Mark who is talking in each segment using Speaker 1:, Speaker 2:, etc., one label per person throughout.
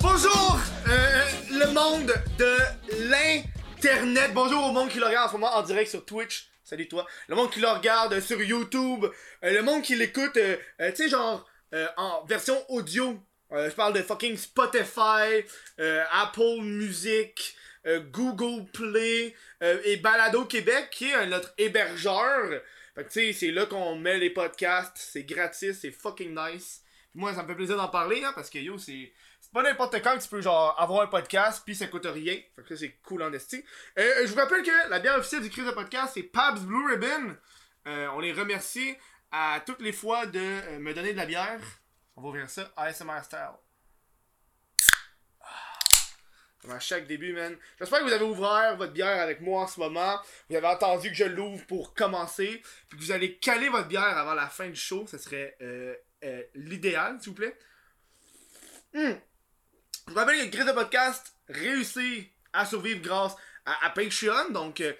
Speaker 1: Bonjour, euh, le monde de l'Internet. Bonjour au monde qui le regarde en ce moment en direct sur Twitch. Salut toi. Le monde qui le regarde euh, sur YouTube. Euh, le monde qui l'écoute, euh, euh, tu sais, genre, euh, en version audio. Euh, je parle de fucking Spotify, euh, Apple Music, euh, Google Play euh, et Balado Québec, qui est euh, notre hébergeur. Fait que tu sais, c'est là qu'on met les podcasts. C'est gratis, c'est fucking nice. Puis moi, ça me fait plaisir d'en parler, hein, parce que yo, c'est. C'est pas n'importe quand que tu peux genre avoir un podcast puis ça coûte rien. Fait que ça c'est cool en esti. Euh, je vous rappelle que la bière officielle du Chris de podcast c'est Pabs Blue Ribbon. Euh, on les remercie à toutes les fois de euh, me donner de la bière. On va ouvrir ça ASMR style. Ah. Comme Ah. à chaque début, man. J'espère que vous avez ouvert votre bière avec moi en ce moment. Vous avez attendu que je l'ouvre pour commencer. Puis que vous allez caler votre bière avant la fin du show. Ce serait euh, euh, l'idéal, s'il vous plaît. Hmm. Je vous rappelle que Chris de Podcast réussit à survivre grâce à, à Patreon. Donc, euh,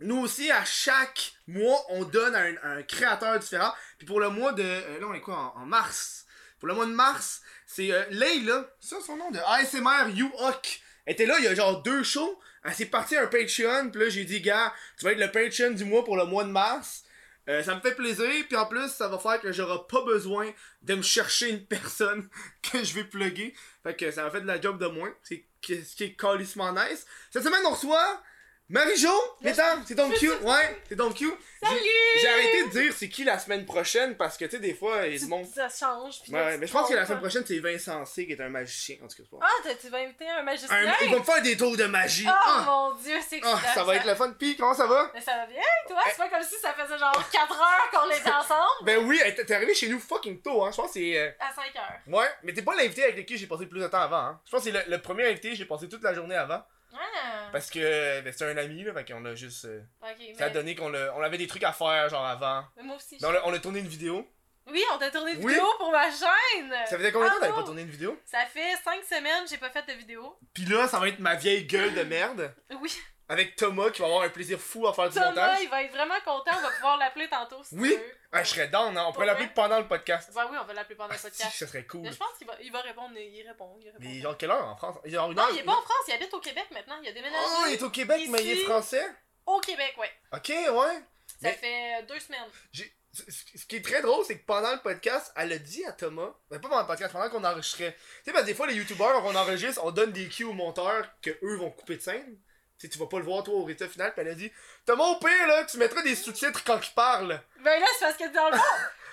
Speaker 1: nous aussi, à chaque mois, on donne à un, à un créateur différent. Puis pour le mois de. euh, là, on est quoi en, en mars Pour le mois de mars, c'est euh, Leila, ça son nom, de ASMR Yuhok. Elle était là il y a genre deux shows. Elle s'est partie à un Patreon. Puis là, j'ai dit, gars, tu vas être le Patreon du mois pour le mois de mars. Euh, ça me fait plaisir, puis en plus, ça va faire que j'aurai pas besoin de me chercher une personne que je vais plugger. Fait que ça m'a fait de la job de moins. C'est que- ce qui est calissement nice. Cette semaine, on reçoit Marie-Jo. Mesdames, c'est donc cute. Ouais, c'est donc cute. J'ai-
Speaker 2: Salut!
Speaker 1: J'ai arrêté de dire c'est qui la semaine prochaine parce que tu sais, des fois, ils se montrent.
Speaker 2: Ça change. puis
Speaker 1: Ouais,
Speaker 2: là,
Speaker 1: ouais,
Speaker 2: tu
Speaker 1: mais je pense que la semaine
Speaker 2: trompes.
Speaker 1: prochaine, c'est Vincent C qui est un magicien. En tout cas, c'est pas.
Speaker 2: Ah, t'as- tu vas inviter un magicien?
Speaker 1: Un- Il va me faire des tours de magie.
Speaker 2: Oh
Speaker 1: Ah,
Speaker 2: mon dieu, c'est
Speaker 1: Ah,
Speaker 2: excitant,
Speaker 1: ça va être Eh. le fun. Puis, comment ça va?
Speaker 2: Mais ça va bien, toi? C'est pas comme si ça faisait genre 4 heures qu'on était ensemble?
Speaker 1: Ben oui, elle- t'es arrivé chez nous fucking tôt, hein. Je pense que c'est. euh,
Speaker 2: À 5 heures.
Speaker 1: Ouais, mais t'es pas l'invité avec lequel j'ai passé le plus de temps avant. Hein. Je pense que c'est le, le premier invité que j'ai passé toute la journée avant.
Speaker 2: Ah!
Speaker 1: Parce que euh, ben, c'était un ami, là, fait qu'on a juste. euh,
Speaker 2: Ok, mais,
Speaker 1: Ça a donné qu'on a- on avait des trucs à faire, genre avant.
Speaker 2: mais moi aussi.
Speaker 1: Ben, on, a, on a tourné une vidéo.
Speaker 2: je- Oui, on t'a tourné une
Speaker 1: Oui.
Speaker 2: vidéo pour ma chaîne!
Speaker 1: Ça faisait combien de temps que
Speaker 2: Ah,
Speaker 1: t'avais pas
Speaker 2: non.
Speaker 1: tourné une vidéo
Speaker 2: Ça fait 5 semaines, j'ai pas fait de vidéo.
Speaker 1: Puis là, ça va être ma vieille gueule de merde.
Speaker 2: Oui.
Speaker 1: Avec Thomas qui va avoir un plaisir fou à faire du
Speaker 2: Thomas,
Speaker 1: montage.
Speaker 2: il va être vraiment content, on va pouvoir l'appeler tantôt si
Speaker 1: Oui.
Speaker 2: tu veux.
Speaker 1: Ah, je serais down, hein. On pourrait
Speaker 2: Ouais.
Speaker 1: l'appeler pendant le podcast.
Speaker 2: Ben oui, on va l'appeler pendant
Speaker 1: Ah,
Speaker 2: le
Speaker 1: si,
Speaker 2: podcast.
Speaker 1: ça serait cool.
Speaker 2: Mais je pense qu'il va, il va répondre, il répond, il répond.
Speaker 1: Mais genre, quelle heure en France Genre une
Speaker 2: Non,
Speaker 1: heure
Speaker 2: il est pas en France, il habite au Québec maintenant, il a déménagé.
Speaker 1: Oh, il est au Québec, mais il est
Speaker 2: Ici.
Speaker 1: français.
Speaker 2: Au Québec, ouais.
Speaker 1: Ok, ouais.
Speaker 2: Ça
Speaker 1: Mais-
Speaker 2: fait euh, deux semaines.
Speaker 1: J'ai- Ce ce- ce qui est très drôle, c'est que pendant le podcast, elle a dit à Thomas, mais pas pendant le podcast, pendant qu'on enregistrait. Tu sais, parce que des fois, les youtubeurs, on enregistre, on donne des cues aux monteurs que eux vont couper de scène. Tu sais, tu vas pas le voir, toi, au résultat final. Puis elle a dit, Thomas, au pire, là, tu mettras des sous-titres quand il parle.
Speaker 2: Ben là, c'est parce que dans le fond,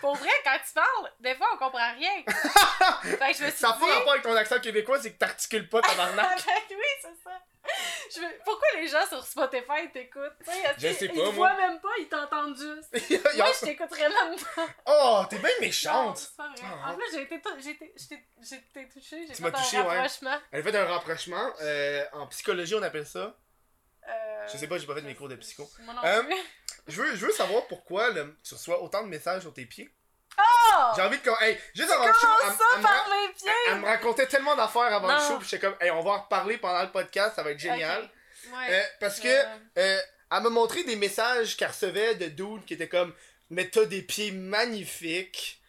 Speaker 2: pour vrai, quand tu parles, des fois, on comprend rien. fait que je me suis
Speaker 1: Ça n'a
Speaker 2: dit...
Speaker 1: pas rapport avec ton accent québécois, c'est que t'articules pas,
Speaker 2: Ah,
Speaker 1: tabarnak.
Speaker 2: ben oui, c'est ça. Je me- Pourquoi les gens sur Spotify t'écoutent? Tu est-ce
Speaker 1: Je sais
Speaker 2: qu'ils-
Speaker 1: pas,
Speaker 2: Ils te
Speaker 1: moi.
Speaker 2: voient même pas, ils t'entendent juste.
Speaker 1: Il y a-
Speaker 2: Moi, je t'écouterais même pas.
Speaker 1: oh, t'es bien
Speaker 2: Non,
Speaker 1: méchante.
Speaker 2: c'est pas vrai.
Speaker 1: Ah.
Speaker 2: En plus, j'ai été, tou- j'ai été, j'ai été- j'ai été touchée, j'ai
Speaker 1: Tu
Speaker 2: fait
Speaker 1: m'as
Speaker 2: un
Speaker 1: touchée, ouais.
Speaker 2: rapprochement.
Speaker 1: Elle a fait un rapprochement. euh, en psychologie, on appelle ça.
Speaker 2: Euh,
Speaker 1: Je sais pas, j'ai pas fait mes cours de psycho.
Speaker 2: Moi non
Speaker 1: Euh,
Speaker 2: plus.
Speaker 1: Je veux, je veux savoir pourquoi le- tu reçois autant de messages sur tes pieds.
Speaker 2: Oh!
Speaker 1: J'ai envie de. qu'on- Hey, juste avant le show,
Speaker 2: Comment
Speaker 1: elle-
Speaker 2: ça
Speaker 1: elle me-
Speaker 2: par les pieds?
Speaker 1: Elle, elle me racontait tellement d'affaires avant le
Speaker 2: Non.
Speaker 1: show, puis j'étais comme, hey, on va en reparler pendant le podcast, ça va être génial.
Speaker 2: Ok. Ouais.
Speaker 1: Euh, parce que,
Speaker 2: Euh,
Speaker 1: euh, elle m'a montré des messages qu'elle recevait de dudes qui étaient comme, mais t'as des pieds magnifiques.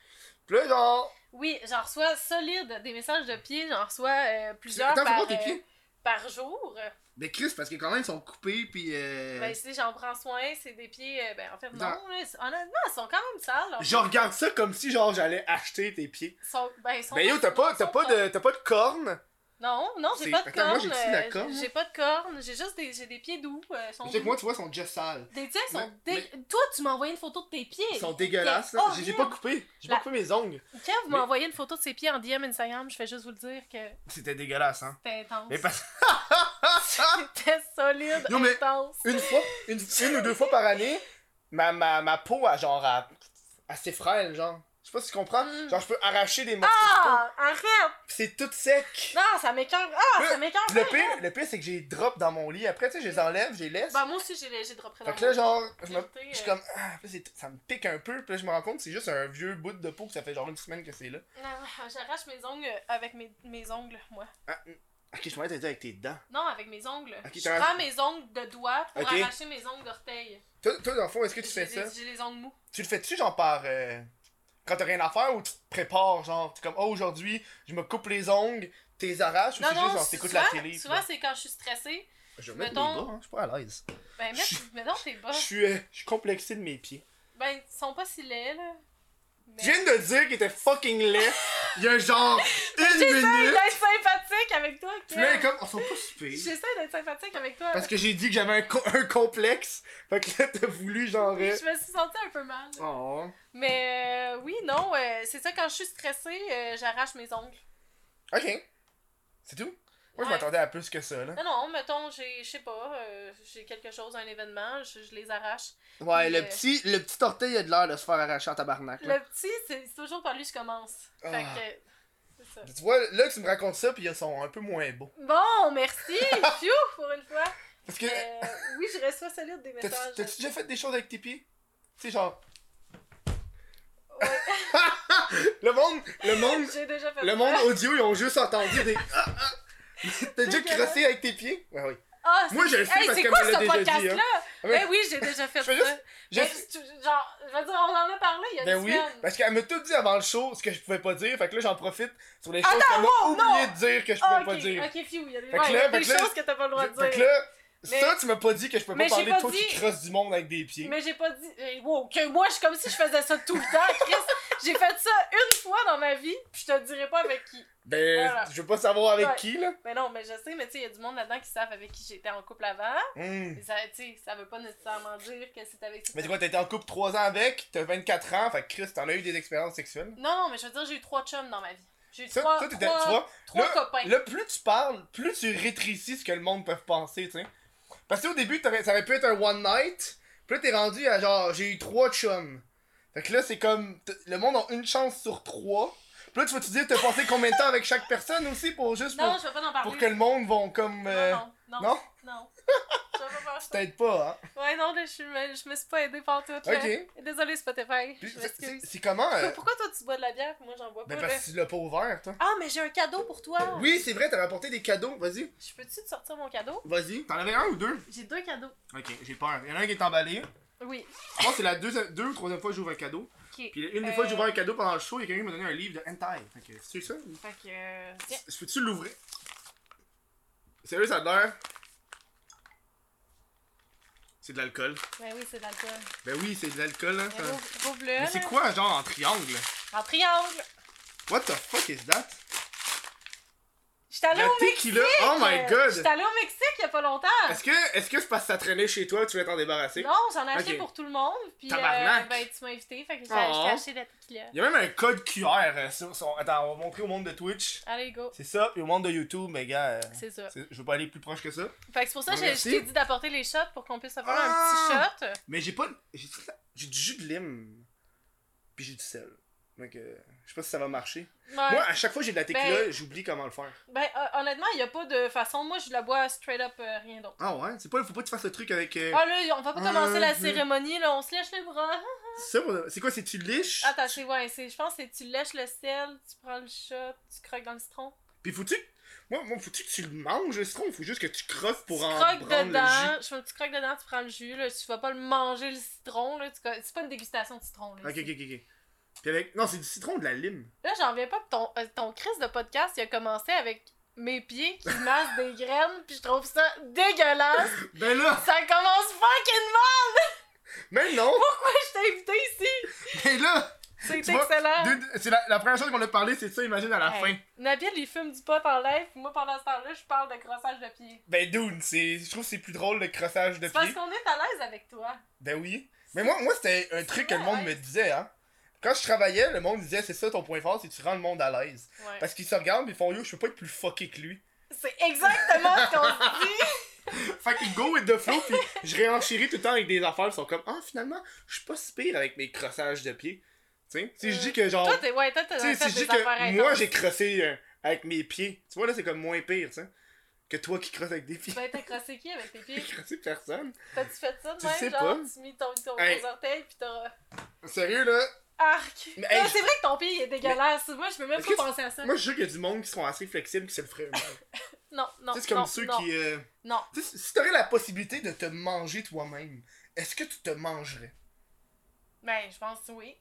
Speaker 1: Puis là, genre,
Speaker 2: Oui, j'en reçois solide des messages de pieds, j'en reçois euh, plusieurs
Speaker 1: attends, c'est
Speaker 2: par,
Speaker 1: quoi tes
Speaker 2: euh,
Speaker 1: pieds? Euh.
Speaker 2: par jour.
Speaker 1: Mais Chris, parce que quand même, ils sont coupés, puis. euh,
Speaker 2: Ben, si j'en prends soin, c'est des pieds. euh, ben, en fait, non,
Speaker 1: Dans-
Speaker 2: là, c'est- honnêtement, ils sont quand même sales. leurs
Speaker 1: je regarde ça comme si, genre, j'allais acheter tes pieds.
Speaker 2: pieds. Ils sont, ben, ils sont
Speaker 1: Ben yo, t'as pas,
Speaker 2: ils
Speaker 1: t'as
Speaker 2: sont
Speaker 1: pas, de, t'as pas de cornes.
Speaker 2: Non, non,
Speaker 1: C'est-
Speaker 2: j'ai pas de
Speaker 1: attends, moi,
Speaker 2: cornes.
Speaker 1: j'ai-tu la
Speaker 2: euh,
Speaker 1: corne,
Speaker 2: j'ai-
Speaker 1: moi?
Speaker 2: J'ai pas de cornes, j'ai juste des, j'ai des pieds doux. euh, sont
Speaker 1: Je sais que
Speaker 2: doux.
Speaker 1: moi, tu vois, ils sont déjà sales.
Speaker 2: Des tiens, ils sont
Speaker 1: Mais-
Speaker 2: dé- Toi, tu m'as envoyé une photo de tes pieds.
Speaker 1: Ils sont dégueulasses, là.
Speaker 2: horrible.
Speaker 1: J'ai j'ai pas coupé. J'ai pas
Speaker 2: Oh, La-
Speaker 1: coupé mes ongles.
Speaker 2: Quand vous m'envoyez
Speaker 1: Mais-
Speaker 2: une photo de ses pieds en DM Instagram, je fais juste vous le dire que
Speaker 1: C'était dégueulasse, hein.
Speaker 2: c'était intense.
Speaker 1: Mais parce
Speaker 2: C'était solide,
Speaker 1: Yo, mais-
Speaker 2: intense.
Speaker 1: une fois, une, une ou deux fois par année, ma, ma, ma peau a genre à, à s'effraîle, genre. Je sais pas si tu comprends.
Speaker 2: Mm.
Speaker 1: Genre, je peux arracher des morceaux. de peau.
Speaker 2: Ah, arrête!
Speaker 1: Pis C'est tout sec.
Speaker 2: Non, ça m'écoeure. Ah,
Speaker 1: Le-
Speaker 2: ça m'écoeure.
Speaker 1: Le pire, le pire c'est que j'ai drop dans mon lit. Après, tu sais, je les enlève, je les laisse.
Speaker 2: Bah, moi aussi, j'ai léger de
Speaker 1: fait
Speaker 2: représentation.
Speaker 1: que là, genre, je, me,
Speaker 2: Vérité,
Speaker 1: je suis
Speaker 2: euh,
Speaker 1: comme. Ah, puis c'est- ça me pique un peu. Puis là, je me rends compte que c'est juste un vieux bout de peau que ça fait genre une semaine que c'est là.
Speaker 2: euh, Non, J'arrache mes ongles euh, avec mes, mes ongles, moi.
Speaker 1: Ah, mm. ok, je m'arrête dit avec tes dents.
Speaker 2: Non, avec mes ongles.
Speaker 1: Ok,
Speaker 2: je
Speaker 1: t'arraches-
Speaker 2: prends mes ongles de doigts pour
Speaker 1: Ok.
Speaker 2: arracher mes ongles d'orteil.
Speaker 1: Toi, toi, dans le fond, est-ce que tu
Speaker 2: J'ai
Speaker 1: fais ça
Speaker 2: des- j'ai les ongles mous.
Speaker 1: Tu le fais-tu, genre, par. euh, quand t'as rien à faire ou tu te prépares, genre, t'es comme, oh, aujourd'hui, je me coupe les ongles, t'es arraches, ou
Speaker 2: Non,
Speaker 1: c'est juste,
Speaker 2: non,
Speaker 1: genre,
Speaker 2: souvent,
Speaker 1: t'écoutes la télé. puis
Speaker 2: souvent
Speaker 1: là.
Speaker 2: c'est quand je suis stressée.
Speaker 1: Je vais mettre
Speaker 2: mettons-
Speaker 1: mes bas, hein, je suis pas à l'aise.
Speaker 2: Ben, mets, mais non, t'es bas.
Speaker 1: Je suis euh, je suis complexé de mes pieds.
Speaker 2: Ben, ils sont pas si laids, là. Mais...
Speaker 1: Je viens de dire qu'il était fucking laid, il y a genre une
Speaker 2: J'essaie
Speaker 1: minute.
Speaker 2: d'être sympathique avec toi,
Speaker 1: Puis là, il est
Speaker 2: Kev.
Speaker 1: comme, on sont pas super.
Speaker 2: J'essaie d'être sympathique avec toi.
Speaker 1: Parce que j'ai dit que j'avais un, co- un complexe. Fait que là, t'as voulu genre. euh,
Speaker 2: Je me suis sentie un peu mal.
Speaker 1: Oh.
Speaker 2: Mais euh, oui, non, euh, c'est ça, quand je suis stressée, euh, j'arrache mes ongles.
Speaker 1: Ok. C'est tout? Moi, je
Speaker 2: Ouais.
Speaker 1: m'attendais à plus que ça, là.
Speaker 2: Non, non, mettons, j'ai, je sais pas, euh, j'ai quelque chose, un événement, je, je les arrache.
Speaker 1: Ouais,
Speaker 2: le
Speaker 1: le petit, le petit orteil, il a de l'air de se faire arracher en tabarnak.
Speaker 2: Le petit, c'est, c'est toujours par lui que je commence. Fait
Speaker 1: Ah.
Speaker 2: que, c'est ça.
Speaker 1: Tu vois, là, tu me racontes ça, puis ils sont un peu moins beaux.
Speaker 2: Bon, merci, Fiu, pour une fois.
Speaker 1: Parce que,
Speaker 2: Euh, oui, je reçois solide des
Speaker 1: t'as-tu
Speaker 2: messages.
Speaker 1: t'as-tu déjà fait des choses avec tes pieds? Tu sais, genre.
Speaker 2: Ouais.
Speaker 1: Le monde, le monde,
Speaker 2: J'ai déjà fait
Speaker 1: le
Speaker 2: ça.
Speaker 1: monde audio, ils ont juste entendu des. Ah, ah. T'as déjà
Speaker 2: Dégueulasse.
Speaker 1: crossé avec tes pieds? Ouais, oui.
Speaker 2: Ah,
Speaker 1: Moi, je le fais
Speaker 2: Hey,
Speaker 1: parce
Speaker 2: c'est
Speaker 1: qu'elle
Speaker 2: quoi
Speaker 1: me l'a
Speaker 2: ce
Speaker 1: déjà dit. hein.
Speaker 2: podcast-là?
Speaker 1: Ah,
Speaker 2: Ben oui, j'ai déjà fait
Speaker 1: Je fais
Speaker 2: ça.
Speaker 1: juste- J'ai-
Speaker 2: Ben, tu- genre, je veux dire, on en a parlé il y a
Speaker 1: Ben
Speaker 2: une
Speaker 1: oui,
Speaker 2: semaine.
Speaker 1: parce qu'elle m'a tout dit avant le show, ce que je pouvais pas dire, fait que là j'en profite sur les
Speaker 2: Attends,
Speaker 1: choses qu'elle m'a
Speaker 2: wow,
Speaker 1: oublié
Speaker 2: non.
Speaker 1: de dire que je
Speaker 2: Ah,
Speaker 1: pouvais pas dire.
Speaker 2: ok, ok, Fiu, il y a des,
Speaker 1: Fait que
Speaker 2: ouais, il y
Speaker 1: là,
Speaker 2: a
Speaker 1: fait
Speaker 2: des
Speaker 1: que là-
Speaker 2: choses que t'as pas le droit de
Speaker 1: Fait que
Speaker 2: dire.
Speaker 1: là,
Speaker 2: Mais-
Speaker 1: ça tu m'as pas dit que je peux pas
Speaker 2: Mais j'ai
Speaker 1: parler de
Speaker 2: pas
Speaker 1: toi
Speaker 2: dit-
Speaker 1: qui crosse du monde avec des pieds.
Speaker 2: Mais j'ai pas dit. eh, Wow, que moi, je suis comme si je faisais ça tout le temps, Chris. j'ai fait ça une fois dans ma vie, puis je te dirai pas avec qui.
Speaker 1: Ben,
Speaker 2: Voilà.
Speaker 1: je veux pas savoir avec
Speaker 2: Ouais.
Speaker 1: qui là.
Speaker 2: Mais non, mais je sais, mais tu sais, il y a du monde là-dedans qui savent avec qui j'étais en couple avant.
Speaker 1: Hmm.
Speaker 2: Mais ça, tu sais, ça veut pas nécessairement dire que c'est avec.
Speaker 1: Mais tu vois, t'as été en couple 3 ans avec, t'as 24 ans, fait que Chris, t'en as eu des expériences sexuelles.
Speaker 2: Non, non, mais je veux dire, j'ai eu trois chums dans ma vie. J'ai eu
Speaker 1: Ça,
Speaker 2: trois,
Speaker 1: toi, t'étais-
Speaker 2: trois,
Speaker 1: tu vois,
Speaker 2: trois copains.
Speaker 1: là, plus tu parles, plus tu rétrécis ce que le monde peut penser, tu sais. Parce que au début, t'aurais- ça aurait pu être un one night, puis là t'es rendu à genre, j'ai eu 3 chums. Fait que là, c'est comme, t- le monde a une chance sur 3. Puis là, tu vas-tu dire, t'as passé combien de temps avec chaque personne aussi, pour juste
Speaker 2: Non,
Speaker 1: pour,
Speaker 2: je vais pas en parler.
Speaker 1: pour que le monde vont comme. euh,
Speaker 2: Non, non, non.
Speaker 1: non?
Speaker 2: non. je vais pas parler. de ça.
Speaker 1: Peut-être pas, hein.
Speaker 2: Ouais, non, là, je, suis- je me suis pas aidée pantoute. là.
Speaker 1: Ok.
Speaker 2: Désolée, Spotify.
Speaker 1: Puis
Speaker 2: Je
Speaker 1: c'est- c'est-
Speaker 2: m'excuse.
Speaker 1: c'est comment. euh,
Speaker 2: Pourquoi toi, tu bois de la bière puis moi, j'en bois pas?
Speaker 1: Ben
Speaker 2: là?
Speaker 1: parce que tu l'as pas ouvert, toi.
Speaker 2: Ah, mais j'ai un cadeau pour toi!
Speaker 1: Oui, c'est vrai, t'avais apporté des cadeaux. Vas-y,
Speaker 2: Je peux-tu te sortir mon cadeau?
Speaker 1: vas-y. T'en avais un ou deux
Speaker 2: J'ai deux cadeaux.
Speaker 1: Ok, j'ai peur. Il y en a un qui est emballé.
Speaker 2: Oui.
Speaker 1: Je pense que c'est la deuxième, deux ou troisième fois que j'ouvre un cadeau.
Speaker 2: Ok.
Speaker 1: Puis une des
Speaker 2: Euh.
Speaker 1: fois que j'ouvre un cadeau pendant le show, il y a quelqu'un qui m'a donné un livre de hentai. Fait que, c'est ça
Speaker 2: Fait que. euh, Tiens.
Speaker 1: Je peux-tu l'ouvrir Sérieux, ça a l'air. C'est de l'alcool.
Speaker 2: Ben oui, c'est de l'alcool.
Speaker 1: Ben oui, c'est de l'alcool, hein. ça.
Speaker 2: Ben, rouvre- Rouvre-le.
Speaker 1: Mais c'est
Speaker 2: là.
Speaker 1: quoi, genre, en triangle
Speaker 2: En triangle!
Speaker 1: What the fuck is that
Speaker 2: J'étais allée
Speaker 1: La
Speaker 2: au Mexique!
Speaker 1: tequila, oh my god
Speaker 2: J'étais allée au Mexique il y a pas longtemps!
Speaker 1: Est-ce que est-ce que c'est parce que ça traînait chez toi que tu voulais t'en débarrasser
Speaker 2: Non, j'en ai acheté
Speaker 1: Ok.
Speaker 2: pour tout le monde. Puis euh,
Speaker 1: Tabarnak.
Speaker 2: ben, tu m'as invité, fait que j'ai
Speaker 1: Oh.
Speaker 2: acheté, acheté de la tequila.
Speaker 1: Il y a même un code QR euh, sur son. Attends, on va montrer au monde de Twitch.
Speaker 2: Allez, go.
Speaker 1: C'est ça, puis au monde de YouTube, mais gars, euh,
Speaker 2: C'est ça.
Speaker 1: c'est- je veux pas aller plus proche que ça.
Speaker 2: Fait que c'est pour ça que j'ai- je
Speaker 1: Merci.
Speaker 2: t'ai dit d'apporter les shots pour qu'on puisse avoir
Speaker 1: Ah!
Speaker 2: un petit shot.
Speaker 1: Mais j'ai pas. J'ai tout la- j'ai du jus de lime, puis j'ai du sel. Donc, euh, je sais pas si ça va marcher.
Speaker 2: Ouais.
Speaker 1: Moi, à chaque fois que j'ai de la tequila,
Speaker 2: Ben-
Speaker 1: j'oublie comment le faire.
Speaker 2: Ben, euh, honnêtement, il n'y a pas de façon. Moi, je la bois straight up, euh, rien d'autre.
Speaker 1: Ah ouais, c'est pas. Faut pas que tu fasses le truc avec. euh,
Speaker 2: Ah là, on va pas commencer la
Speaker 1: Mhm.
Speaker 2: cérémonie, là, on se lèche les bras.
Speaker 1: ça, pour- c'est quoi, c'est tu liches,
Speaker 2: Attends, c'est ouais, c'est- je pense que tu lèches le sel, tu prends le shot, tu croques dans le citron.
Speaker 1: puis faut-tu. Moi, moi faut-tu que tu le manges, le citron, faut juste que tu crosses pour
Speaker 2: tu
Speaker 1: en prendre
Speaker 2: croques
Speaker 1: le jus.
Speaker 2: dedans, je fais un petit croque dedans, tu prends le jus, là, tu vas pas le manger le citron, là, tu co- c'est pas une dégustation de citron. Là,
Speaker 1: Ok, ok, ok, ok. Puis avec. Non, c'est du citron ou de la lime.
Speaker 2: là j'en viens pas, que ton, euh, ton Chris de podcast, il a commencé avec mes pieds qui massent des graines, puis je trouve ça dégueulasse.
Speaker 1: Ben là,
Speaker 2: Ça commence fucking mal!
Speaker 1: mais Ben non!
Speaker 2: Pourquoi je t'ai invité ici?
Speaker 1: Mais là!
Speaker 2: C'est
Speaker 1: Tu vois,
Speaker 2: excellent!
Speaker 1: Dude, c'est la, la première chose qu'on a parlé, c'est de ça, imagine, à la
Speaker 2: Ah. Hey,
Speaker 1: fin.
Speaker 2: Nabil, il fume du pot en live, puis moi, pendant ce temps-là, je parle de crossage de pieds.
Speaker 1: Ben, dude, c'est, je trouve que c'est plus drôle le crossage de
Speaker 2: C'est parce
Speaker 1: pied.
Speaker 2: qu'on est à l'aise avec toi.
Speaker 1: Ben oui. Mais moi, moi c'était un truc que le monde me disait, hein. Quand je travaillais, le monde disait, c'est ça ton point fort, c'est que tu rends le monde à l'aise.
Speaker 2: Ouais.
Speaker 1: Parce qu'ils se regardent, ils font, yo, je peux pas être plus fucké que lui.
Speaker 2: C'est exactement ce qu'on se dit!
Speaker 1: Fait qu'ils go with the flow, pis je réenchéris tout le temps avec des affaires, ils sont comme, ah, finalement, je suis pas si pire avec mes crossages de pied. Tu sais, si je dis que genre.
Speaker 2: Toi, t'es, ouais, toi, t'as
Speaker 1: Tu sais,
Speaker 2: fait
Speaker 1: si je dis
Speaker 2: des affaires
Speaker 1: que moi
Speaker 2: intenses.
Speaker 1: j'ai crossé euh, avec mes pieds, tu vois là, c'est comme moins pire, tu sais, que toi qui crosses avec des pieds.
Speaker 2: Ben, t'as crossé qui avec tes
Speaker 1: J'ai
Speaker 2: pieds?
Speaker 1: crossé personne.
Speaker 2: T'as-tu fait ça de
Speaker 1: Tu
Speaker 2: même?
Speaker 1: sais
Speaker 2: genre,
Speaker 1: pas.
Speaker 2: tu mis ton, ton,
Speaker 1: Hey.
Speaker 2: tes orteils, pis t'as...
Speaker 1: Sérieux là,
Speaker 2: Arc!
Speaker 1: Mais, hey,
Speaker 2: Non,
Speaker 1: je-
Speaker 2: c'est vrai que ton pied, il est dégueulasse. Moi, je peux même
Speaker 1: Est-ce
Speaker 2: pas
Speaker 1: que tu-
Speaker 2: penser à ça.
Speaker 1: moi je suis sûr qu'il y a du monde qui seront assez flexibles qui se le feraient. eux-mêmes.
Speaker 2: Non, non,
Speaker 1: Tu sais, c'est comme
Speaker 2: non,
Speaker 1: ceux
Speaker 2: non,
Speaker 1: qui. euh,
Speaker 2: non.
Speaker 1: Tu sais, si t'aurais la possibilité de te manger toi-même, Est-ce que tu te mangerais
Speaker 2: Ben, je pense oui.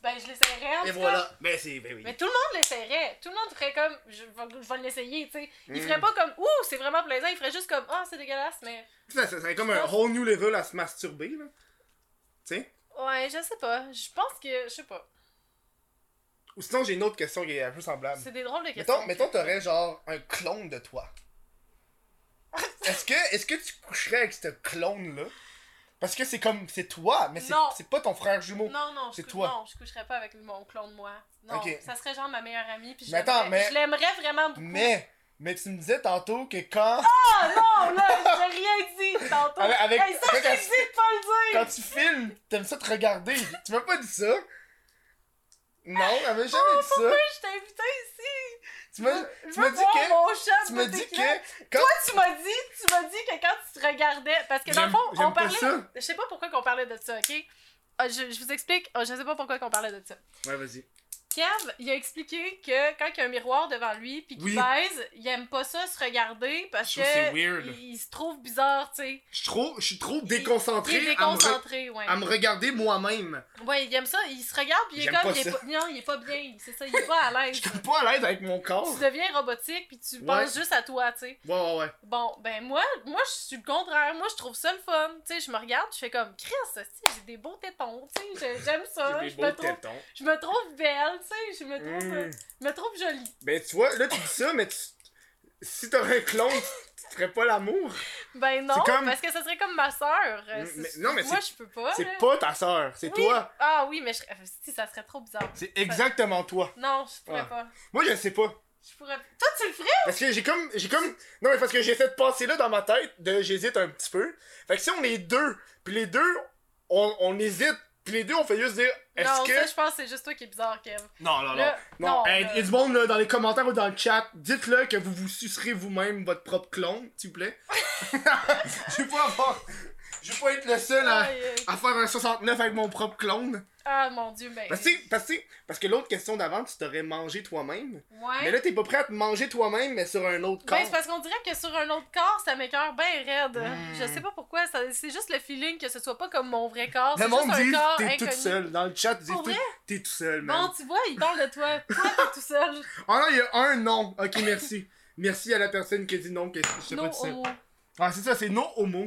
Speaker 2: Ben, je l'essayerais en
Speaker 1: Et
Speaker 2: tout cas.
Speaker 1: voilà. Ben, c'est. Ben oui.
Speaker 2: Mais tout le monde l'essayerait. Tout le monde ferait comme, je vais, je vais l'essayer, tu sais. Il
Speaker 1: Mm.
Speaker 2: ferait pas comme, ouh, c'est vraiment plaisant. Il ferait juste comme, ah, c'est dégueulasse, mais.
Speaker 1: Ça, ça serait comme un
Speaker 2: pense-
Speaker 1: whole new level à se masturber, là. Tu sais
Speaker 2: Ouais, je sais pas. Je pense que, je sais pas.
Speaker 1: Ou sinon, j'ai une autre question qui est un peu semblable.
Speaker 2: C'est des drôles de questions.
Speaker 1: Euh, Mettons, mettons, t'aurais genre un clone de toi. Est-ce que, est-ce que tu coucherais avec ce clone-là Parce que c'est comme. C'est toi, mais c'est,
Speaker 2: Non.
Speaker 1: c'est pas ton frère jumeau.
Speaker 2: Non, non, je
Speaker 1: C'est
Speaker 2: cou-
Speaker 1: toi.
Speaker 2: non, je coucherais pas avec mon clone, moi. Non,
Speaker 1: Ok.
Speaker 2: ça serait genre ma meilleure amie. Puis je
Speaker 1: Mais attends,
Speaker 2: l'aimerais-
Speaker 1: mais-
Speaker 2: Je l'aimerais vraiment beaucoup.
Speaker 1: Mais, mais tu me disais tantôt que quand,
Speaker 2: Ah non, là, j'ai rien dit tantôt.
Speaker 1: Avec- avec-
Speaker 2: Hey, ça,
Speaker 1: avec
Speaker 2: j'ai
Speaker 1: un-
Speaker 2: dit de pas le dire.
Speaker 1: quand tu filmes, t'aimes ça te regarder. tu m'as pas dit ça Non, elle m'a jamais dit ça.
Speaker 2: Je t'ai invité ici.
Speaker 1: Tu m'as,
Speaker 2: Je
Speaker 1: tu m'as
Speaker 2: veux
Speaker 1: dit
Speaker 2: voir
Speaker 1: que.
Speaker 2: mon chat
Speaker 1: Tu
Speaker 2: de
Speaker 1: m'as dit
Speaker 2: tequila.
Speaker 1: que. Quand...
Speaker 2: tu m'as dit, tu m'as dit que quand tu te regardais, parce que dans le
Speaker 1: J'aime-
Speaker 2: fond, on
Speaker 1: j'aime pas
Speaker 2: parlait,
Speaker 1: ça.
Speaker 2: je sais pas pourquoi qu'on parlait de ça, ok? Ah, je, je vous explique, Ah, je sais pas pourquoi qu'on parlait de ça.
Speaker 1: Ouais, vas-y.
Speaker 2: Kev, il a expliqué que quand il y a un miroir devant lui puis qu'il
Speaker 1: Oui.
Speaker 2: baise, il aime pas ça se regarder parce
Speaker 1: Je
Speaker 2: que
Speaker 1: trouve c'est weird.
Speaker 2: il, il se trouve bizarre, tu sais.
Speaker 1: Je suis trop, je suis trop
Speaker 2: Il- Il
Speaker 1: déconcentré,
Speaker 2: est
Speaker 1: à me re-
Speaker 2: déconcentré, ouais.
Speaker 1: à me regarder moi-même.
Speaker 2: Ouais, il aime ça, il se regarde puis il est
Speaker 1: J'aime
Speaker 2: comme,
Speaker 1: pas
Speaker 2: il est
Speaker 1: ça.
Speaker 2: pas, non, il est pas bien, c'est ça, il est pas à l'aise.
Speaker 1: Je suis pas à l'aise avec mon corps.
Speaker 2: tu deviens robotique puis tu
Speaker 1: Ouais.
Speaker 2: penses juste à toi, tu sais.
Speaker 1: Ouais, ouais, ouais.
Speaker 2: Bon, ben moi, moi je suis le contraire. Moi, je trouve ça le fun. Tu sais, je me regarde, je fais comme Chris, hostie, j'ai des beaux tétons, tu sais, j'ai- j'aime ça,
Speaker 1: J'ai des
Speaker 2: je me
Speaker 1: beaux
Speaker 2: trouve
Speaker 1: tétons.
Speaker 2: je me trouve belle, tu sais, je me trouve
Speaker 1: Mm.
Speaker 2: je me trouve jolie.
Speaker 1: Ben, tu vois, là, tu dis ça, mais tu... si t'aurais un clone, tu tu ferais pas l'amour.
Speaker 2: Ben non,
Speaker 1: C'est comme-
Speaker 2: parce que ça serait comme ma sœur. Euh,
Speaker 1: Mm,
Speaker 2: c'est-
Speaker 1: mais- non, mais
Speaker 2: moi
Speaker 1: c'est-
Speaker 2: je peux pas. là.
Speaker 1: C'est pas ta sœur, c'est
Speaker 2: Oui.
Speaker 1: toi.
Speaker 2: Ah oui, mais je... euh, si, ça serait trop bizarre.
Speaker 1: C'est exactement toi.
Speaker 2: Non, je pourrais
Speaker 1: Ah.
Speaker 2: pas.
Speaker 1: Moi, je sais pas.
Speaker 2: Je pourrais Toi tu le ferais
Speaker 1: Parce que j'ai comme. j'ai comme Non, mais parce que j'ai fait passer là dans ma tête, de j'hésite un petit peu. Fait que si on est deux, puis les deux, on, on hésite, puis les deux, on fait juste dire
Speaker 2: Non,
Speaker 1: est-ce que.
Speaker 2: ça je pense que c'est juste toi qui est bizarre, Kev.
Speaker 1: Non, non, non.
Speaker 2: Là,
Speaker 1: Non,
Speaker 2: non,
Speaker 1: hey,
Speaker 2: là-
Speaker 1: il y a du monde là, dans les commentaires ou dans le chat, dites-le que vous vous sucerez vous-même votre propre clone, s'il vous plaît. je veux pas avoir- Je veux pas être le seul à,
Speaker 2: Aïe, aïe.
Speaker 1: à faire un 69 avec mon propre clone.
Speaker 2: euh, Ah mon dieu, ben.
Speaker 1: Parce que, parce que, parce que l'autre question d'avant, tu t'aurais mangé toi-même.
Speaker 2: Ouais.
Speaker 1: Mais là, t'es pas prêt à te manger toi-même, mais sur un autre corps.
Speaker 2: Hein? Ben, c'est parce qu'on dirait que sur un autre corps, ça m'écœure bien raide.
Speaker 1: Mm.
Speaker 2: Je sais pas pourquoi, ça- c'est juste le feeling que ce soit pas comme mon vrai corps.
Speaker 1: le
Speaker 2: c'est
Speaker 1: monde
Speaker 2: juste
Speaker 1: dit
Speaker 2: un corps
Speaker 1: t'es
Speaker 2: inconnu.
Speaker 1: toute seule. Dans le chat, ils disent
Speaker 2: Pour
Speaker 1: tout-
Speaker 2: vrai?
Speaker 1: t'es tout seul, man.
Speaker 2: Bon, tu vois, il parle de toi. Toi, t'es tout seul.
Speaker 1: Oh non, il y a un non. Ok, merci. merci à la personne qui a dit non, que je sais
Speaker 2: No
Speaker 1: pas tout seul.
Speaker 2: homo.
Speaker 1: Ah, c'est ça, c'est non homo.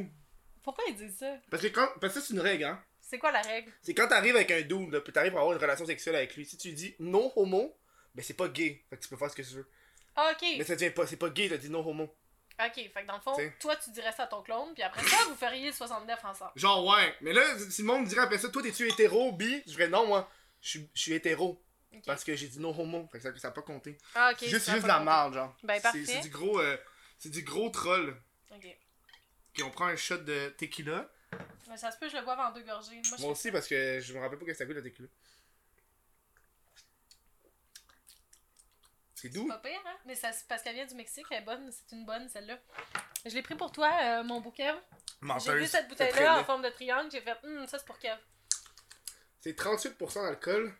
Speaker 2: Pourquoi il dit ça?
Speaker 1: Parce que quand. Parce que c'est une règle, hein.
Speaker 2: C'est quoi la règle?
Speaker 1: C'est quand t'arrives avec un dude, là, puis t'arrives à avoir une relation sexuelle avec lui. Si tu dis non homo, ben c'est pas gay. Fait que tu peux faire ce que tu veux.
Speaker 2: Ah, ok.
Speaker 1: Mais ça devient pas, c'est pas gay, t'as dit non homo.
Speaker 2: Ok, fait que dans le fond,
Speaker 1: T'sais.
Speaker 2: toi, tu dirais ça à ton clone, puis après ça, vous feriez le 69 ensemble.
Speaker 1: Genre ouais. Mais là, si le monde dirait après ça, toi t'es-tu hétéro, bi Je dirais non, moi. Je suis- je suis hétéro.
Speaker 2: Ok.
Speaker 1: Parce que j'ai dit non homo. Fait que ça, ça a pas compté.
Speaker 2: Ah, ok.
Speaker 1: C'est juste,
Speaker 2: ça va
Speaker 1: juste de la
Speaker 2: pas compter.
Speaker 1: marge, genre.
Speaker 2: Ben,
Speaker 1: C'est-
Speaker 2: parfait.
Speaker 1: C'est du gros. euh, c'est du gros troll.
Speaker 2: Ok.
Speaker 1: Puis on prend un shot de tequila.
Speaker 2: Mais ça se peut, que je le boive en deux gorgées. Moi, je...
Speaker 1: Moi aussi, parce que je me rappelle pas que ça goûte la tequila. C'est
Speaker 2: C'est
Speaker 1: doux.
Speaker 2: pas pire, hein? Mais ça, c'est parce qu'elle vient du Mexique, elle est bonne. C'est une bonne, celle-là. Je l'ai pris pour toi, euh, mon bouquet. J'ai vu
Speaker 1: Menteuse. C'est
Speaker 2: cette
Speaker 1: très
Speaker 2: bouteille-là en
Speaker 1: laid.
Speaker 2: forme de triangle, j'ai fait Hum, ça c'est pour Kev.
Speaker 1: C'est 38% d'alcool.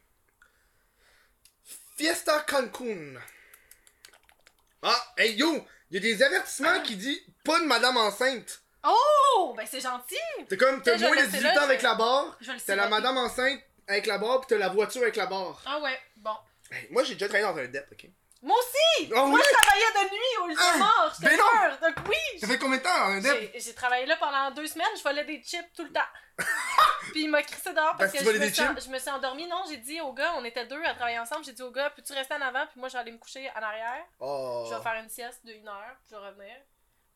Speaker 1: Fiesta Cancun. Ah, hey yo! Il y a des
Speaker 2: Ah.
Speaker 1: avertissements qui disent pas de madame enceinte.
Speaker 2: Oh, ben c'est gentil!
Speaker 1: T'es comme, t'as
Speaker 2: Je vais
Speaker 1: moins de
Speaker 2: rester
Speaker 1: 18
Speaker 2: là,
Speaker 1: ans
Speaker 2: je-
Speaker 1: avec la barre,
Speaker 2: Je vais le
Speaker 1: t'as la
Speaker 2: siroter.
Speaker 1: madame enceinte avec la barre, pis t'as la voiture avec la barre.
Speaker 2: Ah ouais, bon.
Speaker 1: Hey, Ben, moi, j'ai déjà travaillé dans un dep, ok?
Speaker 2: Moi aussi!
Speaker 1: Oh
Speaker 2: Moi
Speaker 1: oui!
Speaker 2: je travaillais de nuit au lieu de
Speaker 1: Hein?
Speaker 2: mort, j'étais
Speaker 1: Ben non!
Speaker 2: peur! Donc oui!
Speaker 1: Ça fait combien de temps dans un dep?
Speaker 2: J'ai j'ai travaillé là pendant deux semaines, je volais des chips tout le temps. Puis il m'a crissé dehors
Speaker 1: Parce
Speaker 2: parce
Speaker 1: que
Speaker 2: que
Speaker 1: Ben, tu
Speaker 2: je
Speaker 1: volais
Speaker 2: me,
Speaker 1: des
Speaker 2: suis, je me suis endormie. Non, j'ai dit au gars, on était deux à travailler ensemble, j'ai dit au gars, peux-tu rester en avant? Puis moi j'allais me coucher en arrière.
Speaker 1: Oh.
Speaker 2: Je vais faire une sieste de une heure, puis je vais revenir.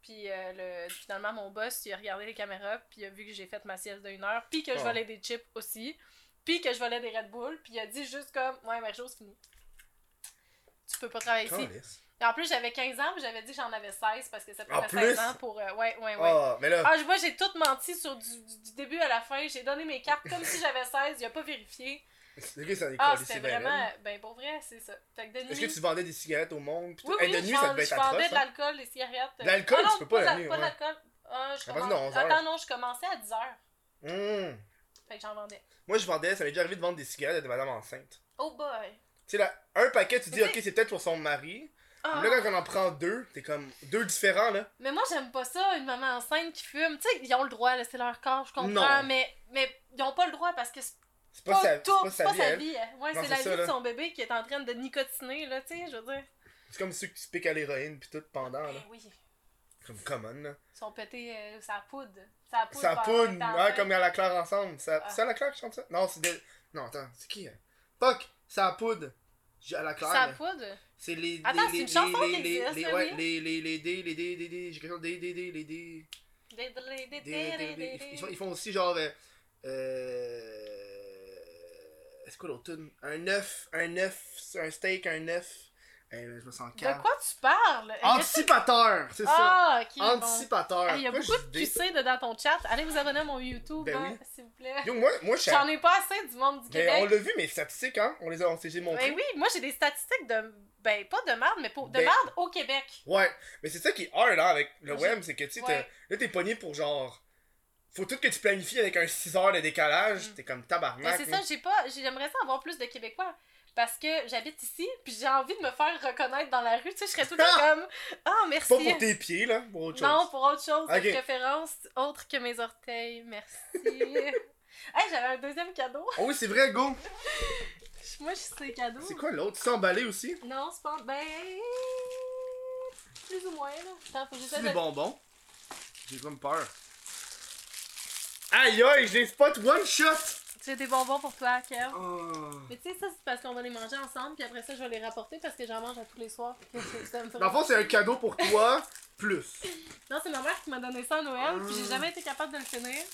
Speaker 2: Puis euh, le, finalement, mon boss, il a regardé les caméras, puis il a vu que j'ai fait ma sieste de une heure, puis que je
Speaker 1: Oh.
Speaker 2: volais des chips aussi, puis que je volais des Red Bull, puis il a dit juste comme, ouais, mais chose finie. Tu peux pas travailler ici.
Speaker 1: Calisse.
Speaker 2: Et en plus, j'avais 15 ans, puis j'avais dit que j'en avais 16 parce que ça
Speaker 1: En
Speaker 2: prenait
Speaker 1: plus?
Speaker 2: 16 ans pour. euh, ouais, ouais, ouais.
Speaker 1: Ah, mais là,
Speaker 2: Ah, je vois, j'ai tout menti sur du, du- du début à la fin. J'ai donné mes cartes comme si j'avais 16, il a pas vérifié.
Speaker 1: le gars, ça décolle
Speaker 2: Ah,
Speaker 1: ici,
Speaker 2: c'était
Speaker 1: ben,
Speaker 2: vraiment.
Speaker 1: raide.
Speaker 2: Ben, pour vrai, c'est ça. Fait que de
Speaker 1: Est-ce
Speaker 2: nuit-
Speaker 1: que tu vendais des cigarettes au monde? pis
Speaker 2: oui,
Speaker 1: tout?
Speaker 2: oui,
Speaker 1: Hey, de nuit,
Speaker 2: je,
Speaker 1: ça
Speaker 2: vend-
Speaker 1: devait être
Speaker 2: je vendais
Speaker 1: atroce.
Speaker 2: de
Speaker 1: hein?
Speaker 2: l'alcool, des cigarettes.
Speaker 1: De l'alcool,
Speaker 2: Ah non,
Speaker 1: tu peux pas
Speaker 2: de
Speaker 1: la
Speaker 2: la-
Speaker 1: nuit,
Speaker 2: Pas
Speaker 1: ouais.
Speaker 2: d'alcool. Ah, je
Speaker 1: À partir
Speaker 2: commence...
Speaker 1: de 11 heures.
Speaker 2: Attends, non, je commençais à 10 heures.
Speaker 1: Hum.
Speaker 2: Fait que j'en vendais.
Speaker 1: Moi, je vendais, ça m'est déjà arrivé de vendre des cigarettes à des madames enceintes.
Speaker 2: Oh boy.
Speaker 1: Tu sais, là, un paquet, tu dis,
Speaker 2: Mais
Speaker 1: ok, c'est peut-être pour son mari.
Speaker 2: Ah.
Speaker 1: Mais Là, quand on en prend deux, t'es comme deux différents, là.
Speaker 2: Mais moi, j'aime pas ça, une maman enceinte qui fume. Tu sais, ils ont le droit, là, c'est leur corps, je
Speaker 1: Non.
Speaker 2: comprends, mais, mais ils ont pas le droit parce que c'est
Speaker 1: C'est
Speaker 2: pas,
Speaker 1: pas, sa, c'est
Speaker 2: tout,
Speaker 1: pas sa vie, à elle.
Speaker 2: vie. hein. Ouais,
Speaker 1: Non,
Speaker 2: c'est
Speaker 1: c'est
Speaker 2: la
Speaker 1: ça,
Speaker 2: vie de
Speaker 1: là.
Speaker 2: son bébé qui est en train de nicotiner, là, tu sais, je veux dire.
Speaker 1: C'est comme ceux qui se piquent à l'héroïne pis tout pendant, Ah, là.
Speaker 2: Ben oui, ils
Speaker 1: Comme common, là.
Speaker 2: sont pétés euh, sa poudre. Sa poudre.
Speaker 1: Ça
Speaker 2: pendant
Speaker 1: poune,
Speaker 2: que t'es
Speaker 1: hein,
Speaker 2: enceinte.
Speaker 1: comme à la Claire ensemble. Ça,
Speaker 2: Ah.
Speaker 1: C'est à la Claire qui chante ça? Non, c'est de... Non, attends, c'est qui, hein? Fuck! Ça poudre! J'ai à la Claire.
Speaker 2: Sa
Speaker 1: là.
Speaker 2: poudre.
Speaker 1: C'est les... les-
Speaker 2: Attends, c'est
Speaker 1: les-
Speaker 2: une chanson
Speaker 1: les-
Speaker 2: qui
Speaker 1: les-
Speaker 2: existe,
Speaker 1: les-
Speaker 2: là,
Speaker 1: Ouais,
Speaker 2: oui.
Speaker 1: les... Les... Les... dés, Les... dés, Les... dés, J'ai quelque chose... Des... Des... Des... Les... dés,
Speaker 2: Des- des- des-
Speaker 1: des- des-
Speaker 2: des-
Speaker 1: des-
Speaker 2: des-
Speaker 1: Ils font- ils font aussi genre... euh, Euh... C'est quoi l'autre tune? Un œuf, un œuf, un steak, un œuf. Eh, là, je me sens
Speaker 2: De
Speaker 1: calme.
Speaker 2: quoi tu parles?
Speaker 1: Ah, Anticipateur! C'est ça!
Speaker 2: Ah, ok. bon.
Speaker 1: Anticipateur!
Speaker 2: Hey, Il y a
Speaker 1: Pourquoi
Speaker 2: beaucoup
Speaker 1: je
Speaker 2: de
Speaker 1: dis des-
Speaker 2: QC de dans ton chat. Allez vous abonner à mon YouTube,
Speaker 1: Ben
Speaker 2: hein,
Speaker 1: oui.
Speaker 2: s'il vous plaît.
Speaker 1: Yo, moi, moi, je suis à-
Speaker 2: J'en ai pas assez du monde du
Speaker 1: Mais on
Speaker 2: Québec.
Speaker 1: l'a vu, mes statistiques, hein? On les a, on s'est montré.
Speaker 2: Ben oui, moi j'ai des statistiques de. Ben, pas de merde, mais pour... de
Speaker 1: Ben-
Speaker 2: merde au Québec.
Speaker 1: Ouais, mais c'est ça qui est hard, hein, avec le
Speaker 2: J'ai-
Speaker 1: web, c'est que, tu sais, t'as-
Speaker 2: Ouais.
Speaker 1: là, t'es pogné pour genre. Faut tout que tu planifies avec un 6 heures de décalage,
Speaker 2: Mm.
Speaker 1: t'es comme
Speaker 2: Ben,
Speaker 1: tabarnak.
Speaker 2: c'est
Speaker 1: là.
Speaker 2: ça, j'ai pas. J'aimerais ça avoir plus de Québécois. Parce que j'habite ici, puis j'ai envie de me faire reconnaître dans la rue. Tu sais, je serais tout le temps comme. Ah, merci.
Speaker 1: Pas pour tes pieds, là, pour autre chose.
Speaker 2: Non, pour autre chose, de
Speaker 1: Ok.
Speaker 2: préférence, autre que mes orteils. Merci. hey, j'avais un deuxième cadeau.
Speaker 1: Oh oui, c'est vrai, go!
Speaker 2: Moi, je suis ces cadeaux.
Speaker 1: C'est quoi l'autre? C'est emballé aussi?
Speaker 2: Non, c'est pas. Ben. Plus ou moins, là. Attends, faut que j'essaie
Speaker 1: C'est
Speaker 2: de.
Speaker 1: des bonbons? J'ai comme peur. Aïe aïe, je les spot one shot!
Speaker 2: J'ai des bonbons pour toi, Kev.
Speaker 1: Oh.
Speaker 2: Mais tu sais, ça, c'est parce qu'on va les manger ensemble, puis après ça, je vais les rapporter parce que j'en mange à tous les soirs. Ça me fait-
Speaker 1: Dans le fond, c'est un cadeau pour toi, plus.
Speaker 2: Non, c'est ma mère qui m'a donné ça à Noël, puis j'ai
Speaker 1: Ah.
Speaker 2: jamais été capable de le finir.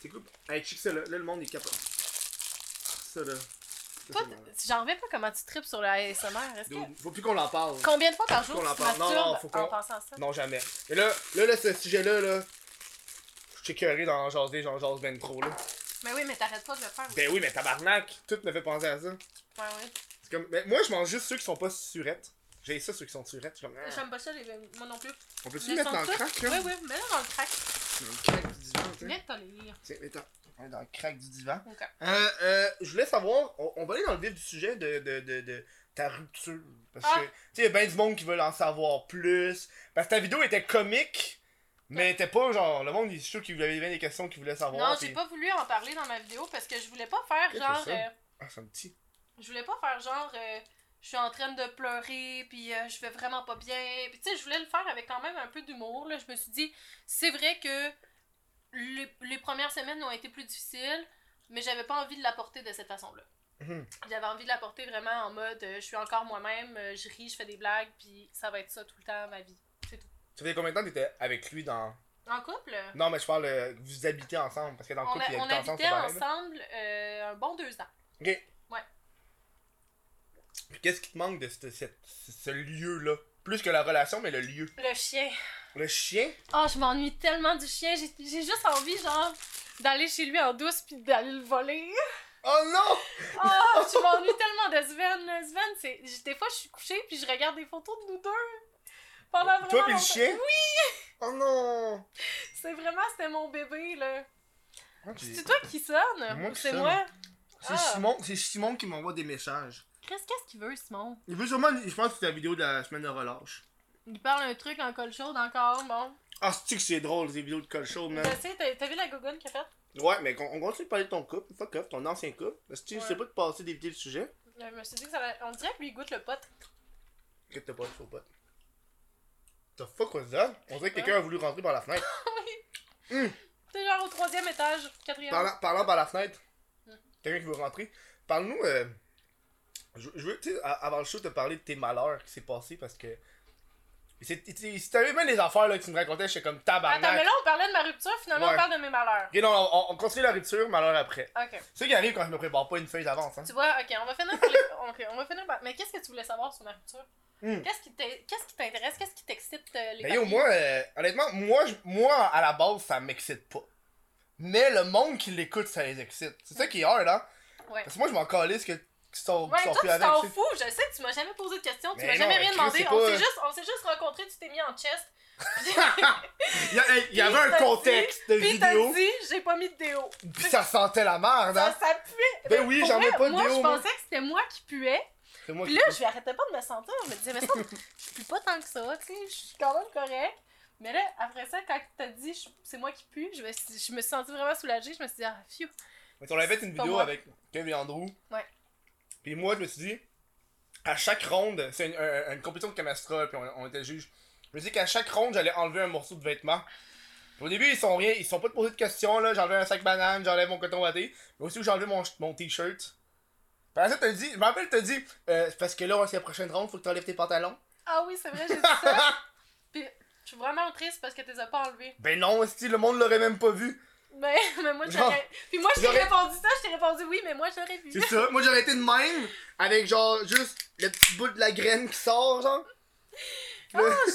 Speaker 1: C'est cool. Hey, check ça là. Là, le monde est capable. Ça là.
Speaker 2: Toi, t- j'en reviens pas comment tu tripes sur la ASMR. Est-ce que...
Speaker 1: Donc, faut plus qu'on en parle.
Speaker 2: Combien de fois par jour
Speaker 1: Qu'on en
Speaker 2: tu te
Speaker 1: parle. Non, non,
Speaker 2: masturbes
Speaker 1: faut qu'on-
Speaker 2: en pensant à ça?
Speaker 1: Non, jamais. Et là, là, là ce sujet-là, là. Je suis écœuré d'en jaser, j'en jase ben trop, là.
Speaker 2: Mais oui, mais t'arrêtes pas de le faire.
Speaker 1: Ben oui, mais tabarnak! Tout me fait penser à ça.
Speaker 2: Ouais, ouais.
Speaker 1: C'est comme. Mais moi, je mange juste ceux qui sont pas surettes. J'ai ça, ceux qui sont surettes. Je suis comme, ah.
Speaker 2: J'aime pas ça, les... moi non plus.
Speaker 1: On peut-tu
Speaker 2: Mais
Speaker 1: mettre dans le
Speaker 2: sont
Speaker 1: crack,
Speaker 2: Oui,
Speaker 1: là?
Speaker 2: oui, mets-le dans le crack.
Speaker 1: Dans le crack du divan, tu sais.
Speaker 2: Viens que t'en les lire.
Speaker 1: Tiens, attends. On est Dans le crack du divan.
Speaker 2: Ok.
Speaker 1: Euh, euh, je voulais savoir, on, on va aller dans le vif du sujet de, de, de, de ta rupture. Parce que, tu
Speaker 2: Ah.
Speaker 1: sais, il y a bien du monde qui veut en savoir plus. Parce que ta vidéo était comique, mais était pas genre. Le monde, il est sûr qu'il avait bien des questions qu'il voulait savoir.
Speaker 2: Non, j'ai
Speaker 1: puis-
Speaker 2: pas voulu en parler dans ma vidéo parce que je voulais pas faire
Speaker 1: Qu'est-ce que
Speaker 2: genre.
Speaker 1: c'est?
Speaker 2: euh,
Speaker 1: Ah, c'est un petit.
Speaker 2: Je voulais pas faire genre euh, je suis en train de pleurer puis euh, je vais vraiment pas bien. Puis tu sais, je voulais le faire avec quand même un peu d'humour là, je me suis dit c'est vrai que les, les premières semaines ont été plus difficiles, mais j'avais pas envie de l'apporter de cette façon-là.
Speaker 1: Mhm.
Speaker 2: J'avais envie de l'apporter vraiment en mode euh, je suis encore moi-même, euh, je ris, je fais des blagues puis ça va être ça tout le temps ma vie.
Speaker 1: Ça faisait combien de temps que t'étais avec lui dans.
Speaker 2: En couple,
Speaker 1: Non, mais je parle, euh, vous habitez ensemble. Parce que dans le
Speaker 2: on,
Speaker 1: couple,
Speaker 2: a-
Speaker 1: il
Speaker 2: on
Speaker 1: habite ensemble,
Speaker 2: habitait
Speaker 1: c'est pareil. là.
Speaker 2: ensemble euh, un bon deux ans.
Speaker 1: Ok.
Speaker 2: Ouais.
Speaker 1: Puis qu'est-ce qui te manque de ce, cette- ce- ce lieu-là Plus que la relation, mais le lieu.
Speaker 2: Le chien
Speaker 1: Le chien
Speaker 2: Oh, je m'ennuie tellement du chien. J'ai j'ai juste envie, genre, d'aller chez lui en douce puis d'aller le voler.
Speaker 1: Oh non
Speaker 2: Oh, je m'ennuie tellement de Sven. là. Sven, c'est... j- des fois, je suis couchée puis je regarde des photos de nous deux. Pendant vraiment
Speaker 1: Toi pis le
Speaker 2: longtemps.
Speaker 1: chien? Oui! Oh non!
Speaker 2: C'est vraiment, c'était mon bébé, là. C'est
Speaker 1: C'est
Speaker 2: toi qui sonne?
Speaker 1: Moi
Speaker 2: ou
Speaker 1: qui
Speaker 2: c'est
Speaker 1: sonne.
Speaker 2: moi? Ah.
Speaker 1: Simon, c'est Simon qui m'envoie des messages.
Speaker 2: Chris, qu'est-ce qu'il veut, Simon?
Speaker 1: Il veut sûrement, je pense que c'est la vidéo de la semaine de relâche.
Speaker 2: Il parle un truc en col chaude encore, bon.
Speaker 1: Ah, c'est-tu que c'est drôle, ces vidéos de col chaud, man?
Speaker 2: Je sais, t'as, t'as vu la gogoune qu'il a faite?
Speaker 1: Ouais, mais qu'on- on, continue de parler de ton couple, fuck off, ton ancien couple. Parce que tu
Speaker 2: Ouais.
Speaker 1: sais pas de passer d'éviter le sujet,
Speaker 2: Je me suis dit que ça va... On dirait que lui, il goûte le pote.
Speaker 1: que t'as pas de faux pote. The fuck was that? On
Speaker 2: Hein?
Speaker 1: dirait que quelqu'un a voulu rentrer par la fenêtre.
Speaker 2: C'est genre au troisième étage, quatrième.
Speaker 1: Parlant, parlant par la fenêtre,
Speaker 2: Mm.
Speaker 1: quelqu'un qui veut rentrer, parle-nous. euh, je, je veux, tu sais, a- avant le show, te parler de tes malheurs qui s'est passé parce que. C'est- c'est- Si t'avais même les affaires là, que tu me racontais, j'étais comme tabarnak.
Speaker 2: Attends, mais là, on parlait de ma rupture, finalement, on
Speaker 1: Ouais.
Speaker 2: parle de mes malheurs.
Speaker 1: Ok, non, on, on continue la rupture, mais alors après.
Speaker 2: Ok.
Speaker 1: C'est ce qui arrive quand je me prépare pas une feuille d'avance, hein.
Speaker 2: Tu vois, ok, on va finir par les- ok, on va finir par- Mais qu'est-ce que tu voulais savoir sur ma rupture?
Speaker 1: Hmm.
Speaker 2: Qu'est-ce qui t'in- qu'est-ce qui t'intéresse? Qu'est-ce qui t'excite euh, les
Speaker 1: Ben yo,
Speaker 2: papiers?
Speaker 1: moi, euh, honnêtement, moi, je- moi, à la base, ça m'excite pas. Mais le monde qui l'écoute, ça les excite. C'est ça qui est hard, hein.
Speaker 2: Ouais.
Speaker 1: Parce que moi, je m'en calisse que tu sors,
Speaker 2: Ouais,
Speaker 1: tu sors
Speaker 2: toi,
Speaker 1: plus
Speaker 2: tu
Speaker 1: avec.
Speaker 2: t'en
Speaker 1: tu sais.
Speaker 2: fous, je sais, tu m'as jamais posé de questions, tu
Speaker 1: Mais
Speaker 2: m'as
Speaker 1: non,
Speaker 2: jamais rien
Speaker 1: Chris,
Speaker 2: demandé.
Speaker 1: c'est
Speaker 2: On
Speaker 1: pas-
Speaker 2: s'est juste, on s'est juste rencontrés, tu t'es mis en chest.
Speaker 1: Il y, a- hey, il y avait
Speaker 2: Puis
Speaker 1: un
Speaker 2: t'as dit-
Speaker 1: contexte de
Speaker 2: Puis t'as
Speaker 1: vidéo,
Speaker 2: dit, j'ai pas mis de déo.
Speaker 1: pis ça sentait la merde,
Speaker 2: Ça,
Speaker 1: hein.
Speaker 2: ça puait.
Speaker 1: Ben oui,
Speaker 2: Pour
Speaker 1: j'en mets
Speaker 2: vrai,
Speaker 1: pas de
Speaker 2: Moi,
Speaker 1: déo,
Speaker 2: je
Speaker 1: moi.
Speaker 2: pensais que c'était moi qui puais.
Speaker 1: C'est moi
Speaker 2: Puis
Speaker 1: qui.
Speaker 2: là, je arrêtais pas de me sentir. Je me disais, mais ça, je pue pas tant que ça, tu sais, je suis quand même correct. Mais là, après ça, quand t'as dit, je- c'est moi qui pue, je me, suis- je me suis sentie vraiment soulagée. Je me suis dit, ah, phew.
Speaker 1: Mais on avait fait une
Speaker 2: Pas
Speaker 1: vidéo
Speaker 2: moi.
Speaker 1: avec Kevin et Andrew.
Speaker 2: Ouais.
Speaker 1: Puis moi, je me suis dit, à chaque ronde, c'est une, un- une compétition de camastra, puis on, on était juge. Je me suis dit qu'à chaque ronde, j'allais enlever un morceau de vêtement. Puis au début, ils sont rien, ils sont pas posés de questions, là. J'enlevais un sac banane, j'enlève mon coton batté. Mais aussi, j'enlevais mon, ch- mon t-shirt. Puis après ça, t'as dit, je me rappelle, t'as dit, euh, c'est parce que là, c'est la prochaine ronde, faut que t'enlèves tes pantalons.
Speaker 2: Ah oui, c'est vrai, j'ai dit ça. Je suis vraiment triste parce que tu les as pas enlevés.
Speaker 1: ben non, si le monde l'aurait même pas vu.
Speaker 2: Mais, mais moi,
Speaker 1: Genre,
Speaker 2: j'aurais. Puis moi, je t'ai
Speaker 1: j'aurais-
Speaker 2: répondu ça, je t'ai répondu oui, mais moi, j'aurais vu.
Speaker 1: C'est ça. Moi, j'aurais été de même, avec genre, juste le petit bout de la graine qui sort, genre.
Speaker 2: Ah, Tu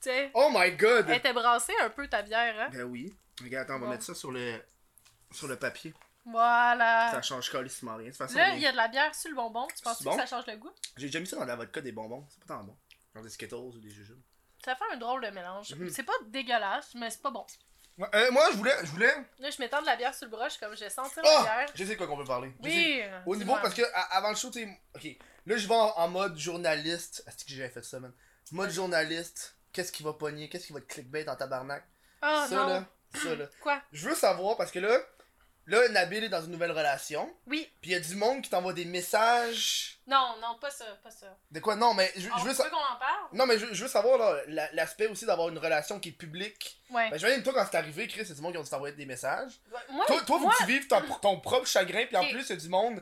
Speaker 2: sais,
Speaker 1: Oh my god!
Speaker 2: elle était brassée un peu ta bière, hein.
Speaker 1: Ben oui. Regarde, attends, on va
Speaker 2: Bon.
Speaker 1: mettre ça sur le sur le papier.
Speaker 2: Voilà.
Speaker 1: Ça change calissement rien. De toute façon,
Speaker 2: Ah. Là,
Speaker 1: on est-
Speaker 2: il y a de la bière sur le bonbon. Tu penses
Speaker 1: C'est bon?
Speaker 2: que ça change le goût?
Speaker 1: j'ai déjà mis ça dans la vodka des bonbons. C'est pas tant bon. Dans des Skittles ou des jujubes.
Speaker 2: Ça fait un drôle de mélange.
Speaker 1: Mhm.
Speaker 2: C'est pas dégueulasse, mais c'est pas bon.
Speaker 1: euh, moi, je voulais... Je voulais...
Speaker 2: Là, je m'étends de la bière sur le bras, je suis comme, je vais sentir la
Speaker 1: Ah!
Speaker 2: bière.
Speaker 1: Je sais de quoi qu'on peut parler. Je sais.
Speaker 2: Oui!
Speaker 1: Au niveau, parce que à- avant le show, tu sais... OK. Là, je vais en, en mode journaliste. Est-ce que j'avais fait ça, man? Mode journaliste. Qu'est-ce qui va pogner? Qu'est-ce qui va te clickbait en tabarnak?
Speaker 2: Ah
Speaker 1: ça,
Speaker 2: non!
Speaker 1: là. Ça, là.
Speaker 2: Quoi?
Speaker 1: Je veux savoir, parce que là... Là, Nabil est dans une nouvelle relation.
Speaker 2: Oui!
Speaker 1: Puis il y a du monde qui t'envoie des messages...
Speaker 2: Non, non, pas ça, pas ça.
Speaker 1: De quoi? Non, mais je,
Speaker 2: On
Speaker 1: je veux
Speaker 2: veut
Speaker 1: ça...
Speaker 2: qu'on en parle?
Speaker 1: Non, mais je, je veux savoir là, la- l'aspect aussi d'avoir une relation qui est publique.
Speaker 2: Ouais.
Speaker 1: Ben, j'imagine, toi, quand c'est arrivé, Chris, c'est du monde qui ont dû t'envoyer des messages.
Speaker 2: moi,
Speaker 1: Ben, toi, toi, faut
Speaker 2: moi,
Speaker 1: que tu vives ton, ton propre chagrin, puis en
Speaker 2: Ok.
Speaker 1: plus, c'est du monde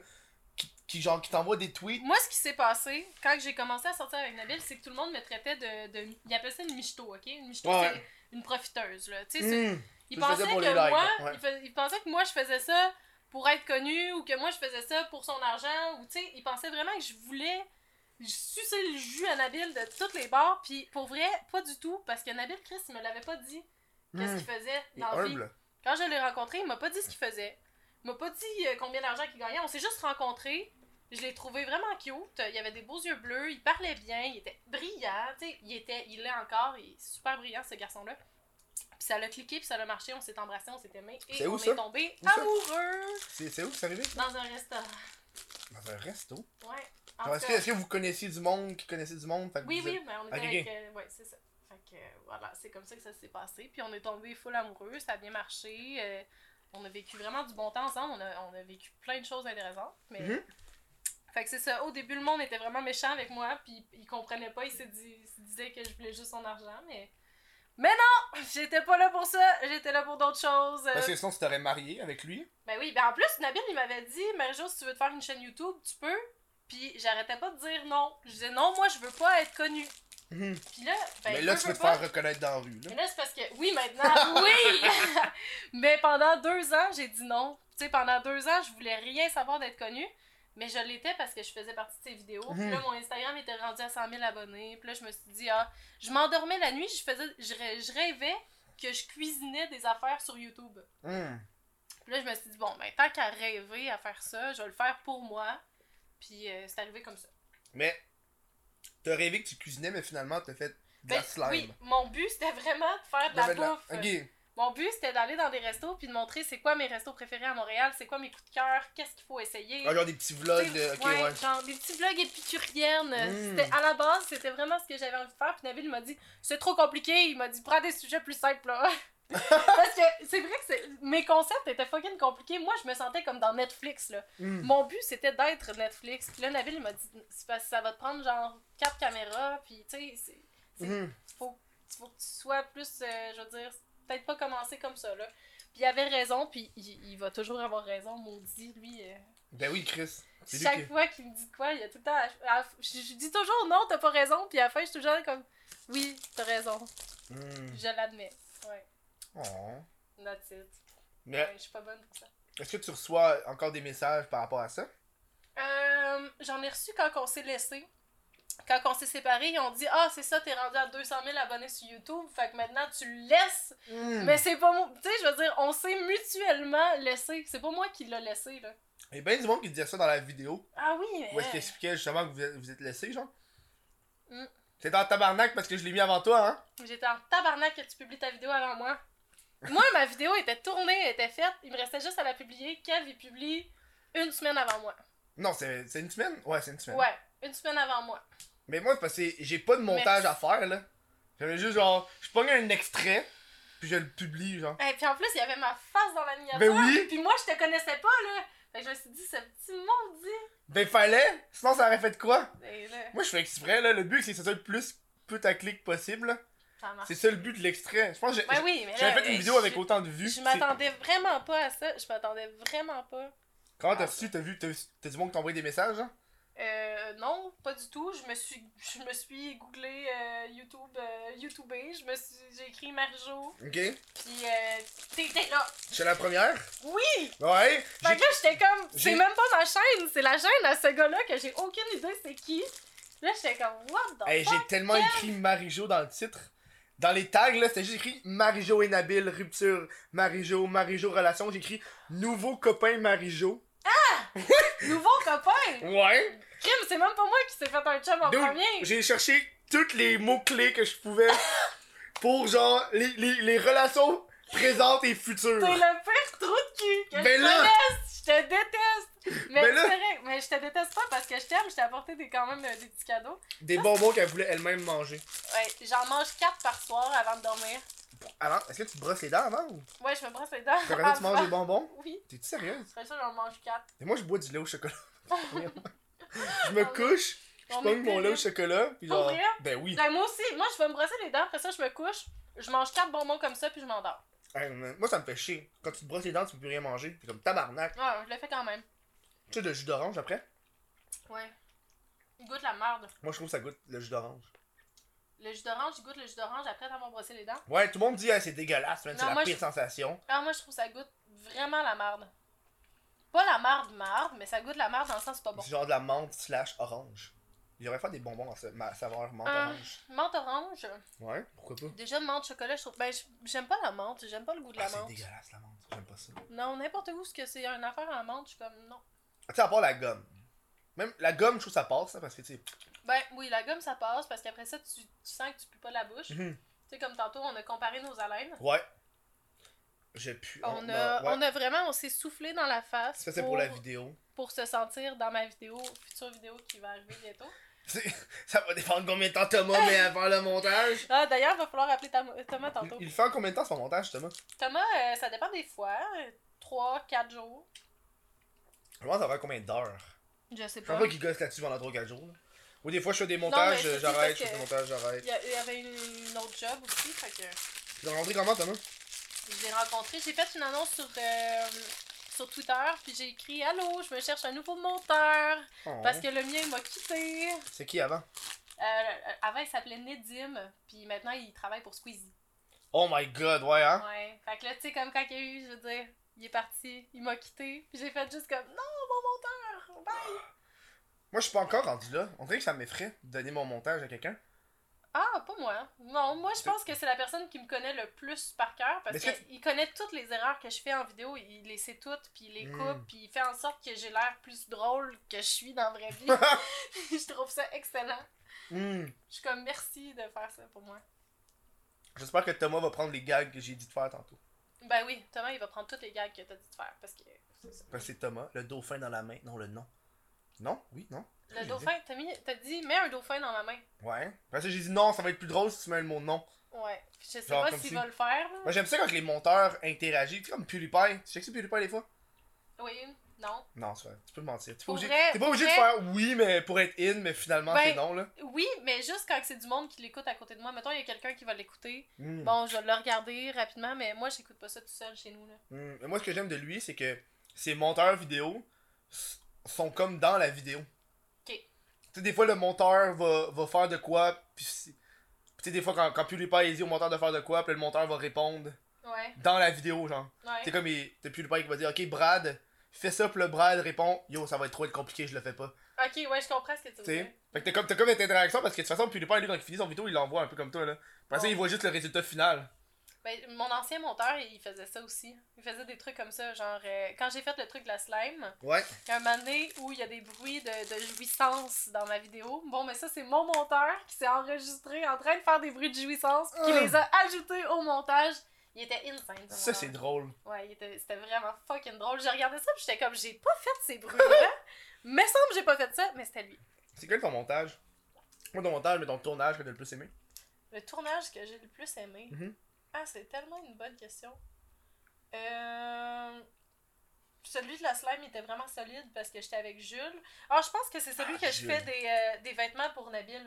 Speaker 1: qui, qui, genre, qui t'envoie des tweets.
Speaker 2: Moi, ce qui s'est passé quand j'ai commencé à sortir avec Nabil, c'est que tout le monde me traitait de. de il appelait ça une michto, ok? Une michto,
Speaker 1: Ouais.
Speaker 2: c'est une profiteuse, là. Tu sais, c'est-
Speaker 1: Mmh.
Speaker 2: il
Speaker 1: Tu le faisais
Speaker 2: pensait que
Speaker 1: pour les likes,
Speaker 2: moi,
Speaker 1: ouais.
Speaker 2: il, fais- il pensait que moi, je faisais ça pour être connue ou que moi, je faisais ça pour son argent ou tu sais, il pensait vraiment que je voulais je suçais le jus à Nabil de toutes les bords puis pour vrai, pas du tout parce que Nabil Chris il me l'avait pas dit qu'est-ce
Speaker 1: Mmh.
Speaker 2: qu'il faisait
Speaker 1: Il est
Speaker 2: dans la vie.
Speaker 1: humble.
Speaker 2: Quand je l'ai rencontré, il m'a pas dit ce qu'il faisait. Il m'a pas dit euh, combien d'argent qu'il gagnait. On s'est juste rencontrés. Je l'ai trouvé vraiment cute. Il avait des beaux yeux bleus. Il parlait bien. Il était brillant. tu sais, il était, il l'est encore. Il est super brillant, ce garçon-là. Puis ça l'a cliqué, puis ça l'a marché. On s'est embrassé, on s'est aimé.
Speaker 1: C'est
Speaker 2: Et
Speaker 1: où,
Speaker 2: on
Speaker 1: ça?
Speaker 2: est tombé
Speaker 1: Où ça?
Speaker 2: amoureux
Speaker 1: C'est, c'est où que c'est arrivé?
Speaker 2: dans un restaurant.
Speaker 1: Dans un resto.
Speaker 2: Ouais. En
Speaker 1: Genre,
Speaker 2: tout
Speaker 1: est-ce, que,
Speaker 2: cas,
Speaker 1: est-ce que vous connaissiez du monde qui connaissait du monde? Fait que
Speaker 2: oui,
Speaker 1: vous
Speaker 2: oui,
Speaker 1: êtes-
Speaker 2: mais on était
Speaker 1: Ok, ok.
Speaker 2: avec. euh, ouais, c'est ça. Fait que euh, voilà, c'est comme ça que ça s'est passé. Puis on est tombé full amoureux. Ça a bien marché. euh, on a vécu vraiment du bon temps ensemble. On a, on a vécu plein de choses intéressantes. Mais
Speaker 1: Mhm.
Speaker 2: Fait que c'est ça. Au début, le monde était vraiment méchant avec moi, puis il comprenait pas. Il se, dit, il se disait que je voulais juste son argent, mais. Mais non! J'étais pas là pour ça! J'étais là pour d'autres choses! euh.
Speaker 1: Parce que sinon, tu t'aurais marié avec lui.
Speaker 2: Ben oui, ben en plus, Nabil, il m'avait dit, Marie-Jo, si tu veux te faire une chaîne YouTube, tu peux. Puis j'arrêtais pas de dire non. Je disais non, moi, je veux pas être connue.
Speaker 1: Mhm.
Speaker 2: Puis là, ben.
Speaker 1: mais là,
Speaker 2: veux,
Speaker 1: tu
Speaker 2: veux
Speaker 1: veux te
Speaker 2: pas.
Speaker 1: faire reconnaître dans la rue. Là.
Speaker 2: Mais là, c'est parce que, oui, maintenant, oui! mais pendant deux ans, j'ai dit non. Tu sais, pendant deux ans, je voulais rien savoir d'être connue. Mais je l'étais parce que je faisais partie de ces vidéos. Puis là,
Speaker 1: Mhm.
Speaker 2: mon Instagram était rendu à 100 000 abonnés. Puis là, je me suis dit, ah, je m'endormais la nuit, je, faisais, je, rê- je rêvais que je cuisinais des affaires sur YouTube.
Speaker 1: Mmh.
Speaker 2: Puis là, je me suis dit, bon, ben, tant qu'à rêver à faire ça, je vais le faire pour moi. Puis euh, c'est arrivé comme ça.
Speaker 1: Mais t'as rêvé que tu cuisinais, mais finalement, t'as fait de la
Speaker 2: Ben,
Speaker 1: slime.
Speaker 2: Oui, mon but, c'était vraiment de faire de la
Speaker 1: T'as fait de la-
Speaker 2: bouffe. euh,
Speaker 1: Ok.
Speaker 2: Mon but, c'était d'aller dans des restos puis de montrer c'est quoi mes restos préférés à Montréal, c'est quoi mes coups de cœur, qu'est-ce qu'il faut essayer.
Speaker 1: Ah, genre des petits vlogs. de- Ok,
Speaker 2: Ouais,
Speaker 1: ouais.
Speaker 2: genre des petits vlogs épicuriennes.
Speaker 1: Mm.
Speaker 2: C'était à la base, c'était vraiment ce que j'avais envie de faire. Puis Nabil m'a dit c'est trop compliqué, il m'a dit prends des sujets plus simples là. Parce que c'est vrai que c'est- mes concepts étaient fucking compliqués. Moi, je me sentais comme dans Netflix là.
Speaker 1: Mmh.
Speaker 2: Mon but, c'était d'être Netflix. Puis là, Nabil il m'a dit c'est parce que ça va te prendre genre quatre caméras, puis tu sais, c'est- c'est-
Speaker 1: Mmh.
Speaker 2: faut, faut que tu sois plus, euh, je veux dire, peut-être pas commencer comme ça, là. Puis il avait raison, puis il, il va toujours avoir raison, maudit, lui. euh.
Speaker 1: Ben oui, Chris. C'est lui
Speaker 2: Chaque
Speaker 1: qui-
Speaker 2: fois qu'il me dit de quoi, il y a tout le temps... à- à- je, je dis toujours non, t'as pas raison, puis à la fin, je suis toujours comme, oui, t'as raison,
Speaker 1: Mm.
Speaker 2: je l'admets. Ouais,
Speaker 1: Oh.
Speaker 2: that's it.
Speaker 1: Mais
Speaker 2: Ouais, je suis pas bonne pour ça.
Speaker 1: est-ce que tu reçois encore des messages par rapport à ça?
Speaker 2: Euh, J'en ai reçu quand on s'est laissé. Quand on s'est séparés, ils ont dit Ah, c'est ça, t'es rendu à 200 000 abonnés sur YouTube, fait que maintenant tu le laisses.
Speaker 1: Hum.
Speaker 2: Mais c'est pas moi. Tu sais, je veux dire, on s'est mutuellement laissé. C'est pas moi qui l'a laissé, là.
Speaker 1: Il y a bien du monde qui disait ça dans la vidéo.
Speaker 2: Ah oui, mais.
Speaker 1: Où est-ce qu'il expliquait justement que vous êtes, vous êtes laissé, genre?
Speaker 2: Mm.
Speaker 1: C'est dans le tabarnak parce que je l'ai mis avant toi, hein?
Speaker 2: J'étais en tabarnak que tu publies ta vidéo avant moi. Moi, ma vidéo était tournée, elle était faite. Il me restait juste à la publier. Kev, il publie une semaine avant moi.
Speaker 1: Non, c'est c'est une semaine? Ouais, c'est une semaine.
Speaker 2: Ouais. une semaine avant moi.
Speaker 1: Mais moi, c'est parce que j'ai pas de montage
Speaker 2: Merci.
Speaker 1: à faire, là. J'avais juste, genre, je pogne un extrait, puis je le publie, genre.
Speaker 2: Et puis en plus, il y avait ma face dans la miniature.
Speaker 1: Ben oui!
Speaker 2: Puis moi, je te connaissais pas, là. Fait que je me suis dit, ce petit maudit.
Speaker 1: Ben fallait, sinon ça aurait fait de quoi?
Speaker 2: Et là,
Speaker 1: Moi, je fais exprès, là. Le but, c'est que ça soit le plus putaclic possible, là.
Speaker 2: ça marche.
Speaker 1: C'est ça le but de l'extrait. Je pense que j'ai-
Speaker 2: Ben oui, mais là.
Speaker 1: j'avais fait
Speaker 2: euh,
Speaker 1: une vidéo avec
Speaker 2: je-
Speaker 1: autant de vues.
Speaker 2: Je m'attendais vraiment pas à ça. Je m'attendais vraiment pas.
Speaker 1: C'est- Comment t'as reçu, t'as vu, t'as t'as du monde qui t'a envoyé des messages, hein?
Speaker 2: Euh, non, pas du tout. Je me suis, je me suis googlé euh, YouTube, euh, YouTubé. Je me suis, j'ai écrit Marjo.
Speaker 1: Ok.
Speaker 2: Puis euh, t'étais là.
Speaker 1: J'ai la première.
Speaker 2: Oui.
Speaker 1: Ouais.
Speaker 2: Fait que là, j'étais comme,
Speaker 1: j'ai-
Speaker 2: c'est même pas ma chaîne, c'est la chaîne à ce gars-là que j'ai aucune idée c'est qui. Là, j'étais comme, what the
Speaker 1: Hey,
Speaker 2: fuck?
Speaker 1: j'ai tellement écrit Marijo dans le titre. Dans les tags, là, c'était juste écrit Marijo inhabile, rupture, Marijo, Marijo relation. J'ai écrit nouveau copain Marijo.
Speaker 2: Nouveau copain!
Speaker 1: Ouais.
Speaker 2: Crime, c'est même pas moi qui s'est fait un chum en
Speaker 1: Dude,
Speaker 2: premier!
Speaker 1: J'ai cherché tous les mots-clés que je pouvais pour genre les, les, les relations présentes et futures.
Speaker 2: T'es le pire trou de cul que
Speaker 1: Mais Ben
Speaker 2: je
Speaker 1: là-
Speaker 2: déteste! Je te déteste! Mais,
Speaker 1: Mais là-
Speaker 2: c'est vrai, mais je te déteste pas parce que je t'aime, je t'ai apporté des, quand même euh, des petits cadeaux.
Speaker 1: Des bonbons qu'elle voulait elle-même manger.
Speaker 2: Ouais, j'en mange 4 par soir avant de dormir.
Speaker 1: Alors, est-ce que tu te brosses les dents avant ou
Speaker 2: Ouais, je me brosse les dents.
Speaker 1: t'aurais tu manges des
Speaker 2: avant.
Speaker 1: bonbons?
Speaker 2: Oui,
Speaker 1: T'es-tu sérieuse?
Speaker 2: c'est ça, j'en mange 4.
Speaker 1: Et moi, je bois du lait au chocolat. je me couche, je pogne mon lait au chocolat, puis
Speaker 2: Pour
Speaker 1: genre.
Speaker 2: vrai?
Speaker 1: Ben oui.
Speaker 2: Ben, moi aussi, moi je vais me brosser les dents, après ça je me couche, je mange 4 bonbons comme ça puis je m'endors.
Speaker 1: Hey, man, Ben, moi, ça me fait chier. Quand tu te brosses les dents, tu peux plus rien manger. T'es comme tabarnak.
Speaker 2: Ouais, je le fais quand même.
Speaker 1: Tu sais, le jus d'orange après?
Speaker 2: Ouais. Il goûte la merde.
Speaker 1: Moi, je trouve que ça goûte le jus d'orange.
Speaker 2: Le jus d'orange, il goûte le jus d'orange après d'avoir brossé les dents.
Speaker 1: Ouais, tout le monde dit, Hey, c'est dégueulasse, man, c'est
Speaker 2: Non,
Speaker 1: la
Speaker 2: moi,
Speaker 1: pire
Speaker 2: je-
Speaker 1: sensation.
Speaker 2: Ah, moi je trouve ça goûte vraiment la merde. Pas la merde, merde, mais ça goûte la merde dans le sens c'est pas bon.
Speaker 1: C'est genre de la menthe slash orange. J'aurais faire des bonbons à ce- ma saveur menthe
Speaker 2: Ah.
Speaker 1: orange.
Speaker 2: Menthe orange,
Speaker 1: Ouais, pourquoi pas?
Speaker 2: déjà menthe chocolat, je trouve. Ben, j- j'aime pas la menthe, j'aime pas le goût de
Speaker 1: Ah,
Speaker 2: la
Speaker 1: c'est
Speaker 2: menthe.
Speaker 1: dégueulasse la menthe, j'aime pas ça.
Speaker 2: Non, n'importe où, ce que c'est une affaire en menthe, je suis comme non.
Speaker 1: Ah, Tu sais, à part la gomme. Même la gomme, je trouve ça passe, hein, parce que tu sais.
Speaker 2: Ben oui, la gomme ça passe parce qu'après ça tu, tu sens que tu pues pas la bouche.
Speaker 1: mhm,
Speaker 2: Tu sais, comme tantôt, on a comparé nos haleines.
Speaker 1: Ouais. J'ai pu.
Speaker 2: On a,
Speaker 1: Ah, bah, ouais.
Speaker 2: on a vraiment, on s'est soufflé dans la face
Speaker 1: Ça, c'est pour la vidéo.
Speaker 2: pour se sentir dans ma vidéo, future vidéo qui va arriver bientôt.
Speaker 1: C'est- Ça va dépendre combien de temps Thomas met avant le montage.
Speaker 2: Ah, D'ailleurs, va falloir appeler Tam- Thomas tantôt.
Speaker 1: Il, il fait en combien de temps son montage, Thomas?
Speaker 2: Thomas, euh, ça dépend des fois. 3-4 jours.
Speaker 1: Je pense que ça va faire combien d'heures?
Speaker 2: Je sais
Speaker 1: Je
Speaker 2: pas.
Speaker 1: pense pas qu'il gosse là-dessus pendant 3-4 jours. là. Ou des fois, je fais des
Speaker 2: mais
Speaker 1: montages,
Speaker 2: c'est juste
Speaker 1: j'arrête, je
Speaker 2: parce
Speaker 1: fais des
Speaker 2: que-
Speaker 1: montages, j'arrête.
Speaker 2: Il y, a- il y avait une, une autre job aussi, fait que
Speaker 1: Tu l'as rencontré comment, Thomas?
Speaker 2: je l'ai rencontré. J'ai fait une annonce sur, euh, sur Twitter, puis j'ai écrit Allô, je me cherche un nouveau monteur
Speaker 1: Oh.
Speaker 2: parce que le mien il m'a quitté.
Speaker 1: C'est qui avant?
Speaker 2: Euh, avant, il s'appelait Nedim, puis maintenant, il travaille pour Squeezie.
Speaker 1: Oh my god, ouais, hein?
Speaker 2: Ouais. Fait que là, tu sais, comme quand il y a eu, je veux dire, il est parti, il m'a quitté, puis j'ai fait juste comme, non, mon monteur, bye!
Speaker 1: Moi, je suis pas encore rendu là. On dirait que ça m'effraie de donner mon montage à quelqu'un.
Speaker 2: Ah, pas moi. Non, moi, je pense que c'est la personne qui me connaît le plus par cœur, parce
Speaker 1: Mais c'est-
Speaker 2: qu'il connaît toutes les erreurs que je fais en vidéo, il les sait toutes, puis il les
Speaker 1: Hmm.
Speaker 2: coupe, puis il fait en sorte que j'ai l'air plus drôle que je suis dans la vraie vie. je trouve ça excellent.
Speaker 1: Hmm.
Speaker 2: Je suis comme, merci de faire ça pour moi.
Speaker 1: J'espère que Thomas va prendre les gags que j'ai dit de faire tantôt.
Speaker 2: Ben oui, Thomas, il va prendre toutes les gags que t'as dit de faire, parce que... c'est ça.
Speaker 1: Parce que c'est Thomas, le dauphin dans la main. Non, le nom. Non? Oui, non?
Speaker 2: Le
Speaker 1: J'ai
Speaker 2: dauphin, t'as mis- t'as dit, mets un dauphin dans ma main.
Speaker 1: dit. Ouais. Parce que j'ai dit non, ça va être plus drôle si tu mets le mot nom.
Speaker 2: Ouais. Je sais
Speaker 1: Genre
Speaker 2: pas
Speaker 1: comme
Speaker 2: s'il
Speaker 1: si-
Speaker 2: va le faire, là.
Speaker 1: Moi, j'aime ça quand les monteurs interagissent. Tu sais, comme PewDiePie. Tu sais que c'est PewDiePie des fois?
Speaker 2: Oui, non.
Speaker 1: Non, c'est vrai. Tu peux mentir. Tu
Speaker 2: Pour
Speaker 1: obligé...
Speaker 2: vrai,
Speaker 1: t'es pas
Speaker 2: pour
Speaker 1: obligé de
Speaker 2: vrai.
Speaker 1: faire oui, mais pour être in, mais finalement,
Speaker 2: Ben.
Speaker 1: c'est non, là.
Speaker 2: Oui, mais juste quand c'est du monde qui l'écoute à côté de moi. Mettons, il y a quelqu'un qui va l'écouter.
Speaker 1: Hmm.
Speaker 2: Bon, je vais le regarder rapidement, mais moi, j'écoute pas ça tout seul chez nous, là.
Speaker 1: Hmm. Mais Moi, ce que j'aime de lui, c'est que ses monteurs vidéo s- sont comme dans la vidéo.
Speaker 2: Ok.
Speaker 1: Tu sais, des fois, le monteur va, va faire de quoi, puis si- tu sais, des fois, quand, quand PewDiePie dit au monteur de faire de quoi, puis le monteur va répondre
Speaker 2: Ouais, dans-
Speaker 1: dans la vidéo, genre.
Speaker 2: ouais.
Speaker 1: C'est comme, il... t'as PewDiePie qui va dire, OK, Brad, fais ça, puis le Brad répond, Yo, ça va être trop être compliqué, je le fais pas.
Speaker 2: Ok, ouais, je comprends ce que tu veux
Speaker 1: Tu sais.
Speaker 2: dire.
Speaker 1: Fait que t'as comme, t'as comme cette interaction, parce que de toute façon, PewDiePie, lui, quand il finit son vidéo, il l'envoie un peu comme toi, là. Parce que
Speaker 2: Ouais.
Speaker 1: il voit juste le résultat final.
Speaker 2: Ben, mon ancien monteur, il faisait ça aussi. Il faisait des trucs comme ça, genre... euh, quand j'ai fait le truc de la slime,
Speaker 1: Ouais.
Speaker 2: il y a un moment donné où il y a des bruits de, de jouissance dans ma vidéo. Bon, mais ça, c'est mon monteur qui s'est enregistré en train de faire des bruits de jouissance, puis qui
Speaker 1: Ah.
Speaker 2: les a ajoutés au montage. Il était insane, ce
Speaker 1: Ça,
Speaker 2: monteur.
Speaker 1: c'est drôle.
Speaker 2: Ouais, il était- c'était vraiment fucking drôle. J'ai regardé ça, puis j'étais comme, j'ai pas fait ces bruits-là. Mais semble que j'ai pas fait ça, mais c'était lui.
Speaker 1: C'est quel ton montage Moi, ton montage, mais ton tournage que t'as le plus aimé
Speaker 2: Le tournage que j'ai le plus aimé.
Speaker 1: Mhm.
Speaker 2: Ah, c'est tellement une bonne question. Euh, Celui de la slime était vraiment solide parce que j'étais avec Jules. Alors, je pense que c'est celui
Speaker 1: Ah,
Speaker 2: que je
Speaker 1: Jules.
Speaker 2: fais des, euh, des vêtements pour Nabil.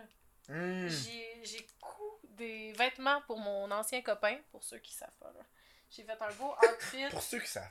Speaker 1: Hmm.
Speaker 2: J'ai j'ai coût des vêtements pour mon ancien copain, pour ceux qui savent pas. là. J'ai fait un beau outfit.
Speaker 1: Pour ceux qui savent.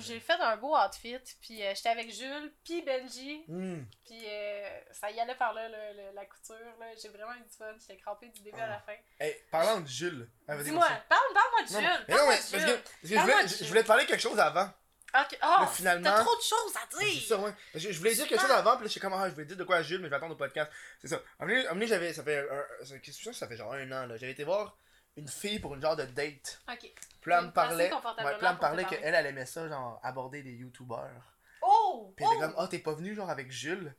Speaker 2: J'ai fait un beau outfit, puis euh, j'étais avec Jules, puis Benji,
Speaker 1: Hmm.
Speaker 2: puis euh, ça y allait par là, le- le- la couture. là. J'ai vraiment eu du fun, j'étais crampée du
Speaker 1: Ah.
Speaker 2: début à la fin.
Speaker 1: Hey, Eh, parlant de Jules. Ah, vas-y,
Speaker 2: Dis-moi,
Speaker 1: continue.
Speaker 2: parle- parle-moi de
Speaker 1: Non, non,
Speaker 2: Jules!
Speaker 1: mais non,
Speaker 2: Parle-moi
Speaker 1: mais
Speaker 2: de
Speaker 1: parce que,
Speaker 2: Jules!
Speaker 1: parce que je,
Speaker 2: Parle-moi
Speaker 1: voulais,
Speaker 2: de
Speaker 1: je
Speaker 2: Jules.
Speaker 1: voulais te parler de quelque chose avant.
Speaker 2: Ok, oh,
Speaker 1: mais finalement.
Speaker 2: t'as trop de choses à
Speaker 1: C'est
Speaker 2: dire!
Speaker 1: ça, ouais. Je, je voulais dire quelque chose avant, puis là, j'étais comme, ah, je voulais dire de quoi à Jules, mais je vais attendre au podcast. C'est ça. À un moment donné- à un moment donné, j'avais. Ça fait. un- un- ça- qu'est-ce que ça ça fait genre un an, là. J'avais été voir une fille pour une genre de date.
Speaker 2: Ok.
Speaker 1: Puis là, elle me
Speaker 2: Assez
Speaker 1: parlait.
Speaker 2: confortablement
Speaker 1: Ouais, puis là, elle me
Speaker 2: pour te
Speaker 1: parlait
Speaker 2: parler.
Speaker 1: qu'elle, elle aimait ça, genre, aborder les youtubeurs.
Speaker 2: Oh!
Speaker 1: Puis
Speaker 2: oh,
Speaker 1: elle était comme, ah, t'es pas venu, genre, avec Jules.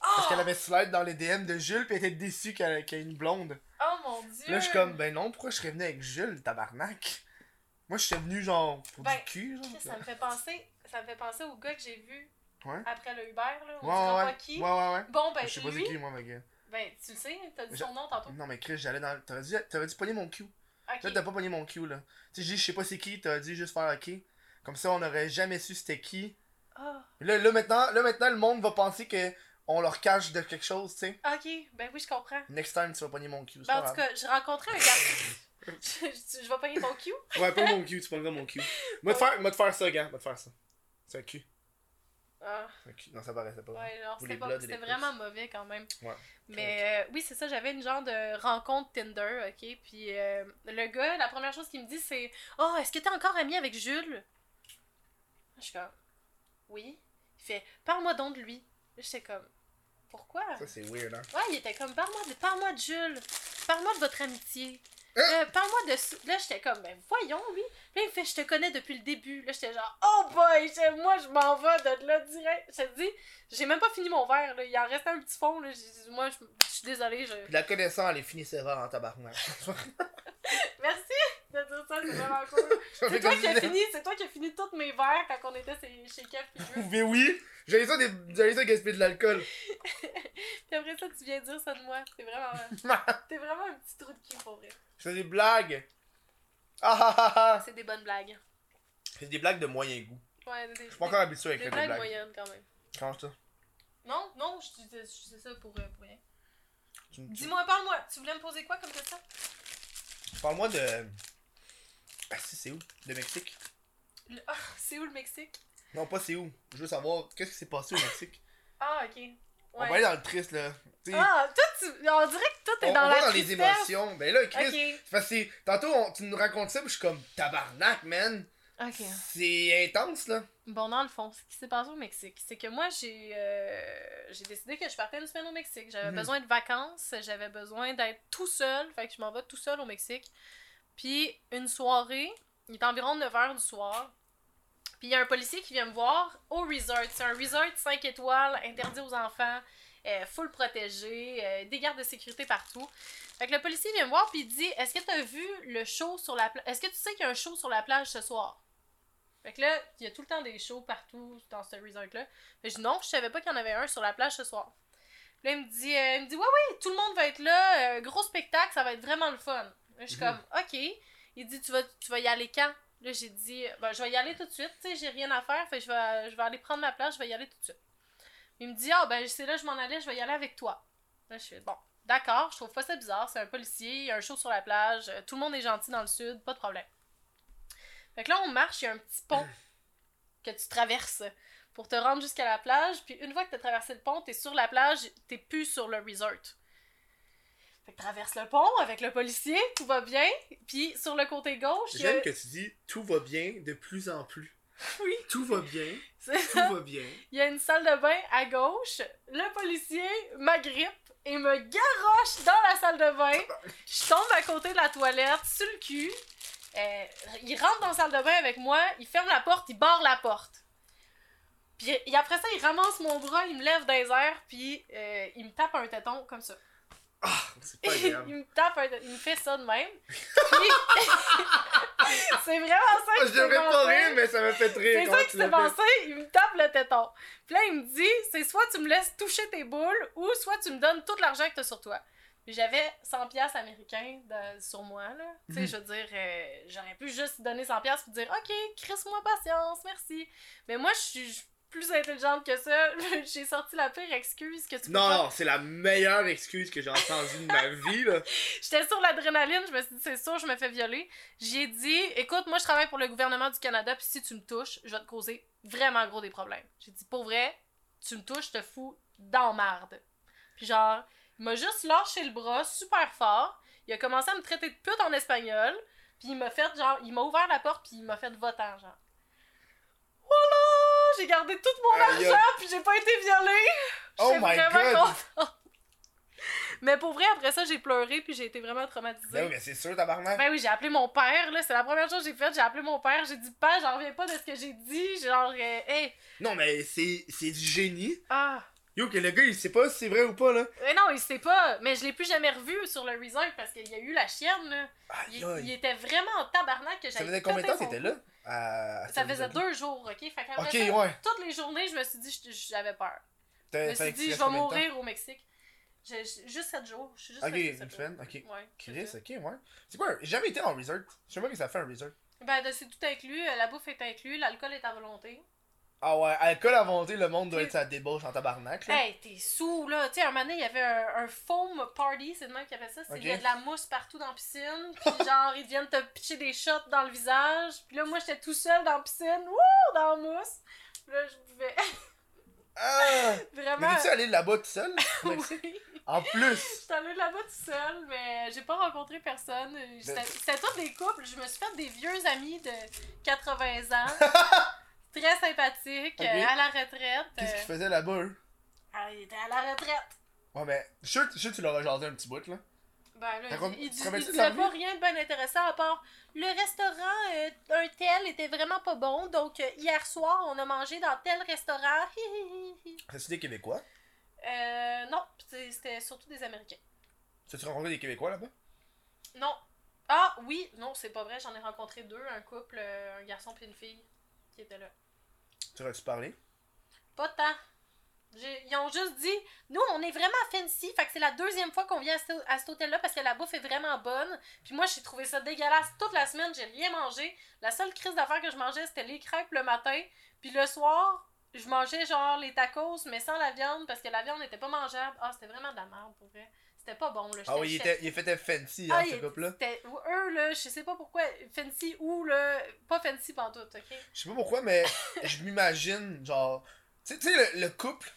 Speaker 1: Parce
Speaker 2: oh,
Speaker 1: qu'elle avait slide dans les DM de Jules, puis elle était déçue qu'elle- qu'il y ait une blonde.
Speaker 2: oh mon dieu!
Speaker 1: Puis là, je suis comme, ben non, pourquoi je serais venu avec Jules, tabarnak? Moi, je suis venu, genre, pour
Speaker 2: Ben,
Speaker 1: du cul, genre.
Speaker 2: Chris, ça me fait penser, ça me fait penser au gars que j'ai vu
Speaker 1: Ouais.
Speaker 2: après le Uber, là. On
Speaker 1: Ouais,
Speaker 2: dira
Speaker 1: ouais,
Speaker 2: pas
Speaker 1: ouais.
Speaker 2: qui.
Speaker 1: Ouais, ouais, ouais.
Speaker 2: Bon, ben,
Speaker 1: Je sais pas c'est
Speaker 2: lui,
Speaker 1: qui, moi, ma gueule.
Speaker 2: ben, tu le sais, t'as dit
Speaker 1: Je-
Speaker 2: son nom tantôt.
Speaker 1: Non, mais Chris, j'allais dans. T'aurais dû, t'aurais dû pogner mon cul.
Speaker 2: Ok.
Speaker 1: Là, t'as pas pogné mon cue, là. Tu sais, j'ai dit, je sais pas c'est qui, t'as dit juste faire ok. Comme ça, on n'aurait jamais su c'était qui.
Speaker 2: Ah,
Speaker 1: Là, là, maintenant, là, maintenant, le monde va penser que on leur cache de quelque chose, tu sais.
Speaker 2: ok, ben oui, je comprends.
Speaker 1: Next time, tu vas pogner mon cue. c'est pas
Speaker 2: Ben, en tout cas, je rencontrais un gars. je, je- je vais pogner ton cue.
Speaker 1: grave. Ouais, pas mon cul, tu prendras mon cul. Moi, te faire, moi, te faire ça, gars. Moi, te faire ça. C'est un cul.
Speaker 2: Ah,
Speaker 1: C'est un cul. Non, ça paraissait pas.
Speaker 2: ouais, genre,
Speaker 1: Pour
Speaker 2: c'était
Speaker 1: les
Speaker 2: pas-
Speaker 1: blogs et
Speaker 2: c'était
Speaker 1: les
Speaker 2: vraiment mauvais quand même.
Speaker 1: Ouais.
Speaker 2: Mais euh, oui, c'est ça, j'avais une genre de rencontre Tinder, ok? Puis euh, le gars, la première chose qu'il me dit, c'est Oh, est-ce que t'es encore ami avec Jules? Je suis comme Oui. Il fait Parle-moi donc de lui. Là, J'étais comme Pourquoi?
Speaker 1: Ça, c'est weird, hein.
Speaker 2: Ouais, il était comme Parle-moi de, parle de Jules. Parle-moi de votre amitié.
Speaker 1: Hein?
Speaker 2: Euh, parle-moi de. ce- Là, j'étais comme Ben voyons, lui. Là, il me fait Je te connais depuis le début. Là, j'étais genre Oh boy, j'étais- moi, je m'en vais de là direct. Je te dis, j'ai même pas fini mon verre. Là. Il en restait un petit fond. Là. J'ai dit, Moi, je je suis désolée. Je...
Speaker 1: Puis la connaissance, elle est finissera en tabarnak.
Speaker 2: Merci de dire ça, c'est vraiment cool. C'est toi qui as fini, c'est toi qui as fini tous mes verres quand on était chez, chez Kev puis Jules.
Speaker 1: Mais oui! J'avais ça, des... j'avais ça gaspiller de l'alcool.
Speaker 2: Puis après ça, tu viens dire ça de moi. C'est vraiment. T'es vraiment un petit trou de cul pour vrai.
Speaker 1: Je faisais des blagues. Ah ah ah ah!
Speaker 2: C'est des bonnes blagues.
Speaker 1: C'est des blagues de moyen goût.
Speaker 2: Ouais, des,
Speaker 1: Je suis pas encore habitué à
Speaker 2: des, des
Speaker 1: écrire des
Speaker 2: blagues
Speaker 1: blagues.
Speaker 2: moyennes quand même.
Speaker 1: Comment ça?
Speaker 2: Non, non, je dis, je disais ça pour, euh, pour rien.
Speaker 1: Tu- tu-
Speaker 2: Dis-moi, parle-moi, tu voulais me poser quoi comme question?
Speaker 1: Parle-moi de. Ah si, c'est où De Mexique
Speaker 2: Le- Ah, c'est où le Mexique?
Speaker 1: Non, pas c'est où. Je veux savoir qu'est-ce qui s'est passé au Mexique.
Speaker 2: Ah, ok.
Speaker 1: On va
Speaker 2: Ouais.
Speaker 1: aller dans le triste là. Tu sais,
Speaker 2: Ah, toi, tu... on dirait que toi,
Speaker 1: on,
Speaker 2: t'es
Speaker 1: on
Speaker 2: dans
Speaker 1: va
Speaker 2: la
Speaker 1: dans les
Speaker 2: tristesse.
Speaker 1: émotions. Ben là, Chris,
Speaker 2: Ok.
Speaker 1: c'est parce que c'est- tantôt on- tu nous racontes ça, puis je suis comme tabarnak, man.
Speaker 2: Ok.
Speaker 1: C'est intense là.
Speaker 2: Bon, dans le fond, ce qui s'est passé au Mexique, c'est que moi, j'ai euh, j'ai décidé que je partais une semaine au Mexique. J'avais
Speaker 1: Mhm.
Speaker 2: besoin de vacances, j'avais besoin d'être tout seul, fait que je m'en vais tout seul au Mexique. Puis, une soirée, il est environ 9h du soir, puis il y a un policier qui vient me voir au resort. C'est un resort 5 étoiles, interdit aux enfants, euh, full protégé, euh, des gardes de sécurité partout. Fait que le policier vient me voir, puis il dit Est-ce que t'as vu le show sur la plage Est-ce que tu sais qu'il y a un show sur la plage ce soir fait que là, il y a tout le temps des shows partout dans ce resort-là. Mais je dis non, je savais pas qu'il y en avait un sur la plage ce soir. Puis là, il me dit, euh, il me dit ouais, ouais, tout le monde va être là, euh, gros spectacle, ça va être vraiment le fun. Là, je suis
Speaker 1: Mhm.
Speaker 2: comme, ok. Il dit, tu vas, tu vas y aller quand? Là, j'ai dit, ben, je vais y aller tout de suite, tu sais, j'ai rien à faire, fait que je vais, je vais aller prendre ma place, je vais y aller tout de suite. Il me dit, ah, ben, c'est là, je m'en allais, je vais y aller avec toi. Là, je fais, bon, d'accord, je trouve pas ça bizarre, c'est un policier, il y a un show sur la plage, euh, tout le monde est gentil dans le sud, pas de problème. Fait que là, on marche, il y a un petit pont que tu traverses pour te rendre jusqu'à la plage. Puis une fois que tu as traversé le pont, tu es sur la plage, tu plus sur le resort. Fait que traverse le pont avec le policier, tout va bien. Puis sur le côté gauche, il y a-
Speaker 1: J'aime que tu dis tout va bien de plus en plus.
Speaker 2: Oui.
Speaker 1: Tout va bien,
Speaker 2: c'est
Speaker 1: tout
Speaker 2: ça,
Speaker 1: va bien.
Speaker 2: il y a une salle de bain à gauche. Le policier m'agrippe et me garoche dans la salle de bain. Je tombe à côté de la toilette, sur le cul. Euh, il rentre dans la salle de bain avec moi, il ferme la porte, il barre la porte. Puis et après ça, il ramasse mon bras, il me lève dans les airs, puis euh, il me tape un téton comme ça.
Speaker 1: Ah, c'est pas
Speaker 2: il
Speaker 1: agréable.
Speaker 2: me tape, un- il me fait ça de même. Puis- c'est vraiment ça
Speaker 1: Ah,
Speaker 2: que
Speaker 1: je devrais pas rire, mais ça me fait rire.
Speaker 2: C'est
Speaker 1: comment
Speaker 2: ça
Speaker 1: tu
Speaker 2: qui
Speaker 1: l'as
Speaker 2: s'est
Speaker 1: fait.
Speaker 2: passé, il me tape le téton. Puis là, il me dit, c'est soit tu me laisses toucher tes boules, ou soit tu me donnes tout l'argent que t'as sur toi. Puis J'avais 100 pièces américains dans- sur moi, là. Tu sais,
Speaker 1: Mhm.
Speaker 2: je veux dire, euh, j'aurais pu juste donner 100 pièces pour dire, OK, crisse-moi patience, merci. Mais moi, je suis plus intelligente que ça. J'ai sorti la pire excuse que tu peux
Speaker 1: Non,
Speaker 2: pas-
Speaker 1: non, c'est la meilleure excuse que j'ai entendue de ma vie, là.
Speaker 2: J'étais sur l'adrénaline, je me suis dit, c'est sûr, je me fais violer. J'ai dit, écoute, moi, je travaille pour le gouvernement du Canada, puis si tu me touches, je vais te causer vraiment gros des problèmes. J'ai dit, pour vrai, tu me touches, je te fous dans marde. Puis genre, il m'a juste lâché le bras super fort. Il a commencé à me traiter de pute en espagnol. Puis il m'a fait, genre, il m'a ouvert la porte, puis il m'a fait votant, genre. Voilà! J'ai gardé tout mon
Speaker 1: Aïe,
Speaker 2: argent, puis j'ai pas été violée!
Speaker 1: Oh
Speaker 2: J'étais
Speaker 1: my
Speaker 2: vraiment
Speaker 1: god!
Speaker 2: contente. Mais pour vrai, après ça, j'ai pleuré, puis j'ai été vraiment traumatisée.
Speaker 1: Ben oui, mais c'est sûr, tabarnak.
Speaker 2: Ben oui, j'ai appelé mon père, là. C'est la première chose que j'ai faite. J'ai appelé mon père. J'ai dit, pas, j'en reviens pas de ce que j'ai dit. Genre, euh, hey,
Speaker 1: Non, mais c'est c'est du génie.
Speaker 2: ah.
Speaker 1: Yo, que le gars, il sait pas si c'est vrai ou pas, là.
Speaker 2: Mais non, il sait pas. Mais je l'ai plus jamais revu sur le Resort parce qu'il y a eu la chienne, là.
Speaker 1: Aïe,
Speaker 2: Il, il
Speaker 1: aïe.
Speaker 2: était vraiment en tabarnak que
Speaker 1: Ça
Speaker 2: j'avais.
Speaker 1: faisait combien de temps que t'étais là? À- à
Speaker 2: Ça
Speaker 1: cette
Speaker 2: faisait
Speaker 1: visite-là?
Speaker 2: deux jours, ok? Fait qu'après
Speaker 1: Ok,
Speaker 2: ça,
Speaker 1: ouais.
Speaker 2: toutes les journées, je me suis dit, je- j'avais peur.
Speaker 1: T'as-
Speaker 2: Je me
Speaker 1: t'as
Speaker 2: suis dit,
Speaker 1: resté
Speaker 2: je vais
Speaker 1: combien de temps?
Speaker 2: mourir au Mexique. J'ai- j'ai- juste sept jours. Je suis juste
Speaker 1: Ok,
Speaker 2: restée sept
Speaker 1: une
Speaker 2: jours.
Speaker 1: semaine, ok.
Speaker 2: Ouais, c'est
Speaker 1: Chris,
Speaker 2: ça.
Speaker 1: ok, ouais. C'est quoi, j'ai jamais été en resort. Je sais pas que ça fait un resort.
Speaker 2: Ben, de- c'est tout inclus. euh, La bouffe est inclus. L'alcool est à volonté.
Speaker 1: Ah ouais, alcool à volonté, le monde doit
Speaker 2: Tu-
Speaker 1: être sa débauche en tabarnak, là.
Speaker 2: Hey, t'es sous, là. Tu sais, un moment donné, il y avait un, un foam party, c'est le même qu'il appelle ça. c'est
Speaker 1: Ok.
Speaker 2: Il y a de la mousse partout dans la piscine. Puis genre, ils viennent te pitcher des shots dans le visage. Puis là, moi, j'étais tout seul dans la piscine. Wouh, dans la mousse. Puis là, je buvais
Speaker 1: Ah! Mais
Speaker 2: vraiment.
Speaker 1: t'es-tu allé là-bas tout seul? au Mexique?
Speaker 2: Oui.
Speaker 1: en plus!
Speaker 2: J'étais allée là-bas tout seul, mais j'ai pas rencontré personne. J'étais- C'était tous des couples. Je me suis fait des vieux amis de 80 ans. Très sympathiques,
Speaker 1: Ok.
Speaker 2: euh, à la retraite.
Speaker 1: Qu'est-ce qu'ils
Speaker 2: Euh,
Speaker 1: faisaient là-bas, eux?
Speaker 2: ah, ils étaient à la retraite.
Speaker 1: Ouais, mais je suis sûr que- je suis sûr que tu leur as jasé un petit bout, là.
Speaker 2: Ben là,
Speaker 1: T'as
Speaker 2: il,
Speaker 1: comme-
Speaker 2: il
Speaker 1: tu
Speaker 2: dis-
Speaker 1: te
Speaker 2: il
Speaker 1: rappelles-tu de
Speaker 2: disait
Speaker 1: la
Speaker 2: pas rien de bien intéressant à part le restaurant euh, un tel était vraiment pas bon, donc euh, hier soir on a mangé dans tel restaurant. Hi, hi, hi, hi.
Speaker 1: C'est-tu des Québécois?
Speaker 2: Euh, non, c'est- c'était surtout des Américains.
Speaker 1: T'as-tu rencontré des Québécois là-bas?
Speaker 2: Non. Ah oui, non, c'est pas vrai, j'en ai rencontré deux, un couple, euh, un garçon puis une fille qui étaient là.
Speaker 1: Tu aurais-tu parlé?
Speaker 2: Pas tant. J'ai- Ils ont juste dit, nous on est vraiment fancy, fait que c'est la deuxième fois qu'on vient à, ce- à cet hôtel-là parce que la bouffe est vraiment bonne. Puis moi j'ai trouvé ça dégueulasse toute la semaine, j'ai rien mangé. La seule crise d'affaires que je mangeais c'était les crêpes le matin. Puis le soir, je mangeais genre les tacos mais sans la viande parce que la viande n'était pas mangeable. Ah, c'était vraiment de la merde pour vrai. C'était pas bon là.
Speaker 1: Ah oui, il
Speaker 2: J'étais-
Speaker 1: était, il était fancy,
Speaker 2: Ah,
Speaker 1: hein,
Speaker 2: il
Speaker 1: ce
Speaker 2: était-
Speaker 1: couple-là.
Speaker 2: j'étais- Eux là, je sais pas pourquoi, fancy ou là, pas fancy pantoute, ok?
Speaker 1: Je sais pas pourquoi, mais je m'imagine, genre. Tu sais- tu sais, le, le couple.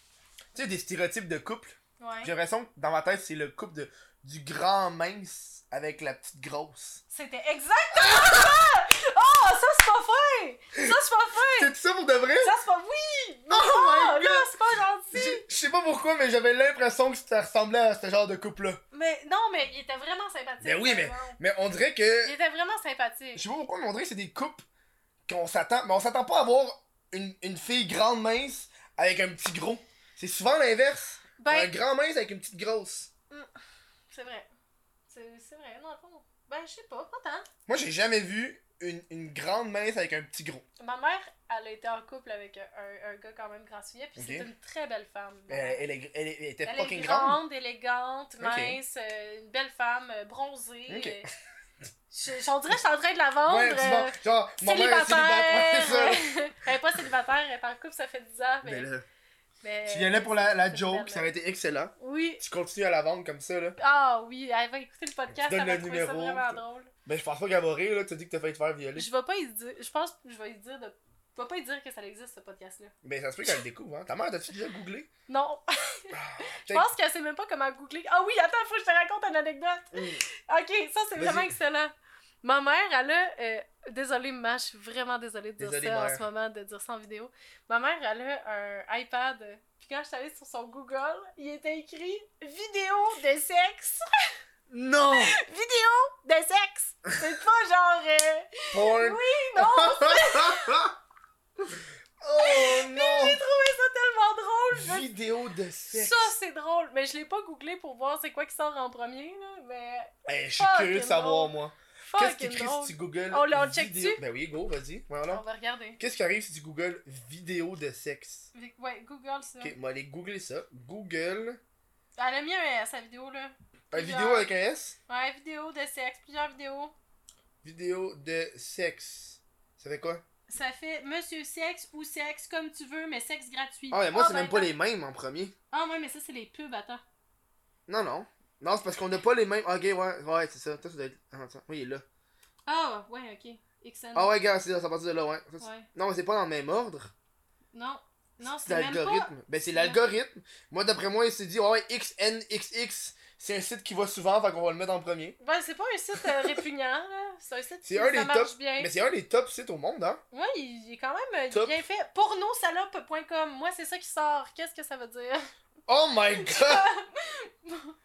Speaker 1: Tu sais, des stéréotypes de couple. J'ai
Speaker 2: Ouais.
Speaker 1: l'impression que dans ma tête, c'est le couple de, du grand mince avec la petite grosse.
Speaker 2: C'était exactement ça! Oh, ça c'est pas vrai! Ça c'est pas vrai!
Speaker 1: C'est ça pour de vrai?
Speaker 2: Ça c'est pas oui! Non,
Speaker 1: Oh my
Speaker 2: là,
Speaker 1: god!
Speaker 2: c'est pas gentil!
Speaker 1: Je je sais pas pourquoi, mais j'avais l'impression que ça ressemblait à ce genre de couple-là.
Speaker 2: Mais non, mais il était vraiment sympathique.
Speaker 1: Mais Ben oui,
Speaker 2: vraiment.
Speaker 1: Mais on dirait que.
Speaker 2: Il était vraiment
Speaker 1: Je
Speaker 2: sympathique.
Speaker 1: sais pas pourquoi, mais on dirait que c'est des couples qu'on s'attend. Mais on s'attend pas à voir une, une fille grande mince avec un petit gros. C'est souvent l'inverse. Un
Speaker 2: Ben,
Speaker 1: grand mince avec une petite grosse.
Speaker 2: c'est vrai. C'est c'est vrai, dans le fond. Ben, je sais pas, pas tant.
Speaker 1: Moi, j'ai jamais vu une, une grande mince avec un petit gros.
Speaker 2: Ma mère, elle a été en couple avec un, un- un gars quand même grand souillet, puis
Speaker 1: Ok.
Speaker 2: c'est une très belle femme.
Speaker 1: Euh, elle, est- elle est- elle était
Speaker 2: Elle est
Speaker 1: fucking grande.
Speaker 2: grande, élégante, mince, euh, une belle femme, euh, bronzée.
Speaker 1: Ok.
Speaker 2: euh, je- je- on dirait que je suis en train de la vendre.
Speaker 1: ouais, c'est bon.
Speaker 2: euh,
Speaker 1: Genre, mon mère est célibataire.
Speaker 2: Célibataire!
Speaker 1: c'est ça.
Speaker 2: elle est pas célibataire, elle est en couple, ça fait 10 ans. Mais,
Speaker 1: Mais là,
Speaker 2: mais-
Speaker 1: tu y allais pour la, la
Speaker 2: Euh, c'est
Speaker 1: joke,
Speaker 2: belle.
Speaker 1: ça aurait été excellent.
Speaker 2: Oui.
Speaker 1: Tu continues à la vendre comme ça, là.
Speaker 2: Ah oui, elle va écouter le podcast,
Speaker 1: Tu donnes
Speaker 2: elle va
Speaker 1: le
Speaker 2: trouver ça
Speaker 1: numéro,
Speaker 2: vraiment
Speaker 1: tu-
Speaker 2: drôle.
Speaker 1: Ben, je pense pas qu'elle va rire, là. Tu as dit que t'as failli te faire violer.
Speaker 2: Je vais pas y dire, je pense que je vais y dire de... Je vais pas y dire que ça existe, ce podcast-là.
Speaker 1: Ben, ça se peut qu'elle le découvre, hein. Ta mère, t'as-tu déjà googlé
Speaker 2: Non, je
Speaker 1: Ah, Peut-être-
Speaker 2: pense qu'elle sait même pas comment googler. Ah oui, attends, faut que je te raconte une anecdote.
Speaker 1: Mm.
Speaker 2: Ok, ça c'est
Speaker 1: Vas-y.
Speaker 2: vraiment excellent. Ma mère, elle a. euh, désolée, maman, je suis vraiment désolée de dire
Speaker 1: Désolée,
Speaker 2: ça en
Speaker 1: mère.
Speaker 2: ce moment, de dire ça en vidéo. Ma mère, elle a un iPad. Puis quand je suis allée sur son Google, il était écrit vidéo de sexe.
Speaker 1: Non
Speaker 2: Vidéo de sexe. C'est pas genre. euh,
Speaker 1: Porn
Speaker 2: non,
Speaker 1: Oh non
Speaker 2: tellement drôle! je me suis
Speaker 1: Oh, Vidéo de
Speaker 2: dit,
Speaker 1: sexe.
Speaker 2: Ça, c'est drôle! Mais je l'ai pas googlé pour voir c'est quoi qui sort en premier, là. Mais.
Speaker 1: Hey, Eh, je suis
Speaker 2: fucking
Speaker 1: curieux de savoir,
Speaker 2: drôle.
Speaker 1: moi. Qu'est-ce qui
Speaker 2: Fucking
Speaker 1: écrit
Speaker 2: drôle!
Speaker 1: si tu googles
Speaker 2: On le- on le check-tu? Ah.
Speaker 1: vidéo... Ben oui, go, vas-y.
Speaker 2: On
Speaker 1: Voilà.
Speaker 2: va regarder.
Speaker 1: Qu'est-ce qui arrive si tu googles vidéo de sexe?
Speaker 2: Vic- Ouais, Google ça.
Speaker 1: Ok, moi, allez googler ça. Google.
Speaker 2: Elle a mis un S, la vidéo, là.
Speaker 1: Euh,
Speaker 2: Plusieurs.
Speaker 1: vidéo avec un S?
Speaker 2: Ouais, vidéo de sexe, plusieurs vidéos.
Speaker 1: Vidéo de sexe. Ça fait quoi?
Speaker 2: Ça fait Monsieur Sexe ou Sexe, comme tu veux, mais sexe gratuit.
Speaker 1: Ah, mais moi, c'est
Speaker 2: ben,
Speaker 1: même pas
Speaker 2: attends.
Speaker 1: les mêmes en premier.
Speaker 2: Ah, ouais, mais ça, c'est les pubs, attends.
Speaker 1: Non, non. Non, c'est parce qu'on n'a pas les mêmes. Ok, ouais, ouais, c'est ça. Toi, ça doit être. Attends, attends. Oui, il est là.
Speaker 2: Ah, ouais, ok. XN.
Speaker 1: Ah, ouais, gars, c'est ça, ça partir de là, ouais. Ça, c'est-
Speaker 2: Ouais.
Speaker 1: Non, mais c'est pas dans le même ordre.
Speaker 2: Non. Non,
Speaker 1: C'est
Speaker 2: c'est même pas.
Speaker 1: l'algorithme. Ben, c'est
Speaker 2: c'est la-
Speaker 1: l'algorithme. Moi, d'après moi, il s'est dit, ouais, XNXX, c'est un site qui va souvent, fait qu'on va le mettre en premier.
Speaker 2: Ouais, c'est pas un site euh, répugnant, là. C'est un site
Speaker 1: C'est
Speaker 2: qui
Speaker 1: un
Speaker 2: ça
Speaker 1: des
Speaker 2: marche
Speaker 1: tops.
Speaker 2: bien.
Speaker 1: Mais c'est un des top sites au monde, hein.
Speaker 2: Ouais, il il est quand même euh,
Speaker 1: Top.
Speaker 2: bien fait. Pornosalope.com. Moi, c'est ça qui sort. Qu'est-ce que ça veut dire?
Speaker 1: Oh my god!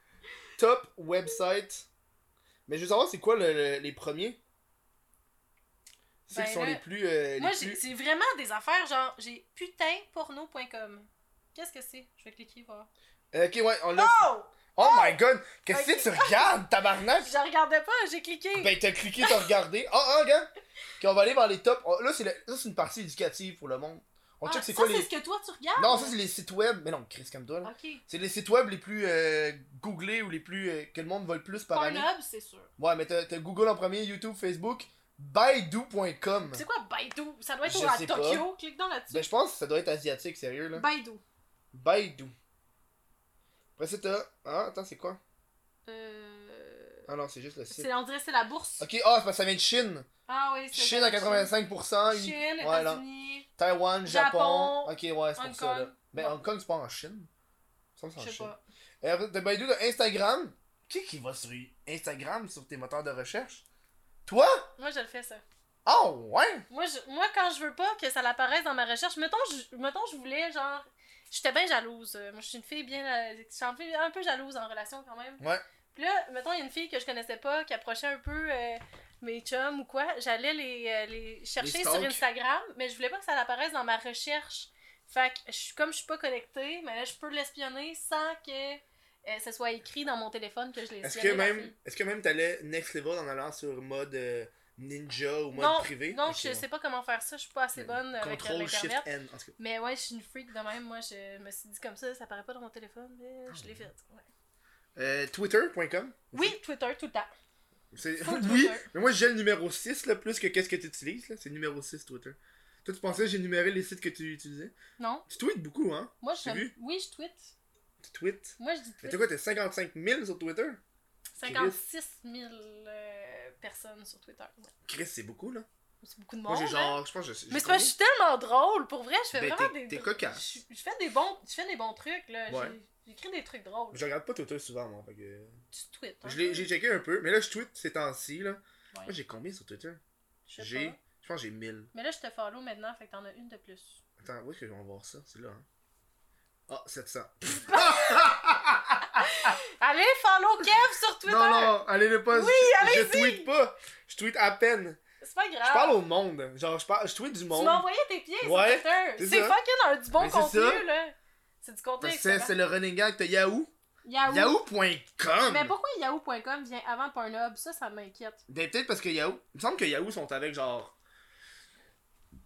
Speaker 1: top website. Mais je veux savoir, c'est quoi le- le- les premiers? Ceux
Speaker 2: Ben
Speaker 1: qui sont
Speaker 2: là,
Speaker 1: les plus. euh,
Speaker 2: Moi,
Speaker 1: les
Speaker 2: j'ai
Speaker 1: plus...
Speaker 2: c'est vraiment des affaires genre, j'ai putainporno.com. Qu'est-ce que c'est? Je vais cliquer voir.
Speaker 1: Euh, Ok, ouais, on l'a.
Speaker 2: Oh!
Speaker 1: Oh my god! Qu'est-ce que
Speaker 2: Ok.
Speaker 1: tu regardes, tabarnak?
Speaker 2: Je regardais pas, j'ai cliqué.
Speaker 1: Ben, t'as cliqué, t'as regardé. Ah, ah, regarde. Puis on va aller vers les tops. Oh, Là, c'est la- ça, c'est une partie éducative pour le monde. On
Speaker 2: Ah,
Speaker 1: check c'est
Speaker 2: ça,
Speaker 1: quoi
Speaker 2: c'est
Speaker 1: les.
Speaker 2: ce que toi, tu regardes?
Speaker 1: Non, ça, c'est les sites web. Mais non, Chris, comme toi, là.
Speaker 2: OK.
Speaker 1: C'est les sites web les plus euh, googlés ou les plus. euh, que le monde va le plus par année.
Speaker 2: Pornhub, c'est sûr.
Speaker 1: Ouais, mais t'as t'as Google en premier, YouTube, Facebook, Baidu.com.
Speaker 2: C'est quoi Baidu? Ça doit être
Speaker 1: Je
Speaker 2: au- à
Speaker 1: sais pas.
Speaker 2: Tokyo. Clique dans là-dessus.
Speaker 1: Ben, je pense que ça doit être asiatique, sérieux, là.
Speaker 2: Baidu.
Speaker 1: Baidu. Après ça, t'as. Ah, attends, c'est quoi
Speaker 2: Euh...
Speaker 1: Ah non, c'est juste le site.
Speaker 2: c'est- On dirait que c'est la bourse.
Speaker 1: Ok, ah, c'est parce que ça vient de Chine.
Speaker 2: Ah oui, c'est
Speaker 1: Chine à 85%.
Speaker 2: Chine,
Speaker 1: uni-
Speaker 2: États-Unis,
Speaker 1: Ouais, là. Taïwan, Japon.
Speaker 2: Japon,
Speaker 1: Ok, ouais, c'est pour
Speaker 2: Hong
Speaker 1: ça. Là. Oh,
Speaker 2: Kong.
Speaker 1: Mais
Speaker 2: Ouais.
Speaker 1: Hong Kong, c'est pas en Chine. Ça me semble
Speaker 2: je sais
Speaker 1: Chine.
Speaker 2: pas.
Speaker 1: Et après, t'as Baidu de Instagram. Qui qui va sur Instagram sur tes moteurs de recherche Toi
Speaker 2: Moi, je le fais, ça.
Speaker 1: Oh, ouais
Speaker 2: Moi, je, moi, quand je veux pas que ça l'apparaisse dans ma recherche, mettons, je, mettons, je voulais, genre, j'étais bien jalouse. Euh, Moi, je suis une fille bien, euh, je suis un peu- un peu jalouse en relation quand même.
Speaker 1: Ouais.
Speaker 2: Puis là, mettons, il y a une fille que je connaissais pas, qui approchait un peu euh, mes chums ou quoi. J'allais les, euh, les chercher
Speaker 1: Les
Speaker 2: sur
Speaker 1: stalk.
Speaker 2: Instagram, mais je voulais pas que ça l'apparaisse dans ma recherche. Fait que, je, suis- comme je suis pas connectée, mais là, je peux l'espionner sans que euh, ce soit écrit dans mon téléphone que je l'ai
Speaker 1: Est-ce que
Speaker 2: espionné, la
Speaker 1: même
Speaker 2: fille.
Speaker 1: est-ce que même t'allais next level en allant sur mode euh, ninja ou mode
Speaker 2: Non,
Speaker 1: privé
Speaker 2: non,
Speaker 1: Ok,
Speaker 2: je
Speaker 1: ouais.
Speaker 2: sais pas comment faire ça, je suis pas assez
Speaker 1: Mais
Speaker 2: bonne avec euh,
Speaker 1: Contrôle shift
Speaker 2: l'internet.
Speaker 1: N en tout cas.
Speaker 2: Mais ouais, je suis une freak de même. Moi, je me suis dit comme ça, ça paraît pas dans mon téléphone, mais
Speaker 1: Ah,
Speaker 2: je l'ai fait. ouais.
Speaker 1: Euh, Twitter.com
Speaker 2: Oui, Twitter tout le temps.
Speaker 1: C'est-
Speaker 2: Full
Speaker 1: Oui,
Speaker 2: Twitter.
Speaker 1: mais moi j'ai le numéro 6 là, plus que qu'est-ce que tu utilises là, c'est le numéro 6 Twitter. Toi tu pensais que j'ai numéré les sites que tu utilisais
Speaker 2: Non,
Speaker 1: Tu tweets beaucoup hein
Speaker 2: moi
Speaker 1: T'as
Speaker 2: je.
Speaker 1: vu?
Speaker 2: Oui, je tweet.
Speaker 1: Tu tweets
Speaker 2: Moi je dis
Speaker 1: Mais
Speaker 2: tweet.
Speaker 1: t'as quoi, t'as 55 000 sur Twitter?
Speaker 2: 56 000 euh, personnes sur Twitter. ouais.
Speaker 1: Chris, c'est beaucoup, là.
Speaker 2: C'est beaucoup de
Speaker 1: Moi,
Speaker 2: monde.
Speaker 1: j'ai
Speaker 2: hein.
Speaker 1: genre, je pense que j'ai- j'ai
Speaker 2: Mais c'est parce que je suis tellement drôle, pour vrai, je fais
Speaker 1: Ben,
Speaker 2: vraiment
Speaker 1: t'es-
Speaker 2: des.
Speaker 1: t'es
Speaker 2: dr-
Speaker 1: cocasse.
Speaker 2: Je, je fais des bons, je fais des bons trucs là.
Speaker 1: Ouais.
Speaker 2: J'ai- J'écris des trucs drôles.
Speaker 1: Je regarde pas Twitter souvent, moi. fait que-
Speaker 2: Tu tweets. hein.
Speaker 1: Je l'ai- J'ai checké un peu, mais là, je tweet ces temps-ci, là.
Speaker 2: Ouais.
Speaker 1: Moi, j'ai combien sur Twitter?
Speaker 2: Je sais
Speaker 1: J'ai...
Speaker 2: pas.
Speaker 1: Je pense que j'ai 1000.
Speaker 2: Mais là, je te follow maintenant, fait que t'en as une de plus.
Speaker 1: Attends, où est-ce que je vais voir ça? C'est là, hein? Ah, 700.
Speaker 2: Allez, follow Kev sur Twitter!
Speaker 1: Non, non, allez le pas.
Speaker 2: Oui,
Speaker 1: je, je
Speaker 2: allez-y.
Speaker 1: tweet pas. Je tweet à peine.
Speaker 2: C'est pas grave.
Speaker 1: Je parle au monde. Genre, je, parle... je tweet du
Speaker 2: Tu
Speaker 1: monde.
Speaker 2: m'as envoyé tes pieds
Speaker 1: Ouais,
Speaker 2: sur Twitter.
Speaker 1: c'est
Speaker 2: C'est
Speaker 1: ça.
Speaker 2: fucking un, du bon
Speaker 1: Mais c'est
Speaker 2: contenu,
Speaker 1: ça.
Speaker 2: là. C'est du contenu
Speaker 1: Parce que C'est
Speaker 2: excellent.
Speaker 1: c'est le running gag de Yahoo.
Speaker 2: Yahoo.
Speaker 1: Yahoo.com!
Speaker 2: Mais pourquoi Yahoo.com vient avant Pornhub? Ça, ça m'inquiète.
Speaker 1: Ben, peut-être parce que Yahoo. Il me semble que Yahoo sont avec genre.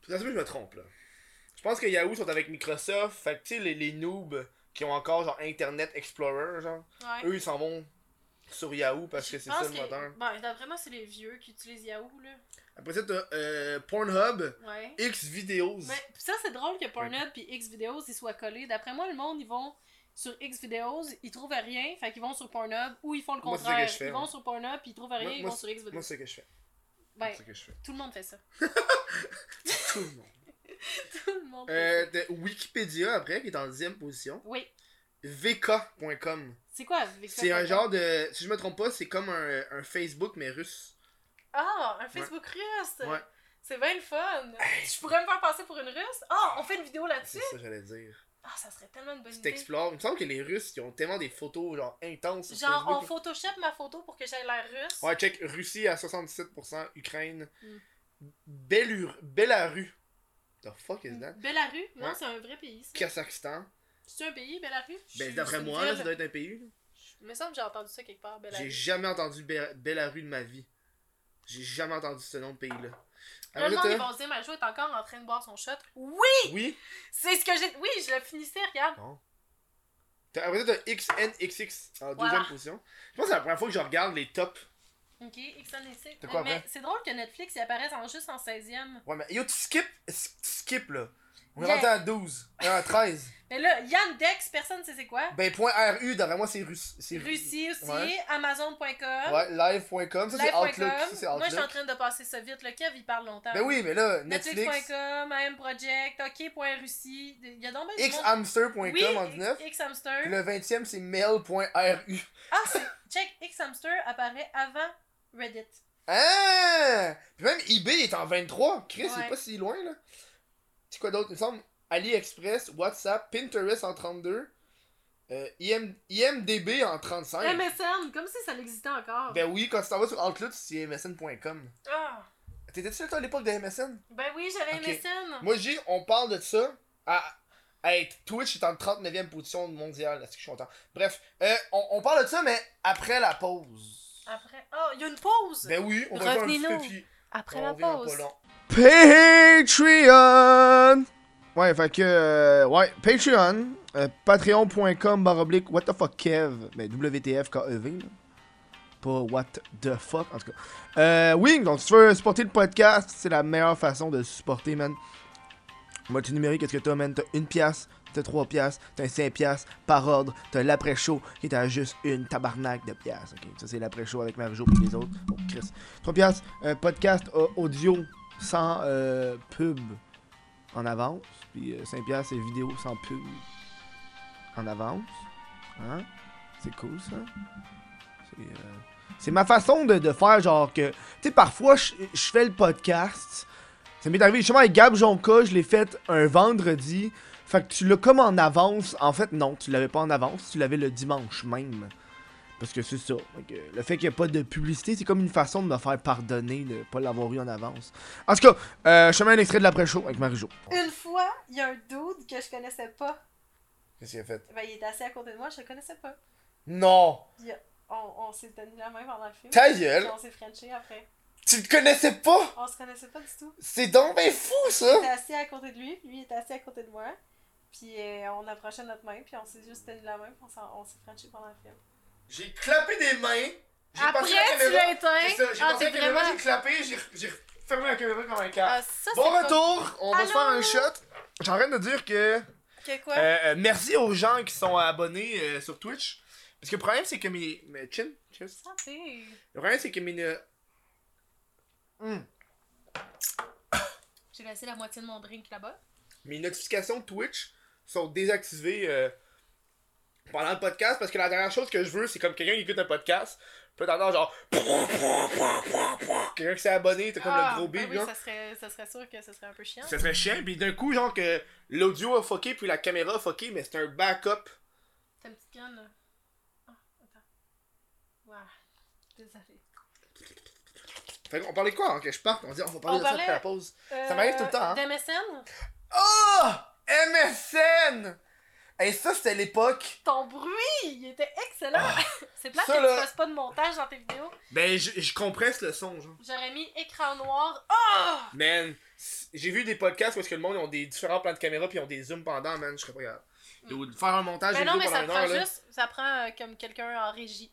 Speaker 1: Ça se peut que je me trompe là. Je pense que Yahoo sont avec Microsoft. Fait que tu sais, les, les noobs qui ont encore genre Internet Explorer, genre.
Speaker 2: Ouais.
Speaker 1: Eux ils s'en vont sur Yahoo parce que
Speaker 2: Je
Speaker 1: c'est
Speaker 2: pense
Speaker 1: ça le
Speaker 2: que-
Speaker 1: moteur.
Speaker 2: Ben, d'après moi, c'est les vieux qui utilisent Yahoo, là.
Speaker 1: Après ça, t'as euh, Pornhub,
Speaker 2: Ouais.
Speaker 1: X Videos.
Speaker 2: Mais pis ça, c'est drôle que Pornhub puis Xvideos, ils soient collés. D'après moi, le monde, ils vont sur Xvideos, ils trouvent rien, fait qu'ils vont sur Pornhub, ou ils font le
Speaker 1: Moi, c'est ça
Speaker 2: contraire.
Speaker 1: que je fais,
Speaker 2: ils
Speaker 1: ouais.
Speaker 2: vont sur Pornhub, puis ils trouvent rien,
Speaker 1: Moi-
Speaker 2: ils
Speaker 1: moi,
Speaker 2: vont sur Xvideos.
Speaker 1: Moi, c'est ce que je fais.
Speaker 2: ben,
Speaker 1: C'est ce que je fais.
Speaker 2: tout le monde fait ça.
Speaker 1: Tout le monde.
Speaker 2: tout le monde fait
Speaker 1: Euh, t'as Wikipédia après, qui est en 10 position.
Speaker 2: ça. Oui.
Speaker 1: VK.com.
Speaker 2: C'est quoi,
Speaker 1: C'est un
Speaker 2: Victor.com?
Speaker 1: genre de. Si je me trompe pas, c'est comme un, un Facebook mais russe.
Speaker 2: Ah, un Facebook russe!
Speaker 1: Ouais.
Speaker 2: C'est bien le fun! Je pourrais me faire passer pour une russe? Ah, on fait une vidéo
Speaker 1: C'est
Speaker 2: là-dessus?
Speaker 1: ça que j'allais dire.
Speaker 2: Ah, ça serait tellement une bonne
Speaker 1: Tu
Speaker 2: idée.
Speaker 1: t'explores. Il me semble que les Russes, ils ont tellement des photos genre intenses sur
Speaker 2: Genre, on
Speaker 1: Facebook.
Speaker 2: photoshop ma photo pour que j'aille l'air russe.
Speaker 1: Ouais, check. Russie à 67%, Ukraine.
Speaker 2: Mm.
Speaker 1: Belu- Belarus. The fuck is that?
Speaker 2: Belarus, non,
Speaker 1: Ouais.
Speaker 2: c'est un vrai pays. ça.
Speaker 1: Kazakhstan.
Speaker 2: C'est un pays, Belarus Je-
Speaker 1: Ben, d'après
Speaker 2: c'est
Speaker 1: moi, là,
Speaker 2: une
Speaker 1: ça doit être un pays. là.
Speaker 2: ville- Il me semble que j'ai entendu ça quelque part,
Speaker 1: J'ai
Speaker 2: Belarus.
Speaker 1: jamais entendu Be- Belarus de ma vie. J'ai jamais entendu ce nom de pays-là.
Speaker 2: Là,
Speaker 1: Après,
Speaker 2: le monde,
Speaker 1: Ah, t'as-
Speaker 2: ils vont se dire, ma joie est encore en train de boire son shot. Oui!
Speaker 1: Oui.
Speaker 2: C'est ce que j'ai. Oui, je le finissais, regarde.
Speaker 1: Non. T'as- Après, ça, t'as XNXX en
Speaker 2: Voilà.
Speaker 1: deuxième position. Je pense que c'est la première fois que je regarde les tops.
Speaker 2: Ok, XNXX.
Speaker 1: T'as quoi ben?
Speaker 2: Mais
Speaker 1: après?
Speaker 2: c'est drôle que Netflix, ils apparaissent en- juste en 16e.
Speaker 1: Ouais, mais yo, tu skip, tu skip là. On est
Speaker 2: Yeah.
Speaker 1: rentré à 12, on est à 13.
Speaker 2: Mais là, Yandex, personne ne sait c'est quoi.
Speaker 1: ben, point RU, d'après moi, c'est russe. c'est ru-
Speaker 2: Russie aussi,
Speaker 1: Ouais.
Speaker 2: Amazon.com.
Speaker 1: Ouais, live.com, ça c'est
Speaker 2: Live.com.
Speaker 1: Outlook. Ça, c'est
Speaker 2: Moi, je suis en
Speaker 1: Outlook.
Speaker 2: train de passer ça vite. Le Kev, il parle longtemps.
Speaker 1: Ben oui, mais là, Netflix,
Speaker 2: Netflix.com, AM Project, OK.Russie. Il y a donc bien du monde.
Speaker 1: xhamster.com
Speaker 2: Oui,
Speaker 1: en 19.
Speaker 2: X- Xhamster.
Speaker 1: Puis le 20e, c'est mail.ru.
Speaker 2: Ah, c'est... check, Xhamster apparaît avant Reddit.
Speaker 1: Ah! Puis même eBay est en 23. Chris, c'est
Speaker 2: Ouais.
Speaker 1: pas si loin, là. C'est quoi d'autre, il me semble? AliExpress, WhatsApp, Pinterest en 32, euh, IM- IMDB en 35.
Speaker 2: MSN, comme si ça existait encore.
Speaker 1: Ben oui, quand tu t'en vas sur Outlook, c'est msn.com.
Speaker 2: Ah.
Speaker 1: T'étais-tu là, toi, à l'époque de MSN?
Speaker 2: Ben oui, j'avais
Speaker 1: Ok.
Speaker 2: MSN.
Speaker 1: Moi, j'ai, on parle de ça. À, hey, Twitch est en 39e position mondiale. Est-ce que je suis content? Bref, euh, on, on parle de ça, mais après la pause.
Speaker 2: Après. Oh, il y a une pause.
Speaker 1: Ben oui, on va faire un petit peu
Speaker 2: Revenez-nous.
Speaker 1: pied.
Speaker 2: Après
Speaker 1: On
Speaker 2: la
Speaker 1: revient
Speaker 2: pause.
Speaker 1: pas long. Patreon! Ouais, fait que. euh, ouais, Patreon. euh, Patreon.com baroblique what the fuck Kev. Ben, Mais WTF KEV, E là. Pas what the fuck, en tout cas. Euh, oui, donc si tu veux supporter le podcast, c'est la meilleure façon de le supporter, man. Moitié numérique, qu'est-ce que t'as, man? T'as une pièce, t'as trois pièces, t'as cinq pièces par ordre, t'as l'après-show qui est à juste une tabarnak de pièces. ok? Ça, c'est l'après-show avec Marie-Jo et les autres. Oh, Chris. Trois pièces, euh, podcast euh, audio sans euh, pub en avance. Puis euh, Saint-Pierre, c'est vidéo sans pub en avance. Hein? C'est cool ça. C'est, euh, C'est ma façon de, de faire, genre que. Tu sais, parfois, je je fais le podcast. Ça m'est arrivé justement avec Gab Jonca, je l'ai fait un vendredi. Fait que tu l'as comme en avance. En fait, non, tu l'avais pas en avance, tu l'avais le dimanche même. Parce que c'est ça. Fait que Le fait qu'il n'y a pas de publicité, c'est comme une façon de me faire pardonner de pas l'avoir eu en avance. En tout cas, euh, je te mets un extrait de l'après-show avec Marie-Jo.
Speaker 2: Une fois, il y a un dude que je connaissais pas.
Speaker 1: Qu'est-ce qu'il a fait?
Speaker 2: Ben, il était assis à côté de moi, je le connaissais pas.
Speaker 1: Non!
Speaker 2: On, on s'est donné la main pendant le film.
Speaker 1: Ta
Speaker 2: Puis
Speaker 1: gueule!
Speaker 2: on s'est frenché après.
Speaker 1: Tu le connaissais pas?
Speaker 2: On se connaissait pas du tout.
Speaker 1: C'est donc bien fou ça!
Speaker 2: J'étais assis à côté de lui, lui il était assis à côté de moi. Puis euh, on approchait notre main, puis on s'est juste donné la main, puis on s'en- on s'est frenché pendant le film.
Speaker 1: J'ai clapé des mains. J'ai
Speaker 2: Après,
Speaker 1: passé la
Speaker 2: tu
Speaker 1: caméra. C'est ça,
Speaker 2: l'as éteint.
Speaker 1: j'ai
Speaker 2: Ah,
Speaker 1: passé
Speaker 2: t'es
Speaker 1: la caméra,
Speaker 2: vraiment.
Speaker 1: j'ai clapé, j'ai, j'ai fermé la caméra comme un câble.
Speaker 2: Ah, ça, c'est
Speaker 1: bon
Speaker 2: pas-
Speaker 1: retour! On va se faire un
Speaker 2: Allô?
Speaker 1: shot. J'ai en train de dire que.
Speaker 2: Que quoi?
Speaker 1: Euh, euh, merci aux gens qui sont abonnés euh, sur Twitch. Parce que le problème, c'est que mes. mes- Chin? Cheers.
Speaker 2: Santé.
Speaker 1: Le problème, c'est que mes. euh, hmm,
Speaker 2: J'ai laissé la moitié de mon drink là-bas.
Speaker 1: Mes notifications Twitch sont désactivées euh, pendant le podcast. Parce que la dernière chose que je veux, c'est comme quelqu'un qui écoute un podcast. Puis là, t'entends genre. Quelqu'un qui s'est abonné, t'as comme le gros bip,
Speaker 2: ben oui,
Speaker 1: là.
Speaker 2: ça serait, ça serait sûr que ça serait un peu chiant.
Speaker 1: Ça serait chiant, puis d'un coup, genre que l'audio a fucké, puis la caméra a fucké, mais c'est un backup.
Speaker 2: T'as une petite graine là. Ah, attends. Waouh. Désolée.
Speaker 1: Fait qu'on parlait de quoi avant que je parte On dit on va parler
Speaker 2: On
Speaker 1: de ça
Speaker 2: parlait-
Speaker 1: après la pause.
Speaker 2: Euh,
Speaker 1: m'arrive tout le temps, hein.
Speaker 2: d'MSN?
Speaker 1: Oh MSN Et ça, c'était l'époque.
Speaker 2: Ton bruit, il était excellent. c'est plate
Speaker 1: Ah. Ça,
Speaker 2: que
Speaker 1: là.
Speaker 2: tu fasses pas de montage dans tes vidéos.
Speaker 1: Ben, je, je compresse le son, genre.
Speaker 2: J'aurais mis écran noir. Oh!
Speaker 1: Man, c- j'ai vu des podcasts où est-ce que le monde ils ont des différents plans de caméra, puis ils ont des zooms pendant, man. Je serais pas capable. Dude, Faire un montage
Speaker 2: Mais
Speaker 1: vidéo
Speaker 2: Ben non, mais
Speaker 1: pendant
Speaker 2: ça
Speaker 1: une
Speaker 2: prend
Speaker 1: heure, là.
Speaker 2: juste, ça prend euh, comme quelqu'un en régie.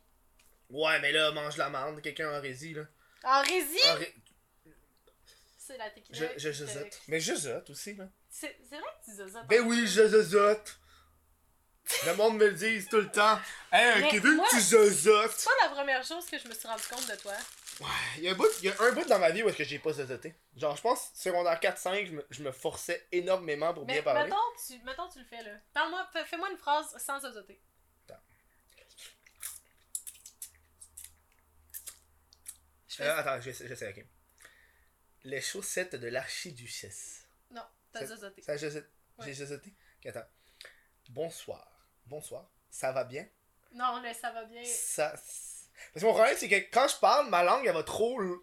Speaker 1: Ouais, mais là, mange la merde, quelqu'un en résie, là.
Speaker 2: En régie?
Speaker 1: En ré-
Speaker 2: C'est la tequila.
Speaker 1: Ah. Je, je
Speaker 2: que-
Speaker 1: zozote. Mais je zozote aussi, là.
Speaker 2: C'est c'est vrai que tu zozotes.
Speaker 1: Ben oui, je zozote. Le monde me le dit tout le temps. Hey,
Speaker 2: Mais
Speaker 1: Kevin,
Speaker 2: moi-
Speaker 1: tu zozotes.
Speaker 2: C'est pas la première chose que je me suis rendu compte de toi.
Speaker 1: Il y, a un bout- il y a un bout dans ma vie où est-ce que j'ai pas zozoté. Genre, je pense, secondaire 4-5, je me, je me forçais énormément pour
Speaker 2: Mais
Speaker 1: bien parler.
Speaker 2: mettons, tu, mettons, tu le fais là. Parle-moi, fais- fais-moi une phrase sans zozoter.
Speaker 1: Attends.
Speaker 2: Je fais-
Speaker 1: Euh, attends, j'essaie, j'essaie, ok. Les chaussettes de l'archiduchesse.
Speaker 2: Non, t'as zozoté.
Speaker 1: Ça, zozote-
Speaker 2: Ouais.
Speaker 1: j'ai zozoté. Ok, attends. Bonsoir. Bonsoir. Ça va bien?
Speaker 2: Non, là, ça va bien.
Speaker 1: Ça. Parce que mon problème, c'est que quand je parle, ma langue, elle va trop l-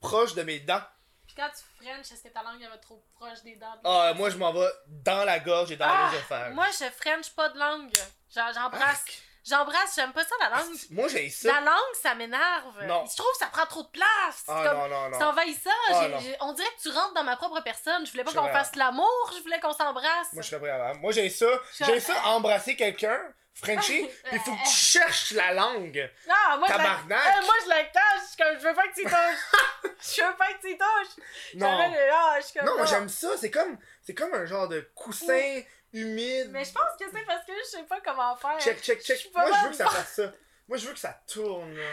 Speaker 1: proche de mes dents.
Speaker 2: Puis quand tu French, est-ce que ta langue elle va trop proche des dents? de
Speaker 1: Ah,
Speaker 2: l'autre?
Speaker 1: moi, euh, je m'en vais dans la gorge et dans
Speaker 2: Ah,
Speaker 1: les affaires.
Speaker 2: Moi, je French pas de langue. J'en- J'embrasse.
Speaker 1: Arc.
Speaker 2: J'embrasse, j'aime pas ça la langue.
Speaker 1: Moi, j'ai
Speaker 2: La
Speaker 1: Ah, ça. Ah,
Speaker 2: langue, ça m'énerve.
Speaker 1: Non.
Speaker 2: Je trouve que ça prend trop de place. C'est
Speaker 1: Ah,
Speaker 2: comme-
Speaker 1: non, non, non.
Speaker 2: C'est envahissant.
Speaker 1: Ah,
Speaker 2: J'ai-
Speaker 1: non.
Speaker 2: j'ai- on dirait que tu rentres dans ma propre personne. Je voulais pas
Speaker 1: Je
Speaker 2: qu'on
Speaker 1: serais-
Speaker 2: fasse de l'amour, je voulais qu'on s'embrasse.
Speaker 1: Moi, je serais prêt avant. Moi, j'ai ça.
Speaker 2: Je-
Speaker 1: J'ai ça, embrasser quelqu'un, Frenchie, pis faut que tu cherches la langue.
Speaker 2: Ah, moi, je la...
Speaker 1: Tabarnak!
Speaker 2: Ah, moi, je la cache. Je suis comme, je veux pas que tu y touches. je veux pas que tu y touches.
Speaker 1: Non.
Speaker 2: J'aurais le- ah, je suis comme,
Speaker 1: Non, moi,
Speaker 2: ah.
Speaker 1: j'aime ça. C'est comme, c'est comme un genre de coussin humide.
Speaker 2: Mais je pense que c'est parce que je sais pas comment faire.
Speaker 1: Check, check,
Speaker 2: Je
Speaker 1: check.
Speaker 2: suis pas
Speaker 1: Moi, je veux
Speaker 2: bonne.
Speaker 1: que ça fasse ça. Moi, je veux que ça tourne. là.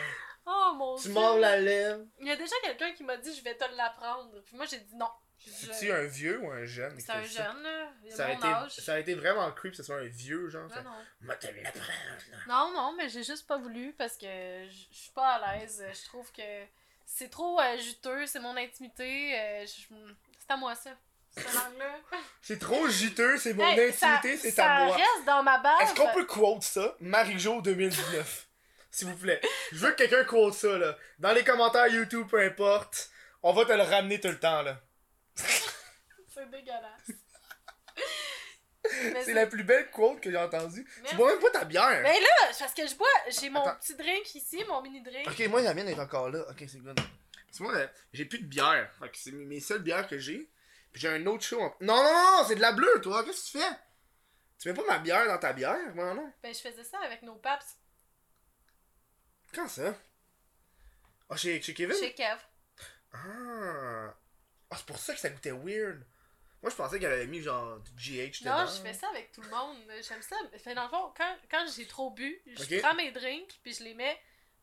Speaker 2: Oh mon
Speaker 1: Tu
Speaker 2: dieu.
Speaker 1: mords la lèvre.
Speaker 2: Il y a déjà quelqu'un qui m'a dit, je vais te l'apprendre. Puis moi, j'ai dit non. Je-
Speaker 1: C'est-tu un vieux ou un jeune?
Speaker 2: C'est un
Speaker 1: qui fait ça?
Speaker 2: jeune, là. Il
Speaker 1: Ça
Speaker 2: a
Speaker 1: a,
Speaker 2: mon
Speaker 1: été,
Speaker 2: âge.
Speaker 1: ça a été vraiment creep que ce soit un vieux, genre.
Speaker 2: Non, non.
Speaker 1: Moi, te l'apprends, là.
Speaker 2: Non, non, mais j'ai juste pas voulu parce que je je suis pas à l'aise. Je trouve que c'est trop euh, juteux, c'est mon intimité. euh, je- C'est à moi ça. Cette langue-là.
Speaker 1: C'est trop juteux, c'est mon
Speaker 2: Hey, ça-
Speaker 1: intimité, c'est
Speaker 2: ça
Speaker 1: à moi.
Speaker 2: reste dans ma base.
Speaker 1: Est-ce qu'on peut quote ça? Marie-Jo 2019. S'il vous plaît. Je veux que quelqu'un quote ça, là. Dans les commentaires YouTube, peu importe. On va te le ramener tout le temps, là.
Speaker 2: C'est dégueulasse. mais
Speaker 1: C'est la plus belle quote que j'ai entendue. Tu
Speaker 2: Merci.
Speaker 1: bois même pas ta bière.
Speaker 2: Mais là, c'est parce que je bois, j'ai mon
Speaker 1: Attends.
Speaker 2: petit drink ici, mon mini drink.
Speaker 1: Ok, moi, la mienne est encore là. Ok, c'est good. Parce que moi, euh, j'ai plus de bière. Fait que c'est mes mes seules bières que j'ai. Puis j'ai un autre show. en- Non, non, non, c'est de la bleue, toi. Qu'est-ce que tu fais? Tu mets pas ma bière dans ta bière? Non, non.
Speaker 2: Ben, je faisais ça avec nos paps
Speaker 1: Quand ça? Ah, chez, chez Kevin?
Speaker 2: chez Kev.
Speaker 1: Ah. Ah, c'est pour ça que ça goûtait weird. Moi, je pensais qu'elle avait mis genre du GH dedans.
Speaker 2: Non, je fais ça avec tout le monde. J'aime ça. Fait, dans le fond, quand, quand j'ai trop bu, je
Speaker 1: Ok.
Speaker 2: prends mes drinks puis je les mets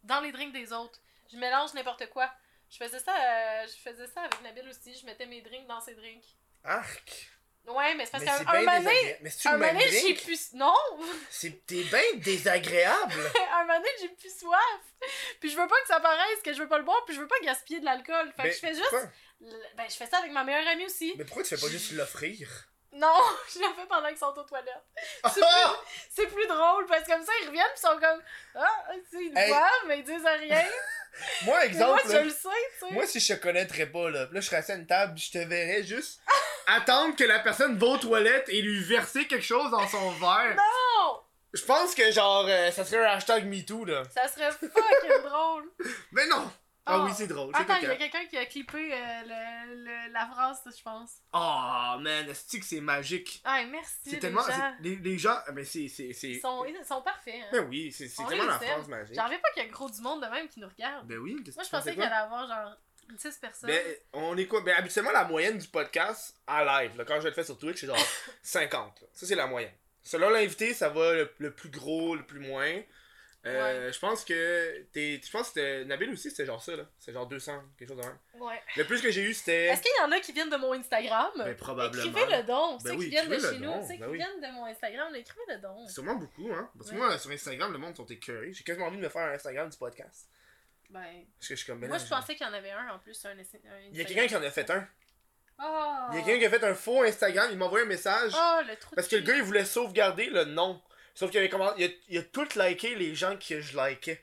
Speaker 2: dans les drinks des autres. Je mélange n'importe quoi. Je faisais ça euh, je faisais ça avec Nabil aussi. Je mettais mes drinks dans ses drinks.
Speaker 1: Arc.
Speaker 2: Ouais, mais c'est parce
Speaker 1: Mais
Speaker 2: qu'un
Speaker 1: c'est
Speaker 2: un
Speaker 1: bien
Speaker 2: moment donné,
Speaker 1: désagréable. Mais c'est-tu
Speaker 2: un
Speaker 1: le
Speaker 2: moment
Speaker 1: même
Speaker 2: donné, j'ai
Speaker 1: drink?
Speaker 2: plus... Non!
Speaker 1: C'est- T'es bien désagréable.
Speaker 2: un moment donné, j'ai plus soif. Puis je veux pas que ça paraisse que je veux pas le boire puis je veux pas gaspiller de l'alcool. Fait
Speaker 1: Mais
Speaker 2: que je fais juste...
Speaker 1: pourquoi-
Speaker 2: Ben, je fais ça avec ma meilleure amie aussi.
Speaker 1: Mais pourquoi tu fais pas juste l'offrir?
Speaker 2: Non, je le fais pendant qu'ils sont aux toilettes. C'est
Speaker 1: Ah!
Speaker 2: C'est plus drôle parce que comme ça, ils reviennent pis ils sont comme Ah, tu sais, ils le
Speaker 1: Hey.
Speaker 2: voient, mais ils disent rien.
Speaker 1: Moi,
Speaker 2: Mais moi,
Speaker 1: exemple.
Speaker 2: je
Speaker 1: là,
Speaker 2: le sais, tu sais.
Speaker 1: Moi, si je te connaîtrais pas, là, pis là, je serais assis à une table, je te verrais juste attendre que la personne va aux toilettes et lui verser quelque chose dans son verre.
Speaker 2: Non!
Speaker 1: Je pense que, genre, euh, ça serait un hashtag MeToo, là.
Speaker 2: Ça serait fucking drôle.
Speaker 1: Mais non! Ah
Speaker 2: Oh.
Speaker 1: oui, c'est drôle, c'est
Speaker 2: Attends, il y a
Speaker 1: coquin.
Speaker 2: quelqu'un qui a clippé euh, le, le- la phrase, je pense.
Speaker 1: Oh, man, est-ce que c'est magique?
Speaker 2: Ah, merci.
Speaker 1: C'est
Speaker 2: les
Speaker 1: tellement...
Speaker 2: gens.
Speaker 1: c'est- Les, les gens... ah, Mais c'est... c'est, c'est...
Speaker 2: Ils sont, ils sont parfaits. Hein.
Speaker 1: Ben oui, c'est, c'est
Speaker 2: On
Speaker 1: tellement
Speaker 2: les
Speaker 1: la
Speaker 2: aime.
Speaker 1: phrase magique.
Speaker 2: J'en reviens pas qu'il y a gros du monde de même qui nous regarde.
Speaker 1: Ben oui, qu'est-ce
Speaker 2: Moi,
Speaker 1: que tu
Speaker 2: je
Speaker 1: pensais
Speaker 2: pensais qu'il y
Speaker 1: quoi?
Speaker 2: allait avoir genre 10 personnes.
Speaker 1: Ben, on est quoi? Ben, habituellement, la moyenne du podcast à live, là, quand je le fais sur Twitch, c'est genre 50. là. Ça, c'est la moyenne. Selon l'invité, ça va le, le plus gros, le plus moins. Euh, Je pense que. t'es- Je pense que c'était- Nabil aussi, c'était genre ça, là. C'est genre 200, quelque chose de même.
Speaker 2: Ouais.
Speaker 1: Le plus que j'ai eu, c'était.
Speaker 2: Est-ce qu'il y en a qui viennent de mon Instagram?
Speaker 1: euh, Ben, probablement.
Speaker 2: Écrivez-le donc.
Speaker 1: Ben
Speaker 2: ceux
Speaker 1: oui,
Speaker 2: qui viennent de
Speaker 1: écrivez-le
Speaker 2: chez
Speaker 1: donc,
Speaker 2: nous, ceux
Speaker 1: ben
Speaker 2: qui
Speaker 1: oui.
Speaker 2: viennent de mon Instagram, écrivez-le donc.
Speaker 1: C'est Sûrement beaucoup, hein. Parce que
Speaker 2: Ouais.
Speaker 1: moi, sur Instagram, le monde sont écœurés. J'ai quasiment envie de me faire un Instagram du podcast.
Speaker 2: Ben,
Speaker 1: Parce que je suis comme. ben
Speaker 2: Moi,
Speaker 1: là,
Speaker 2: je pensais qu'il y en avait un en plus, un, essai- un
Speaker 1: Il y a quelqu'un qui en a fait un.
Speaker 2: Oh!
Speaker 1: Il y a quelqu'un qui a fait un faux Instagram, il m'a envoyé un message.
Speaker 2: Oh, le trou de
Speaker 1: Parce que le
Speaker 2: cul.
Speaker 1: gars, il voulait sauvegarder le nom. Sauf qu'il avait comment... il, a, il a tout liké les gens que je likais.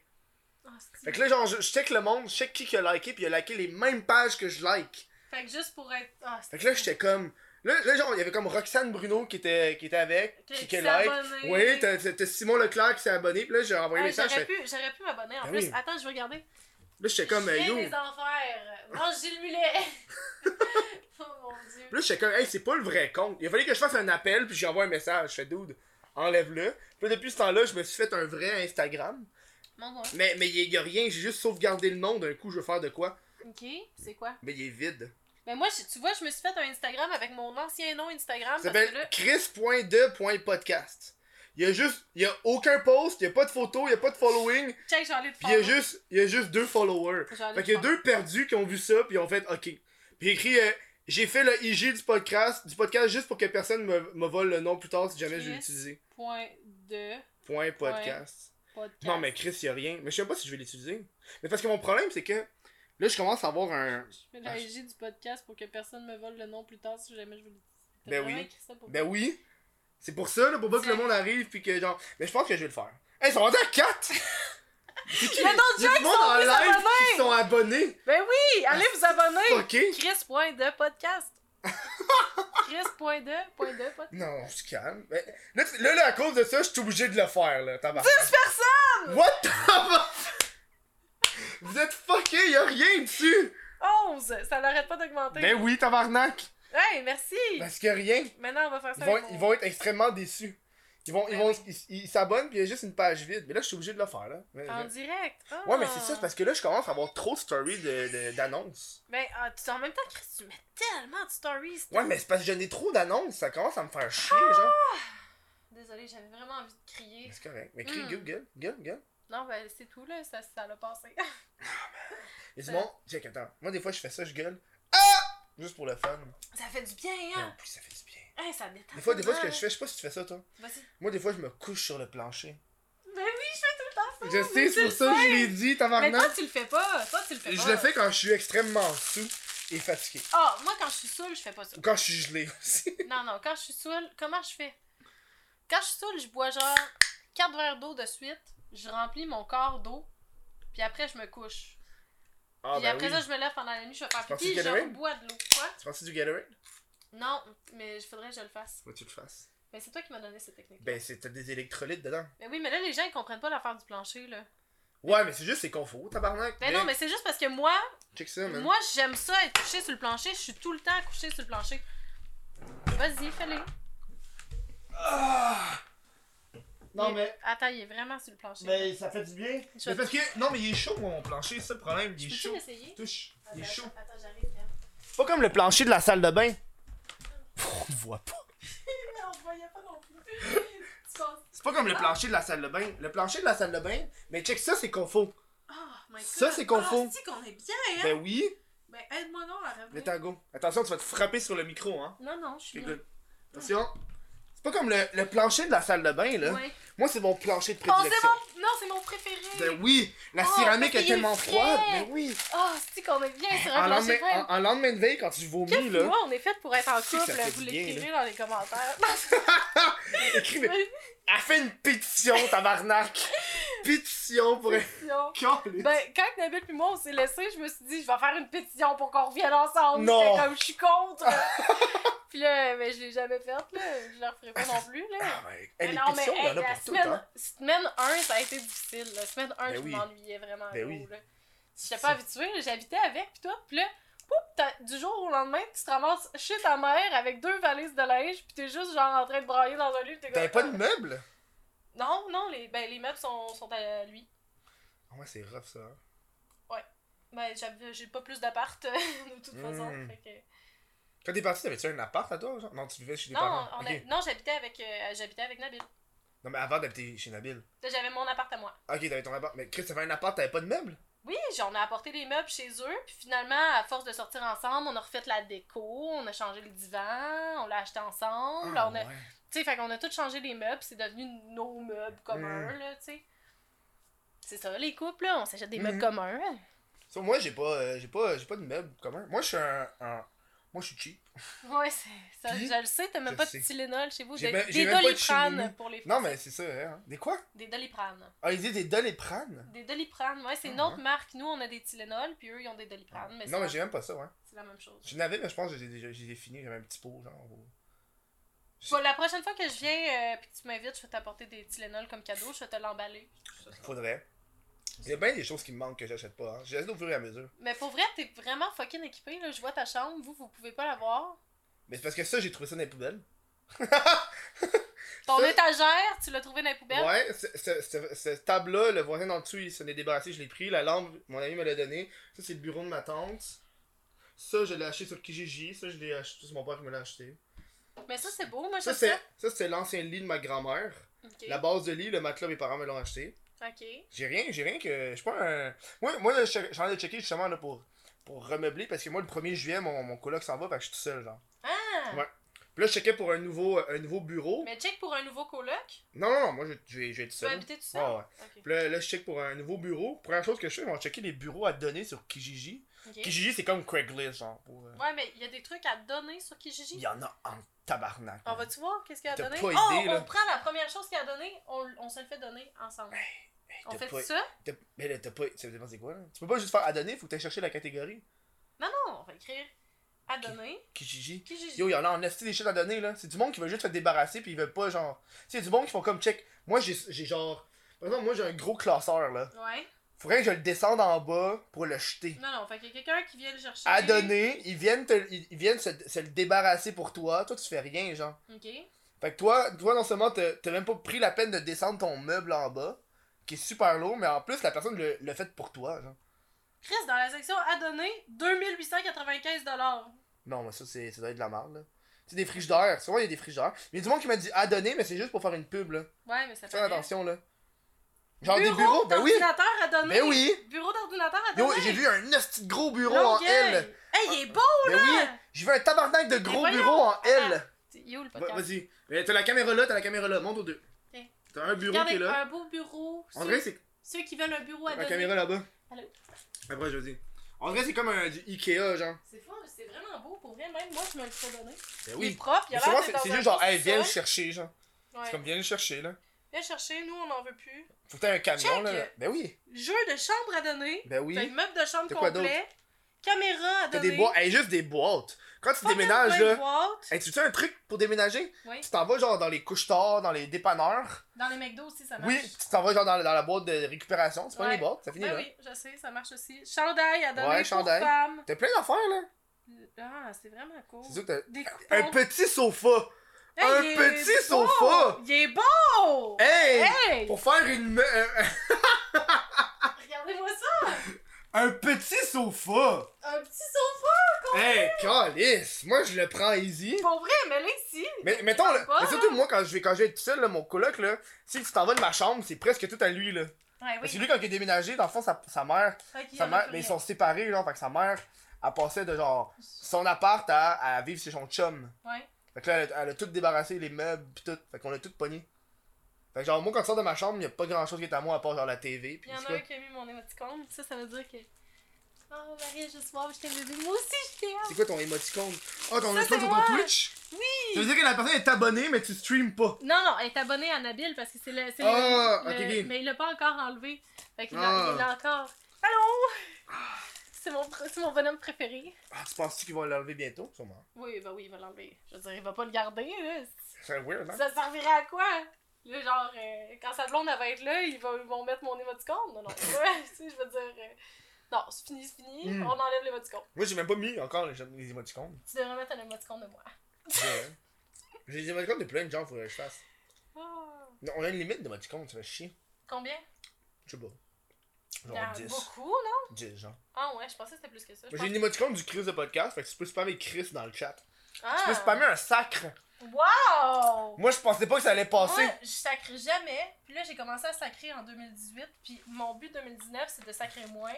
Speaker 2: Ah, c'est-
Speaker 1: Fait que là, genre, je, je check le monde, je check qui qui a liké, puis il a liké les mêmes pages que je like.
Speaker 2: juste pour être... Ah, c'est-
Speaker 1: Fait que là, j'étais comme. Là, là, genre, il y avait comme Roxane Bruno qui était, qui était avec,
Speaker 2: Qui-
Speaker 1: qui,
Speaker 2: qui
Speaker 1: qui
Speaker 2: s'est
Speaker 1: like.
Speaker 2: abonné.
Speaker 1: Oui, t'as- t'as t'as Simon Leclerc qui s'est abonné, puis là, j'ai envoyé
Speaker 2: Ah,
Speaker 1: un message.
Speaker 2: J'aurais
Speaker 1: fait-
Speaker 2: pu, j'aurais pu m'abonner en
Speaker 1: Ben
Speaker 2: plus.
Speaker 1: oui.
Speaker 2: Attends, je vais regarder.
Speaker 1: Là, j'étais comme,
Speaker 2: J'ai
Speaker 1: hey, yo.
Speaker 2: les enfers! Mangez le mulet! oh mon dieu.
Speaker 1: Puis là, j'étais comme, hey, c'est pas le vrai compte. Il a fallu que je fasse un appel, puis j'envoie un message. Je fais, dude, enlève-le. Puis là, depuis ce temps-là, je me suis fait un vrai Instagram.
Speaker 2: Mon dieu.
Speaker 1: Mais il mais y a rien, j'ai juste sauvegardé le nom, d'un coup, je veux faire de quoi.
Speaker 2: Ok, c'est quoi?
Speaker 1: Mais il est vide.
Speaker 2: Ben moi, je- tu vois, je me suis fait un Instagram avec mon ancien nom Instagram.
Speaker 1: Ça
Speaker 2: parce que
Speaker 1: s'appelle
Speaker 2: là...
Speaker 1: chris.de.podcast. Il y a juste, il y a aucun post, il y a pas de photo, il y a pas de following,
Speaker 2: Check, j'en ai de
Speaker 1: puis il y a juste, il y a juste deux followers. Fait qu'il y a deux perdus qui ont vu ça puis ils ont fait OK. Puis il écrit euh, j'ai fait le IG du podcast, du podcast juste pour que personne me, me vole le nom plus tard si jamais je vais
Speaker 2: Chris.
Speaker 1: l'utiliser.
Speaker 2: Point de
Speaker 1: Point podcast.
Speaker 2: podcast.
Speaker 1: Non mais Chris, il y a rien. Mais je sais pas si je vais l'utiliser. Mais parce que mon problème c'est que là je commence à avoir un
Speaker 2: Je fais la régie du podcast pour que personne me vole le nom plus tard si jamais je veux le T'as
Speaker 1: Ben
Speaker 2: vraiment
Speaker 1: oui.
Speaker 2: écrit ça pour-
Speaker 1: Ben oui. C'est pour ça, là, pour pas que le monde arrive puis que genre. Mais je pense que je vais le faire. Hey, ça va à 4! C'est qui?
Speaker 2: Il y a d'autres
Speaker 1: Il y a
Speaker 2: gens
Speaker 1: du
Speaker 2: qui
Speaker 1: monde
Speaker 2: sont
Speaker 1: en
Speaker 2: plus
Speaker 1: live qui sont abonnés.
Speaker 2: Ben oui, allez vous abonner.
Speaker 1: Ok.
Speaker 2: Chris.de.podcast. Chris.de.podcast.
Speaker 1: Non, on se calme. Mais Là, tu- là, là, à cause de ça, je suis obligé de le faire, là, tabarnak.
Speaker 2: 10 personnes!
Speaker 1: What the fuck? Vous êtes fucké, y'a rien dessus!
Speaker 2: 11! Ça n'arrête pas d'augmenter.
Speaker 1: Ben oui, tabarnak!
Speaker 2: Hey, merci!
Speaker 1: Parce que rien.
Speaker 2: Maintenant, on va faire ça.
Speaker 1: Ils vont,
Speaker 2: avec
Speaker 1: ils
Speaker 2: mon-
Speaker 1: vont être extrêmement déçus. Ils vont, ils
Speaker 2: Ben
Speaker 1: vont,
Speaker 2: oui.
Speaker 1: ils ils s'abonnent puis il y a juste une page vide. Mais là, je suis obligé de le faire, là. Mais-
Speaker 2: En
Speaker 1: mais-
Speaker 2: direct. Ah.
Speaker 1: Ouais, mais c'est ça, c'est parce que là, je commence à avoir trop de stories de- de- d'annonces.
Speaker 2: Ben, ah, tu- en même temps, Chris, tu mets tellement de stories.
Speaker 1: ouais, mais c'est parce que j'en ai trop d'annonces, ça commence à me faire chier, genre.
Speaker 2: Désolée, j'avais vraiment envie de
Speaker 1: Mais
Speaker 2: crier.
Speaker 1: C'est correct. Mais crie,
Speaker 2: Mm.
Speaker 1: gueule, gueule, gueule, gueule.
Speaker 2: Non, ben, c'est tout, là. Ça, ça l'a passé.
Speaker 1: Il y a
Speaker 2: Ça-
Speaker 1: du monde. Check, attends. Moi, des fois, je fais ça, je gueule. Ah! Juste pour le fun.
Speaker 2: ça fait du bien,
Speaker 1: Mais en
Speaker 2: hein?
Speaker 1: plus, ça fait du bien.
Speaker 2: Hey, ça détend.
Speaker 1: Des fois, des fois, ce que
Speaker 2: tellement,
Speaker 1: je fais, je sais pas si tu fais ça, toi.
Speaker 2: là. Vas-y.
Speaker 1: Moi, des fois, je me couche sur le plancher.
Speaker 2: Ben oui, je fais tout le temps ça.
Speaker 1: Je sais,
Speaker 2: Ah, mais
Speaker 1: c'est
Speaker 2: tu
Speaker 1: pour
Speaker 2: le
Speaker 1: ça que
Speaker 2: fais.
Speaker 1: je l'ai dit,
Speaker 2: Mais toi,
Speaker 1: tabarnak.
Speaker 2: tu le fais pas. Toi, tu le fais pas.
Speaker 1: Je le fais quand je suis extrêmement sous et fatigué.
Speaker 2: Ah, moi, quand je suis saoule, je fais pas ça.
Speaker 1: Ou quand je suis gelé aussi.
Speaker 2: Non, non, quand je suis saoule, comment je fais? Quand je suis saoule, je bois genre 4 verres d'eau de suite, je remplis mon corps d'eau, puis après je me couche.
Speaker 1: Ah,
Speaker 2: puis après ça, je me lève pendant la nuit, je vais faire
Speaker 1: Tu penses
Speaker 2: pipi,
Speaker 1: que
Speaker 2: je
Speaker 1: Gatorade?
Speaker 2: rebois de l'eau. Quoi?
Speaker 1: Tu penses du Gatorade?
Speaker 2: Non, mais il faudrait que je le fasse.
Speaker 1: Faut que tu le fasses.
Speaker 2: Mais c'est toi qui m'as donné cette technique.
Speaker 1: Ben, c'est t'as des électrolytes dedans.
Speaker 2: Mais oui, mais là, les gens, ils comprennent pas l'affaire du plancher, là.
Speaker 1: Ouais, mais c'est juste, c'est confort, tabarnak.
Speaker 2: Ben non, mais c'est juste parce que moi,
Speaker 1: Check ça, man.
Speaker 2: moi, j'aime ça être couché sur le plancher, je suis tout le temps couché sur le plancher. Vas-y, fais-le.
Speaker 1: Ah! Non,
Speaker 2: Il-
Speaker 1: mais.
Speaker 2: Attends, il est vraiment sur le plancher.
Speaker 1: Mais ça fait du bien.
Speaker 2: Je
Speaker 1: Mais
Speaker 2: vais-
Speaker 1: parce que. Non, mais il est chaud, moi, mon plancher, c'est ça le problème. Il est
Speaker 2: Peux-tu
Speaker 1: chaud.
Speaker 2: l'essayer?
Speaker 1: Touche. Il est
Speaker 2: Attends,
Speaker 1: chaud.
Speaker 2: Attends, j'arrive, regarde.
Speaker 1: Pas comme le plancher de la salle de bain. On le voit pas.
Speaker 2: On le voyait pas non plus. Tu penses-
Speaker 1: C'est pas comme le plancher de la salle de bain. Le plancher de la salle de bain, mais check ça, c'est confort.
Speaker 2: Oh my god.
Speaker 1: Ça, c'est confond.
Speaker 2: Ah, c'est qu'on est bien, hein? Ben,
Speaker 1: Ben oui.
Speaker 2: aide-moi non à
Speaker 1: Mais
Speaker 2: revenir.
Speaker 1: t'as go. Attention, tu vas te frapper sur le micro, hein.
Speaker 2: Non, non, je suis
Speaker 1: T'es
Speaker 2: bien.
Speaker 1: good. Attention. C'est pas comme le, le plancher de la salle de bain, là.
Speaker 2: Ouais.
Speaker 1: Moi, c'est mon plancher de
Speaker 2: Oh, c'est
Speaker 1: prédilection.
Speaker 2: mon... Non, c'est mon préféré.
Speaker 1: Ben oui, la
Speaker 2: Oh, parce
Speaker 1: céramique est
Speaker 2: qu'il est
Speaker 1: tellement
Speaker 2: frais.
Speaker 1: froide. Ben oui.
Speaker 2: Oh, c'est qu'on est bien sur
Speaker 1: En
Speaker 2: un
Speaker 1: lendemain,
Speaker 2: plancher de
Speaker 1: Ah, en- en lendemain de veille, quand tu vomis, là,
Speaker 2: Moi, on est fait pour être en
Speaker 1: C'est que ça
Speaker 2: couple.
Speaker 1: fait
Speaker 2: Vous
Speaker 1: du
Speaker 2: l'écrirez
Speaker 1: bien,
Speaker 2: dans les commentaires.
Speaker 1: écris, mais elle fait une pétition, tabarnak. pétition pour un
Speaker 2: Pétition.
Speaker 1: câlisse.
Speaker 2: Ben, quand Nabil puis moi, on s'est laissés, je me suis dit, je vais faire une pétition pour qu'on revienne ensemble.
Speaker 1: Non.
Speaker 2: J'étais comme, je suis contre. puis là, mais je l'ai jamais faite, là. Je la referai pas non plus, là.
Speaker 1: Ah, ben, elle
Speaker 2: Mais
Speaker 1: est
Speaker 2: non, mais,
Speaker 1: pétition, il y en
Speaker 2: hey,
Speaker 1: a
Speaker 2: la
Speaker 1: pour tout,
Speaker 2: semaine,
Speaker 1: hein.
Speaker 2: Semaine 1, ça a été difficile. La semaine 1,
Speaker 1: Ben
Speaker 2: je
Speaker 1: oui.
Speaker 2: m'ennuyais vraiment.
Speaker 1: Ben
Speaker 2: gros,
Speaker 1: oui.
Speaker 2: là. J'étais pas habituée, là, j'habitais avec, pis toi, pis là, pouf, t'as- du jour au lendemain, tu te ramasses chez ta mère avec deux valises de linge, pis t'es juste genre en train de brailler dans un livre, t'es
Speaker 1: T'avais
Speaker 2: comme...
Speaker 1: Ben,
Speaker 2: ah.
Speaker 1: pas de meubles?
Speaker 2: Non, non, les, ben, les meubles sont, sont à lui.
Speaker 1: Ah ouais, c'est rough, ça. hein.
Speaker 2: Ben, j'avais- j'ai pas plus d'appart, de toute façon,
Speaker 1: Mm.
Speaker 2: fait que-
Speaker 1: Quand t'es parti, t'avais-tu un appart à toi? Genre? Non, tu vivais chez tes
Speaker 2: Non,
Speaker 1: parents.
Speaker 2: on
Speaker 1: Ok.
Speaker 2: a- non j'habitais avec, euh, j'habitais avec Nabil.
Speaker 1: Non, mais avant d'habiter chez Nabil.
Speaker 2: Là, J'avais mon appart à moi.
Speaker 1: Ok, t'avais ton appart. Mais Chris, t'avais un appart, t'avais pas de meubles?
Speaker 2: Oui, j'en ai apporté les meubles chez eux, puis finalement, à force de sortir ensemble, on a refait la déco, on a changé le divan, on l'a acheté ensemble,
Speaker 1: Ah,
Speaker 2: on a,
Speaker 1: ouais.
Speaker 2: tu sais, fait qu'on a tout changé les meubles, c'est devenu nos meubles communs
Speaker 1: Hmm.
Speaker 2: là, tu sais. C'est ça, les couples là, on s'achète des
Speaker 1: Mhm.
Speaker 2: meubles communs. hein.
Speaker 1: Ça, moi, j'ai pas, euh, j'ai pas, j'ai pas de meubles communs. Moi, je suis un, un- Moi, je suis cheap.
Speaker 2: Ouais, c'est ça,
Speaker 1: Puis,
Speaker 2: je le sais, t'as même
Speaker 1: je
Speaker 2: pas
Speaker 1: sais.
Speaker 2: de Tylenol chez vous,
Speaker 1: J'ai
Speaker 2: des,
Speaker 1: même- j'ai
Speaker 2: des
Speaker 1: même pas de Chimini.
Speaker 2: Doliprane pour les
Speaker 1: Non, mais c'est ça, hein. Des quoi?
Speaker 2: des Doliprane.
Speaker 1: Ah, il dit des Doliprane?
Speaker 2: Des Doliprane, ouais, c'est
Speaker 1: Ah,
Speaker 2: une autre
Speaker 1: ouais. Ah.
Speaker 2: marque, nous on a des Tylenol, puis eux ils ont des Doliprane, mais
Speaker 1: non, mais
Speaker 2: c'est
Speaker 1: j'ai même pas ça, ouais.
Speaker 2: c'est la même chose.
Speaker 1: Je n'avais, mais je pense que j'ai déjà j'ai fini, j'avais un petit pot, genre. au-
Speaker 2: Bon, la prochaine fois que je viens euh, puis que tu m'invites, je vais t'apporter des Tylenol comme cadeau, je vais te l'emballer.
Speaker 1: Faudrait. Il y a bien des choses qui me manquent que j'achète pas, hein. Je laisse au fur et à mesure.
Speaker 2: Mais pour vrai, t'es vraiment fucking équipé, là. Je vois ta chambre, vous, vous pouvez pas la voir.
Speaker 1: Mais c'est parce que ça, j'ai trouvé ça dans les poubelles.
Speaker 2: Ton
Speaker 1: Ça-
Speaker 2: étagère, tu l'as trouvé dans les poubelles.
Speaker 1: Ouais, ce, ce, ce- ce table-là, le voisin d'en dessous, il s'en est débarrassé, je l'ai pris. La lampe, mon ami me l'a donné. Ça, c'est le bureau de ma tante. Ça, je l'ai acheté sur Kijiji. Ça, je l'ai acheté, c'est mon père qui me l'a acheté.
Speaker 2: Mais ça, c'est beau, moi, je
Speaker 1: Ça,
Speaker 2: trouve
Speaker 1: c'est
Speaker 2: ça.
Speaker 1: ça, c'est l'ancien lit de ma grand-mère.
Speaker 2: Ok.
Speaker 1: La base de lit, le matelas, mes parents me l'ont acheté.
Speaker 2: Ok.
Speaker 1: J'ai rien, j'ai rien que. Je suis pas un. Moi, moi là, je suis en train de checker justement là, pour, pour remeubler parce que moi, le 1er juillet, mon, mon coloc s'en va parce que je suis tout seul, genre.
Speaker 2: Ah!
Speaker 1: Ouais. Puis là, je checkais pour un nouveau, un nouveau bureau.
Speaker 2: Mais check pour un nouveau coloc.
Speaker 1: Non, non, non, moi, je, je vais- je vais être
Speaker 2: Tu vas
Speaker 1: seul. Ah,
Speaker 2: habiter tout seul?
Speaker 1: Ouais, ouais.
Speaker 2: Ok.
Speaker 1: Puis là, là, je check pour un nouveau bureau. Première chose que je fais, on va checker les bureaux à donner sur Kijiji.
Speaker 2: Ok.
Speaker 1: Kijiji, c'est comme Craigslist, genre. Pour, euh,
Speaker 2: Ouais, mais il y a des trucs à donner sur
Speaker 1: Il
Speaker 2: Kijiji. Ah,
Speaker 1: y en a en tabarnak.
Speaker 2: On
Speaker 1: hein.
Speaker 2: va-tu voir qu'est-ce qu'il y a
Speaker 1: T'as
Speaker 2: donné?
Speaker 1: pas
Speaker 2: oh,
Speaker 1: idée,
Speaker 2: on
Speaker 1: là.
Speaker 2: prend la première chose qu'il y a donné, on, on se le fait donner ensemble.
Speaker 1: Hey, hey,
Speaker 2: On
Speaker 1: T'as
Speaker 2: fait
Speaker 1: pas-
Speaker 2: ça?
Speaker 1: T'as- Mais là, t'as pas. Ça dépend c'est quoi, là. Tu peux pas juste faire à donner, faut que t'ailles chercher la catégorie.
Speaker 2: Non, non, on va écrire à donner.
Speaker 1: Kijiji.
Speaker 2: Qui j'ai
Speaker 1: Yo, y'en a en esti des shit à donner, là. C'est du monde qui veut juste se débarrasser, puis ils veulent pas, genre. Tu sais, du monde qui font comme check. Moi, j'ai j'ai genre. Par exemple, moi, j'ai un gros classeur, là.
Speaker 2: Ouais.
Speaker 1: Faudrait que je le descende en bas pour le jeter.
Speaker 2: Non, non, fait qu'il y a quelqu'un qui vient le chercher.
Speaker 1: À donner, ils viennent, te- ils ils viennent se, se le débarrasser pour toi. Toi, tu fais rien, genre.
Speaker 2: Ok.
Speaker 1: Fait que toi, toi non seulement t'as t'as même pas pris la peine de descendre ton meuble en bas, qui est super lourd, mais en plus, la personne le- l'a fait pour toi, genre.
Speaker 2: Chris, dans la section à donner, 2895
Speaker 1: Non, mais ça, c'est, ça doit être de la merde, là. C'est des frigidaires. Souvent, il y a des frigidaires. Mais il y a du monde qui m'a dit à donner, mais c'est juste pour faire une pub, là.
Speaker 2: Ouais, mais ça fait.
Speaker 1: Fais attention, là. Genre
Speaker 2: bureau
Speaker 1: des bureaux, ben oui!
Speaker 2: d'ordinateur à donner.
Speaker 1: Ben oui!
Speaker 2: Bureau d'ordinateur à
Speaker 1: Yo,
Speaker 2: donner.
Speaker 1: j'ai vu un hostie de gros bureau en
Speaker 2: Longueuil.
Speaker 1: L!
Speaker 2: Hey, il est beau!
Speaker 1: Ben oui! J'ai vu un tabarnak de gros
Speaker 2: voyons.
Speaker 1: bureaux en L!
Speaker 2: Yo, le
Speaker 1: Va-
Speaker 2: podcast.
Speaker 1: Vas-y, Mais t'as la caméra là, t'as la caméra là, monte aux deux.
Speaker 2: Ok.
Speaker 1: T'as un bureau
Speaker 2: Regardez, euh,
Speaker 1: qui est là.
Speaker 2: un beau bureau.
Speaker 1: On
Speaker 2: Ceux,
Speaker 1: dirait que c'est
Speaker 2: ceux qui veulent un bureau à
Speaker 1: la
Speaker 2: donner.
Speaker 1: caméra là-bas.
Speaker 2: Allô?
Speaker 1: Après, je dis. On dirait que c'est comme un du Ikea, genre.
Speaker 2: C'est fou, c'est vraiment beau. Pour vrai, même moi, je me le ferais donner.
Speaker 1: Ben
Speaker 2: Il est propre, il
Speaker 1: Mais
Speaker 2: a
Speaker 1: souvent,
Speaker 2: l'air
Speaker 1: c'est
Speaker 2: d'être dans
Speaker 1: c'est
Speaker 2: un
Speaker 1: juste genre,
Speaker 2: petit
Speaker 1: hey, viens le
Speaker 2: sol.
Speaker 1: chercher, genre.
Speaker 2: Ouais.
Speaker 1: C'est comme, viens le chercher, là.
Speaker 2: Viens chercher, nous, on n'en veut plus.
Speaker 1: Faut que t'aies un camion,
Speaker 2: Check.
Speaker 1: là. Ben oui!
Speaker 2: Jeu de chambre à donner.
Speaker 1: Ben
Speaker 2: T'as
Speaker 1: oui!
Speaker 2: une meuble de chambre
Speaker 1: T'as quoi
Speaker 2: complet. Caméra à
Speaker 1: T'as
Speaker 2: donner.
Speaker 1: des boîtes. Hey, juste des boîtes! Quand tu
Speaker 2: Fucking
Speaker 1: déménages,
Speaker 2: plein de
Speaker 1: là.
Speaker 2: boîtes.
Speaker 1: Hey, tu veux un truc pour déménager?
Speaker 2: Oui.
Speaker 1: Tu t'en vas, genre, dans les couches tard, dans les dépanneurs.
Speaker 2: Dans les McDo aussi, ça marche.
Speaker 1: Oui, tu t'en vas genre dans, dans la boîte de récupération, tu prends
Speaker 2: Ouais.
Speaker 1: les boîtes, ça finit
Speaker 2: Ben
Speaker 1: là.
Speaker 2: oui, je sais, ça marche aussi. Chandail à donner
Speaker 1: hein. Ouais,
Speaker 2: pour
Speaker 1: chandail.
Speaker 2: femmes.
Speaker 1: T'as plein d'affaires là.
Speaker 2: Ah, c'est vraiment cool.
Speaker 1: C'est sûr que t'as.
Speaker 2: Des coupons.
Speaker 1: Un petit sofa!
Speaker 2: Hey,
Speaker 1: un
Speaker 2: il est
Speaker 1: petit
Speaker 2: beau!
Speaker 1: sofa!
Speaker 2: Il est beau!
Speaker 1: Hey!
Speaker 2: Hey!
Speaker 1: Pour faire une. me- euh, euh,
Speaker 2: Regardez-moi ça!
Speaker 1: un petit sofa!
Speaker 2: Un petit sofa!
Speaker 1: Hey, calice! Moi je le prends easy.
Speaker 2: Pour vrai, mais là, ici!
Speaker 1: Mais mettons
Speaker 2: parle
Speaker 1: là,
Speaker 2: pas,
Speaker 1: mais surtout moi quand je vais quand je vais être tout seul là, mon coloc là, si tu t'en vas de ma chambre, c'est presque tout à lui là.
Speaker 2: Ouais,
Speaker 1: Parce que
Speaker 2: oui.
Speaker 1: lui quand il est déménagé, dans le fond sa, sa mère,
Speaker 2: Fait qu'il y
Speaker 1: sa
Speaker 2: en a
Speaker 1: mère,
Speaker 2: plus
Speaker 1: mais ils
Speaker 2: rien.
Speaker 1: sont séparés genre, fait que sa mère, elle passait de genre son appart à, à vivre chez son chum.
Speaker 2: Ouais.
Speaker 1: Fait que là, elle a, elle a tout débarrassé, les meubles, pis tout. Fait qu'on a tout pogné. Fait que genre, moi, quand je sors de ma chambre, y a pas grand chose qui est à moi à part genre la TV.
Speaker 2: Il
Speaker 1: Pis
Speaker 2: y en
Speaker 1: c'est
Speaker 2: a un
Speaker 1: quoi.
Speaker 2: qui a mis mon émoticône. Ça, ça veut dire que. Oh, Marie, je suis mort, je t'ai aidé. Moi aussi, je t'ai aidé.
Speaker 1: C'est quoi ton émoticône Ah, ton
Speaker 2: Ça,
Speaker 1: émoticône sur
Speaker 2: c'est
Speaker 1: ton
Speaker 2: moi.
Speaker 1: Twitch Oui Ça veut dire que la personne est abonnée, mais tu streams pas.
Speaker 2: Non, non, elle est abonnée à Nabil parce que c'est le. c'est
Speaker 1: Ah,
Speaker 2: le-
Speaker 1: ok,
Speaker 2: le-
Speaker 1: ok.
Speaker 2: Mais il l'a pas encore enlevé. Fait qu'il l'a-
Speaker 1: Ah.
Speaker 2: il l'a encore. Allô? C'est mon, pr- c'est mon bonhomme préféré.
Speaker 1: Ah, tu penses-tu qu'ils vont l'enlever bientôt Sûrement.
Speaker 2: Oui, bah oui, il va l'enlever. Je veux dire, il va pas le garder, là.
Speaker 1: C'est weird, hein
Speaker 2: Ça servirait à quoi? Là, genre, euh, quand sa blonde elle va être là, ils vont, ils vont mettre mon émoticône. Non, non. Ouais, tu sais, je veux dire. euh, Non, c'est fini, c'est fini.
Speaker 1: Mm.
Speaker 2: On enlève l'émoticône.
Speaker 1: Moi, j'ai même pas mis encore les, les émoticônes.
Speaker 2: Tu devrais mettre un émoticône de moi.
Speaker 1: Ouais, hein. J'ai des émoticônes de plein de gens, faudrait que je fasse.
Speaker 2: Ah.
Speaker 1: Non, on a une limite d'émoticônes, ça fait chier.
Speaker 2: Combien?
Speaker 1: Je sais pas.
Speaker 2: Il
Speaker 1: Genre
Speaker 2: y en a
Speaker 1: 10.
Speaker 2: beaucoup, non?
Speaker 1: 10, genre.
Speaker 2: Ah ouais, je pensais que c'était plus que ça. Je
Speaker 1: J'ai
Speaker 2: pense...
Speaker 1: une émoticône du Chris de podcast, fait que tu peux spammer Chris dans le chat. Tu peux
Speaker 2: Ah!
Speaker 1: spammer un sacre.
Speaker 2: Wow!
Speaker 1: Moi, je pensais pas que ça allait passer.
Speaker 2: Moi, je sacre jamais. Puis là, j'ai commencé à sacrer en 2018. Puis mon but 2019, c'est de sacrer moins.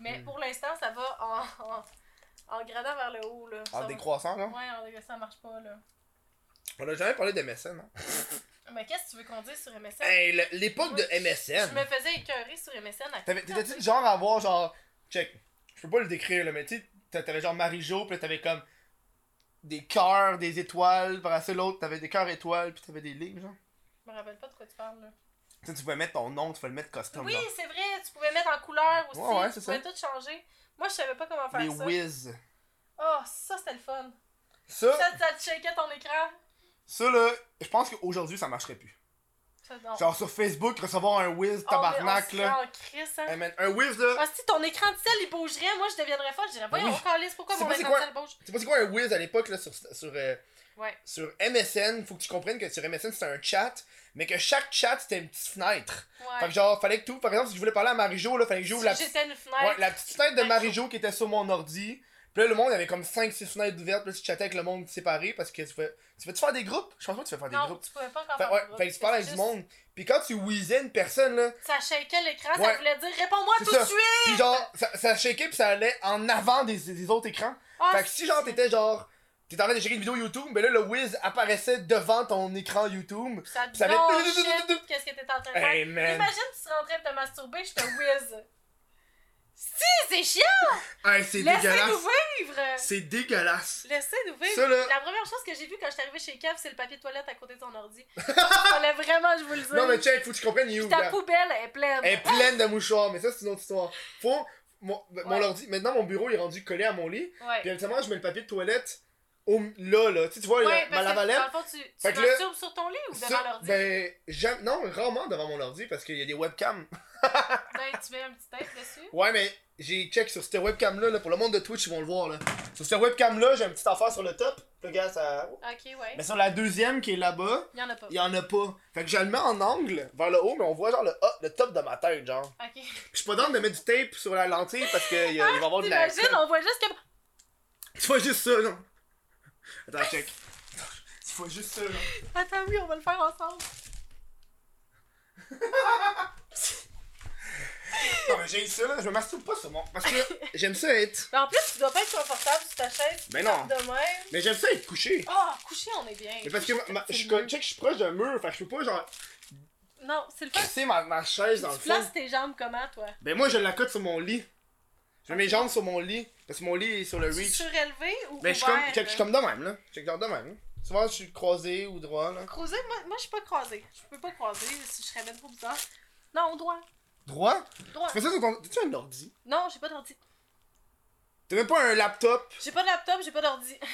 Speaker 2: Mais
Speaker 1: Mm.
Speaker 2: pour l'instant, ça va en, en, en gradant vers le haut. Là.
Speaker 1: En
Speaker 2: Ça-
Speaker 1: décroissant, là.
Speaker 2: Ouais, en décroissant, ça marche pas. là.
Speaker 1: On a jamais parlé de MSN, hein.
Speaker 2: Mais qu'est-ce que tu veux qu'on dise sur MSN?
Speaker 1: Hey, le- l'époque de
Speaker 2: Je me
Speaker 1: MSN.
Speaker 2: faisais écœurer sur MSN à
Speaker 1: T'avais- T'étais-tu du genre à avoir, genre. Check. Je peux pas le décrire, là, mais tu sais, t'a- t'avais genre Marie-Jo, pis là, t'avais comme. Des cœurs, des étoiles, par assez l'autre, t'avais des cœurs étoiles, pis t'avais des lignes, genre.
Speaker 2: Je me rappelle pas de quoi tu parles. Là.
Speaker 1: Tu sais, tu pouvais mettre ton nom, tu pouvais le mettre custom,
Speaker 2: Oui,
Speaker 1: genre.
Speaker 2: c'est vrai. Tu pouvais mettre en couleur aussi.
Speaker 1: Ouais, ouais,
Speaker 2: tu
Speaker 1: c'est
Speaker 2: pouvais tout changer. Moi, je savais pas comment faire
Speaker 1: Les
Speaker 2: ça.
Speaker 1: whiz.
Speaker 2: Oh, ça, c'était le fun.
Speaker 1: Ça,
Speaker 2: Ça, ça te checkait ton écran.
Speaker 1: ça, là, je pense qu'aujourd'hui, ça marcherait plus.
Speaker 2: Ça, non. Ah,
Speaker 1: Genre sur Facebook, recevoir un whiz
Speaker 2: Oh,
Speaker 1: tabarnak, là.
Speaker 2: En crise, hein.
Speaker 1: Hey, man, un whiz, là.
Speaker 2: Ah, si ton écran de sel il bougerait, moi je deviendrais folle. Je dirais, voyons,
Speaker 1: Ben Oui.
Speaker 2: on calisse, pourquoi
Speaker 1: C'est
Speaker 2: mon
Speaker 1: pas c'est
Speaker 2: écran
Speaker 1: quoi?
Speaker 2: de sel bouge
Speaker 1: Tu sais pas c'est quoi un whiz à l'époque là sur sur, euh,
Speaker 2: Ouais.
Speaker 1: sur MSN, faut que tu comprennes que sur MSN c'était un chat, mais que chaque chat c'était une petite fenêtre. Fait
Speaker 2: Ouais.
Speaker 1: que genre fallait que tout, par exemple si je voulais parler à Marie-Jo là, fallait que j'ouvre la,
Speaker 2: Si
Speaker 1: petite-
Speaker 2: j'étais une
Speaker 1: ouais,
Speaker 2: fenêtre.
Speaker 1: la petite fenêtre de
Speaker 2: Marie-Jo.
Speaker 1: Marie-Jo qui était sur mon ordi. Puis là le monde il y avait comme 5 6 fenêtres ouvertes, puis là tu chattais avec le monde séparé parce que tu fais tu fais tu faire des groupes, je pense pas que tu fais faire des
Speaker 2: non,
Speaker 1: groupes.
Speaker 2: tu pouvais pas encore
Speaker 1: Fait,
Speaker 2: faire
Speaker 1: ouais,
Speaker 2: de groupe,
Speaker 1: fait que tu parles
Speaker 2: c'est
Speaker 1: avec du
Speaker 2: juste-
Speaker 1: monde. Puis quand tu whizzais une personne là,
Speaker 2: Ça shakeait l'écran,
Speaker 1: Ouais.
Speaker 2: ça voulait dire, réponds-moi
Speaker 1: C'est
Speaker 2: tout
Speaker 1: ça.
Speaker 2: de suite.
Speaker 1: puis genre ça ça shakeait puis ça allait en avant des, des autres écrans.
Speaker 2: Ah,
Speaker 1: Fait que si genre t'étais genre. T'étais en train de checker une vidéo YouTube, mais là le whiz apparaissait devant ton écran YouTube.
Speaker 2: ça te
Speaker 1: ça avait-
Speaker 2: gâchait qu'est-ce que t'étais en train de faire.
Speaker 1: Hey man!
Speaker 2: Imagine, tu serais en train de te masturber, je te whiz. Si, c'est chiant!
Speaker 1: Hey, c'est
Speaker 2: Laissez-nous
Speaker 1: dégueulasse.
Speaker 2: vivre!
Speaker 1: C'est dégueulasse.
Speaker 2: Laissez-nous vivre!
Speaker 1: Ça, là-
Speaker 2: La première chose que j'ai vue quand j'étais arrivée chez Kev, c'est le papier de toilette à côté de ton ordi. Fallait vraiment, je vous le dis.
Speaker 1: Non, mais check, faut que tu comprennes, you.
Speaker 2: Puis ta poubelle est pleine.
Speaker 1: Elle est pleine de mouchoirs, mais ça, c'est une autre histoire. Faut. Mon, mon
Speaker 2: Ouais.
Speaker 1: ordi, maintenant, mon bureau il est rendu collé à mon lit.
Speaker 2: Ouais.
Speaker 1: Puis, habituellement, je mets le papier de toilette au, là, là. Tu, sais, tu vois,
Speaker 2: Ouais,
Speaker 1: la- ma
Speaker 2: parce que
Speaker 1: lavalette.
Speaker 2: dans le fond, tu, tu
Speaker 1: Fait que
Speaker 2: masturbes sur ton lit ou devant
Speaker 1: ça-
Speaker 2: l'ordi? Ben...
Speaker 1: ben, jamais- non, rarement devant mon ordi parce qu'il y a des webcams.
Speaker 2: Ben, tu mets un petit tape dessus.
Speaker 1: Ouais, mais j'ai check sur cette webcam-là, là, pour le monde de Twitch, ils vont le voir, là. Sur cette webcam-là, j'ai une petite affaire sur le top. Le gars, ça...
Speaker 2: Ok, ouais.
Speaker 1: Mais sur la deuxième qui est là-bas,
Speaker 2: Il y en a pas.
Speaker 1: il y en a pas. Fait que je le mets en angle, vers le haut, mais on voit genre le, haut- le top de ma tête, genre.
Speaker 2: Ok.
Speaker 1: Puis je suis pas dans de mettre du tape sur la lentille parce qu'il va y avoir de la...
Speaker 2: T'imagines, on voit juste que.
Speaker 1: Tu vois juste ça, non? Attends, check. Tu vois juste ça, non?
Speaker 2: Attends, oui, on va le faire ensemble.
Speaker 1: Non, mais j'ai ça, là, je me masturbe pas sur mon... Parce que j'aime ça être...
Speaker 2: Mais en plus, tu dois pas être confortable sur ta chaise.
Speaker 1: Ben non.
Speaker 2: De même.
Speaker 1: Mais j'aime ça être couché.
Speaker 2: Ah, couché, on est bien.
Speaker 1: Mais parce que ma- ma- je suis co- check, je suis proche d'un mur, fait que je peux pas genre
Speaker 2: Non, c'est le fait.
Speaker 1: casser ma, ma chaise dans le
Speaker 2: Tu
Speaker 1: fond.
Speaker 2: places tes jambes comment, toi?
Speaker 1: Ben moi je la cote sur mon lit. Je mets mes jambes sur mon lit. Parce que mon lit est sur le
Speaker 2: Tu
Speaker 1: reach.
Speaker 2: surélevé ou
Speaker 1: Ben je suis comme,
Speaker 2: ouvert,
Speaker 1: check, je suis
Speaker 2: là?
Speaker 1: comme de même là. Check genre de même. là. Souvent je suis croisé ou droit là.
Speaker 2: Croisé, moi, moi je suis pas croisée. Je peux pas croiser, je serais même trop bizarre. Non, droit.
Speaker 1: Droit?
Speaker 2: Droit.
Speaker 1: Tu fais ça sur ton. T'as-tu un ordi?
Speaker 2: Non, j'ai pas d'ordi.
Speaker 1: T'as même pas un laptop?
Speaker 2: J'ai pas de laptop, j'ai pas d'ordi.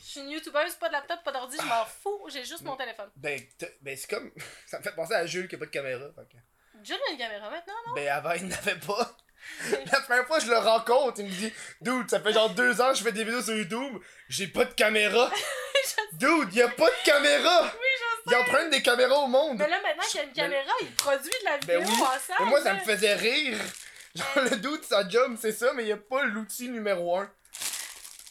Speaker 2: Je suis une youtubeuse, pas de laptop, pas d'ordi, je m'en fous, j'ai juste mon téléphone.
Speaker 1: Ben, t'as- ben c'est comme. ça me fait penser à Jules qui a pas de caméra. fait que-
Speaker 2: John a une caméra maintenant, non?
Speaker 1: Ben avant il n'avait pas. La première fois que je le rencontre, il me dit Dude, ça fait genre deux ans que je fais des vidéos sur YouTube, j'ai pas de caméra. Dude, y a pas de caméra!
Speaker 2: Oui, je
Speaker 1: Ils empruntent des caméras au monde.
Speaker 2: Mais Ben là, maintenant qu'il y a une
Speaker 1: Mais-
Speaker 2: caméra, il produit de la vidéo
Speaker 1: Ben oui,
Speaker 2: en salle.
Speaker 1: Mais moi, ça me
Speaker 2: là.
Speaker 1: faisait rire. Genre, le doute, sa job, c'est ça, mais il a pas l'outil numéro 1.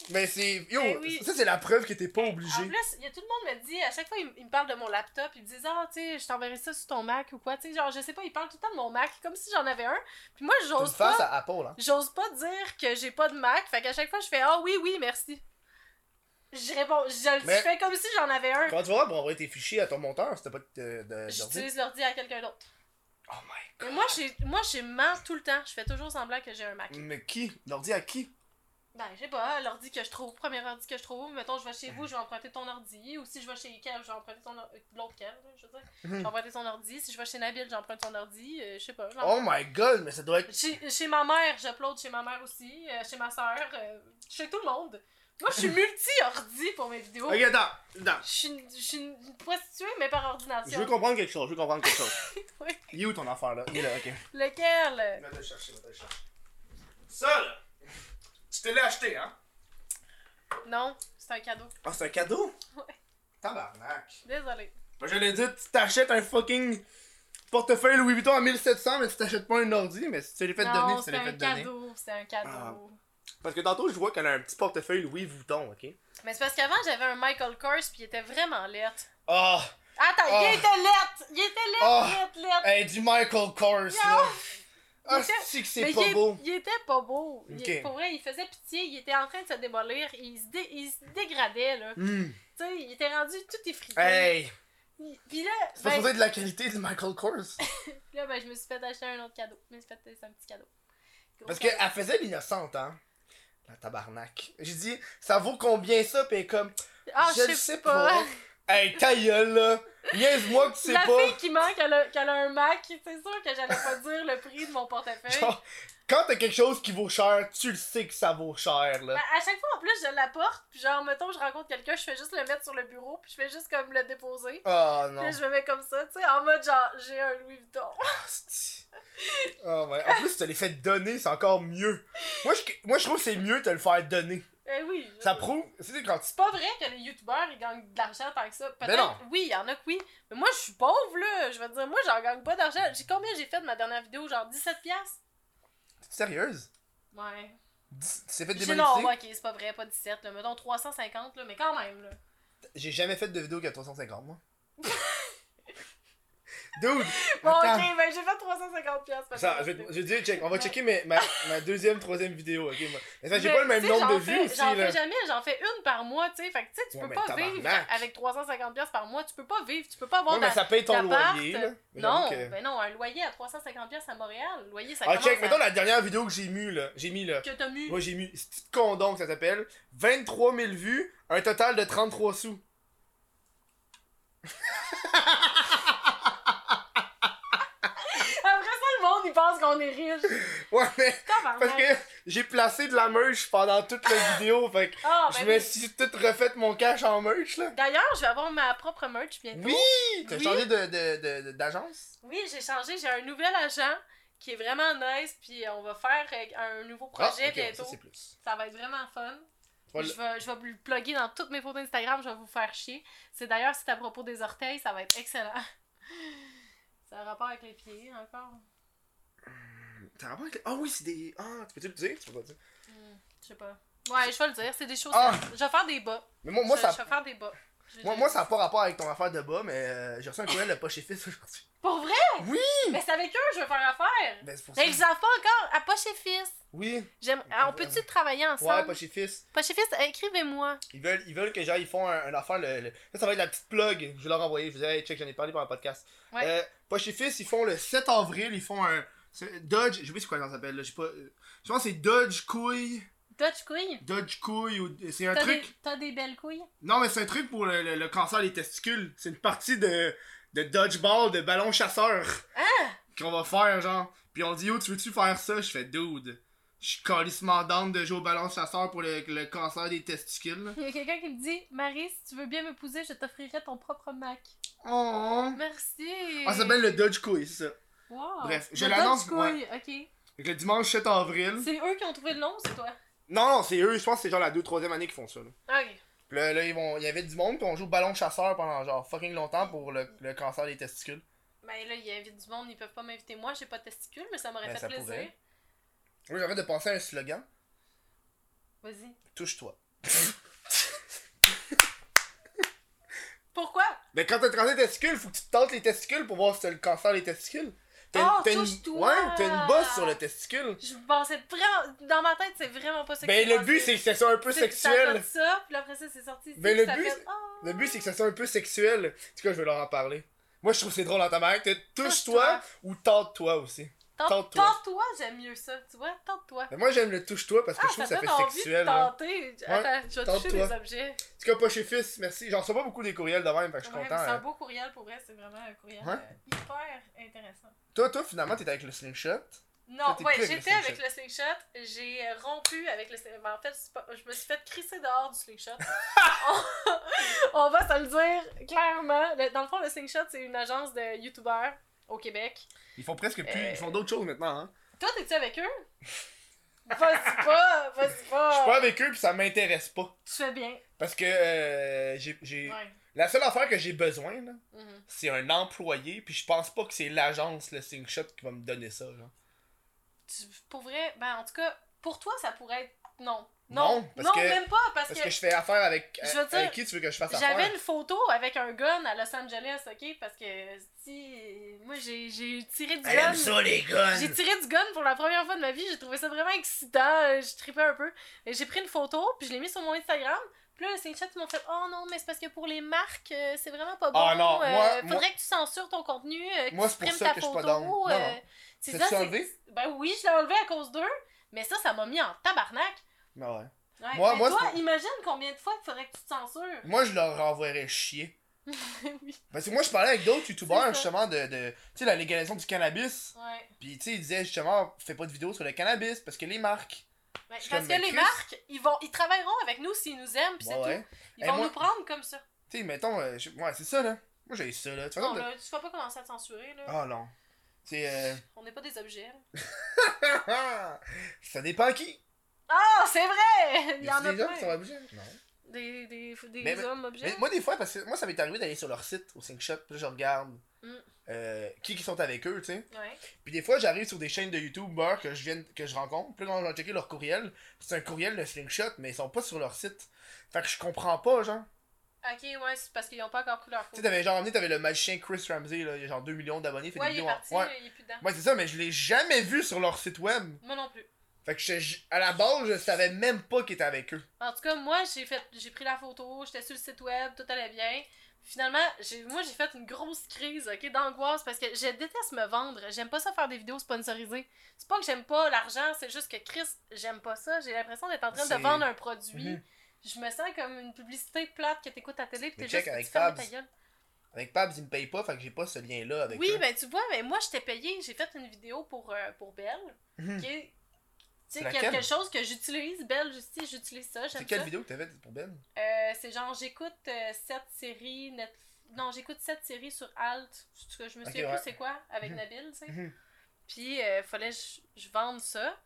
Speaker 1: Mais c'est. Yo,
Speaker 2: Ben oui.
Speaker 1: ça, c'est la preuve que t'es pas
Speaker 2: En
Speaker 1: obligé.
Speaker 2: plus, il y a tout le monde me dit, à chaque fois, il, m- il me parle de mon laptop, il me disent, ah, tu sais, je t'enverrai ça sur ton Mac ou quoi, tu sais, genre, je sais pas, il parle tout le temps de mon Mac, comme si j'en avais un. Puis moi,
Speaker 1: T'as une
Speaker 2: j'ose pas,
Speaker 1: face à Apple, hein.
Speaker 2: j'ose pas dire que j'ai pas de Mac, fait qu'à chaque fois, je fais, ah oui, oui, merci. Je réponds, je, le
Speaker 1: Mais-
Speaker 2: fais comme si j'en avais un.
Speaker 1: Comment tu vas voir pour envoyer tes fichiers à ton monteur si t'as pas de. de- d'ordi?
Speaker 2: J'utilise l'ordi à quelqu'un d'autre.
Speaker 1: Oh my
Speaker 2: Mais moi, j'ai, moi, j'ai mens tout le temps. Je fais toujours semblant que j'ai un Mac.
Speaker 1: god. Mais qui L'ordi à qui
Speaker 2: Ben, je sais pas, l'ordi que je trouve, premier ordi que je trouve, mettons, je vais chez vous, je vais emprunter ton ordi, ou si je vais chez Kev, je vais emprunter ton or- euh, l'autre Kev, là, je veux dire, je vais emprunter son ordi, si je vais chez Nabil, j'emprunte son ordi, euh, je sais pas. j'en-
Speaker 1: Oh my god, mais ça doit être.
Speaker 2: Chez, chez ma mère, j'upload chez ma mère aussi, euh, chez ma soeur, chez tout le monde. Moi, je suis multi-ordi pour mes vidéos.
Speaker 1: Ok, attends, attends.
Speaker 2: Je suis une- je suis une prostituée, mais par
Speaker 1: Je
Speaker 2: ordination.
Speaker 1: veux comprendre quelque chose, je veux comprendre quelque chose.
Speaker 2: Oui.
Speaker 1: Il est où ton affaire là Il est là, ok.
Speaker 2: Lequel?
Speaker 1: Va te le chercher, va te le chercher. Ça là Tu te l'as acheté, hein
Speaker 2: Non, c'est un cadeau.
Speaker 1: Ah, c'est un cadeau
Speaker 2: Ouais.
Speaker 1: Tabarnak.
Speaker 2: Désolée.
Speaker 1: Ben, je l'ai dit, tu t'achètes un fucking portefeuille Louis Vuitton à 1700, mais tu t'achètes pas un ordi, mais si tu l'as fait donner,
Speaker 2: non,
Speaker 1: tu te
Speaker 2: c'est
Speaker 1: l'as
Speaker 2: un
Speaker 1: fait donner. Ah.
Speaker 2: cadeau, c'est un cadeau.
Speaker 1: Parce que tantôt, je vois qu'elle a un petit portefeuille Louis Vuitton, ok?
Speaker 2: Mais c'est parce qu'avant, j'avais un Michael Kors, puis il était vraiment lettre.
Speaker 1: Ah!
Speaker 2: Attends,
Speaker 1: Ah.
Speaker 2: il était lettre! Il était lettre,
Speaker 1: Ah.
Speaker 2: lettre, lettre!
Speaker 1: Hey, du Michael Kors, là! Ah, c'est que c'est
Speaker 2: Mais
Speaker 1: pas
Speaker 2: il,
Speaker 1: beau!
Speaker 2: il était pas beau. Il-
Speaker 1: Ok.
Speaker 2: pour vrai, il faisait pitié, il était en train de se démolir, il se, dé- il se dégradait, là. Tu
Speaker 1: Hmm.
Speaker 2: sais, il était rendu tout effrité.
Speaker 1: Hey!
Speaker 2: Il- Puis là,
Speaker 1: C'est pas
Speaker 2: ben,
Speaker 1: supposé être de la qualité du Michael Kors!
Speaker 2: là, ben, je me suis fait acheter un autre cadeau. Je me suis fait acheter un petit cadeau. Gros
Speaker 1: Parce
Speaker 2: cadeau.
Speaker 1: qu'elle faisait l'innocente, hein? La tabarnak. J'ai dit, ça vaut combien ça? Pis elle est comme,
Speaker 2: Ah,
Speaker 1: je le sais pas. Hey, ta gueule, là! Niaise-moi que tu sais
Speaker 2: La
Speaker 1: pas!
Speaker 2: fille qui manque, elle a, qu'elle a un Mac, c'est sûr que j'allais pas dire le prix de mon portefeuille.
Speaker 1: Genre, quand t'as quelque chose qui vaut cher, tu le sais que ça vaut cher, là.
Speaker 2: Ben, à chaque fois, en plus, je l'apporte, puis genre, mettons, je rencontre quelqu'un, je fais juste le mettre sur le bureau, puis je fais juste comme le déposer.
Speaker 1: Oh
Speaker 2: Puis
Speaker 1: non.
Speaker 2: là, je me mets comme ça, tu sais, en mode genre, j'ai un Louis Vuitton.
Speaker 1: Asti. Oh, ouais. En plus, tu te les fait donner, c'est encore mieux. Moi je, moi, je trouve que c'est mieux de te le faire donner.
Speaker 2: Eh oui. je-
Speaker 1: Ça prouve. Tu sais, quand tu.
Speaker 2: C'est pas vrai que les youtubeurs, ils gagnent de l'argent tant que ça.
Speaker 1: Ben non.
Speaker 2: Peut-être, oui, il y en a que oui. Mais moi, je suis pauvre, là. Je veux dire, moi, j'en gagne pas d'argent. J'ai combien j'ai fait de ma dernière vidéo? Genre 17 piastres?
Speaker 1: T'es sérieuse?
Speaker 2: Ouais.
Speaker 1: Dix- Tu t'es fait
Speaker 2: J'ai non,
Speaker 1: démonétiser?
Speaker 2: ouais, ok, c'est pas vrai, pas 17, là. Mettons 350, là, mais quand même, là.
Speaker 1: J'ai jamais fait de vidéo qui a 350, moi. Dude!
Speaker 2: Bon,
Speaker 1: attends.
Speaker 2: ok, ben j'ai fait 350$ piastres parce
Speaker 1: Ça,
Speaker 2: que-
Speaker 1: je, vais te- je vais te dire, check, on va checker mes- ma, ma deuxième, troisième vidéo, ok? moi. Mais ça, Ben, j'ai
Speaker 2: Mais,
Speaker 1: pas le même
Speaker 2: tu sais,
Speaker 1: nombre de
Speaker 2: j'en fais-
Speaker 1: vues aussi,
Speaker 2: J'en fais
Speaker 1: là.
Speaker 2: jamais, j'en fais une par mois, tu sais. Fait que tu sais, tu
Speaker 1: Ouais,
Speaker 2: peux
Speaker 1: mais
Speaker 2: pas
Speaker 1: tabarnak.
Speaker 2: vivre avec 350$ piastres par mois. Tu peux pas vivre, tu peux pas avoir
Speaker 1: Ouais, mais ça paye ton
Speaker 2: d'appart,
Speaker 1: loyer, là. Mais
Speaker 2: Non,
Speaker 1: j'avoue que-
Speaker 2: ben non, un loyer à 350$ piastres à Montréal, le loyer, ça
Speaker 1: Ah,
Speaker 2: commence
Speaker 1: check,
Speaker 2: à-
Speaker 1: mettons la dernière vidéo que j'ai mis, là. J'ai mis, là.
Speaker 2: que t'as mis.
Speaker 1: Moi, j'ai mis ce petit condom que ça s'appelle. 23 000 vues, un total de 33 sous.
Speaker 2: Après ça, le monde, il pense qu'on est riche.
Speaker 1: Ouais, mais parce
Speaker 2: Tabarnak.
Speaker 1: que j'ai placé de la merch pendant toute la vidéo, fait que
Speaker 2: Ah,
Speaker 1: je
Speaker 2: ben
Speaker 1: me
Speaker 2: oui.
Speaker 1: suis tout refait mon cash en merch, là.
Speaker 2: D'ailleurs, je vais avoir ma propre merch bientôt.
Speaker 1: Oui! T'as
Speaker 2: Oui.
Speaker 1: changé de- de- de- d'agence?
Speaker 2: Oui, j'ai changé, j'ai un nouvel agent qui est vraiment nice, puis on va faire euh, un nouveau projet
Speaker 1: Ah, ok,
Speaker 2: bientôt.
Speaker 1: Ça, c'est
Speaker 2: Ça,
Speaker 1: plus.
Speaker 2: va être vraiment fun.
Speaker 1: Tu vas le-
Speaker 2: Je vais, je vais vous le plugger dans toutes mes photos Instagram, je vais vous faire chier. C'est d'ailleurs, c'est à propos des orteils, ça va être excellent. Ça a rapport avec les pieds, encore.
Speaker 1: T'as rapport avec- Ah oui, c'est des. Ah, tu peux-tu le dire? Tu peux pas le dire.
Speaker 2: Hmm, je sais pas. Ouais, je vais le dire, c'est des choses.
Speaker 1: Ah!
Speaker 2: Je vais faire des bas.
Speaker 1: Mais moi, moi,
Speaker 2: je,
Speaker 1: ça,
Speaker 2: je vais faire des bas. Je-
Speaker 1: moi, moi, ça n'a pas rapport avec ton affaire de bas, mais euh, j'ai reçu un courriel de pas chez fils aujourd'hui.
Speaker 2: Pour vrai?
Speaker 1: Oui!
Speaker 2: Mais c'est avec eux, je vais faire affaire.
Speaker 1: Ben, c'est pour ça.
Speaker 2: Mais ils savent pas encore, à Poche et Fils.
Speaker 1: Oui,
Speaker 2: J'aime... ah, On peut-tu travailler
Speaker 1: ouais,
Speaker 2: ensemble?
Speaker 1: pas chez fils.
Speaker 2: Poche et Fils, écrivez-moi.
Speaker 1: Ils veulent, ils veulent que j'aille, ils font un, un affaire. Le, le- Ça, ça va être la petite plug. Je vais leur envoyer. Je vous ai check, j'en ai parlé pendant le podcast.
Speaker 2: Ouais.
Speaker 1: Euh, pas chez fils, ils font le 7 avril, ils font un. c'est- Dodge, je sais pas c'est quoi ça s'appelle là, j'ai pas. euh, Je pense que c'est Dodge Couille.
Speaker 2: Dutch couille?
Speaker 1: Dodge Couille ou. C'est un
Speaker 2: T'as
Speaker 1: truc.
Speaker 2: des, t'as des belles couilles?
Speaker 1: Non, mais c'est un truc pour le, le- le cancer des testicules. C'est une partie de, de dodgeball, de ballon chasseur.
Speaker 2: Ah!
Speaker 1: Qu'on va faire, genre. Puis on dit, yo, tu veux-tu faire ça? Je fais, dude, je suis calissement down de jouer au ballon chasseur pour le, le cancer des testicules.
Speaker 2: Il y a quelqu'un qui me dit Marie, si tu veux bien m'épouser, je t'offrirai ton propre Mac.
Speaker 1: Oh!
Speaker 2: Merci!
Speaker 1: Ah, ça s'appelle le Dodge Quiz, c'est ça.
Speaker 2: Wow!
Speaker 1: Bref, je
Speaker 2: Le
Speaker 1: l'annonce,
Speaker 2: Dutch couille, ok.
Speaker 1: Fait que le dimanche 7 avril.
Speaker 2: C'est eux qui ont trouvé le nom, c'est toi?
Speaker 1: Non, non, c'est eux, je pense que c'est genre la 2-3ème année qu'ils font ça. Là.
Speaker 2: Ok.
Speaker 1: Puis Là, là, ils vont... il y avait du monde, puis on joue au ballon chasseur pendant genre fucking longtemps pour le, le cancer des testicules.
Speaker 2: Ben là, il y invite du monde, ils peuvent pas m'inviter. Moi, j'ai pas de testicules, mais ça m'aurait
Speaker 1: Ben,
Speaker 2: fait
Speaker 1: ça
Speaker 2: plaisir.
Speaker 1: pourrait. Oui, j'arrête de penser à un slogan.
Speaker 2: Vas-y.
Speaker 1: Touche-toi.
Speaker 2: Pourquoi?
Speaker 1: Mais quand t'as le cancer des testicules, faut que tu te tentes les testicules pour voir si t'as le cancer des testicules. T'as
Speaker 2: Oh,
Speaker 1: t'as une...
Speaker 2: touche-toi!
Speaker 1: Ouais, t'as une bosse sur le testicule.
Speaker 2: Je pensais vraiment. Dans ma tête, c'est vraiment pas ça
Speaker 1: Ben
Speaker 2: j'ai
Speaker 1: le but
Speaker 2: pensé.
Speaker 1: c'est que ça soit un peu
Speaker 2: C'est que ça a
Speaker 1: sexuel.
Speaker 2: fait ça, puis après ça, c'est sorti.
Speaker 1: Ben,
Speaker 2: ici,
Speaker 1: le
Speaker 2: ça
Speaker 1: but,
Speaker 2: fait-
Speaker 1: c'est-
Speaker 2: Ah!
Speaker 1: Le but c'est que ça soit un peu sexuel. En tout cas, je vais leur en parler. Moi je trouve que c'est drôle en tabarnak. t'as Touche-toi
Speaker 2: Touche-toi.
Speaker 1: ou tente-toi aussi.
Speaker 2: Tente-
Speaker 1: Tente-toi.
Speaker 2: Tente-toi, j'aime mieux ça, tu vois? Tente-toi.
Speaker 1: Mais moi j'aime le touche-toi parce que
Speaker 2: Ah,
Speaker 1: je trouve que ça
Speaker 2: ça
Speaker 1: fait
Speaker 2: donne envie de
Speaker 1: sexuel. hein.
Speaker 2: tenter. Attends, je vais toucher
Speaker 1: tente-toi.
Speaker 2: des objets.
Speaker 1: En tout cas, pas chez fils, merci. J'en reçois pas beaucoup des courriels de même, fait que je suis
Speaker 2: Ouais, mais
Speaker 1: content.
Speaker 2: C'est un
Speaker 1: hein.
Speaker 2: beau courriel pour vrai, c'est vraiment un courriel
Speaker 1: Ouais.
Speaker 2: euh, hyper intéressant.
Speaker 1: Toi, toi finalement t'es avec le slingshot. Toi,
Speaker 2: Non,
Speaker 1: t'es
Speaker 2: ouais,
Speaker 1: plus avec
Speaker 2: j'étais
Speaker 1: le
Speaker 2: avec le slingshot, j'ai euh, rompu avec le slingshot. En fait, c'est pas- je me suis fait crisser dehors du slingshot. on, on va se le dire clairement. Le- dans le fond, le slingshot, c'est une agence de youtubeurs au Québec.
Speaker 1: Ils font presque plus.
Speaker 2: Euh.
Speaker 1: Ils font d'autres choses maintenant. Hein.
Speaker 2: Toi, t'es-tu avec eux? Vas-y pas, vas-y
Speaker 1: Je suis
Speaker 2: pas.
Speaker 1: pas avec eux puis ça m'intéresse pas.
Speaker 2: Tu fais bien.
Speaker 1: Parce que euh, j'ai. j'ai-
Speaker 2: Ouais.
Speaker 1: La seule affaire que j'ai besoin là.
Speaker 2: Mhm.
Speaker 1: c'est un employé, puis je pense pas que c'est l'agence, le Slingshot, qui va me donner ça. Là.
Speaker 2: Tu- pour vrai, ben en tout cas, pour toi, ça pourrait être non.
Speaker 1: Non,
Speaker 2: Non,
Speaker 1: parce
Speaker 2: non,
Speaker 1: que-
Speaker 2: même pas, parce,
Speaker 1: Parce
Speaker 2: que
Speaker 1: que je fais affaire avec, euh,
Speaker 2: Je veux
Speaker 1: avec
Speaker 2: dire,
Speaker 1: qui tu veux que je fasse
Speaker 2: J'avais
Speaker 1: affaire.
Speaker 2: une photo avec un gun à Los Angeles, ok? Parce que, si. Moi, j'ai j'ai tiré du gun.
Speaker 1: les guns!
Speaker 2: J'ai tiré du gun pour la première fois de ma vie. J'ai trouvé ça vraiment excitant. euh, Je tripais un peu. Et j'ai pris une photo, puis je l'ai mis sur mon Instagram. Puis là, les chats m'ont fait Oh non, mais c'est parce que pour les marques, euh, c'est vraiment pas bon. euh,
Speaker 1: Ah non, moi-
Speaker 2: faudrait
Speaker 1: moi-
Speaker 2: que tu censures ton contenu. euh, que
Speaker 1: Moi,
Speaker 2: tu
Speaker 1: c'est pour
Speaker 2: supprimes
Speaker 1: ça
Speaker 2: ta
Speaker 1: que je suis
Speaker 2: photo.
Speaker 1: pas down. Non,
Speaker 2: euh,
Speaker 1: non.
Speaker 2: c'est
Speaker 1: T'as-tu
Speaker 2: ça, c'est-
Speaker 1: enlevé?
Speaker 2: Ben oui, je l'ai enlevé à cause d'eux. Mais ça, ça m'a mis en tabarnak.
Speaker 1: Non, Ah ouais.
Speaker 2: Ouais,
Speaker 1: Moi-
Speaker 2: mais
Speaker 1: moi,
Speaker 2: toi,
Speaker 1: c'est-
Speaker 2: imagine combien de fois il faudrait que tu te censures.
Speaker 1: Moi, je leur renvoierais chier.
Speaker 2: oui.
Speaker 1: Parce que moi, je parlais avec d'autres youtubeurs,
Speaker 2: ça.
Speaker 1: justement, de, de tu sais, la légalisation du cannabis.
Speaker 2: Ouais.
Speaker 1: Puis, tu sais, ils disaient, justement, fais pas de vidéos sur le cannabis, parce que les marques.
Speaker 2: Ouais,
Speaker 1: Je suis comme,
Speaker 2: parce que
Speaker 1: mais
Speaker 2: les
Speaker 1: Chris-
Speaker 2: marques, ils vont, ils travailleront avec nous s'ils nous aiment, pis c'est
Speaker 1: Bah Ouais, ouais.
Speaker 2: tout. Ils
Speaker 1: Hey,
Speaker 2: vont
Speaker 1: moi-
Speaker 2: nous prendre comme ça.
Speaker 1: Tu sais, mettons, euh, je- ouais, c'est ça, là. Moi, j'ai ça, là. Tu vois,
Speaker 2: Non,
Speaker 1: comme de-
Speaker 2: là, tu vas pas commencer à te censurer, là.
Speaker 1: Ah, non. C'est. Euh...
Speaker 2: On n'est pas des objets. là.
Speaker 1: ça dépend à qui.
Speaker 2: Ah, c'est vrai! Il
Speaker 1: Y
Speaker 2: y en
Speaker 1: a
Speaker 2: a
Speaker 1: des gens qui sont
Speaker 2: plein.
Speaker 1: obligés? Non.
Speaker 2: Des, des, des
Speaker 1: Mais- mais-
Speaker 2: hommes
Speaker 1: Mais
Speaker 2: objets.
Speaker 1: moi, des fois, parce que moi, ça m'est arrivé d'aller sur leur site au 5 Shot, puis là, je regarde
Speaker 2: Mm.
Speaker 1: euh, qui qui sont avec eux, tu sais.
Speaker 2: Ouais.
Speaker 1: Puis des fois, j'arrive sur des chaînes de YouTubeurs que je viens que je rencontre, puis là, quand j'ai checké leur courriel, c'est un courriel de Slingshot, mais ils sont pas sur leur site. Fait que je comprends pas, genre.
Speaker 2: Ok, ouais, c'est parce qu'ils n'ont pas encore pris leur
Speaker 1: Tu
Speaker 2: photo.
Speaker 1: sais, t'avais genre amené, t'avais le magicien Chris Ramsey, là, il y a genre 2 millions d'abonnés, il fait
Speaker 2: Ouais,
Speaker 1: des
Speaker 2: il est
Speaker 1: vidéos
Speaker 2: parti,
Speaker 1: en... Ouais,
Speaker 2: il est plus dedans.
Speaker 1: Ouais, c'est ça, mais je l'ai jamais vu sur leur site web.
Speaker 2: Moi non plus.
Speaker 1: Fait que je- à la base, je savais même pas qu'il était avec eux.
Speaker 2: En tout cas, moi, j'ai fait, j'ai pris la photo, j'étais sur le site web, tout allait bien. Finalement, j'ai, moi, j'ai fait une grosse crise, ok, d'angoisse, parce que je déteste me vendre. J'aime pas ça faire des vidéos sponsorisées. C'est pas que j'aime pas l'argent, c'est juste que Chris, j'aime pas ça. J'ai l'impression d'être en train
Speaker 1: C'est-
Speaker 2: de vendre un produit.
Speaker 1: Mhm.
Speaker 2: Je me sens comme une publicité plate que t'écoutes à télé, pis
Speaker 1: Mais
Speaker 2: t'es
Speaker 1: check
Speaker 2: juste
Speaker 1: avec
Speaker 2: tu fermes
Speaker 1: Fabs.
Speaker 2: ta gueule.
Speaker 1: Avec Pabs, ils me payent pas, fait que j'ai pas ce lien-là avec
Speaker 2: Oui,
Speaker 1: eux.
Speaker 2: ben tu vois, mais moi, j'étais payée. J'ai fait une vidéo pour, euh, pour Belle,
Speaker 1: Mhm.
Speaker 2: qui est, tu sais,
Speaker 1: Laquelle?
Speaker 2: quelque chose que j'utilise. Belle, Justice, j'utilise ça, j'aime
Speaker 1: C'est quelle
Speaker 2: ça.
Speaker 1: vidéo que t'avais pour Ben?
Speaker 2: Euh, c'est genre j'écoute euh, sept séries net... non j'écoute sept séries sur Alt en tout cas, je me
Speaker 1: Ok,
Speaker 2: souviens
Speaker 1: ouais.
Speaker 2: plus c'est quoi avec
Speaker 1: Mhm.
Speaker 2: Nabil tu sais
Speaker 1: Mhm.
Speaker 2: puis euh, fallait que je- je vende ça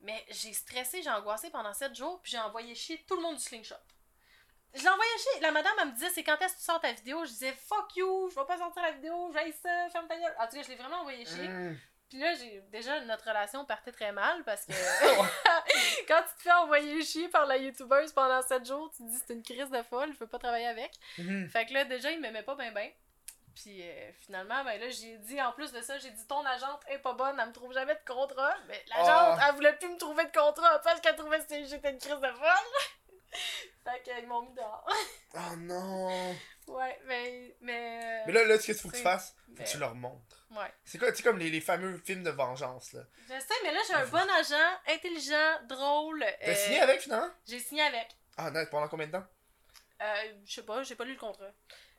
Speaker 2: mais j'ai stressé j'ai angoissé pendant sept jours puis j'ai envoyé chier tout le monde du slingshot je l'ai envoyé chier la madame elle me disait c'est quand est-ce que tu sors ta vidéo je disais fuck you je vais pas sortir la vidéo j'aille ça ferme ta gueule en tout cas je l'ai vraiment envoyé chier
Speaker 1: Mhm.
Speaker 2: puis là j'ai déjà notre relation partait très mal parce que quand tu te fais envoyer chier par la youtubeuse pendant 7 jours, tu te dis c'est une crise de folle, je veux pas travailler avec.
Speaker 1: Mhm.
Speaker 2: Fait que là, déjà, il m'aimait pas ben ben. Puis euh, finalement, ben là, j'ai dit, en plus de ça, j'ai dit ton agente est pas bonne, elle me trouve jamais de contrat. Mais l'agente,
Speaker 1: Ah.
Speaker 2: elle voulait plus me trouver de contrat parce qu'elle trouvait que j'étais une crise de folle. fait qu'ils m'ont mis dehors.
Speaker 1: Oh non!
Speaker 2: ouais, mais. Mais,
Speaker 1: Mais là, là, ce qu'il faut que tu
Speaker 2: Euh, C'est-
Speaker 1: fasses, faut
Speaker 2: mais-
Speaker 1: que tu leur montres.
Speaker 2: Ouais.
Speaker 1: C'est quoi, tu sais, comme les, les fameux films de vengeance, là.
Speaker 2: Je sais, mais là, j'ai un bon agent, intelligent, drôle.
Speaker 1: T'as
Speaker 2: euh,
Speaker 1: signé avec, finalement?
Speaker 2: J'ai signé avec.
Speaker 1: Ah non, pendant combien de temps?
Speaker 2: Euh, je sais pas, j'ai pas lu le contrat.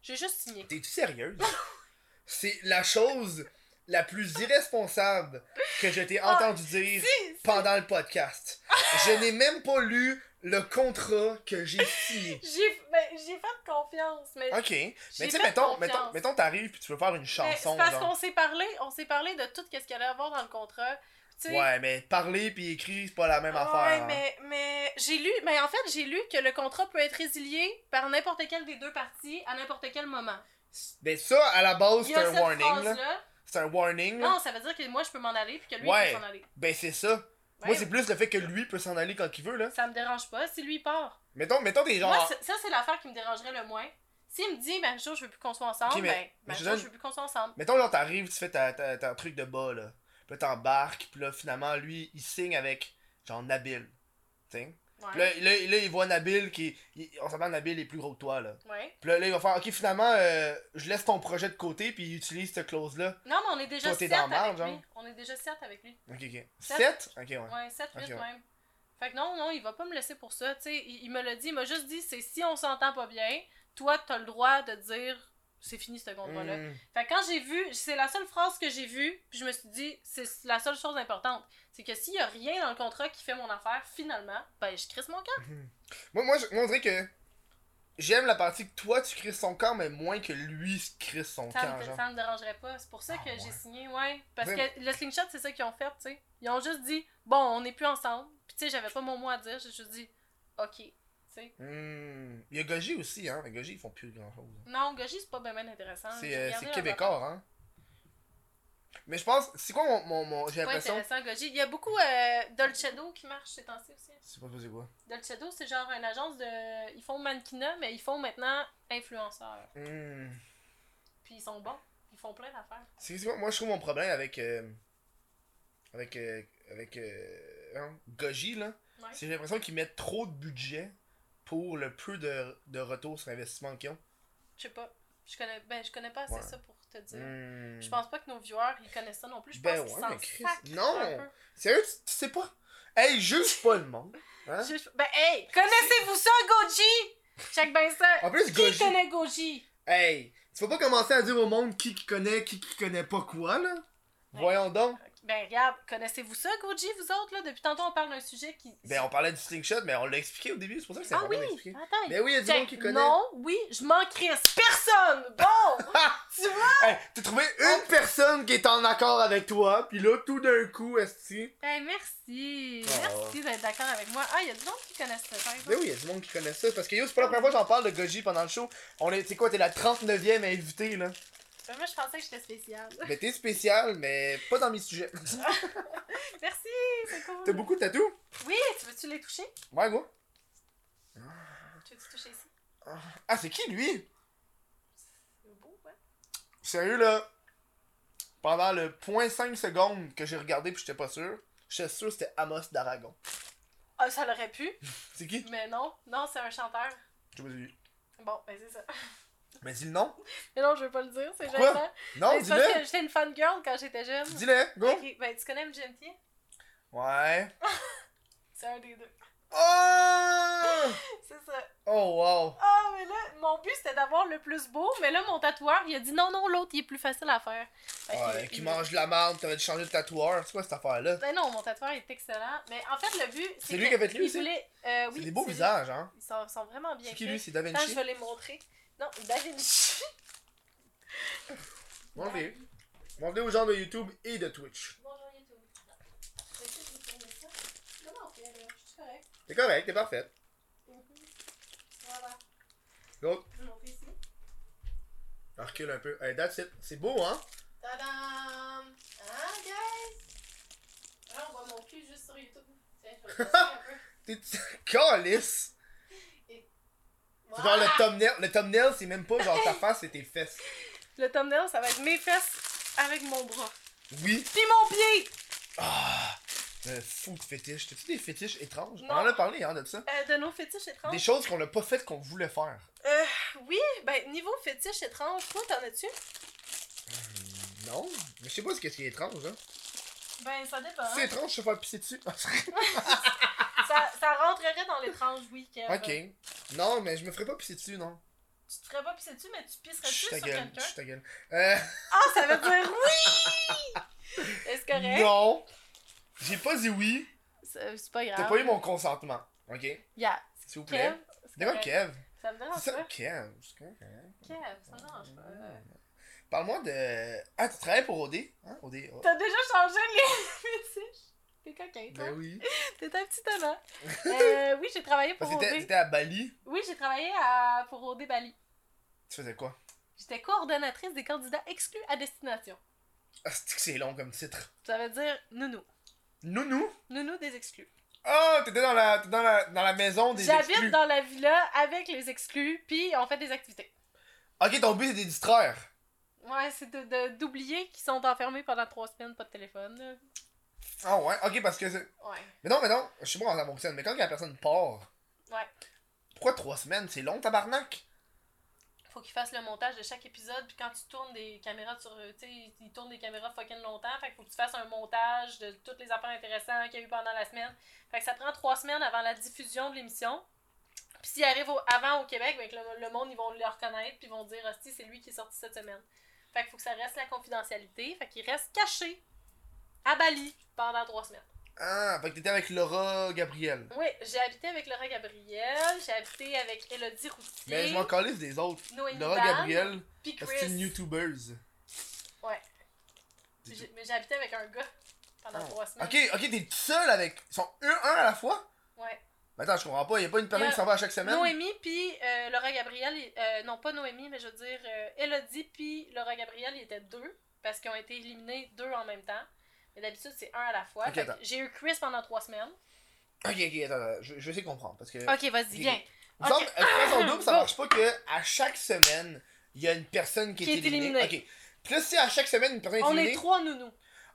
Speaker 2: J'ai juste signé.
Speaker 1: T'es-tu sérieuse? C'est la chose la plus irresponsable que je t'ai
Speaker 2: Ah,
Speaker 1: entendu dire pendant le podcast. Je n'ai même pas lu le contrat que j'ai signé.
Speaker 2: J'ai ben, j'ai fait confiance, mais.
Speaker 1: Ok.
Speaker 2: j'ai
Speaker 1: Mais tu sais,
Speaker 2: fait
Speaker 1: mettons,
Speaker 2: confiance.
Speaker 1: mettons, mettons, t'arrives puis tu veux faire une
Speaker 2: Mais
Speaker 1: chanson.
Speaker 2: c'est parce
Speaker 1: genre.
Speaker 2: qu'on s'est parlé, on s'est parlé de tout ce qu'il allait avoir dans le contrat. Tu sais,
Speaker 1: Ouais, mais parler puis écrire, c'est pas la même
Speaker 2: ouais,
Speaker 1: affaire. hein.
Speaker 2: mais, mais j'ai lu, mais en fait, j'ai lu que le contrat peut être résilié par n'importe quelle des deux parties à n'importe quel moment.
Speaker 1: Mais Ben, ça, à la base,
Speaker 2: Il y
Speaker 1: c'est
Speaker 2: a
Speaker 1: un
Speaker 2: cette
Speaker 1: warning, là.
Speaker 2: phrase-là.
Speaker 1: C'est un warning, là.
Speaker 2: Non, ça veut dire que moi je peux m'en aller puis que lui il
Speaker 1: Ouais.
Speaker 2: peut s'en aller.
Speaker 1: Ben, c'est ça.
Speaker 2: Ouais,
Speaker 1: Moi, c'est plus le fait que lui peut s'en aller quand il veut, là.
Speaker 2: Ça me dérange pas si lui il part.
Speaker 1: Mettons, mettons des gens.
Speaker 2: Moi, c'est- ça c'est l'affaire qui me dérangerait le moins. S'il me dit, ben, jour je veux plus qu'on soit ensemble,
Speaker 1: Ok, mais-
Speaker 2: ben,
Speaker 1: mais
Speaker 2: ben,
Speaker 1: je
Speaker 2: jour,
Speaker 1: donne-
Speaker 2: je veux plus qu'on soit ensemble.
Speaker 1: Mettons, genre, t'arrives, tu fais ta, ta, ta truc de bas, là. Puis là, t'embarques, puis là, finalement, lui, il signe avec, genre, Nabil. T'sais?
Speaker 2: Ouais.
Speaker 1: Puis là, là, là, il voit Nabil qui. il- on s'entend, Nabil est plus gros que toi, là.
Speaker 2: Ouais.
Speaker 1: Puis là, là, il va faire, ok, finalement, euh, je laisse ton projet de côté, puis il utilise cette clause-là.
Speaker 2: Non, mais on est déjà
Speaker 1: Toi, t'es
Speaker 2: 7
Speaker 1: dans
Speaker 2: avec
Speaker 1: la marge,
Speaker 2: lui.
Speaker 1: genre.
Speaker 2: On est déjà 7 avec lui.
Speaker 1: Ok, ok.
Speaker 2: Sept.
Speaker 1: 7 Ok, ouais.
Speaker 2: Ouais, 7, 8
Speaker 1: Ok, ouais.
Speaker 2: même. Fait que non, non, il va pas me laisser pour ça. Tu sais, il, il me l'a dit, il m'a juste dit, c'est si on s'entend pas bien, toi, t'as le droit de dire, c'est fini ce contrat-là.
Speaker 1: Hmm.
Speaker 2: Fait que quand j'ai vu, c'est la seule phrase que j'ai vue, puis je me suis dit, c'est la seule chose importante. C'est que s'il y a rien dans le contrat qui fait mon affaire, finalement, ben, je crisse mon camp.
Speaker 1: Hmm. Moi, moi, je- moi, on dirait que. J'aime la partie que toi, tu crises son camp, mais moins que lui se crisse son
Speaker 2: Ça,
Speaker 1: camp,
Speaker 2: me,
Speaker 1: genre.
Speaker 2: ça me dérangerait pas. C'est pour ça
Speaker 1: Ah,
Speaker 2: que
Speaker 1: ouais.
Speaker 2: j'ai signé, ouais. Parce
Speaker 1: Vraiment.
Speaker 2: que le slingshot, c'est ça qu'ils ont fait, tu sais. Ils ont juste dit, bon, on n'est plus ensemble. Puis tu sais, j'avais pas mon mot à dire, j'ai juste dit, ok, tu sais.
Speaker 1: Hmm. Il y a Gogi aussi, hein. Mais Gogi, ils font plus grand chose.
Speaker 2: Non, Gogi, c'est pas bien intéressant.
Speaker 1: C'est
Speaker 2: Ah, J'ai
Speaker 1: euh,
Speaker 2: regardé
Speaker 1: c'est
Speaker 2: leur
Speaker 1: québécois, hein. Mais je pense. C'est quoi mon. mon, mon- J'ai
Speaker 2: C'est pas
Speaker 1: l'impression.
Speaker 2: intéressant, Gogi. Il y a beaucoup euh, Dolcedo qui marche ces temps-ci aussi.
Speaker 1: C'est pas c'est quoi.
Speaker 2: Dolcedo, c'est genre une agence de. Ils font mannequinat, mais ils font maintenant influenceurs.
Speaker 1: Hmm.
Speaker 2: Puis ils sont bons. Ils font plein d'affaires.
Speaker 1: C'est c'est quoi Moi, je trouve mon problème avec. euh, Avec. euh, Avec. euh, hein, Gogi, là.
Speaker 2: Ouais.
Speaker 1: C'est que j'ai l'impression qu'ils mettent trop de budget pour le peu de, de retour sur investissement qu'ils ont.
Speaker 2: Je sais pas. Je connais, ben, je connais pas assez
Speaker 1: Ouais.
Speaker 2: ça pour te dire.
Speaker 1: Hmm.
Speaker 2: Je pense pas que nos viewers ils connaissent ça non plus. Je
Speaker 1: Ben
Speaker 2: pense
Speaker 1: ouais, mais Chris,
Speaker 2: qu'ils s'en
Speaker 1: non.
Speaker 2: sacrent un peu.
Speaker 1: Sérieux, tu, tu sais pas Hey, juge pas le monde. Hein?
Speaker 2: Je- Ben hey, connaissez-vous ça, Goji? Check ben ça.
Speaker 1: En plus,
Speaker 2: Qui
Speaker 1: Gogi.
Speaker 2: connaît Goji?
Speaker 1: Hey, tu vas pas commencer à dire au monde qui qui connaît, qui qui connaît pas quoi, là Voyons donc.
Speaker 2: Ben regarde, connaissez-vous ça, Goji, vous autres là? Depuis tantôt on parle d'un sujet qui.
Speaker 1: Ben, on parlait du slingshot, mais on l'a expliqué au début, c'est pour ça que c'est
Speaker 2: ah
Speaker 1: important
Speaker 2: oui!
Speaker 1: d'expliquer.
Speaker 2: Attends,
Speaker 1: Mais Ben oui, il y a du
Speaker 2: Tiens,
Speaker 1: monde qui connaît.
Speaker 2: Non, oui, je m'en crisse. Personne! Bon! tu vois? Oh!
Speaker 1: Hey, T'as trouvé une personne qui est en accord avec toi, puis là, tout d'un coup, esti.
Speaker 2: Ben, merci.
Speaker 1: Ah,
Speaker 2: Merci d'être d'accord avec moi. Ah, il y a du monde qui connaissent ça, par exemple.
Speaker 1: Mais Ben oui, il y a du monde qui connaît ça. Parce que yo, c'est pas la première fois que j'en parle de Goji pendant le show. On est, c'est quoi, t'es la 39e invitée, là.
Speaker 2: Ben, moi, je pensais que j'étais spéciale.
Speaker 1: Mais t'es spécial, mais pas dans mes sujets.
Speaker 2: merci, c'est cool.
Speaker 1: T'as beaucoup de tatous
Speaker 2: Oui, tu veux-tu les toucher?
Speaker 1: Ouais, gros.
Speaker 2: Tu veux-tu toucher ici?
Speaker 1: Ah, c'est qui lui
Speaker 2: C'est beau, hein?
Speaker 1: Sérieux là Pendant le 0.5 secondes que j'ai regardé puis j'étais pas sûr, j'étais sûr que c'était Amos d'Aragon.
Speaker 2: Ah, ça l'aurait pu,
Speaker 1: C'est qui
Speaker 2: mais non. Non, c'est un chanteur.
Speaker 1: Je me suis
Speaker 2: Bon, ben c'est ça.
Speaker 1: Mais dis le nom
Speaker 2: Mais non, je veux pas le dire, c'est
Speaker 1: Pourquoi? Ah,
Speaker 2: gênant.
Speaker 1: Non,
Speaker 2: Mais c'est parce
Speaker 1: dis-le
Speaker 2: que j'étais une fangirl quand j'étais jeune.
Speaker 1: Dis-le, go
Speaker 2: Ok, ben tu connais MGMT?
Speaker 1: Ouais.
Speaker 2: C'est un des deux.
Speaker 1: Oh
Speaker 2: C'est ça.
Speaker 1: Oh wow
Speaker 2: Ah, mais là, mon but c'était d'avoir le plus beau, mais là, mon tatoueur, il a dit non, non, l'autre, il est plus facile à faire. Fait que,
Speaker 1: Ouais,
Speaker 2: il-
Speaker 1: qui mange de la marde, t'avais dû changer de tatoueur, c'est quoi cette affaire là
Speaker 2: Ben non, mon tatoueur est excellent, mais en fait, le but.
Speaker 1: C'est lui qui a fait lui
Speaker 2: il
Speaker 1: aussi?
Speaker 2: voulait- euh, oui,
Speaker 1: C'est des beaux
Speaker 2: lui.
Speaker 1: visages, hein
Speaker 2: Ils sont, sont vraiment bien
Speaker 1: C'est qui
Speaker 2: faits.
Speaker 1: lui C'est Da
Speaker 2: Attends, je
Speaker 1: Vinci
Speaker 2: vais les montrer. Non, Da Vinci.
Speaker 1: Montrez. Montrez aux gens de YouTube et de Twitch.
Speaker 2: Bonjour YouTube. Je vais essayer de vous tourner ça. Comment on fait là Je suis correct.
Speaker 1: C'est correct, t'es parfaite.
Speaker 2: Voilà.
Speaker 1: Go.
Speaker 2: Je vais monter ici.
Speaker 1: Ah, Recule un peu. Hey, that's it. C'est beau, hein
Speaker 2: Tadam! Hein, guys? Là, on voit mon cul juste sur YouTube. Tiens, je vais le poster un peu.
Speaker 1: T'es calisse C'est genre le thumbnail. Le thumbnail, c'est même pas genre ta face, c'est tes fesses.
Speaker 2: Le thumbnail, ça va être mes fesses avec mon bras.
Speaker 1: Oui.
Speaker 2: Puis mon pied!
Speaker 1: Ah, le fou de fétiche. T'as-tu des fétiches étranges?
Speaker 2: Non.
Speaker 1: On en a parlé, hein, de ça.
Speaker 2: Euh, de nos fétiches étranges.
Speaker 1: Des choses qu'on n'a pas faites qu'on voulait faire.
Speaker 2: Euh, oui, ben, niveau fétiche étrange, toi, t'en as-tu?
Speaker 1: Non, mais je sais pas ce qu'est-ce qui est étrange, hein.
Speaker 2: Ben, ça dépend.
Speaker 1: C'est étrange, je vais faire pisser dessus.
Speaker 2: Ça, ça rentrerait dans l'étrange, oui, Kev.
Speaker 1: ok. Non, mais je me ferais pas pisser dessus, non.
Speaker 2: Tu te ferais pas pisser dessus, mais tu pisserais dessus
Speaker 1: Chut, ta
Speaker 2: sur
Speaker 1: gueule,
Speaker 2: quelqu'un.
Speaker 1: chut, ta gueule. Euh,
Speaker 2: Ah, ça veut dire oui! Est-ce correct?
Speaker 1: non. J'ai pas dit oui.
Speaker 2: C'est c'est pas grave.
Speaker 1: T'as pas eu mon consentement. Ok?
Speaker 2: Yeah.
Speaker 1: S'il vous plaît.
Speaker 2: Ah. Kev, Ah, c'est
Speaker 1: C'est quoi
Speaker 2: correct.
Speaker 1: Kev?
Speaker 2: Ça me dérange
Speaker 1: C'est ça,
Speaker 2: pas.
Speaker 1: Kev. C'est correct.
Speaker 2: Kev, ça me dérange pas. Euh,
Speaker 1: Parle-moi de. Ah, tu travailles pour OD? Hein? OD? oh.
Speaker 2: T'as déjà changé les fétiches. T'es coquin, toi.
Speaker 1: Ben oui.
Speaker 2: T'es un petit talent. Euh, oui, j'ai travaillé pour
Speaker 1: Parce que t'étais
Speaker 2: OD.
Speaker 1: t'étais à Bali.
Speaker 2: Oui, j'ai travaillé à... pour OD Bali.
Speaker 1: Tu faisais quoi?
Speaker 2: J'étais coordonnatrice des candidats exclus à destination.
Speaker 1: Ah, c'est que c'est long comme titre.
Speaker 2: Ça veut dire nounou.
Speaker 1: Nounou?
Speaker 2: Nounou des exclus.
Speaker 1: Ah, t'étais dans la, t'étais dans la, dans la maison des exclus.
Speaker 2: J'habite dans la villa avec les exclus, puis on fait des activités.
Speaker 1: Ok, ton but c'est de les distraire.
Speaker 2: Ouais, c'est de- de- d'oublier qu'ils sont enfermés pendant trois semaines, pas de téléphone. là.
Speaker 1: Ah ouais, ok, parce que. c'est-
Speaker 2: Ouais.
Speaker 1: Mais non, mais non, je sais pas comment ça fonctionne, mais quand la personne part.
Speaker 2: Ouais.
Speaker 1: Pourquoi trois semaines? C'est long, tabarnak?
Speaker 2: Faut qu'ils fassent le montage de chaque épisode, puis quand tu tournes des caméras sur. euh, Tu sais, ils- ils tournent des caméras fucking longtemps, fait qu'il faut que tu fasses un montage de toutes les affaires intéressantes qu'il y a eu pendant la semaine. Fait que ça prend trois semaines avant la diffusion de l'émission. Puis s'ils arrivent au- avant au Québec, ben que le, le monde, ils vont le reconnaître, puis ils vont dire Hostie, c'est lui qui est sorti cette semaine. Fait qu'il faut que ça reste la confidentialité, fait qu'il reste caché à Bali pendant trois semaines.
Speaker 1: Ah, fait que t'étais avec Laura Gabriel.
Speaker 2: Oui, j'ai habité avec Laura Gabriel, j'ai habité avec Elodie
Speaker 1: Mais
Speaker 2: Roussier,
Speaker 1: je m'en calisse des autres.
Speaker 2: Noémie
Speaker 1: Laura
Speaker 2: Barre,
Speaker 1: Gabriel,
Speaker 2: puis
Speaker 1: parce que c'est
Speaker 2: Chris.
Speaker 1: une youtubeuse.
Speaker 2: Ouais.
Speaker 1: C'est
Speaker 2: J'ai- Mais j'ai habité avec un gars pendant
Speaker 1: Ah.
Speaker 2: trois semaines.
Speaker 1: Ok, ok, t'es tout seul avec. Ils sont un, un à la fois?
Speaker 2: Ouais.
Speaker 1: Mais attends, je comprends pas, y a pas une personne
Speaker 2: Y a
Speaker 1: qui s'en va à chaque semaine?
Speaker 2: Noémie puis euh, Laura Gabriel, ils- euh, non pas Noémie, mais je veux dire euh, Elodie puis Laura Gabriel, ils étaient deux parce qu'ils ont été éliminés deux en même temps. Mais d'habitude, c'est un à la fois.
Speaker 1: Ok,
Speaker 2: Fait que
Speaker 1: attends.
Speaker 2: J'ai eu Chris pendant trois semaines.
Speaker 1: Ok, ok, attends, attends, je, je vais essayer de comprendre parce que.
Speaker 2: Ok, vas-y,
Speaker 1: ok.
Speaker 2: viens.
Speaker 1: Il me semble,
Speaker 2: ok.
Speaker 1: euh, de façon double, ça
Speaker 2: Go.
Speaker 1: marche pas que à chaque semaine, il y a une personne qui,
Speaker 2: Qui
Speaker 1: est,
Speaker 2: est
Speaker 1: éliminée.
Speaker 2: éliminée.
Speaker 1: Ok. Plus si à chaque semaine une personne est
Speaker 2: On
Speaker 1: éliminée.
Speaker 2: est trois nounous.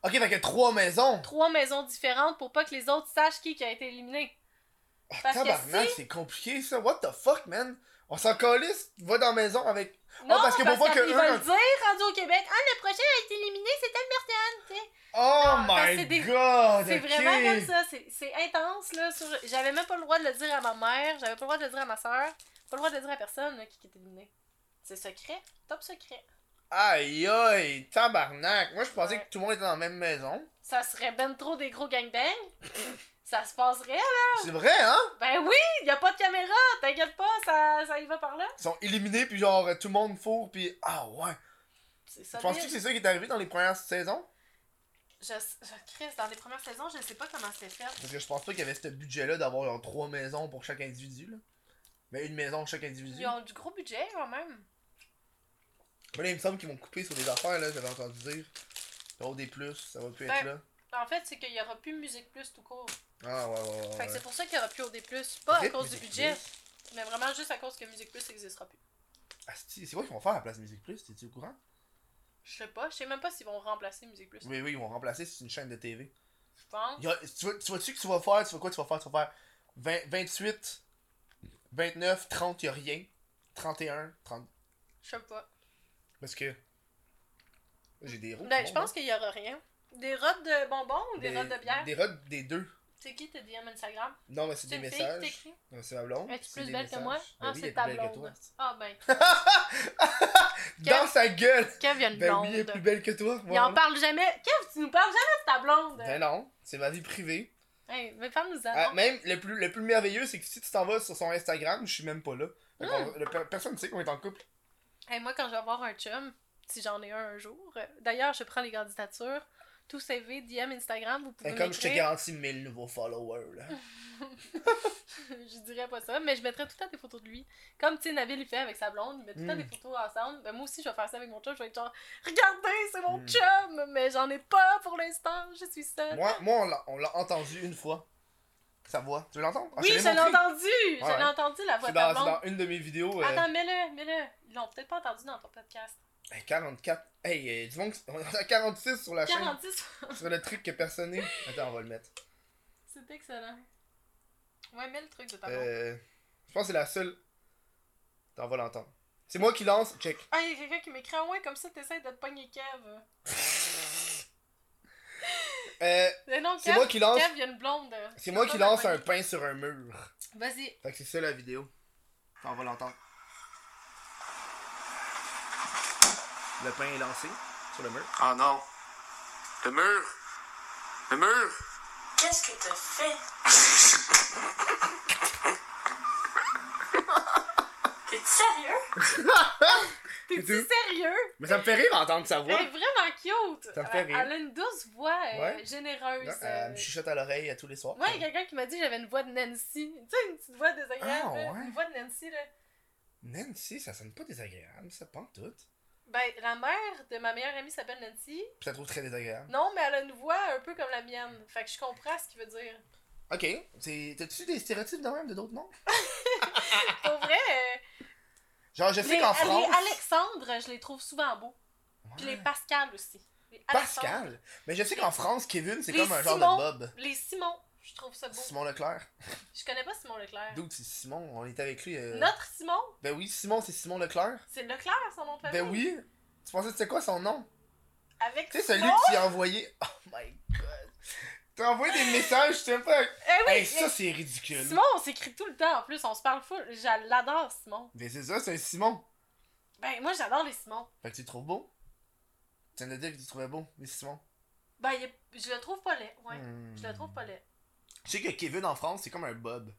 Speaker 1: Ok, fait qu'il y a trois maisons.
Speaker 2: Trois maisons différentes pour pas que les autres sachent qui, qui a été éliminé.
Speaker 1: Ah,
Speaker 2: Parce que
Speaker 1: tabarnak, c'est compliqué ça. What the fuck, man? On s'en calisse, va dans la maison avec.
Speaker 2: Non,
Speaker 1: Ah, parce
Speaker 2: parce
Speaker 1: que
Speaker 2: qu'ils
Speaker 1: pour pas que
Speaker 2: ils
Speaker 1: un-
Speaker 2: veulent dire, rendu au Québec, ah, le prochain a été éliminé, c'est telle personne, tu sais.
Speaker 1: Oh
Speaker 2: Non, parce que
Speaker 1: my
Speaker 2: c'est des-
Speaker 1: god!
Speaker 2: C'est
Speaker 1: ok.
Speaker 2: vraiment comme ça, c'est- c'est intense là. Sur... J'avais même pas le droit de le dire à ma mère, j'avais pas le droit de le dire à ma soeur, pas le droit de le dire à personne là, qui qui était éliminé. C'est secret, top secret.
Speaker 1: Aïe aïe, tabarnak. Moi, je pensais
Speaker 2: Ouais.
Speaker 1: que tout le monde était dans la même maison.
Speaker 2: Ça serait ben trop des gros gangbangs. ça se passerait. là.
Speaker 1: C'est vrai, hein?
Speaker 2: Ben oui, y a pas de caméra, t'inquiète pas, ça, ça y va par là.
Speaker 1: Ils sont éliminés, puis genre, tout le monde fourre, puis. Ah ouais.
Speaker 2: C'est
Speaker 1: Tu
Speaker 2: ça.
Speaker 1: Penses-tu que c'est ça qui est arrivé dans les premières saisons?
Speaker 2: Je, je- Chris, dans les premières saisons, je sais pas comment c'était fait.
Speaker 1: Parce que je pense pas qu'il y avait ce budget-là d'avoir genre trois maisons pour chaque individu. Là. Mais une maison pour chaque individu.
Speaker 2: Ils ont du gros budget quand même.
Speaker 1: Mais là, il me semble qu'ils vont couper sur des affaires, là, j'avais entendu dire. Genre des plus, ça va plus
Speaker 2: Ouais.
Speaker 1: être là.
Speaker 2: En fait, c'est qu'il y aura plus Musique Plus tout court.
Speaker 1: Ah ouais, ouais, ouais.
Speaker 2: Fait que
Speaker 1: ouais.
Speaker 2: c'est pour ça qu'il y aura plus OD+, pas à
Speaker 1: Rythme
Speaker 2: cause du
Speaker 1: Musique
Speaker 2: budget.
Speaker 1: Plus.
Speaker 2: Mais vraiment juste à cause que Musique Plus n'existera plus.
Speaker 1: Asti, Ah, c'est quoi qu'ils vont faire à la place de Musique Plus T'es-tu au courant
Speaker 2: Je sais pas, je sais même pas s'ils vont remplacer Musique Plus.
Speaker 1: Oui, oui, ils vont remplacer, c'est une chaîne de TV.
Speaker 2: Je pense.
Speaker 1: Il y a- tu, vois, tu vois-tu que tu vas faire, tu vois quoi tu vas faire, tu vas faire 20 28, 29, 30, il a rien. 31, 30.
Speaker 2: Je sais pas.
Speaker 1: Parce que. J'ai des routes.
Speaker 2: Ben, je pense qu'il y aura rien. Des rottes de bonbons ou des
Speaker 1: routes
Speaker 2: rottes de bière
Speaker 1: Des routes des deux.
Speaker 2: C'est qui tes DM Instagram
Speaker 1: Non, mais c'est
Speaker 2: C'est
Speaker 1: des
Speaker 2: une fille qui
Speaker 1: messages.
Speaker 2: t'écrit
Speaker 1: Non, C'est ma blonde.
Speaker 2: Es-tu
Speaker 1: c'est
Speaker 2: plus
Speaker 1: des
Speaker 2: belle que moi
Speaker 1: messages. Ben oui,
Speaker 2: Ah,
Speaker 1: elle
Speaker 2: c'est
Speaker 1: est
Speaker 2: ta
Speaker 1: plus belle que
Speaker 2: blonde. Ah ben,
Speaker 1: toi. Dans
Speaker 2: Kev-
Speaker 1: sa gueule
Speaker 2: Kev, il y a une
Speaker 1: Ben
Speaker 2: blonde.
Speaker 1: oui, elle est plus belle que toi.
Speaker 2: Il
Speaker 1: voilà.
Speaker 2: en parle jamais. Kev, tu nous parles jamais de ta blonde.
Speaker 1: Ben non, c'est ma vie privée.
Speaker 2: Hey, mais femme nous
Speaker 1: Ah,
Speaker 2: avons.
Speaker 1: même le plus, le plus merveilleux, c'est que si tu t'en vas sur son Instagram, je suis même pas là. Fait
Speaker 2: Hmm.
Speaker 1: qu'on- le pe- personne ne sait qu'on est en couple.
Speaker 2: Hey, moi, quand je vais avoir un chum, si j'en ai un un jour, euh, d'ailleurs, je prends les candidatures, tout CV, DM, Instagram, vous pouvez
Speaker 1: Et comme je te
Speaker 2: m'écrire.
Speaker 1: garantis 1000 nouveaux followers, là.
Speaker 2: je dirais pas ça, mais je mettrai tout le temps des photos de lui. Comme, tu sais, Nabil, il fait avec sa blonde, il met tout le temps
Speaker 1: Mm.
Speaker 2: des photos ensemble. Ben, moi aussi, je vais faire ça avec mon chum, je vais être genre, regardez, c'est mon
Speaker 1: Mm.
Speaker 2: chum, mais j'en ai pas pour l'instant, je suis seule.
Speaker 1: moi, moi, on l'a- on l'a entendu une fois. Sa voix. Tu veux l'entendre? Ah,
Speaker 2: oui,
Speaker 1: te
Speaker 2: je
Speaker 1: l'ai
Speaker 2: l'ai
Speaker 1: montré.
Speaker 2: entendu! Je
Speaker 1: Ouais.
Speaker 2: l'ai entendu, la voix
Speaker 1: C'est
Speaker 2: de ta
Speaker 1: dans, c'est
Speaker 2: blonde.
Speaker 1: dans une de mes vidéos. euh,
Speaker 2: Attends, mets-le, mets-le. Ils l'ont peut-être pas entendu dans ton podcast.
Speaker 1: hey, 44. Ben, Hey, euh, dis donc, on est à 46 sur la
Speaker 2: 46,
Speaker 1: chaîne. Sur le truc que personne n'est. Attends, on va le mettre.
Speaker 2: c'est excellent. Ouais, mets le truc de ta blonde.
Speaker 1: Euh, je pense que c'est la seule. T'en vas l'entendre. C'est moi qui lance. Check.
Speaker 2: Ah, il y a quelqu'un qui m'écrit Ah ouais, comme ça, t'essayes de te pogner Kev.
Speaker 1: Euh,
Speaker 2: Mais non,
Speaker 1: c'est
Speaker 2: Kev,
Speaker 1: moi qui lance.
Speaker 2: Kev, il y a une blonde.
Speaker 1: C'est moi
Speaker 2: Pas
Speaker 1: qui
Speaker 2: de
Speaker 1: lance un
Speaker 2: pogner.
Speaker 1: pain sur un mur.
Speaker 2: Vas-y.
Speaker 1: Fait que c'est ça la vidéo. On va l'entendre. Le pain est lancé sur le mur.
Speaker 3: Ah non. Le mur. Le mur.
Speaker 4: Qu'est-ce que t'as fait? T'es sérieux?
Speaker 2: T'es-tu
Speaker 1: tout.
Speaker 2: sérieux?
Speaker 1: Mais ça me fait rire d'entendre sa
Speaker 2: Elle
Speaker 1: voix.
Speaker 2: est vraiment cute.
Speaker 1: Ça me fait
Speaker 2: Elle-
Speaker 1: rire.
Speaker 2: Elle a une douce voix euh,
Speaker 1: Ouais.
Speaker 2: généreuse.
Speaker 1: Non, elle me
Speaker 2: euh.
Speaker 1: chuchote à l'oreille à tous les soirs.
Speaker 2: Moi, il y a quelqu'un qui m'a dit que j'avais une voix de Nancy. Tu sais, une petite voix désagréable.
Speaker 1: Ah,
Speaker 2: là,
Speaker 1: ouais.
Speaker 2: Une voix de Nancy, là.
Speaker 1: Nancy, ça sonne pas désagréable, ça pente tout. Puis
Speaker 2: Ben, la mère de ma meilleure amie s'appelle Nancy.
Speaker 1: ça trouve très désagréable.
Speaker 2: Non, mais elle a une voix un peu comme la mienne. Fait que je comprends ce qu'il veut dire.
Speaker 1: Ok, c'est- t'as-tu des stéréotypes de même de d'autres noms?
Speaker 2: Pour vrai, euh,
Speaker 1: Genre, je
Speaker 2: les,
Speaker 1: sais qu'en
Speaker 2: les
Speaker 1: France.
Speaker 2: Alexandre, je les trouve souvent beaux. Puis les
Speaker 1: Ouais.
Speaker 2: Pascal aussi. Les Alexandre.
Speaker 1: Pascal. Mais je sais qu'en France, Kevin, c'est
Speaker 2: Les
Speaker 1: comme un genre
Speaker 2: Simon.
Speaker 1: de Bob.
Speaker 2: Les Simons, je trouve ça beau.
Speaker 1: Simon Leclerc.
Speaker 2: Je connais pas Simon Leclerc.
Speaker 1: D'où c'est Simon, on était avec lui. euh,
Speaker 2: Notre Simon,
Speaker 1: Ben oui, Simon, c'est Simon Leclerc.
Speaker 2: c'est Leclerc son nom de famille.
Speaker 1: Ben oui. Tu pensais que c'était quoi son nom?
Speaker 2: Avec
Speaker 1: Tu sais,
Speaker 2: Simon.
Speaker 1: celui que tu as envoyé. Oh my god. T'as envoyé des messages, je sais pas.
Speaker 2: Eh oui,
Speaker 1: Hey, ça, c'est
Speaker 2: mais
Speaker 1: ridicule.
Speaker 2: Simon, on s'écrit tout le temps en plus, on se parle fou. Je l'adore, Simon.
Speaker 1: Mais c'est ça, c'est un Simon.
Speaker 2: Ben moi, j'adore les Simons.
Speaker 1: Fait que tu le trouves beau. Tu viens de dire que tu le trouvais beau, mais Simon.
Speaker 2: Ben, il est- je le trouve pas laid. Ouais,
Speaker 1: Hmm.
Speaker 2: je le trouve pas laid.
Speaker 1: Je sais que Kevin en France, c'est comme un Bob.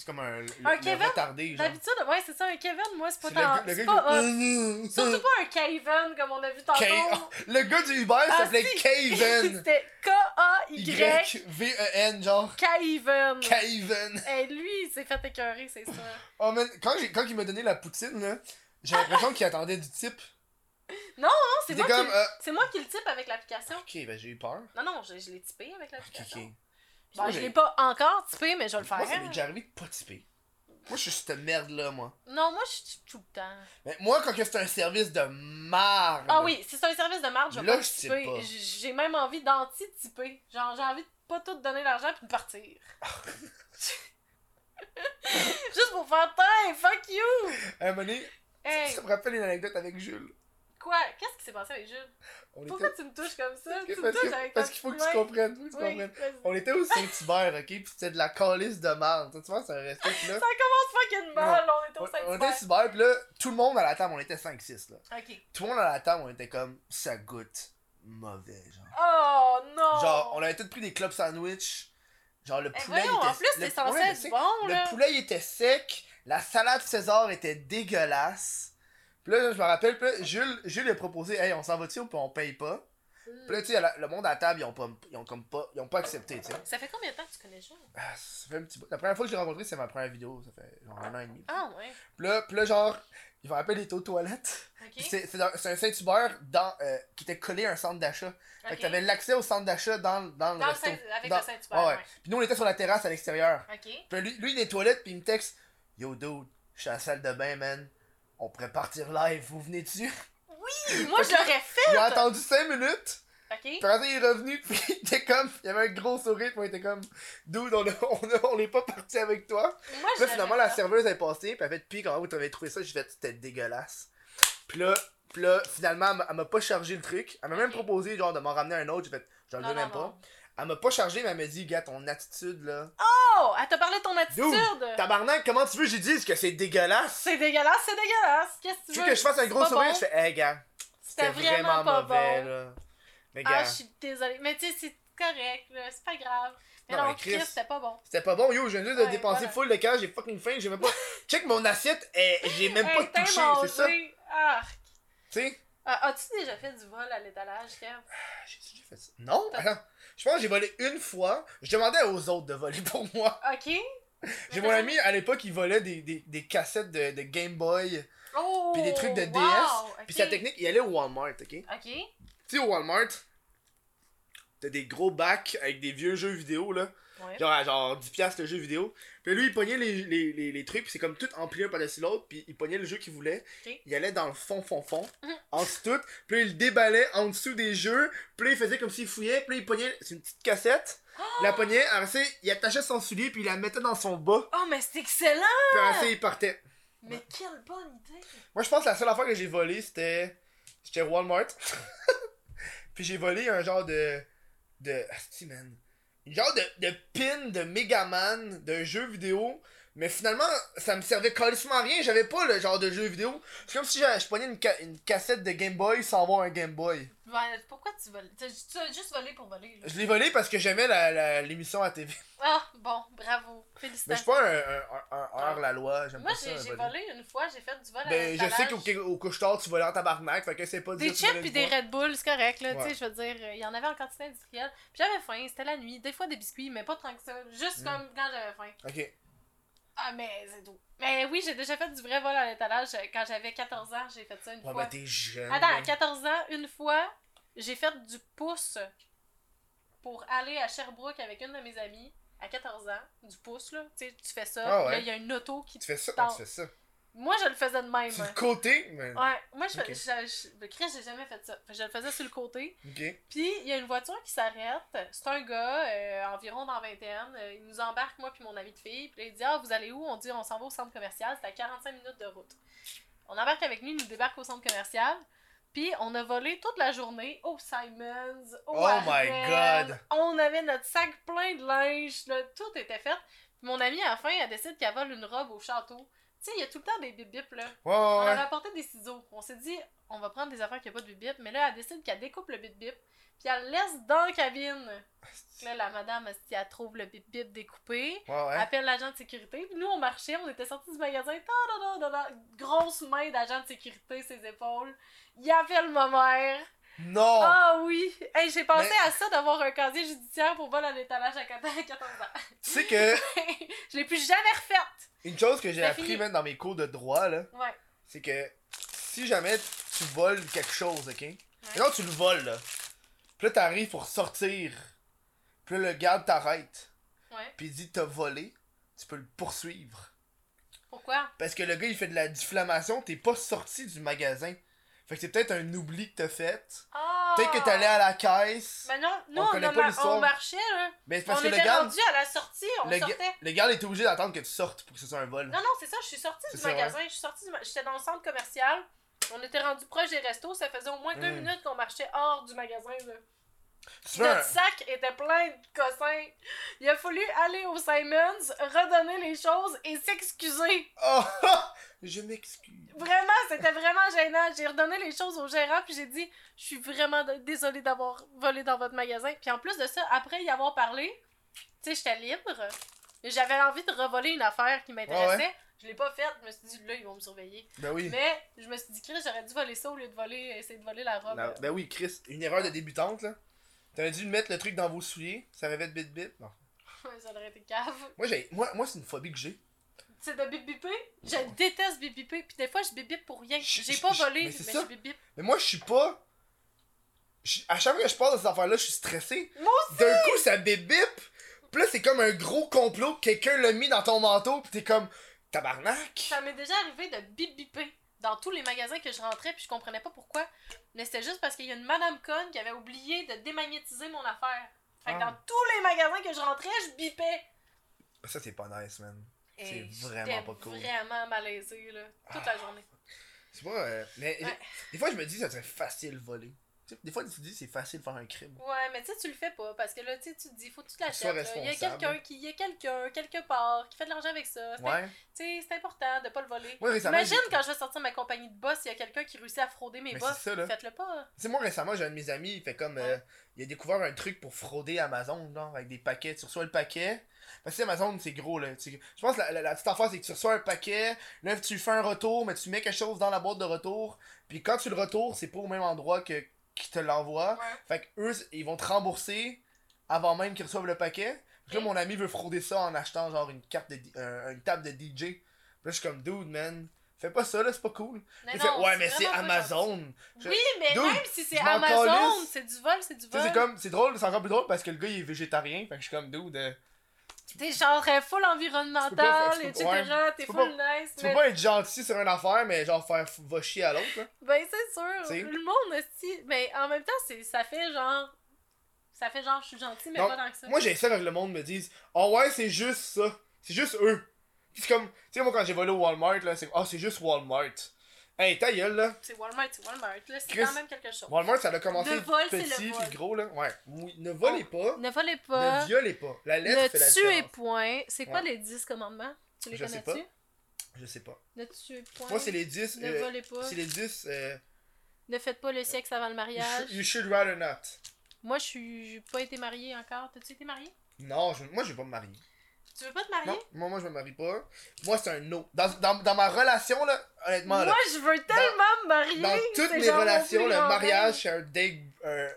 Speaker 1: C'est comme un. le-
Speaker 2: Un
Speaker 1: le
Speaker 2: Kevin?
Speaker 1: retardé, genre.
Speaker 2: D'habitude, ouais, c'est ça, un Kevin, moi, c'est pas
Speaker 1: C'est le gars-
Speaker 2: tant.
Speaker 1: le
Speaker 2: C'est
Speaker 1: gars
Speaker 2: pas hot.
Speaker 1: qui-
Speaker 2: Surtout pas un Kevin comme on a vu tantôt.
Speaker 1: K- Le gars du Uber
Speaker 2: Ah,
Speaker 1: s'appelait
Speaker 2: si.
Speaker 1: Kevin.
Speaker 2: C'était K-A-Y.
Speaker 1: Y-V-E-N, genre.
Speaker 2: Kevin.
Speaker 1: Kevin.
Speaker 2: Et lui, il s'est fait écœurer, c'est ça.
Speaker 1: Oh man, quand, j'ai- quand il m'a donné la poutine, là, j'ai l'impression qu'il attendait du type.
Speaker 2: Ah! Non, c'est
Speaker 1: C'était
Speaker 2: moi,
Speaker 1: comme.
Speaker 2: qui...
Speaker 1: euh,
Speaker 2: c'est moi qui le type avec l'application.
Speaker 1: Ok, ben j'ai eu peur.
Speaker 2: Non, non, je, je l'ai typé avec
Speaker 1: Ok,
Speaker 2: l'application.
Speaker 1: ok.
Speaker 2: Bon,
Speaker 1: Moi,
Speaker 2: je
Speaker 1: j'ai-
Speaker 2: l'ai pas encore typé, mais Ah, je vais le faire.
Speaker 1: Moi, ça m'est déjà arrivé de pas typer. Moi, je suis cette merde-là, moi.
Speaker 2: Non, moi, je type tout le temps.
Speaker 1: Mais moi, quand que c'est un service de marre.
Speaker 2: Ah oui, si c'est un service de marge, je vais
Speaker 1: Là,
Speaker 2: pas
Speaker 1: je type
Speaker 2: typer.
Speaker 1: pas.
Speaker 2: J- J'ai même envie d'anti-typer. Genre, j'ai envie de pas tout donner l'argent puis de partir. Juste pour faire Tain, fuck you!
Speaker 1: un moment donné,
Speaker 2: Hey,
Speaker 1: ça me rappelle une anecdote avec Jules.
Speaker 2: quoi? Qu'est-ce qui s'est passé avec Jules?
Speaker 1: On
Speaker 2: Pourquoi tu me touches comme ça? Tu me
Speaker 1: parce
Speaker 2: touches
Speaker 1: que-
Speaker 2: avec
Speaker 1: parce
Speaker 2: ta
Speaker 1: qu'il faut que
Speaker 2: petite
Speaker 1: tu
Speaker 2: main.
Speaker 1: comprennes. faut que tu
Speaker 2: Oui,
Speaker 1: comprennes.
Speaker 2: vas-y.
Speaker 1: On était au Saint-Hubert, ok? Puis c'était de la calice de marde. Tu vois, c'est un respect que là.
Speaker 2: Ça commence fucking mal, on était
Speaker 1: On,
Speaker 2: au
Speaker 1: on
Speaker 2: Saint-Hubert.
Speaker 1: était au Saint-Hubert, puis là, tout le monde à la table, on était 5-6, là.
Speaker 2: Ok.
Speaker 1: Tout le monde à la table, on était comme, ça goûte mauvais, genre.
Speaker 2: Oh non!
Speaker 1: Genre, on avait tous pris des clubs sandwich. Genre, le
Speaker 2: Eh,
Speaker 1: poulet.
Speaker 2: voyons,
Speaker 1: était...
Speaker 2: en plus,
Speaker 1: le
Speaker 2: c'est
Speaker 1: poulet
Speaker 2: censé
Speaker 1: était
Speaker 2: être
Speaker 1: sec.
Speaker 2: bon, là.
Speaker 1: Le poulet, il était sec. La salade César était dégueulasse. Puis là, je me rappelle, puis là, Jules, Jules a proposé, hey, on s'en va-tu ou puis on paye pas?
Speaker 2: Hmm.
Speaker 1: Puis là, tu sais, la- le monde à la table, ils ont pas, ils ont comme pas, ils ont pas accepté, tu sais.
Speaker 2: Ça fait combien de temps que tu connais Jules?
Speaker 1: Ah, ça fait un petit bout. La première fois que je l'ai rencontré, c'est ma première vidéo, ça fait genre un an et demi.
Speaker 2: Ah ouais.
Speaker 1: Puis là, puis là genre, il me rappelle, il était aux toilettes.
Speaker 2: Ok.
Speaker 1: Puis C'est c'est dans- c'est un Saint-Hubert dans, euh, qui était collé à un centre d'achat. Fait
Speaker 2: Ok.
Speaker 1: que t'avais l'accès au centre d'achat dans, dans le
Speaker 2: Dans le
Speaker 1: resto.
Speaker 2: Saint- avec
Speaker 1: Dans- Ah
Speaker 2: le Saint-Hubert,
Speaker 1: ouais.
Speaker 2: ouais.
Speaker 1: Puis nous, on était sur la terraise à l'extérieur.
Speaker 2: Ok.
Speaker 1: Puis lui, lui, il est aux toilettes, puis il me texte Yo dude, je suis à la salle de bain, man. On pourrait partir live, vous venez dessus.
Speaker 2: Moi, je l'aurais fait!
Speaker 1: Il a attendu 5 minutes,
Speaker 2: Ok?
Speaker 1: puis après, il est revenu, puis il était comme. Il avait un gros sourire, puis il était comme. Dude, on, a- on, a- on est pas parti avec toi.
Speaker 2: Moi, je
Speaker 1: Là, finalement,
Speaker 2: l'aurais
Speaker 1: la
Speaker 2: fait.
Speaker 1: serveuse est passée, puis elle fait Puis, comment vous avez trouvé ça J'ai fait C'était dégueulasse. Puis là, puis là finalement, elle m'a- elle m'a pas chargé le truc. Elle m'a même
Speaker 2: Ok.
Speaker 1: proposé genre, de m'en ramener un autre. J'ai fait J'en
Speaker 2: Non,
Speaker 1: veux
Speaker 2: non,
Speaker 1: même pas.
Speaker 2: non.
Speaker 1: Elle m'a pas chargé, mais elle m'a dit Gars, ton attitude là.
Speaker 2: Oh! Elle t'a parlé de ton attitude!
Speaker 1: Tabarnak, comment tu veux que j'y dise que c'est déguelasse
Speaker 2: C'est dégueulasse, c'est dégueulasse! Qu'est-ce que tu
Speaker 1: Tu
Speaker 2: veux?
Speaker 1: veux que je fasse un gros
Speaker 2: pas
Speaker 1: sourire
Speaker 2: bon.
Speaker 1: Je fais Hey, gars,
Speaker 2: C'était
Speaker 1: c'était vraiment, mauvais là. Mais gars,
Speaker 2: Ah, je suis désolée. Mais tu sais, c'est correct, là, c'est pas grave. Mais
Speaker 1: Non,
Speaker 2: non,
Speaker 1: mais Chris-
Speaker 2: Chris, c'était pas bon.
Speaker 1: c'était pas bon, yo, je viens juste de
Speaker 2: Ouais,
Speaker 1: dépenser
Speaker 2: voilà.
Speaker 1: full de cash, j'ai fucking faim, j'ai même pas. Check mon assiette, eh, j'ai même pas
Speaker 2: Hey, t'as
Speaker 1: touché, c'est
Speaker 2: mangé.
Speaker 1: ça? Tu
Speaker 2: Arc.
Speaker 1: sais
Speaker 2: Ah, As-tu déjà fait du vol à l'étalage, Kev?
Speaker 1: J'ai Ah, déjà fait ça. Non, attends. Je pense que j'ai volé une fois. Je demandais aux autres de voler pour moi.
Speaker 2: Ok.
Speaker 1: J'ai
Speaker 2: Mais
Speaker 1: mon
Speaker 2: t'as-
Speaker 1: ami à l'époque, il volait des, des, des cassettes de, de Game Boy.
Speaker 2: Oh!
Speaker 1: puis des trucs de
Speaker 2: wow,
Speaker 1: DS,
Speaker 2: ok.
Speaker 1: Puis sa technique, il allait au Walmart, ok? Tu
Speaker 2: Ok.
Speaker 1: sais, au Walmart, t'as des gros bacs avec des vieux jeux vidéo, là.
Speaker 2: Ouais.
Speaker 1: Genre, à genre 10$ le jeu vidéo. Puis lui, il pognait les, les, les, les trucs, puis c'est comme tout empli un par-dessus l'autre, puis il pognait le jeu qu'il voulait.
Speaker 2: Ok.
Speaker 1: Il allait dans le fond, fond, fond,
Speaker 2: Mhm.
Speaker 1: en dessous de tout, puis là, il le déballait en dessous des jeux, puis là, il faisait comme s'il fouillait, puis là, il pognait, c'est une petite cassette,
Speaker 2: Ah!
Speaker 1: il la pognait, après ça, il attachait son soulier, puis il la mettait dans son bas,
Speaker 2: Oh, mais c'est excellent!
Speaker 1: puis après ça, il partait.
Speaker 2: Mais quelle bonne idée!
Speaker 1: Moi, je pense que la seule affaire que j'ai volée, c'était. J'étais au Walmart. puis j'ai volé un genre de. De. Asti, man. Une genre de, de pin de Megaman, d'un jeu vidéo. Mais finalement, ça me servait carrément à rien. J'avais pas le genre de jeu vidéo. C'est comme si j'a- je prenais une, ca- une cassette de Game Boy sans avoir un Game Boy.
Speaker 2: Ben, pourquoi tu voles? Tu as- tu as juste volé pour voler, là.
Speaker 1: Je l'ai volé parce que j'aimais la- la- l'émission à TV.
Speaker 2: Ah, bon, bravo.
Speaker 1: Mais je suis
Speaker 2: Félicitations.
Speaker 1: pas un, un, un- un hors-la-loi. J'aime
Speaker 2: Moi,
Speaker 1: pas ça.
Speaker 2: j'ai j'ai
Speaker 1: voler.
Speaker 2: volé une fois, j'ai fait du vol à
Speaker 1: Ben, je sais
Speaker 2: l'étalage.
Speaker 1: qu'au au couche-tard, tu volais en tabarnak. Fait que c'est pas de
Speaker 2: Des
Speaker 1: dire que tu
Speaker 2: chips
Speaker 1: volais
Speaker 2: puis
Speaker 1: du
Speaker 2: des
Speaker 1: bois.
Speaker 2: Red Bull, c'est correct, là.
Speaker 1: Ouais.
Speaker 2: Tu sais, je veux dire, euh, il y en avait en quantité industrielle. Puis j'avais faim, c'était la nuit. Des fois des biscuits, mais pas tant que ça. Juste
Speaker 1: Mm.
Speaker 2: comme quand j'avais faim.
Speaker 1: Ok.
Speaker 2: Ah, mais c'est tout. Mais oui, j'ai déjà fait du vrai vol à l'étalage. Euh, Quand j'avais 14 ans, j'ai fait ça une
Speaker 1: Ouais,
Speaker 2: fois.
Speaker 1: ben, t'es jeune.
Speaker 2: Attends, à
Speaker 1: là.
Speaker 2: 14 ans, une fois, j'ai fait du pouce pour aller à Sherbrooke avec une de mes amies. À 14 ans, du pouce, là. Tu sais, tu fais ça.
Speaker 1: Ah ouais.
Speaker 2: Là, il y a une auto qui
Speaker 1: Tu
Speaker 2: te.
Speaker 1: fais ça,
Speaker 2: Tant-
Speaker 1: tu fais ça.
Speaker 2: Moi, je le faisais de même.
Speaker 1: Sur le côté, mais...
Speaker 2: Ouais, moi, je,
Speaker 1: Ok.
Speaker 2: fais- je, je- Chris, j'ai jamais fait ça. Je le faisais sur le côté.
Speaker 1: Ok.
Speaker 2: Puis il y a une voiture qui s'arrête. C'est un gars, euh, environ dans vingtaine. Euh, Il nous embarque, moi puis mon ami de fille. Puis là, il dit Ah, vous allez où On dit On s'en va au centre commercial. C'est à 45 minutes de route. On embarque avec lui, il nous débarque au centre commercial. Puis on a volé toute la journée au Simons, au
Speaker 1: Oh my
Speaker 2: Harvel.
Speaker 1: God.
Speaker 2: On avait notre sac plein de linge, là, tout était fait. Puis mon amie, à la fin, elle décide qu'elle vole une robe au château. Tu sais, il y a tout le temps des bip bip là.
Speaker 1: Ouais,
Speaker 2: On
Speaker 1: ouais, ouais.
Speaker 2: avait apporté des ciseaux. On s'est dit, on va prendre des affaires qui n'ont pas de bip-bip. Mais là, elle décide qu'elle découpe le bip-bip. Puis elle le laisse dans la cabine. Là, la madame, elle, se dit, elle trouve le bip-bip découpé.
Speaker 1: Ouais, ouais.
Speaker 2: Appelle l'agent de sécurité. Puis nous, on marchait, on était sortis du magasin. Ta -da -da -da -da. Grosse main d'agent de sécurité, ses épaules. Il appelle ma mère.
Speaker 1: Non!
Speaker 2: Ah oui! Hey, j'ai pensé
Speaker 1: Oh. Mais-
Speaker 2: à ça d'avoir un casier judiciaire pour vol à l'étalage à 14 ans.
Speaker 1: Tu sais que,
Speaker 2: je l'ai plus jamais refaite.
Speaker 1: une chose que j'ai
Speaker 2: Ça
Speaker 1: appris
Speaker 2: finit.
Speaker 1: même dans mes cours de droit, là,
Speaker 2: Ouais.
Speaker 1: c'est que si jamais tu voles quelque chose, ok? Et non, tu le voles, là. Puis là, t'arrives pour sortir. Puis là, le garde t'arrête.
Speaker 2: Ouais.
Speaker 1: Puis il dit, t'as volé, tu peux le poursuivre.
Speaker 2: Pourquoi?
Speaker 1: Parce que le gars, il fait de la difflamation, t'es pas sorti du magasin. Fait que c'est peut-être un oubli que t'as fait.
Speaker 2: Ah!
Speaker 1: Peut-être que t'allais à la caisse.
Speaker 2: Mais non, nous,
Speaker 1: On
Speaker 2: on,
Speaker 1: connaît
Speaker 2: a
Speaker 1: pas
Speaker 2: mar-
Speaker 1: l'histoire.
Speaker 2: on marchait, là.
Speaker 1: Mais c'est parce
Speaker 2: Ben, on
Speaker 1: que le
Speaker 2: était
Speaker 1: garde.
Speaker 2: rendu à la sortie, on
Speaker 1: Le, ga-
Speaker 2: sortait.
Speaker 1: le garde était obligé d'attendre que tu sortes pour que ce soit un vol.
Speaker 2: Non, non, c'est ça, je suis sortie
Speaker 1: C'est
Speaker 2: du
Speaker 1: ça,
Speaker 2: magasin, je suis sortie du ma- J'étais dans le centre commercial, on était rendu proche des restos, ça faisait au moins deux
Speaker 1: Mm.
Speaker 2: minutes qu'on marchait hors du magasin, là.
Speaker 1: Tu
Speaker 2: Puis
Speaker 1: fais un-
Speaker 2: Notre sac était plein de cossins. Il a fallu aller au Simons, redonner les choses et s'excuser.
Speaker 1: Oh, ah, je m'excuse.
Speaker 2: Vraiment, c'était vraiment gênant. J'ai redonné les choses au gérant, puis j'ai dit Je suis vraiment d- désolée d'avoir volé dans votre magasin. Puis en plus de ça, après y avoir parlé, tu sais, j'étais libre. Et J'avais envie de revoler une affaire qui m'intéressait.
Speaker 1: Ouais,
Speaker 2: Je l'ai pas faite. Je me suis dit Là, ils vont me surveiller.
Speaker 1: Ben oui.
Speaker 2: Mais je me suis dit Chris, j'aurais dû voler ça au lieu de voler, essayer de voler la robe.
Speaker 1: La- ben oui, Chris, une erreur de débutante là. T'aurais dû mettre le truc dans vos souliers, ça réveille de bit bit. Non.
Speaker 2: ça aurait été cave.
Speaker 1: Moi, j'ai, moi, moi c'est une phobie que j'ai.
Speaker 2: C'est de bip bipper. Je déteste bip bipper. Puis des fois, je bip bip pour rien.
Speaker 1: Je-
Speaker 2: J'ai
Speaker 1: je-
Speaker 2: pas
Speaker 1: je-
Speaker 2: volé,
Speaker 1: mais
Speaker 2: mais,
Speaker 1: c'est ça.
Speaker 2: je bip bip.
Speaker 1: Mais moi, je suis pas. je- À chaque fois que je parle de cette affaire là, je suis stressé.
Speaker 2: Moi
Speaker 1: D'un coup, ça bip bip. Puis là, c'est comme un gros complot. que Quelqu'un l'a mis dans ton manteau, puis t'es comme. Tabarnak!
Speaker 2: Ça m'est déjà arrivé de bip biper dans tous les magasins que je rentrais puis je comprenais pas pourquoi. Mais c'était juste parce qu'il y a une madame conne qui avait oublié de démagnétiser mon affaire. Fait que
Speaker 1: Ah.
Speaker 2: dans tous les magasins que je rentrais, je bipais.
Speaker 1: Ça, c'est pas nice, man. C'est
Speaker 2: Et
Speaker 1: vraiment
Speaker 2: j'étais
Speaker 1: pas cool.
Speaker 2: vraiment malaisée, là. Toute
Speaker 1: Ah.
Speaker 2: la journée.
Speaker 1: C'est pas. euh, mais
Speaker 2: Ouais.
Speaker 1: des fois, je me dis, ça serait facile voler. Tu sais, des fois, tu te dis, c'est facile de faire un crime.
Speaker 2: Ouais, mais tu sais, tu le fais pas parce que là, tu sais, tu te dis, faut que tu
Speaker 1: Sois
Speaker 2: l'achètes. là. Il y a
Speaker 1: responsable.
Speaker 2: quelqu'un qui, il y a quelqu'un, quelque part, qui fait de l'argent avec ça. C'est-
Speaker 1: Ouais.
Speaker 2: Tu sais, c'est important de pas le voler.
Speaker 1: Moi, récemment.
Speaker 2: Imagine
Speaker 1: j'ai-
Speaker 2: quand je vais sortir ma compagnie de boss, il y a quelqu'un qui réussit à frauder mes
Speaker 1: Mais
Speaker 2: boss.
Speaker 1: c'est ça, là.
Speaker 2: Faites-le pas.
Speaker 1: Tu sais, moi, récemment, j'ai un de mes amis, il fait comme. euh, il a découvert un truc pour frauder Amazon, genre, avec des paquets. Tu reçois le paquet. Parce que Amazon, c'est gros, là. Tu- Je pense que la, la- la petite affaire, c'est que tu reçois un paquet, là, tu fais un retour, mais tu mets quelque chose dans la boîte de retour. Puis quand tu le retours, c'est pas au même endroit que qui te l'envoie.
Speaker 2: Ouais.
Speaker 1: Fait que eux, ils vont te rembourser avant même qu'ils reçoivent le paquet. Puis là,
Speaker 2: Ok.
Speaker 1: mon ami veut frauder ça en achetant genre une carte de di- euh, une table de DJ. Puis là, je suis comme dude, man. Fais pas ça, là, c'est pas cool.
Speaker 2: Mais
Speaker 1: Il
Speaker 2: non,
Speaker 1: fait, ouais, mais
Speaker 2: vraiment
Speaker 1: c'est
Speaker 2: pas gentil.
Speaker 1: Amazon. Je-
Speaker 2: Oui, mais
Speaker 1: Dude,
Speaker 2: même si c'est
Speaker 1: je m'en
Speaker 2: Amazon,
Speaker 1: calisse.
Speaker 2: c'est du vol, c'est du
Speaker 1: Tu sais, c'est
Speaker 2: vol.
Speaker 1: comme, c'est drôle, c'est encore plus drôle parce que le gars, il est végétarien. Fait que je suis comme dude. euh,
Speaker 2: T'es genre euh,
Speaker 1: Tu peux
Speaker 2: full
Speaker 1: pas-
Speaker 2: environnemental,
Speaker 1: tu peux-
Speaker 2: etc.
Speaker 1: ouais,
Speaker 2: T'es
Speaker 1: tu peux
Speaker 2: full nice.
Speaker 1: tu
Speaker 2: mais-
Speaker 1: peux pas être gentil sur une affaire, mais genre faire f- va chier à l'autre, là.
Speaker 2: Ben, c'est sûr.
Speaker 1: T'sais.
Speaker 2: Le monde aussi. Mais en même temps, c'est- ça fait genre. Ça fait genre, je suis gentil, mais
Speaker 1: Non,
Speaker 2: pas tant que ça.
Speaker 1: Moi, j'ai ça quand le monde me dise Oh ouais, c'est juste ça. C'est juste eux. Puis c'est comme, tu sais, moi, quand j'ai volé au Walmart, là, c'est, oh, c'est juste Walmart. Hey, ta gueule, là.
Speaker 2: C'est Walmart, c'est Walmart. Là, c'est
Speaker 1: Chris-
Speaker 2: quand même quelque chose.
Speaker 1: Walmart, ça a commencé
Speaker 2: Le vol, c'est le
Speaker 1: petit,
Speaker 2: vol.
Speaker 1: puis gros, là. Ouais. Oui, Ne volez pas,
Speaker 2: Ne volez
Speaker 1: ne
Speaker 2: pas.
Speaker 1: violez pas. La lettre fait la
Speaker 2: Ne tuez
Speaker 1: différence.
Speaker 2: point. C'est quoi
Speaker 1: Ouais.
Speaker 2: les 10 commandements Tu les
Speaker 1: Je sais
Speaker 2: connais-tu
Speaker 1: Je sais pas.
Speaker 2: Ne tuez point.
Speaker 1: Moi, c'est les 10.
Speaker 2: Ne
Speaker 1: euh,
Speaker 2: volez pas.
Speaker 1: c'est les 10. euh,
Speaker 2: Ne faites pas le sexe avant le
Speaker 1: you, should,
Speaker 2: mariage.
Speaker 1: you should rather not.
Speaker 2: Moi, je suis. J'ai pas été mariée encore. T'as-tu été mariée
Speaker 1: Non, je- moi, je vais pas me marier.
Speaker 2: Tu veux pas te marier
Speaker 1: Non, moi, moi, je me marie pas. Moi, c'est un no. Dans, dans, dans ma relation, là, honnêtement, là.
Speaker 2: Moi, je veux tellement me marier.
Speaker 1: Dans toutes
Speaker 2: c'est
Speaker 1: mes
Speaker 2: genre mon
Speaker 1: relations,
Speaker 2: plus
Speaker 1: le
Speaker 2: grand
Speaker 1: mariage,
Speaker 2: rêve.
Speaker 1: c'est un dig. euh,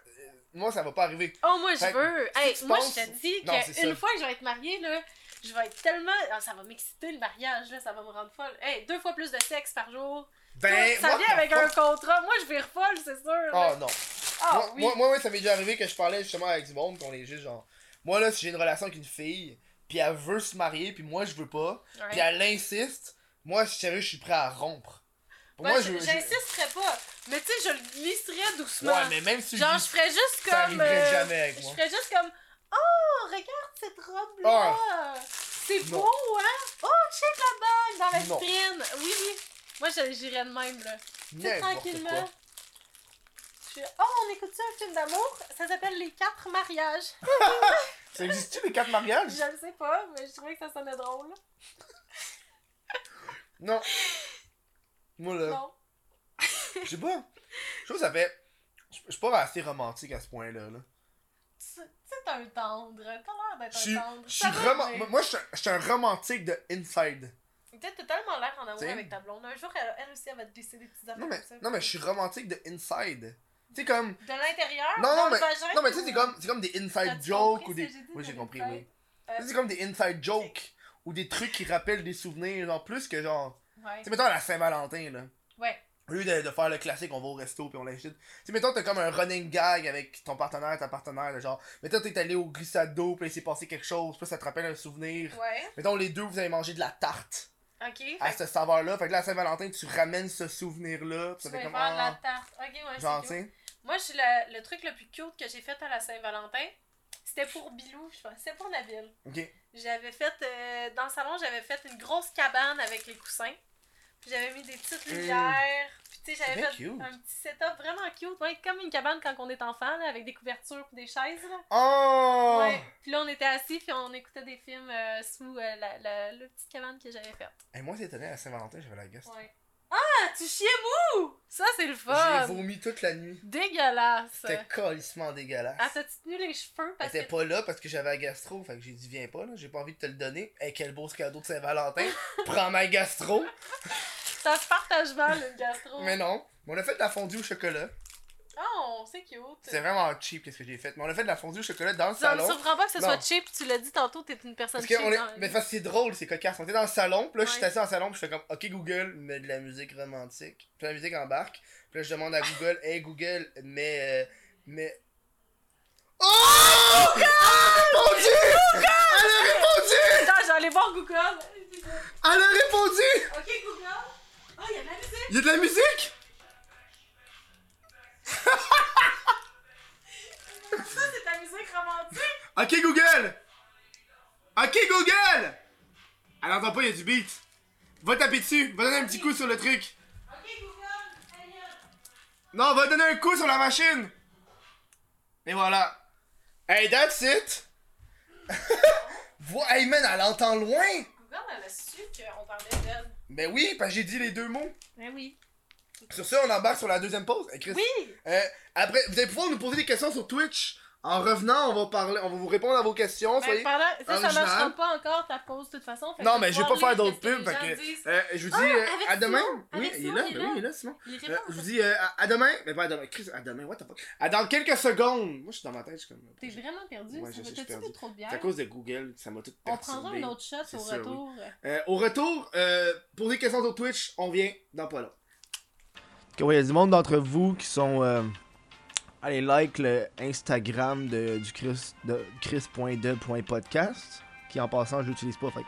Speaker 1: moi, ça va pas arriver.
Speaker 2: Oh, moi, je
Speaker 1: Fait que,
Speaker 2: veux. Hey,
Speaker 1: tu
Speaker 2: moi,
Speaker 1: penses-
Speaker 2: je te dis
Speaker 1: Non, c'est ça.
Speaker 2: qu'une fois que je vais être mariée, là, je vais être tellement. Ah, ça va m'exciter le mariage, là, ça va me rendre folle. Hey, deux fois plus de sexe par jour.
Speaker 1: Ben,
Speaker 2: ça
Speaker 1: what
Speaker 2: vient
Speaker 1: the
Speaker 2: avec
Speaker 1: fuck?
Speaker 2: un contrat. Moi, je vais folle, c'est sûr.
Speaker 1: Ah
Speaker 2: là.
Speaker 1: non.
Speaker 2: Ah,
Speaker 1: moi,
Speaker 2: oui.
Speaker 1: moi, moi, ouais, ça m'est déjà arrivé que je parlais justement avec du monde, qu'on est juste genre. Moi, là, si j'ai une relation avec une fille, puis elle veut se marier, puis moi, je veux pas,
Speaker 2: Ouais.
Speaker 1: puis elle insiste, moi, je- sérieux, je suis prêt à rompre. Pour
Speaker 2: Ben,
Speaker 1: moi, je.
Speaker 2: je-
Speaker 1: je-
Speaker 2: J'insisterais pas. Mais tu sais, je le glisserais doucement.
Speaker 1: Ouais, mais même si
Speaker 2: Genre,
Speaker 1: je
Speaker 2: je ferais juste
Speaker 1: ça
Speaker 2: comme.
Speaker 1: arriverait
Speaker 2: euh,
Speaker 1: jamais
Speaker 2: Je
Speaker 1: avec moi.
Speaker 2: ferais juste comme Oh, regarde cette robe-là! C'est
Speaker 1: Ah. Non.
Speaker 2: beau, hein? Oh, check la bague dans la
Speaker 1: Non.
Speaker 2: vitrine! Oui, oui! Moi, je- j'irais de même, là. Tu sais,
Speaker 1: N'importe
Speaker 2: tranquillement.
Speaker 1: quoi.
Speaker 2: Je fais, Oh, on écoute ça, un film d'amour? Ça s'appelle Les Quatre Mariages.
Speaker 1: Ça existe-tu les quatre mariages
Speaker 2: je le sais pas, mais je trouvais que ça sonnait drôle.
Speaker 1: Non. Moi, là.
Speaker 2: Non.
Speaker 1: Je sais pas. Je trouve que ça fait. Je je suis pas assez romantique à ce point-là. Là.
Speaker 2: Tu tu sais, t'es un tendre. T'as l'air
Speaker 1: Je
Speaker 2: d'être
Speaker 1: suis-
Speaker 2: un tendre.
Speaker 1: je suis vraiment. Moi, je suis un- je suis un romantique de inside.
Speaker 2: Peut-être t'as tellement l'air en amour
Speaker 1: T'sais.
Speaker 2: avec ta blonde. Un jour, elle, elle aussi, elle va te décider de petits affaires
Speaker 1: Non, mais,
Speaker 2: comme ça.
Speaker 1: non, mais je suis romantique de inside. Tu sais, comme.
Speaker 2: De l'intérieur?
Speaker 1: Non,
Speaker 2: dans
Speaker 1: non,
Speaker 2: le
Speaker 1: mais.
Speaker 2: vagin,
Speaker 1: Non, mais tu sais,
Speaker 2: ou-
Speaker 1: c'est comme, c'est comme des inside
Speaker 2: T'as-tu
Speaker 1: jokes ou
Speaker 2: compris ce que
Speaker 1: des.
Speaker 2: j'ai dit
Speaker 1: Oui,
Speaker 2: de
Speaker 1: j'ai
Speaker 2: la
Speaker 1: compris,
Speaker 2: inside?
Speaker 1: oui.
Speaker 2: Euh,
Speaker 1: Tu sais, C'est comme des inside jokes ou des trucs qui rappellent des souvenirs, genre plus que genre.
Speaker 2: Ouais.
Speaker 1: Tu sais, mettons à la Saint-Valentin, là.
Speaker 2: Ouais.
Speaker 1: Au lieu de, de faire le classique, on va au resto puis on l'achète. Tu sais, mettons, t'as comme un running gag avec ton partenaire, ta partenaire, là, genre. Mettons, t'es allé au glissade d'eau puis il s'est passé quelque chose, puis ça te rappelle un souvenir.
Speaker 2: Ouais.
Speaker 1: Mettons, les deux, vous avez mangé de la tarte
Speaker 2: Ok. Fait
Speaker 1: à
Speaker 2: que
Speaker 1: cette saveur-là. Fait que là, à Saint-Valentin, tu ramènes ce souvenir-là. Pis ça
Speaker 2: tu vas
Speaker 1: fait
Speaker 2: faire
Speaker 1: comme.
Speaker 2: de la
Speaker 1: Ah,
Speaker 2: tarte. Ok, ouais,
Speaker 1: genre,
Speaker 2: c'est
Speaker 1: tu
Speaker 2: cute.
Speaker 1: sais.
Speaker 2: Moi, je suis le, le truc le plus cute que j'ai fait à la Saint-Valentin. C'était pour Bilou, je pense. C'était pour Nabil.
Speaker 1: Ok.
Speaker 2: J'avais fait, euh, dans le salon, j'avais fait une grosse cabane avec les coussins. Puis j'avais mis des petites lumières. Puis
Speaker 1: Hum. C'est
Speaker 2: tu sais, j'avais
Speaker 1: bien
Speaker 2: fait
Speaker 1: cute.
Speaker 2: un petit setup vraiment cute. Ouais, comme une cabane quand on est enfant, là, avec des couvertures et des chaises. Là.
Speaker 1: Oh!
Speaker 2: Ouais. Puis là, on était assis, puis on écoutait des films euh, sous euh, la, la, la petite cabane que j'avais faite.
Speaker 1: Et moi, cette année, à Saint-Valentin, j'avais la guest.
Speaker 2: Ouais. Ah, tu chiais mou! Ça, c'est le
Speaker 1: J'ai
Speaker 2: fun!
Speaker 1: vomi toute la nuit.
Speaker 2: Dégueulasse!
Speaker 1: C'était colissement dégueulasse.
Speaker 2: Ah, t'as-tu tenu les cheveux
Speaker 1: Elle
Speaker 2: parce
Speaker 1: était
Speaker 2: que...
Speaker 1: pas là parce que j'avais la gastro. Fait que j'ai dit, viens pas, là. J'ai pas envie de te le donner. Hey, quel beau ce cadeau de Saint-Valentin. Prends ma gastro.
Speaker 2: Ça se partage mal, une gastro.
Speaker 1: Mais non. Mais On a fait de la fondue au chocolat.
Speaker 2: Oh, c'est cute.
Speaker 1: C'est vraiment cheap, qu'est-ce que j'ai fait. Mais on a fait de la fondue au chocolat dans le
Speaker 2: Ça me
Speaker 1: salon.
Speaker 2: surprend pas que ce
Speaker 1: Non.
Speaker 2: soit cheap, tu l'as dit tantôt, t'es une personne
Speaker 1: Parce que
Speaker 2: cheap.
Speaker 1: on est...
Speaker 2: hein.
Speaker 1: Mais parce que c'est drôle, c'est cocasse. On était dans le salon, puis là, je suis
Speaker 2: Ouais.
Speaker 1: assis dans le salon, puis je fais comme, OK, Google, mets de la musique romantique. Puis la musique embarque. Puis là, je demande à Google, Hey, Google, mais. mais. Oh! Ah, Elle a répondu!
Speaker 2: Attends, j'allais voir Google.
Speaker 1: Elle a répondu!
Speaker 4: Ok, Google.
Speaker 2: Ah,
Speaker 4: Oh, il y a de la musique.
Speaker 1: Il y a de la musique?
Speaker 4: Ça, c'est ta musique romantique.
Speaker 1: Ok Google! Ok Google! Elle entend pas, il y a du beat. Va taper dessus, va donner un petit coup sur le truc.
Speaker 4: Ok, Google. Elliot.
Speaker 1: Non, va donner un coup sur la machine. Et voilà. Hey, that's it. Voi- hey man, elle entend loin.
Speaker 2: Google, elle a su qu'on parlait d'elle.
Speaker 1: Ben oui, parce que j'ai dit les deux mots.
Speaker 2: Ben oui.
Speaker 1: Sur ce, on embarque sur la deuxième pause. Hey, Chris,
Speaker 2: Oui!
Speaker 1: euh, après, vous allez pouvoir nous poser des questions sur Twitch. En revenant, on va parler, on va vous répondre à vos questions.
Speaker 2: Ben,
Speaker 1: soyez-
Speaker 2: pendant, ça, ça
Speaker 1: original.
Speaker 2: marchera pas encore ta pause de toute façon. fait
Speaker 1: Non,
Speaker 2: que
Speaker 1: mais je vais
Speaker 2: voir
Speaker 1: pas faire
Speaker 2: les-
Speaker 1: d'autres
Speaker 2: qu'est-ce
Speaker 1: pubs,
Speaker 2: que les
Speaker 1: fait
Speaker 2: gens
Speaker 1: que,
Speaker 2: disent.
Speaker 1: euh, je vous dis
Speaker 2: Ah,
Speaker 1: euh,
Speaker 2: avec
Speaker 1: à demain.
Speaker 2: Simon.
Speaker 1: Oui,
Speaker 2: Avec
Speaker 1: il est
Speaker 2: Simon,
Speaker 1: là,
Speaker 2: il est
Speaker 1: ben oui,
Speaker 2: là.
Speaker 1: il est là, Simon.
Speaker 2: Les
Speaker 1: Euh,
Speaker 2: réponses.
Speaker 1: je vous dis euh, à, à demain, mais pas à demain, Chris, à demain, what the fuck. À dans quelques secondes. Moi, je suis dans ma tête, je suis comme.
Speaker 2: T'es vraiment perdu.
Speaker 1: Ouais,
Speaker 2: ça
Speaker 1: je sais,
Speaker 2: va-
Speaker 1: je suis
Speaker 2: T'as-tu
Speaker 1: perdu.
Speaker 2: bu trop de
Speaker 1: C'est à
Speaker 2: bière?
Speaker 1: cause de Google, ça m'a tout
Speaker 2: On
Speaker 1: perturbé.
Speaker 2: prendra une autre shot
Speaker 1: C'est
Speaker 2: au
Speaker 1: ça, oui.
Speaker 2: retour.
Speaker 1: Euh, au retour, euh, pour des questions sur Twitch, on vient dans pas là. il y a du monde d'entre vous qui sont. euh, Allez, like le Instagram de, du Chris, de, Chris.de.podcast. Qui en passant, je l'utilise pas, fait que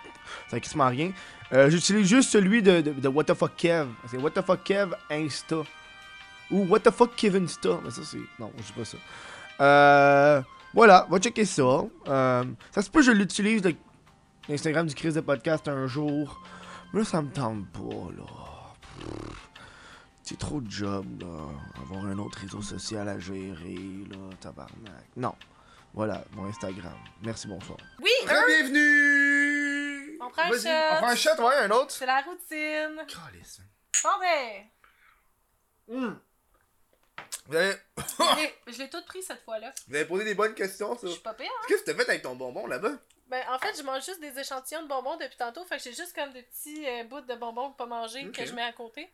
Speaker 1: ça crisse rien. Euh, J'utilise juste celui de, de, de What the fuck Kev. C'est What the fuck Kev Insta. Ou What the fuck Kevin Insta. Mais ça, c'est. Non, je dis pas ça. Euh, voilà, va checker ça. Euh, ça se peut que je l'utilise le Instagram du Chris de podcast un jour. Mais là, ça me tente pas, là. Pfff. C'est trop de job, là. Avoir un autre réseau social à gérer, là. Tabarnak. Non. Voilà, mon Instagram. Merci, bonsoir.
Speaker 2: Oui, un,
Speaker 1: Bienvenue!
Speaker 2: On prend un Vas-y, shot. on prend un
Speaker 1: shot, ouais, un autre.
Speaker 2: c'est la routine. Bon ben,
Speaker 1: Hmm. Vous, avez... Ah!
Speaker 2: je l'ai- je l'ai tout pris cette fois-là.
Speaker 1: Vous avez posé des bonnes questions,
Speaker 2: Je
Speaker 1: ça.
Speaker 2: suis pas pire.
Speaker 1: Qu'est-ce que tu fait avec ton bonbon là-bas?
Speaker 2: Ben, en fait, je mange juste des échantillons de bonbons depuis tantôt. Fait que j'ai juste comme des petits euh, bouts de bonbons pas mangés
Speaker 1: Ok.
Speaker 2: que je mets à côté.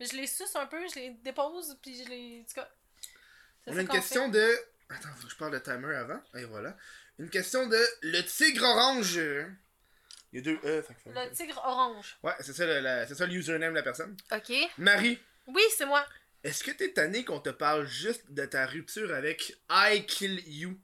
Speaker 2: Mais je les suce un peu, je les dépose, puis je les. En tout cas. c'est
Speaker 1: On
Speaker 2: ça
Speaker 1: a une
Speaker 2: qu'on
Speaker 1: question de. Attends, faut que je parle de timer avant. Et voilà. Une question de le tigre orange. Il y a deux E. fait que-
Speaker 2: fait. Le tigre orange.
Speaker 1: Ouais, c'est ça, le, la- c'est ça le username de la personne.
Speaker 2: Ok.
Speaker 1: Marie,
Speaker 2: Oui, c'est moi.
Speaker 1: est-ce que t'es tanné qu'on te parle juste de ta rupture avec I kill you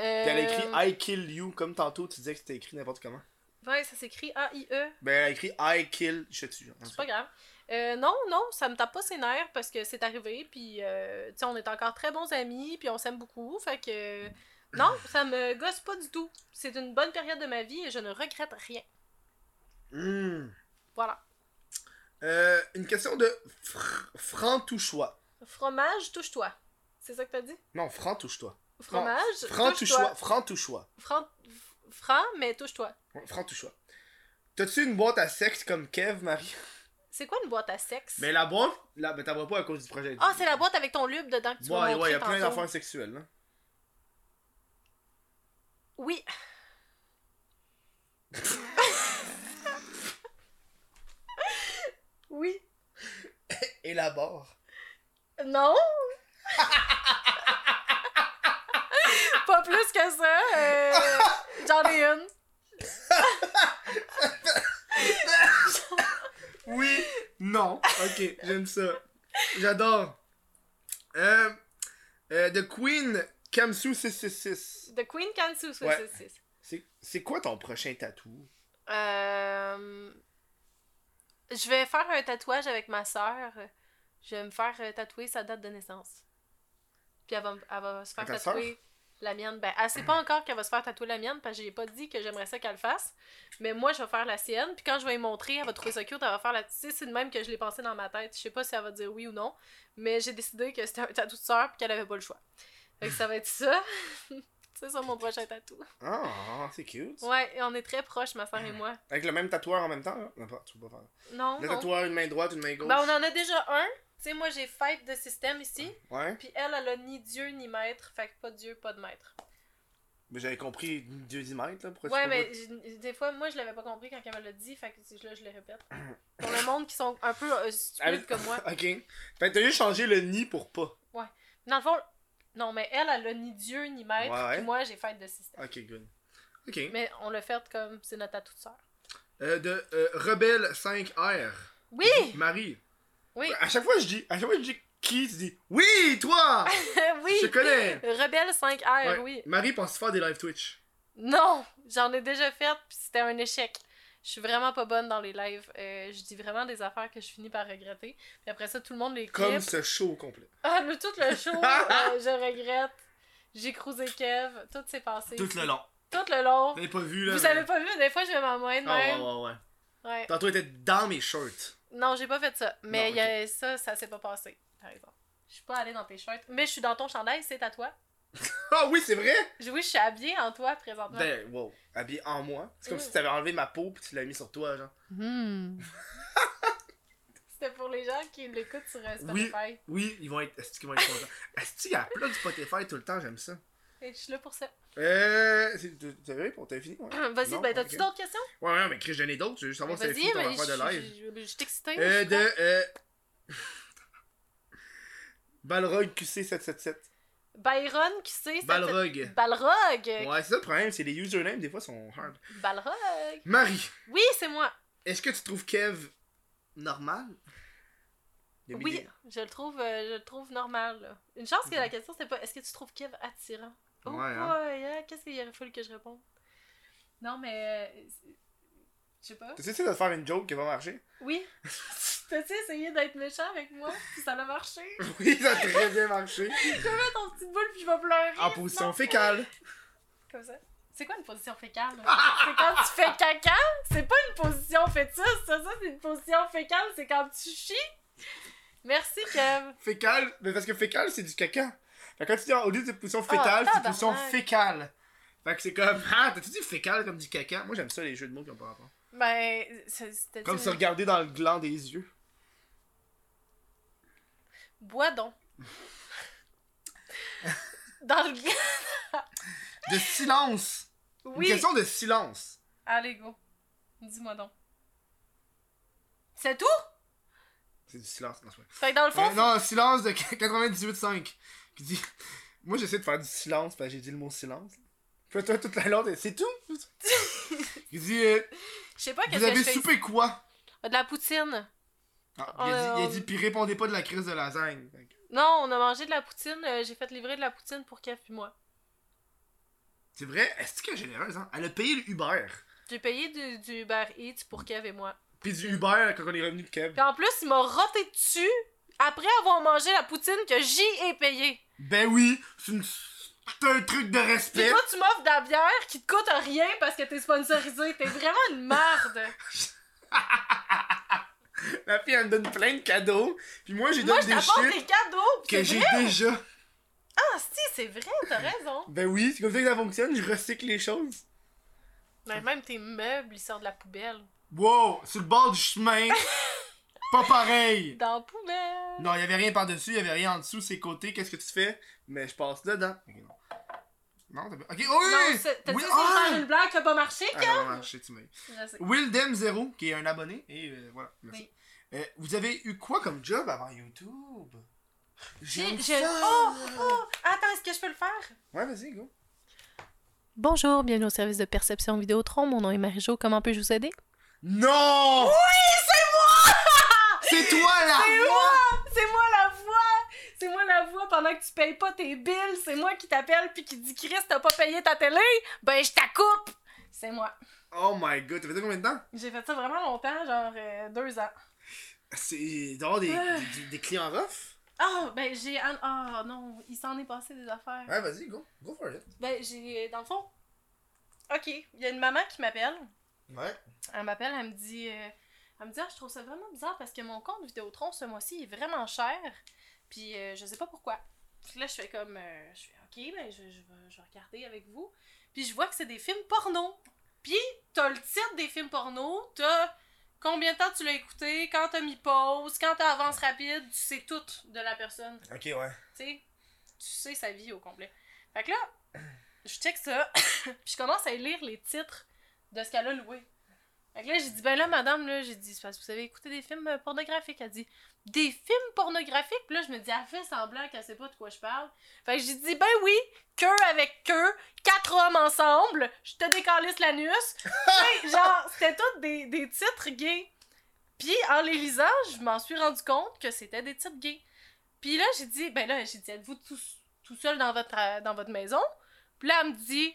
Speaker 1: Puis elle a écrit I kill you, comme tantôt tu disais que c'était écrit n'importe comment.
Speaker 2: Ouais, ça s'écrit E. A-I-E.
Speaker 1: Ben elle a écrit I kill, je tue. en tout
Speaker 2: C'est
Speaker 1: cas.
Speaker 2: pas grave. Euh, non, non, ça me tape pas ses nerfs parce que c'est arrivé, puis euh, tu sais, on est encore très bons amis, puis on s'aime beaucoup, fait que... euh, Non, ça me gosse pas du tout. C'est une bonne période de ma vie et je ne regrette rien.
Speaker 1: Hmm.
Speaker 2: Voilà.
Speaker 1: Euh, une question de fr... Franc touche-toi.
Speaker 2: Fromage, touche-toi. C'est ça que t'as dit?
Speaker 1: Non, Franc touche-toi.
Speaker 2: Fromage,
Speaker 1: Franc touche-toi.
Speaker 2: touche-toi.
Speaker 1: Franc touche-toi.
Speaker 2: Franc, franc, mais touche-toi.
Speaker 1: Ouais, Franc touche-toi. T'as-tu une boîte à sexe comme Kev, Marie
Speaker 2: C'est quoi une boîte à sexe?
Speaker 1: Mais la boîte, là, ben t'en vois pas à cause du projet.
Speaker 2: Ah, c'est la boîte avec ton lube dedans que tu m'as
Speaker 1: Ouais, ouais,
Speaker 2: montré
Speaker 1: y a plein
Speaker 2: tantôt.
Speaker 1: d'affaires sexuelles, hein. là.
Speaker 2: Oui. oui.
Speaker 1: Élabore.
Speaker 2: Non. Pas plus que ça. euh, J'en ai une.
Speaker 1: Oui, non. Ok, j'aime ça. J'adore. Euh, euh, The Queen Kamsu 666.
Speaker 2: The Queen Can Sue,
Speaker 1: Ouais.
Speaker 2: c'est- c'est-
Speaker 1: C'est- C'est quoi ton prochain tatou?
Speaker 2: Euh, Je vais faire un tatouage avec ma soeur. Je vais me faire euh, tatouer sa date de naissance. Puis elle va, me- elle va se faire
Speaker 1: À ta
Speaker 2: tatouer la mienne. Ben, elle sait pas encore qu'elle va se faire tatouer la mienne parce que j'ai pas dit que j'aimerais ça qu'elle le fasse. Mais moi, je vais faire la sienne. Puis quand je vais lui montrer, elle va trouver ça cute. Elle va faire la. Tu sais, c'est de même que je l'ai pensé dans ma tête. Je sais pas si elle va dire oui ou non. Mais j'ai décidé que c'était un tatou de soeur puis qu'elle avait pas le choix. Fait que ça va être ça. c'est ça mon prochain tatou.
Speaker 1: Ah, c'est cute.
Speaker 2: Ouais, et on est très proches, ma soeur et moi.
Speaker 1: Avec le même tatoueur en même temps, là? Non, pas, tu peux pas faire.
Speaker 2: Non.
Speaker 1: Le
Speaker 2: non.
Speaker 1: tatoueur, une main droite, une main gauche.
Speaker 2: Ben, on en a déjà un. Tu sais, moi, j'ai fête de système ici.
Speaker 1: Ouais,
Speaker 2: Puis elle, elle a ni Dieu ni maître. Fait que pas de Dieu, pas de maître.
Speaker 1: mais j'avais compris deux là. Pourquoi tu
Speaker 2: ouais,
Speaker 1: peux
Speaker 2: mais j- des fois, moi, je l'avais pas compris quand elle me l'a dit. Fait que c'est- là, je le répète. Pour le monde qui sont un peu euh, stupides
Speaker 1: Elle-
Speaker 2: comme moi.
Speaker 1: pas- Ok. Fait que t'as juste changé le ni pour pas.
Speaker 2: Dans le fond, non, mais elle, elle a ni Dieu ni maître.
Speaker 1: Ouais, ouais.
Speaker 2: Puis moi, j'ai fête de système.
Speaker 1: Ok, good. Ok.
Speaker 2: Mais on l'a fait comme c'est notre tatou de sœur.
Speaker 1: Euh, de euh, Rebelle 5R.
Speaker 2: Oui!
Speaker 1: Marie.
Speaker 2: Oui!
Speaker 1: À chaque fois, je dis, à chaque fois, je dis qui, tu dis oui, toi!
Speaker 2: oui!
Speaker 1: Je connais!
Speaker 2: Rebelle 5R,
Speaker 1: Ouais.
Speaker 2: oui.
Speaker 1: Marie, pense-tu faire des live Twitch?
Speaker 2: Non! J'en ai déjà fait, puis c'était un échec. Je suis vraiment pas bonne dans les lives. Euh, je dis vraiment des affaires que je finis par regretter. Puis après ça, tout le monde les clip.
Speaker 1: Comme ce show au complet.
Speaker 2: Ah, le, tout le show, euh, je regrette. J'ai cruisé Kev. Tout s'est passé.
Speaker 1: Tout le long.
Speaker 2: Tout le long.
Speaker 1: Vous l'avez pas vu, là.
Speaker 2: Vous
Speaker 1: mais-
Speaker 2: avez pas vu, des fois, je vais m'en moindre
Speaker 1: Ah, ouais,
Speaker 2: même.
Speaker 1: ouais, ouais.
Speaker 2: Ouais.
Speaker 1: Tantôt, elle était dans mes shirts.
Speaker 2: Non, j'ai pas fait ça. Mais
Speaker 1: Non,
Speaker 2: il y a- ça, ça s'est pas passé, par exemple. Je suis pas allée dans tes shirts. Mais je suis dans ton chandail, c'est à toi.
Speaker 1: Ah oui, c'est vrai?
Speaker 2: Je- Oui, je suis habillée en toi présentement.
Speaker 1: Ben, wow. Habillé en moi. C'est comme
Speaker 2: Mm.
Speaker 1: si tu avais enlevé ma peau puis tu l'avais mis sur toi, genre.
Speaker 2: Hmm. C'était pour les gens qui l'écoutent sur euh,
Speaker 1: Oui.
Speaker 2: Spotify.
Speaker 1: Oui, ils vont être. Est-ce qu'ils vont être contents? Est-ce qu'il y a plein de Spotify tout le temps? J'aime ça.
Speaker 2: Et je suis là pour ça.
Speaker 1: Euh. c'est- T'as vu? T'as fini? Ouais.
Speaker 2: Vas-y,
Speaker 1: Non,
Speaker 2: ben t'as-tu
Speaker 1: ok.
Speaker 2: d'autres questions?
Speaker 1: Ouais, ouais, mais Chris, j'en ai d'autres. Je veux juste savoir si t'avais
Speaker 2: Vas-y,
Speaker 1: fini ton
Speaker 2: mais je,
Speaker 1: affaire de live.
Speaker 2: je, je, je t'excite.
Speaker 1: Euh,
Speaker 2: je crois.
Speaker 1: de. Euh... Balrog QC777.
Speaker 2: Byron, qui sait? ça,
Speaker 1: Balrog.
Speaker 2: c'est- Balrog!
Speaker 1: Ouais, c'est ça le problème, c'est les usernames, des fois, sont hard.
Speaker 2: Balrog!
Speaker 1: Marie,
Speaker 2: Oui, c'est moi!
Speaker 1: est-ce que tu trouves Kev normal Il a mis
Speaker 2: Oui,
Speaker 1: des-
Speaker 2: je le trouve, euh, je le trouve normal. là. Une chance que la question c'était pas est-ce que tu trouves Kev attirant Oh
Speaker 1: Mhm. Ouais, hein.
Speaker 2: boy, hein, qu'est-ce qu'il aurait fallu que je réponde Non, mais. euh, c'est- Je sais pas.
Speaker 1: Tu essayé de te faire une joke qui va marcher
Speaker 2: Oui T'as-tu essayé d'être méchant avec moi Puis ça a marché
Speaker 1: Oui, ça a très bien marché.
Speaker 2: Je vais mettre en petite boule puis je vais pleurer
Speaker 1: En position
Speaker 2: sinon.
Speaker 1: fécale.
Speaker 2: Comme ça. C'est quoi une position fécale là? C'est quand tu fais caca C'est pas une position fœtus, ça, ça c'est une position fécale, c'est quand tu chies Merci Kev
Speaker 1: Fécale, mais parce que fécale, c'est du caca. Fait que quand tu dis au lieu de position fétale, c'est position
Speaker 2: Ah, tabarnak.
Speaker 1: fécale. Fait que c'est comme, ah, t'as-tu dit fécale comme du caca Moi, j'aime ça, les jeux de mots qui ont pas rapport.
Speaker 2: Ben, ça- c'était
Speaker 1: Comme se regarder dans le gland des yeux.
Speaker 2: Bois donc. Dans le.
Speaker 1: De silence
Speaker 2: Oui.
Speaker 1: Une question de silence.
Speaker 2: Allez, go. Dis-moi donc. C'est tout?
Speaker 1: C'est du silence, non, c'est pas vrai.
Speaker 2: Fait que dans le fond.
Speaker 1: Euh, non, silence de 98.5. Qui dit. Moi, j'essaie de faire du silence, parce que j'ai dit le mot silence. Puis toi, toute la longue, c'est tout. Il dit. euh,
Speaker 2: Je sais pas Ah, qu'est-ce
Speaker 1: vous
Speaker 2: que je
Speaker 1: avez
Speaker 2: fais.
Speaker 1: soupé quoi
Speaker 2: ici. De la poutine.
Speaker 1: Ah, il, a dit, il a
Speaker 2: Euh,
Speaker 1: dit, puis répondez pas de la crise de lasagne. Fait que
Speaker 2: Non, on a mangé de la poutine. euh, J'ai fait livrer de la poutine pour Kev puis moi.
Speaker 1: C'est vrai, est-ce qu'elle est généreuse, hein Elle a payé le Uber.
Speaker 2: J'ai payé du, du Uber Eats pour Kev et moi.
Speaker 1: Puis du Uber quand on est revenu de Kev.
Speaker 2: Puis en plus, il m'a roté dessus après avoir mangé la poutine que j'y ai payée.
Speaker 1: Ben oui, c'est une- c'est un truc de
Speaker 2: Puis
Speaker 1: respect.
Speaker 2: toi, tu m'offres de la bière qui te coûte rien parce que t'es sponsorisé. T'es vraiment une merde.
Speaker 1: La fille, elle me donne plein de cadeaux. Puis moi, j'ai
Speaker 2: Moi,
Speaker 1: donné
Speaker 2: je
Speaker 1: des
Speaker 2: t'apporte
Speaker 1: shit
Speaker 2: des cadeaux!
Speaker 1: que
Speaker 2: c'est
Speaker 1: j'ai
Speaker 2: vrai.
Speaker 1: déjà.
Speaker 2: Ah, si, c'est vrai, t'as raison!
Speaker 1: Ben oui, c'est comme ça que ça fonctionne, je recycle les choses.
Speaker 2: Mais même tes meubles, ils sortent de la poubelle.
Speaker 1: Wow, sur le bord du chemin. pas pareil.
Speaker 2: Dans la poubelle!
Speaker 1: Non, il y avait rien par-dessus, il y avait rien en dessous, ses côtés, qu'est-ce que tu fais Mais je passe dedans. Ok, non. Non, t'as pas. Ok, oh
Speaker 2: Non,
Speaker 1: oui
Speaker 2: c'est- t'as-tu
Speaker 1: Oui,
Speaker 2: essayé de faire
Speaker 1: ah
Speaker 2: une blague qui a pas marché?
Speaker 1: Ah, non, non, je sais, tu m'as eu.
Speaker 2: Je sais.
Speaker 1: Wildem0, qui est un abonné, et euh, voilà, merci.
Speaker 2: Oui.
Speaker 1: Euh, vous avez eu quoi comme job avant YouTube
Speaker 2: J'ai.
Speaker 1: J'aime
Speaker 2: j'ai-
Speaker 1: ça.
Speaker 2: Oh! Oh! Attends, est-ce que je peux le faire?
Speaker 1: Ouais, vas-y, go.
Speaker 2: Bonjour, bienvenue au service de perception Vidéotron. Mon nom est Marie-Jo, comment puis-je vous aider?
Speaker 1: Non Oui, c'est moi C'est toi, là
Speaker 2: C'est Ah, moi! C'est moi la voix! C'est moi la voix pendant que tu payes pas tes billes. C'est moi qui t'appelle puis qui dit Chris, t'as pas payé ta télé? Ben, je t'a coupe! C'est moi.
Speaker 1: Oh my god, t'as fait ça combien de temps
Speaker 2: J'ai fait ça vraiment longtemps, genre euh, deux ans.
Speaker 1: C'est d'avoir des,
Speaker 2: Ah.
Speaker 1: des, des- des clients rough
Speaker 2: Ah, ben j'ai. Ah ah, non, il s'en est passé des affaires.
Speaker 1: Ouais, vas-y, go. Go for it.
Speaker 2: Ben j'ai. Dans le fond. Ok, il y a une maman qui m'appelle.
Speaker 1: Ouais.
Speaker 2: Elle m'appelle, elle me dit. euh, Elle me dit, ah, je trouve ça vraiment bizarre parce que mon compte Vidéotron ce mois-ci est vraiment cher. Puis euh, je sais pas pourquoi. Puis là, je fais comme. euh, je fais, ok, ben je, je, vais, je vais regarder avec vous. Puis je vois que c'est des films porno. Puis t'as le titre des films porno, t'as. Combien de temps tu l'as écouté, quand t'as mis pause, quand t'as avance rapide, tu sais tout de la personne
Speaker 1: Ok, ouais.
Speaker 2: tu sais, tu sais sa vie au complet. Fait que là, je check ça, puis je commence à lire les titres de ce qu'elle a loué. Fait que là, j'ai dit, ben là, madame, là, j'ai dit, c'est parce que vous avez écouté des films euh, pornographiques. Elle dit, des films pornographiques? Puis là, je me dis, elle fait semblant qu'elle sait pas de quoi je parle. Fait que j'ai dit, ben oui, que avec que, quatre hommes ensemble, je te décalisse l'anus. Tu sais, genre, c'était tous des, des titres gays. Puis en les lisant, je m'en suis rendu compte que c'était des titres gays. Puis là, j'ai dit, ben là, j'ai dit, êtes-vous tout, tout seul dans votre, euh, dans votre maison? Puis là, elle me dit,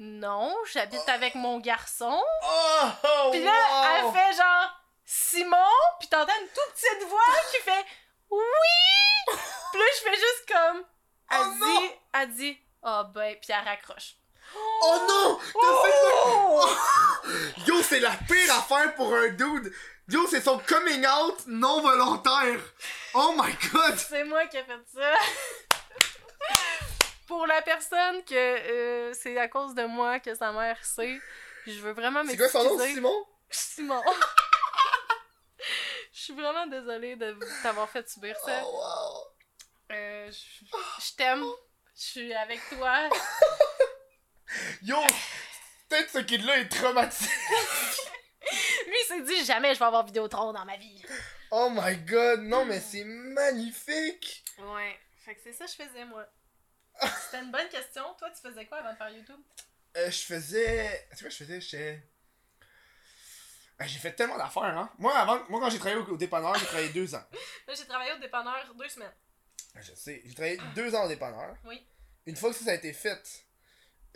Speaker 2: Non, j'habite avec mon garçon.
Speaker 1: Oh, oh,
Speaker 2: Puis là,
Speaker 1: wow!
Speaker 2: elle fait genre Simon, puis t'entends une toute petite voix qui fait Oui! Puis là, je fais juste comme. Elle
Speaker 1: Oh non!
Speaker 2: dit, elle dit, oh ben, puis elle raccroche.
Speaker 1: Oh non! T'as fait ça! Yo, c'est la pire affaire pour un dude! Yo, c'est son coming out non volontaire! Oh my god!
Speaker 2: C'est moi qui ai fait ça. Pour la personne que euh, c'est à cause de moi que sa mère sait, je veux vraiment
Speaker 1: C'est
Speaker 2: m'excuser.
Speaker 1: quoi son nom, Simon?
Speaker 2: Simon. Je suis vraiment désolée de vous- t'avoir fait subir ça.
Speaker 1: Oh wow!
Speaker 2: Euh, je je t'aime. Je suis avec toi.
Speaker 1: Yo! Peut-être ce kid-là est traumatisé!
Speaker 2: Lui, il s'est dit jamais je vais avoir Vidéotron dans ma vie.
Speaker 1: Oh my god! Non, mais c'est magnifique!
Speaker 2: Ouais. Fait que c'est ça que je faisais, moi. C'était une bonne question. Toi, tu faisais quoi avant de faire YouTube?
Speaker 1: Euh, je faisais. C'est quoi, je faisais? J'étais. Ah, J'ai fait tellement d'affaires, hein? Moi, avant, moi quand j'ai travaillé au, au dépanneur, j'ai travaillé deux ans.
Speaker 2: Là, j'ai travaillé au dépanneur deux semaines.
Speaker 1: Je sais, j'ai travaillé deux ans au dépanneur.
Speaker 2: Oui.
Speaker 1: Une fois que ça, ça a été fait,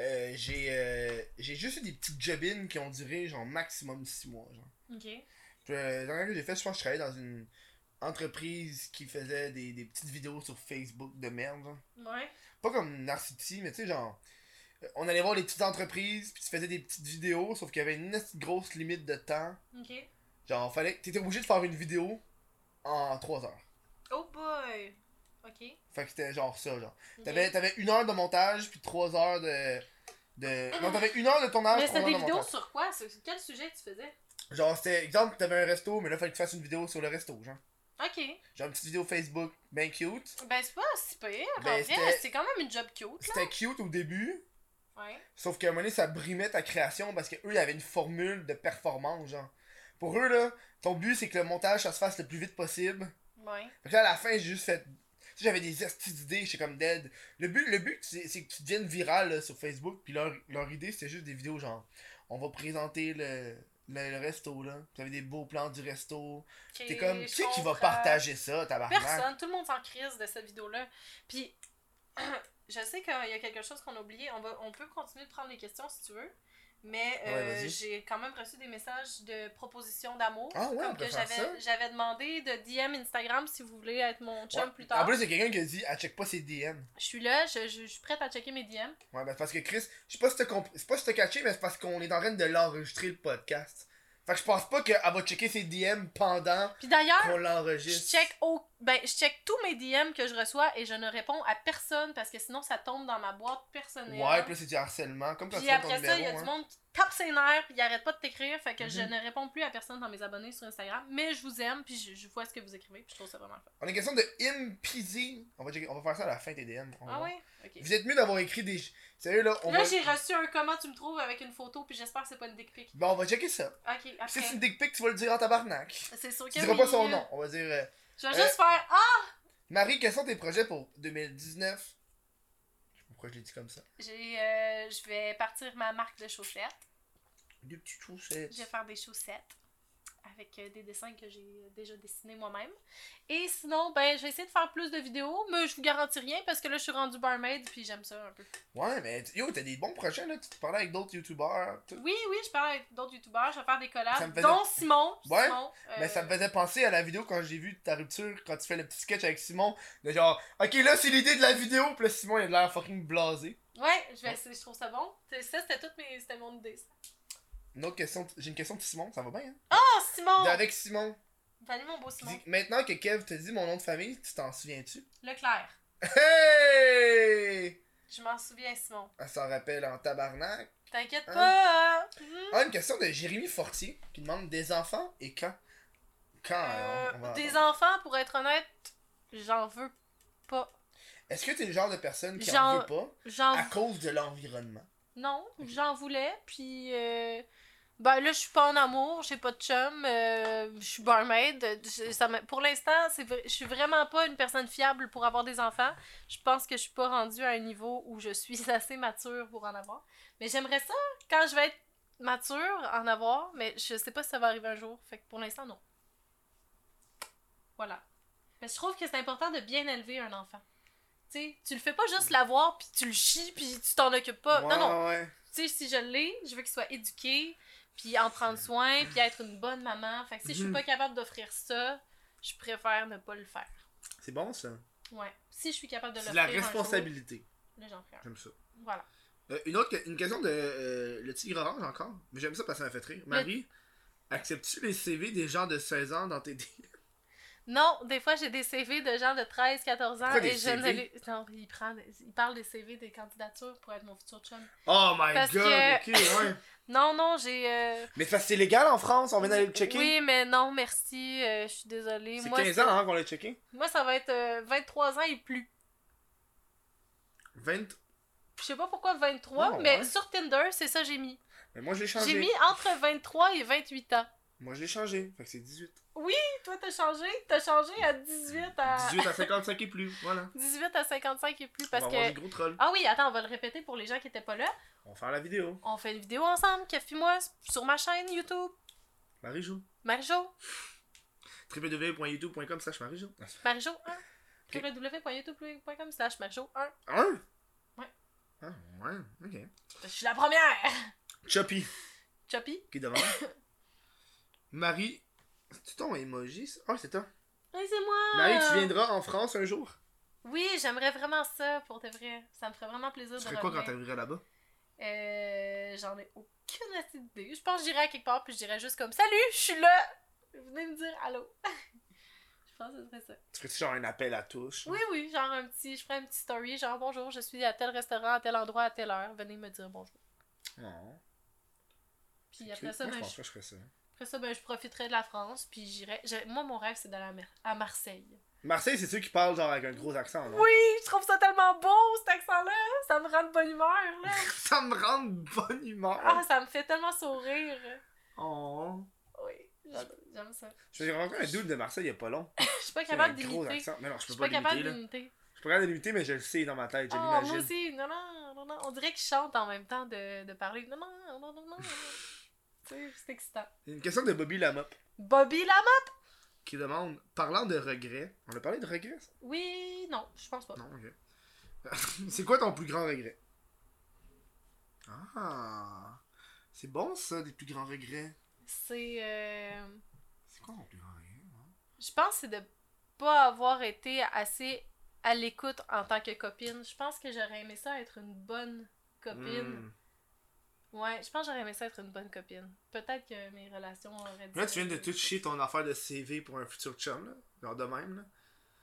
Speaker 1: euh, j'ai euh, j'ai juste eu des petites jobines qui ont duré genre maximum six mois. Genre.
Speaker 2: Ok.
Speaker 1: Puis, euh, la dernière que j'ai fait, je pense que je travaillais dans une entreprise qui faisait des, des petites vidéos sur Facebook de merde. genre.
Speaker 2: Ouais.
Speaker 1: Pas comme Narcity, mais tu sais, genre. euh, On allait voir les petites entreprises, puis tu faisais des petites vidéos, sauf qu'il y avait une esti de grosse limite de temps.
Speaker 2: Ok.
Speaker 1: Genre, fallait. T'étais obligé de faire une vidéo en trois heures.
Speaker 2: Oh boy! Ok.
Speaker 1: Fait que c'était genre ça, genre.
Speaker 2: ok.
Speaker 1: T'avais, t'avais une heure de montage, puis trois heures de. de... Non, t'avais une heure de tournage,
Speaker 2: Mais
Speaker 1: trois
Speaker 2: c'était
Speaker 1: heures
Speaker 2: des
Speaker 1: de
Speaker 2: vidéos
Speaker 1: montage.
Speaker 2: sur quoi? Sur quel sujet tu faisais?
Speaker 1: Genre, c'était exemple, t'avais un resto, mais là, fallait que tu fasses une vidéo sur le resto, genre.
Speaker 2: Ok.
Speaker 1: Genre, une petite vidéo Facebook, ben cute.
Speaker 2: Ben, c'est pas si pire. en
Speaker 1: Ben,
Speaker 2: vrai,
Speaker 1: c'était-
Speaker 2: c'est quand même une job cute, là.
Speaker 1: C'était cute au début,
Speaker 2: Ouais.
Speaker 1: sauf qu'à un moment donné, ça brimait ta création parce que eux, ils avaient une formule de performance, genre. Pour eux, là, ton but, c'est que le montage, ça se fasse le plus vite possible.
Speaker 2: Ouais.
Speaker 1: Fait que là, à la fin, j'ai juste fait. Tu sais, j'avais des estis d'idées, j'étais comme dead. Le but, le but c'est c'est que tu deviennes viral là, sur Facebook, puis leur, leur idée, c'était juste des vidéos genre. On va présenter le, le, le resto, là. Vous avez des beaux plans du resto.
Speaker 2: Ok,
Speaker 1: T'es comme,
Speaker 2: je
Speaker 1: qui c'est qui va
Speaker 2: comprends.
Speaker 1: partager ça, tabarnak?
Speaker 2: Personne. Tout le monde s'en crise de cette vidéo-là. Puis, je sais qu'il y a quelque chose qu'on a oublié. On, va... on peut continuer de prendre les questions si tu veux. Mais
Speaker 1: Ouais,
Speaker 2: euh,
Speaker 1: vas-y.
Speaker 2: j'ai quand même reçu des messages de propositions d'amour.
Speaker 1: Ah ouais, on
Speaker 2: comme
Speaker 1: peut
Speaker 2: que
Speaker 1: faire ça.
Speaker 2: j'avais j'avais demandé de DM Instagram si vous voulez être mon chum
Speaker 1: Ouais.
Speaker 2: plus tard.
Speaker 1: En plus, il y a quelqu'un qui a dit, ah, check pas ses DM.
Speaker 2: Je suis là, je, je- je suis prête à checker mes DM.
Speaker 1: Ouais, ben, c'est parce que Chris, je sais pas si t'as compris, c'est pas si t'as catché, mais c'est parce qu'on est en train de l'enregistrer le podcast. Fait que je pense pas qu'elle va checker ses DM pendant
Speaker 2: Puis d'ailleurs,
Speaker 1: qu'on
Speaker 2: Ah, Je
Speaker 1: l'enregistre.
Speaker 2: check, au... ben, je check tous mes DM que je reçois et je ne réponds à personne parce que sinon ça tombe dans ma boîte personnelle.
Speaker 1: Ouais, puis là, c'est du harcèlement, comme quand tu
Speaker 2: puis
Speaker 1: fais ton
Speaker 2: après ça, il y a
Speaker 1: numéro,
Speaker 2: du
Speaker 1: hein.
Speaker 2: monde qui tape ses nerfs puis il arrête pas de t'écrire. Fait que je
Speaker 1: Mhm.
Speaker 2: ne réponds plus à personne dans mes abonnés sur Instagram. Mais je vous aime puis je, je vois ce que vous écrivez puis je trouve ça vraiment le fun.
Speaker 1: On a question de impeasing. On va, checker- on va faire ça à la fin, TDM. On va
Speaker 2: Ah
Speaker 1: voir.
Speaker 2: ouais? Ok.
Speaker 1: Vous êtes mieux d'avoir écrit des. Sérieux, là, on
Speaker 2: Là,
Speaker 1: va.
Speaker 2: j'ai reçu un comment tu me trouves avec une photo puis j'espère que c'est pas une dick pic.
Speaker 1: Bon, on va checker ça.
Speaker 2: Ok,
Speaker 1: Si c'est
Speaker 2: après.
Speaker 1: une dick pic, tu vas le dire en tabarnak.
Speaker 2: C'est sûr que
Speaker 1: Tu diras pas
Speaker 2: oui.
Speaker 1: son nom. On va dire. euh,
Speaker 2: Je vais
Speaker 1: Euh,
Speaker 2: juste faire Ah!
Speaker 1: Marie, quels sont tes projets pour 2019 Je sais pas pourquoi je l'ai dit comme ça.
Speaker 2: J'ai, euh, je vais partir ma marque de chaussettes.
Speaker 1: Des petits chaussettes.
Speaker 2: Je vais faire des chaussettes avec euh, des dessins que j'ai euh, déjà dessinés moi-même. Et sinon, ben, je vais essayer de faire plus de vidéos, mais je vous garantis rien parce que là, je suis rendue barmaid puis j'aime ça un peu.
Speaker 1: Ouais, mais t- yo, t'as des bons projets, là. Tu te parlais avec d'autres youtubeurs. tout.
Speaker 2: Oui, oui, je parle avec d'autres youtubeurs, je vais faire des
Speaker 1: Ça me
Speaker 2: collabs,
Speaker 1: faisait-
Speaker 2: dont Simon.
Speaker 1: Ouais,
Speaker 2: Simon, euh,
Speaker 1: Mais ça me faisait penser à la vidéo quand j'ai vu ta rupture, quand tu fais le petit sketch avec Simon. De genre, ok, là, c'est l'idée de la vidéo. Puis là, Simon, il a l'air fucking blasé.
Speaker 2: Ouais, je, vais essayer, je trouve ça bon. C'est- Ça, c'était toute mes... c'était mon idée. ça.
Speaker 1: Une autre question. J'ai une question de Simon, ça va bien, hein?
Speaker 2: Oh, Simon!
Speaker 1: T'es Avec Simon.
Speaker 2: Salut mon beau
Speaker 1: Qui
Speaker 2: Simon.
Speaker 1: dit- maintenant que Kev te dit mon nom de famille, tu t'en souviens-tu?
Speaker 2: Leclerc.
Speaker 1: Hey!
Speaker 2: Je m'en souviens, Simon.
Speaker 1: Elle s'en rappelle en tabarnak.
Speaker 2: T'inquiète
Speaker 1: Hein?
Speaker 2: pas! hein. Mhm.
Speaker 1: Ah, une question de Jérémy Fortier qui demande des enfants et quand? Quand? hein,
Speaker 2: Euh,
Speaker 1: Ah, on- on va-
Speaker 2: des enfants, pour être honnête, j'en veux pas.
Speaker 1: Est-ce que t'es le genre de personne qui en
Speaker 2: Genre-
Speaker 1: veut pas
Speaker 2: J'en
Speaker 1: à cause de l'environnement?
Speaker 2: Non, j'en voulais, puis... euh, Ben là, je suis pas en amour, j'ai pas de chum, euh, je suis barmaid. euh, je- ça m'a- pour l'instant, c'est vrai- je suis vraiment pas une personne fiable pour avoir des enfants. Je pense que je suis pas rendue à un niveau où je suis assez mature pour en avoir. Mais j'aimerais ça, quand je vais être mature, en avoir, mais je sais pas si ça va arriver un jour. Fait que pour l'instant, non. Voilà. Mais je trouve que c'est important de bien élever un enfant. tu sais. Tu le fais pas juste l'avoir, puis tu le chies, puis tu t'en occupes pas. Non, non.
Speaker 1: Ouais.
Speaker 2: Tu sais, si je l'ai, je veux qu'il soit éduqué, puis en prendre soin, puis être une bonne maman. Fait que si je suis
Speaker 1: Mhm.
Speaker 2: pas capable d'offrir ça, je préfère ne pas le faire.
Speaker 1: C'est bon, ça.
Speaker 2: Ouais. Si je suis capable de
Speaker 1: C'est
Speaker 2: l'offrir.
Speaker 1: de la
Speaker 2: un jour,
Speaker 1: responsabilité.
Speaker 2: là, j'en fais un.
Speaker 1: J'aime ça.
Speaker 2: Voilà.
Speaker 1: Euh, une autre que- une question de euh, le tigre orange encore. Mais j'aime ça parce que ça m'a fait rire. Marie, acceptes-tu les CV des gens de 16 ans dans tes DM?
Speaker 2: Non, des fois, j'ai des CV de gens de 13, 14 ans
Speaker 1: Pourquoi
Speaker 2: et
Speaker 1: des
Speaker 2: je ne
Speaker 1: CV?
Speaker 2: les. Non, il, prend des- il parle des CV des candidatures pour être mon futur chum.
Speaker 1: Oh my
Speaker 2: Parce
Speaker 1: god,
Speaker 2: que-
Speaker 1: ok, ouais.
Speaker 2: Non, non, j'ai. euh,
Speaker 1: Mais c'est parce que c'est légal en France, on vient d'aller le checker.
Speaker 2: Oui, mais non, merci, euh, je suis désolée.
Speaker 1: c'est
Speaker 2: Moi,
Speaker 1: 15 ans hein, qu'on l'a checké.
Speaker 2: moi, ça va être euh, 23 ans et plus.
Speaker 1: 20.
Speaker 2: Je sais pas pourquoi 23,
Speaker 1: Ah,
Speaker 2: mais
Speaker 1: ouais.
Speaker 2: sur Tinder, c'est ça j'ai mis.
Speaker 1: Mais moi, je l'ai changé.
Speaker 2: J'ai mis entre 23 et 28 ans.
Speaker 1: Moi, je l'ai changé. Fait que c'est 18.
Speaker 2: Toi, t'as changé? T'as changé à 18 à...
Speaker 1: 18 à 55 et plus, voilà.
Speaker 2: 18 à 55 et plus, Ah. parce
Speaker 1: on va avoir
Speaker 2: que...
Speaker 1: des gros trolls.
Speaker 2: Ah oui, attends, on va le répéter pour les gens qui étaient pas là.
Speaker 1: On va faire la vidéo.
Speaker 2: On fait une vidéo ensemble, Café moi, sur ma chaîne YouTube.
Speaker 1: Marie joue.
Speaker 2: Marie-Jo,
Speaker 1: www.youtube.com slash Marie-Jo.
Speaker 2: Marie-Jo 1. www.youtube.com slash Marie-Jo 1.
Speaker 1: Hein?
Speaker 2: Ouais.
Speaker 1: Ah, ouais, ok.
Speaker 2: Je suis la première!
Speaker 1: Choppy,
Speaker 2: Choppy?
Speaker 1: qui est devant. Marie, c'est ton emoji? ça? Ah, c'est toi.
Speaker 2: Oui, c'est moi!
Speaker 1: Marie, tu viendras en France un jour?
Speaker 2: Oui, j'aimerais vraiment ça, pour de vrai. Ça me ferait vraiment plaisir
Speaker 1: Tu
Speaker 2: de
Speaker 1: ferais quoi quand
Speaker 2: revenir.
Speaker 1: t'arriverais là-bas?
Speaker 2: Euh, j'en ai aucune idée. Je pense que j'irai à quelque part puis je dirais juste comme Salut, je suis là! Venez me dire allô. je pense que ce serait ça.
Speaker 1: Tu ferais genre un appel à touche?
Speaker 2: Oui, oui, genre un petit. Je ferais un petit story, genre bonjour, je suis à tel restaurant, à tel endroit, à telle heure. Venez me dire bonjour.
Speaker 1: Oh.
Speaker 2: Puis après ça,
Speaker 1: Moi, je
Speaker 2: ben,
Speaker 1: pense
Speaker 2: je,
Speaker 1: que je ferais ça.
Speaker 2: après ça, ben, je profiterai de la France puis j'irai. j'ai- Moi, mon rêve, c'est d'aller à, Mer- à Marseille.
Speaker 1: Marseille, c'est ceux qui parlent genre avec un gros accent, non?
Speaker 2: Oui, je trouve ça tellement beau, cet accent-là. Ça me rend de bonne humeur, là.
Speaker 1: Ça me rend de bonne humeur.
Speaker 2: Ah, ça me fait tellement sourire. Ah.
Speaker 1: Oh.
Speaker 2: Oui, j'aime- j'aime ça.
Speaker 1: J'ai rencontré un double de Marseille il y a pas long.
Speaker 2: Je suis pas
Speaker 1: Il a un
Speaker 2: capable
Speaker 1: gros
Speaker 2: d'imiter.
Speaker 1: accent. Mais non, je
Speaker 2: Je
Speaker 1: peux
Speaker 2: suis
Speaker 1: pas
Speaker 2: pas capable
Speaker 1: l'imiter, là.
Speaker 2: d'imiter.
Speaker 1: Je peux pas l'imiter, mais je le sais dans ma tête, je
Speaker 2: Ah, moi
Speaker 1: l'imagine.
Speaker 2: aussi, non, non, non, non. On dirait qu'ils chantent en même temps de, de parler. Non, non, non, non, non. tu sais, c'est excitant.
Speaker 1: Une question de Bobby Lamop
Speaker 2: Bobby Lama?
Speaker 1: qui demande Parlant de regrets, on a parlé de regrets ça?
Speaker 2: Oui, non, je pense pas.
Speaker 1: Non, ok. c'est quoi ton plus grand regret Ah C'est bon ça, des plus grands regrets.
Speaker 2: C'est. euh,
Speaker 1: C'est quoi mon plus grand regret moi?
Speaker 2: je pense que c'est de pas avoir été assez à l'écoute en tant que copine. Je pense que j'aurais aimé ça être une bonne copine.
Speaker 1: Hmm.
Speaker 2: Ouais, je pense que j'aurais aimé ça être une bonne copine. Peut-être que mes relations auraient dû.
Speaker 1: Là, tu viens de tout chier ton affaire de CV pour un futur chum, là. Genre de même, là.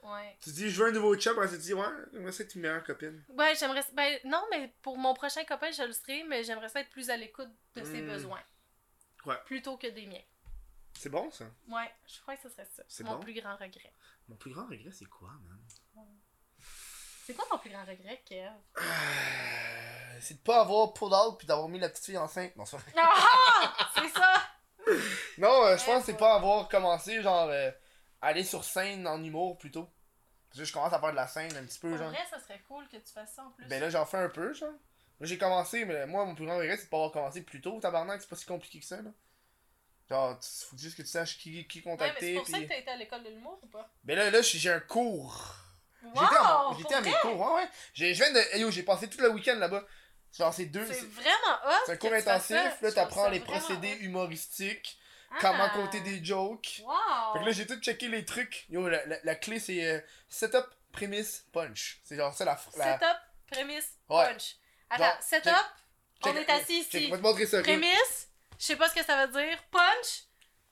Speaker 2: Ouais.
Speaker 1: Tu dis, je veux un nouveau chum, après tu dis, ouais, moi c'est une meilleure copine.
Speaker 2: Ouais, j'aimerais. Ben, non, mais pour mon prochain copain, je le serai, mais j'aimerais ça être plus à l'écoute de ses
Speaker 1: Hmm.
Speaker 2: besoins.
Speaker 1: Ouais.
Speaker 2: Plutôt que des miens.
Speaker 1: C'est bon ça
Speaker 2: Ouais, je crois que ce serait ça.
Speaker 1: C'est
Speaker 2: mon
Speaker 1: bon?
Speaker 2: plus grand regret.
Speaker 1: Mon plus grand regret, c'est quoi, man
Speaker 2: C'est quoi ton plus grand regret, Kev?
Speaker 1: Ah, C'est de pas avoir pull out puis d'avoir mis la petite fille enceinte. Non, ça.
Speaker 2: Ah! c'est ça!
Speaker 1: Non, euh, je pense que c'est pas avoir commencé, genre, euh, aller sur scène en humour plutôt. Parce que Je commence à faire de la scène un petit peu,
Speaker 2: En
Speaker 1: genre.
Speaker 2: vrai, ça serait cool que tu fasses ça en plus.
Speaker 1: Ben là, j'en fais un peu, genre. Moi, j'ai commencé, mais moi, mon plus grand regret, c'est de pas avoir commencé plus tôt, tabarnak, c'est pas si compliqué que ça, là. Genre, tu- faut juste que tu saches qui, qui
Speaker 2: ouais, mais c'est
Speaker 1: contacter.
Speaker 2: pour ça
Speaker 1: puis-
Speaker 2: que t'as été à l'école de l'humour ou pas?
Speaker 1: Ben là, là, j'ai j'ai un cours.
Speaker 2: Wow!
Speaker 1: J'étais à, mon-
Speaker 2: pour
Speaker 1: j'étais à mes
Speaker 2: vrai,
Speaker 1: cours, ouais, ouais. J'ai, je viens de. hey, yo, j'ai passé tout le week-end là-bas. Genre, c'est deux.
Speaker 2: C'est
Speaker 1: C'est,
Speaker 2: vraiment hot!
Speaker 1: c'est un
Speaker 2: que
Speaker 1: cours
Speaker 2: tu fasses
Speaker 1: intensif.
Speaker 2: ça. Je
Speaker 1: Là,
Speaker 2: trouve
Speaker 1: t'apprends
Speaker 2: ça
Speaker 1: les
Speaker 2: vraiment
Speaker 1: procédés
Speaker 2: hot.
Speaker 1: humoristiques,
Speaker 2: Ah!
Speaker 1: comment compter des jokes.
Speaker 2: Wow!
Speaker 1: Fait que là, j'ai tout checké les trucs. Yo, la, la- la clé, c'est euh, setup, prémisse, punch. C'est genre ça la. la...
Speaker 2: Setup, prémisse,
Speaker 1: Ouais.
Speaker 2: punch. Attends,
Speaker 1: Donc,
Speaker 2: setup,
Speaker 1: check-
Speaker 2: on
Speaker 1: Check- euh,
Speaker 2: est assis
Speaker 1: check,
Speaker 2: ici.
Speaker 1: on va te montrer ça. ok?
Speaker 2: Prémisse, je sais pas ce que ça veut dire. Punch,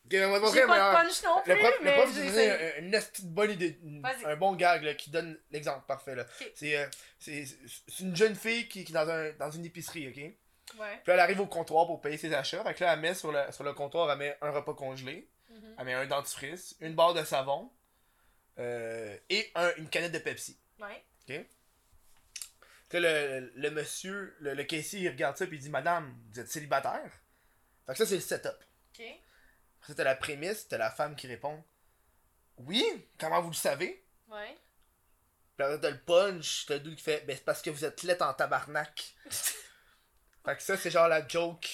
Speaker 1: Ok, on va te montrer,
Speaker 2: j'ai
Speaker 1: mais, euh,
Speaker 2: pas de punch non plus,
Speaker 1: Le prof, le
Speaker 2: mais
Speaker 1: prof
Speaker 2: j'ai
Speaker 1: il
Speaker 2: essayé.
Speaker 1: disait euh, une, une esti de bonne idée, une-
Speaker 2: Vas-y.
Speaker 1: un bon gag là, qui donne l'exemple parfait. Là.
Speaker 2: Ok.
Speaker 1: C'est, euh, c'est, c'est une jeune fille qui, qui est dans, un, dans une épicerie, ok? Puis
Speaker 2: Ouais.
Speaker 1: là, elle arrive au comptoir pour payer ses achats. Fait que là, elle met sur le, sur le comptoir, elle met un repas congelé,
Speaker 2: Mhm.
Speaker 1: elle met un dentifrice, une barre de savon euh, et un- une canette de Pepsi.
Speaker 2: Ouais.
Speaker 1: Fait que là, le, le monsieur, le, le caissier, il regarde ça puis il dit Madame, vous êtes célibataire? Fait que ça, c'est le setup.
Speaker 2: Ok.
Speaker 1: Après ça, t'as la prémisse, t'as la femme qui répond Oui, comment vous le savez?
Speaker 2: Ouais.
Speaker 1: Puis après, t'as le punch, t'as le dude qui fait Ben, c'est parce que vous êtes lettre en tabarnak. fait que ça, c'est genre la joke.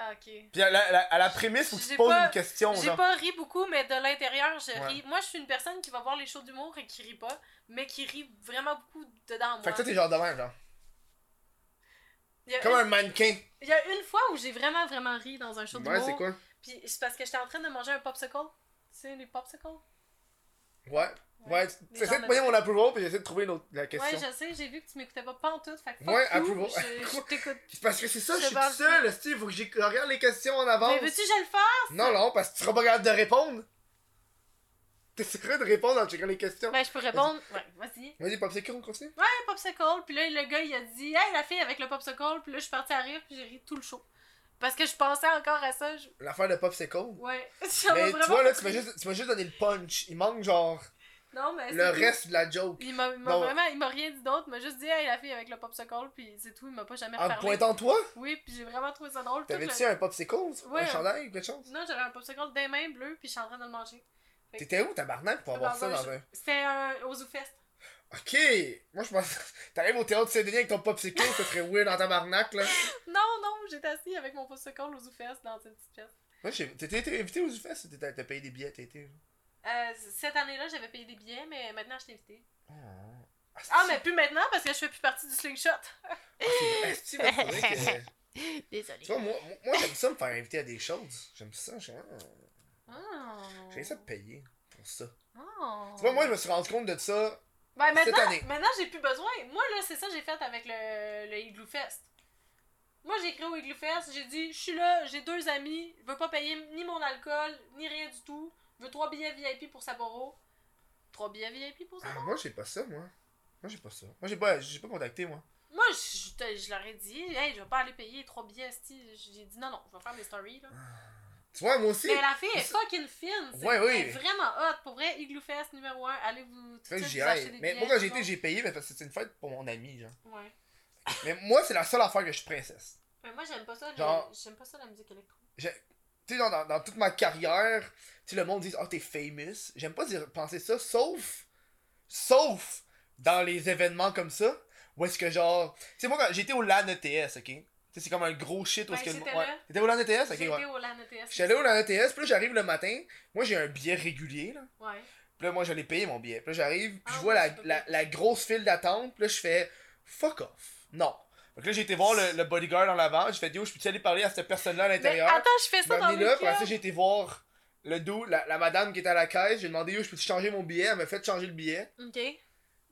Speaker 2: Ah, ok.
Speaker 1: Puis à la, à la- à la prémisse, faut que tu te
Speaker 2: J'ai
Speaker 1: poses
Speaker 2: pas-
Speaker 1: une question.
Speaker 2: J'ai
Speaker 1: Genre.
Speaker 2: pas ri beaucoup, mais de l'intérieur, je
Speaker 1: Ouais.
Speaker 2: ris. Moi, je suis une personne qui va voir les shows d'humour et qui rit pas, mais qui rit vraiment beaucoup dedans.
Speaker 1: Fait
Speaker 2: Moi.
Speaker 1: que toi, t'es genre de même, genre.
Speaker 2: il, y a
Speaker 1: Comme
Speaker 2: une...
Speaker 1: un mannequin.
Speaker 2: il y a une fois où j'ai vraiment, vraiment ri dans un show
Speaker 1: Ouais, c'est
Speaker 2: d'humour.
Speaker 1: quoi
Speaker 2: Puis c'est parce que j'étais en train de manger un popsicle. Tu sais, les popsicles?
Speaker 1: Ouais. Ouais, tu-
Speaker 2: Les gens
Speaker 1: t'essaies de
Speaker 2: me-
Speaker 1: poigner mon approval, puis j'essaie de trouver une autre- la question.
Speaker 2: Ouais, je sais, j'ai vu que tu m'écoutais pas pas en tout. Fait que fuck
Speaker 1: Ouais,
Speaker 2: you,
Speaker 1: approval.
Speaker 2: Je, je t'écoute.
Speaker 1: C'est Parce que c'est ça,
Speaker 2: Je
Speaker 1: je suis
Speaker 2: sais
Speaker 1: tout seul, Steve, faut que j'y regarde les questions en avance.
Speaker 2: Mais veux-tu que je le fasse?
Speaker 1: Non, non, parce que tu seras pas capable de répondre. T'essaieras de répondre en checkant les questions.
Speaker 2: Ben, je peux répondre. Ouais, vas-y.
Speaker 1: Vas-y, Popsicle, on continue.
Speaker 2: Un popsicle, puis là, le gars, il a dit, hey, la fille avec le popsicle, puis là, je suis partie à rire, puis j'ai ri tout le show. Parce que je pensais encore à ça. je-
Speaker 1: L'affaire de Popsicle.
Speaker 2: Ouais. Ça m'a
Speaker 1: Mais tu
Speaker 2: vraiment
Speaker 1: vois, là,
Speaker 2: fait
Speaker 1: tu m'as
Speaker 2: rire.
Speaker 1: juste, tu m'as juste donné le punch. Il manque, genre,
Speaker 2: Non, mais
Speaker 1: le
Speaker 2: c'est tout.
Speaker 1: reste de la joke.
Speaker 2: Il m'a il m'a
Speaker 1: Non.
Speaker 2: vraiment, il m'a rien dit d'autre, il m'a juste dit, hey, la fille avec le popsicle, puis c'est tout, il m'a pas jamais
Speaker 1: En
Speaker 2: reparlé.
Speaker 1: te pointant toi,
Speaker 2: Oui, puis j'ai vraiment trouvé ça drôle. tout le-
Speaker 1: t'avais-tu un Popsicle
Speaker 2: Ouais.
Speaker 1: Un chandail quelque chose
Speaker 2: Non, j'avais un popsicle des mains bleues, puis je suis en train de le manger.
Speaker 1: T'étais où, tabarnak, pour avoir ça dans un.
Speaker 2: C'était un... au ZooFest.
Speaker 1: Ok Moi, je pense. T'arrives au théâtre Saint-Denis avec ton Popsicle, ça serait weird en tabarnak, là.
Speaker 2: Non, non, j'étais assis avec mon popsicle au ZooFest dans une petite pièce.
Speaker 1: Moi, j'ai- t'étais t'étais invité aux UFES ou t'étais- t'as payé des billets, t'as été.
Speaker 2: Euh, cette année-là, j'avais payé des billets, mais maintenant, je t'ai invité.
Speaker 1: Ah, Ah,
Speaker 2: Ah, mais plus maintenant, parce que je fais plus partie du slingshot.
Speaker 1: Est-ce que faudrait que-
Speaker 2: Désolée.
Speaker 1: Tu vois, moi, moi- moi, j'aime ça me faire inviter à des choses. J'aime ça, j'ai
Speaker 2: Ah.
Speaker 1: j'ai ça de payer pour ça.
Speaker 2: Ah.
Speaker 1: Tu vois, moi, je me suis rendu compte de ça.
Speaker 2: Ben,
Speaker 1: Cette
Speaker 2: maintenant,
Speaker 1: année.
Speaker 2: maintenant j'ai plus besoin. Moi, là, c'est ça que j'ai fait avec le, le Igloo Fest. Moi, j'ai écrit au Igloo Fest, j'ai dit, je suis là, j'ai deux amis, je veux pas payer ni mon alcool, ni rien du tout. Je veux trois billets VIP pour Sapporo. Trois billets VIP pour
Speaker 1: Ah,
Speaker 2: Sapporo?
Speaker 1: moi, j'ai pas ça, moi. Moi, j'ai pas ça. Moi, j'ai pas, j'ai pas contacté, moi.
Speaker 2: Moi, je, je te- je leur ai dit, hey, je vais pas aller payer trois billets, esti. J'ai dit, non, non, je vais faire mes stories, là.
Speaker 1: Tu vois, moi aussi.
Speaker 2: Mais la fille est
Speaker 1: mais ça-
Speaker 2: fucking fine. c'est-
Speaker 1: Ouais,
Speaker 2: elle
Speaker 1: oui.
Speaker 2: est vraiment hot. Pour vrai, Igloo Fest numéro 1, allez vous tout de
Speaker 1: Fait que
Speaker 2: suite
Speaker 1: j'y
Speaker 2: vous acheter
Speaker 1: aille.
Speaker 2: des
Speaker 1: Mais
Speaker 2: billets,
Speaker 1: moi, quand
Speaker 2: tout
Speaker 1: j'ai
Speaker 2: le
Speaker 1: été, j'ai payé, mais parce que c'est une fête pour mon ami, genre.
Speaker 2: monde. Ouais.
Speaker 1: Mais moi, c'est la seule affaire que je suis princesse.
Speaker 2: Mais moi, j'aime pas ça, le-
Speaker 1: Genre-
Speaker 2: j'aime pas ça la musique électro.
Speaker 1: tu sais, genre, dans, dans toute ma carrière, tu sais, le monde dit « Ah, t'es famous ». J'aime pas dire, penser ça, sauf, sauf dans les événements comme ça, où est-ce que genre... Tu sais, moi, quand j'étais au LAN ETS, ok? Tu sais, c'est comme un gros shit où
Speaker 2: Ben,
Speaker 1: est-ce que... le
Speaker 2: j'étais
Speaker 1: mo- ouais.
Speaker 2: là.
Speaker 1: T'étais au LAN ETS, ok,
Speaker 2: J'ai été
Speaker 1: ouais.
Speaker 2: au LAN ETS.
Speaker 1: J'étais allé au LAN ETS, puis là, j'arrive le matin, moi, j'ai un billet régulier, là.
Speaker 2: Ouais.
Speaker 1: Puis là, moi, j'allais payer mon billet. Puis là, j'arrive, puis
Speaker 2: Ah,
Speaker 1: je vois
Speaker 2: ouais,
Speaker 1: la,
Speaker 2: c'est pas
Speaker 1: la, la grosse file d'attente. Puis là, je fais fuck off. Non. Donc là, j'ai été voir le, le bodyguard en l'avant. J'ai fait yo, je peux-tu aller parler à cette personne-là à
Speaker 2: Mais
Speaker 1: l'intérieur?
Speaker 2: attends, je fais
Speaker 1: Je
Speaker 2: ça
Speaker 1: m'ai
Speaker 2: dans
Speaker 1: amené
Speaker 2: le
Speaker 1: là, puis après ça,
Speaker 2: week
Speaker 1: j'ai été voir le dos, la, la madame qui était à la caisse. J'ai demandé yo, je peux-tu changer mon billet? Elle m'a fait changer le billet.
Speaker 2: Ok.
Speaker 1: Mais,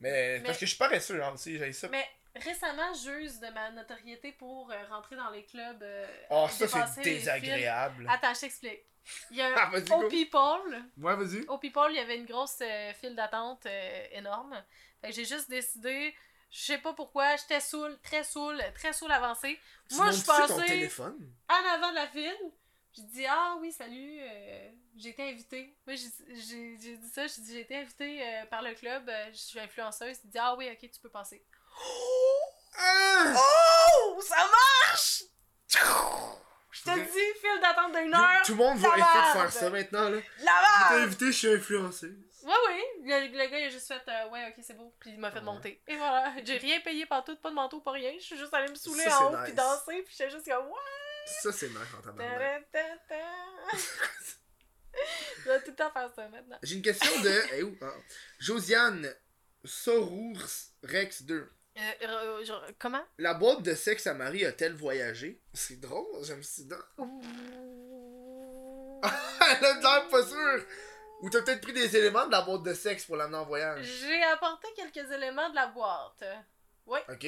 Speaker 2: Mais-
Speaker 1: parce que je suis paresseux, hein, aussi, j'ai ça.
Speaker 2: Mais récemment, j'use de ma notoriété pour euh, rentrer dans les clubs. euh,
Speaker 1: Oh, ça,
Speaker 2: dépasser
Speaker 1: c'est
Speaker 2: les
Speaker 1: désagréable.
Speaker 2: files. Attends, je t'explique. Il y a
Speaker 1: Ah, vas-y,
Speaker 2: au
Speaker 1: go.
Speaker 2: People.
Speaker 1: Ouais, vas-y.
Speaker 2: Au People, il y avait une grosse euh, file d'attente euh, énorme. Fait que j'ai juste décidé, je sais pas pourquoi, j'étais saoule, très saoule, très saoule avancée. Moi, je
Speaker 1: ton
Speaker 2: pensais
Speaker 1: téléphone.
Speaker 2: en avant de la file. J'ai dit, ah oui, salut, euh, j'ai été invitée. Moi, j'ai- j'ai j'ai dit ça, j'ai dit, j'ai été invitée euh, par le club, euh, je suis influenceuse. Il dit, ah oui, ok, tu peux passer.
Speaker 1: Ah!
Speaker 2: Oh, ça marche! Je te
Speaker 1: Mais-
Speaker 2: dis, file d'attente d'une
Speaker 1: Yo,
Speaker 2: heure.
Speaker 1: Tout le monde va
Speaker 2: la
Speaker 1: essayer de
Speaker 2: barbe.
Speaker 1: faire ça maintenant, là.
Speaker 2: La
Speaker 1: J'étais
Speaker 2: barbe!
Speaker 1: invité, je suis influencé.
Speaker 2: Ouais, oui. Le, le gars, il a juste fait euh, Ouais, ok, c'est beau. Puis il m'a fait
Speaker 1: Ouais.
Speaker 2: monter. Et voilà. J'ai rien payé partout, pas de manteau, pas rien. Je suis juste allée me saouler
Speaker 1: Ça,
Speaker 2: en haut,
Speaker 1: c'est
Speaker 2: puis
Speaker 1: nice. Ben
Speaker 2: danser, puis j'étais juste comme What?
Speaker 1: Ça, c'est nice en tabarnak.
Speaker 2: Je vais tout le temps faire ça maintenant.
Speaker 1: J'ai une question de. eh, où? Ah. Josiane Sorours Rex 2.
Speaker 2: Euh, euh, genre, comment
Speaker 1: La boîte de sexe à Marie a-t-elle voyagé C'est drôle, j'aime ça. Elle a de l'air pas sûre Ou t'as peut-être pris des éléments de la boîte de sexe pour l'amener en voyage.
Speaker 2: J'ai apporté quelques éléments de la boîte.
Speaker 1: Ok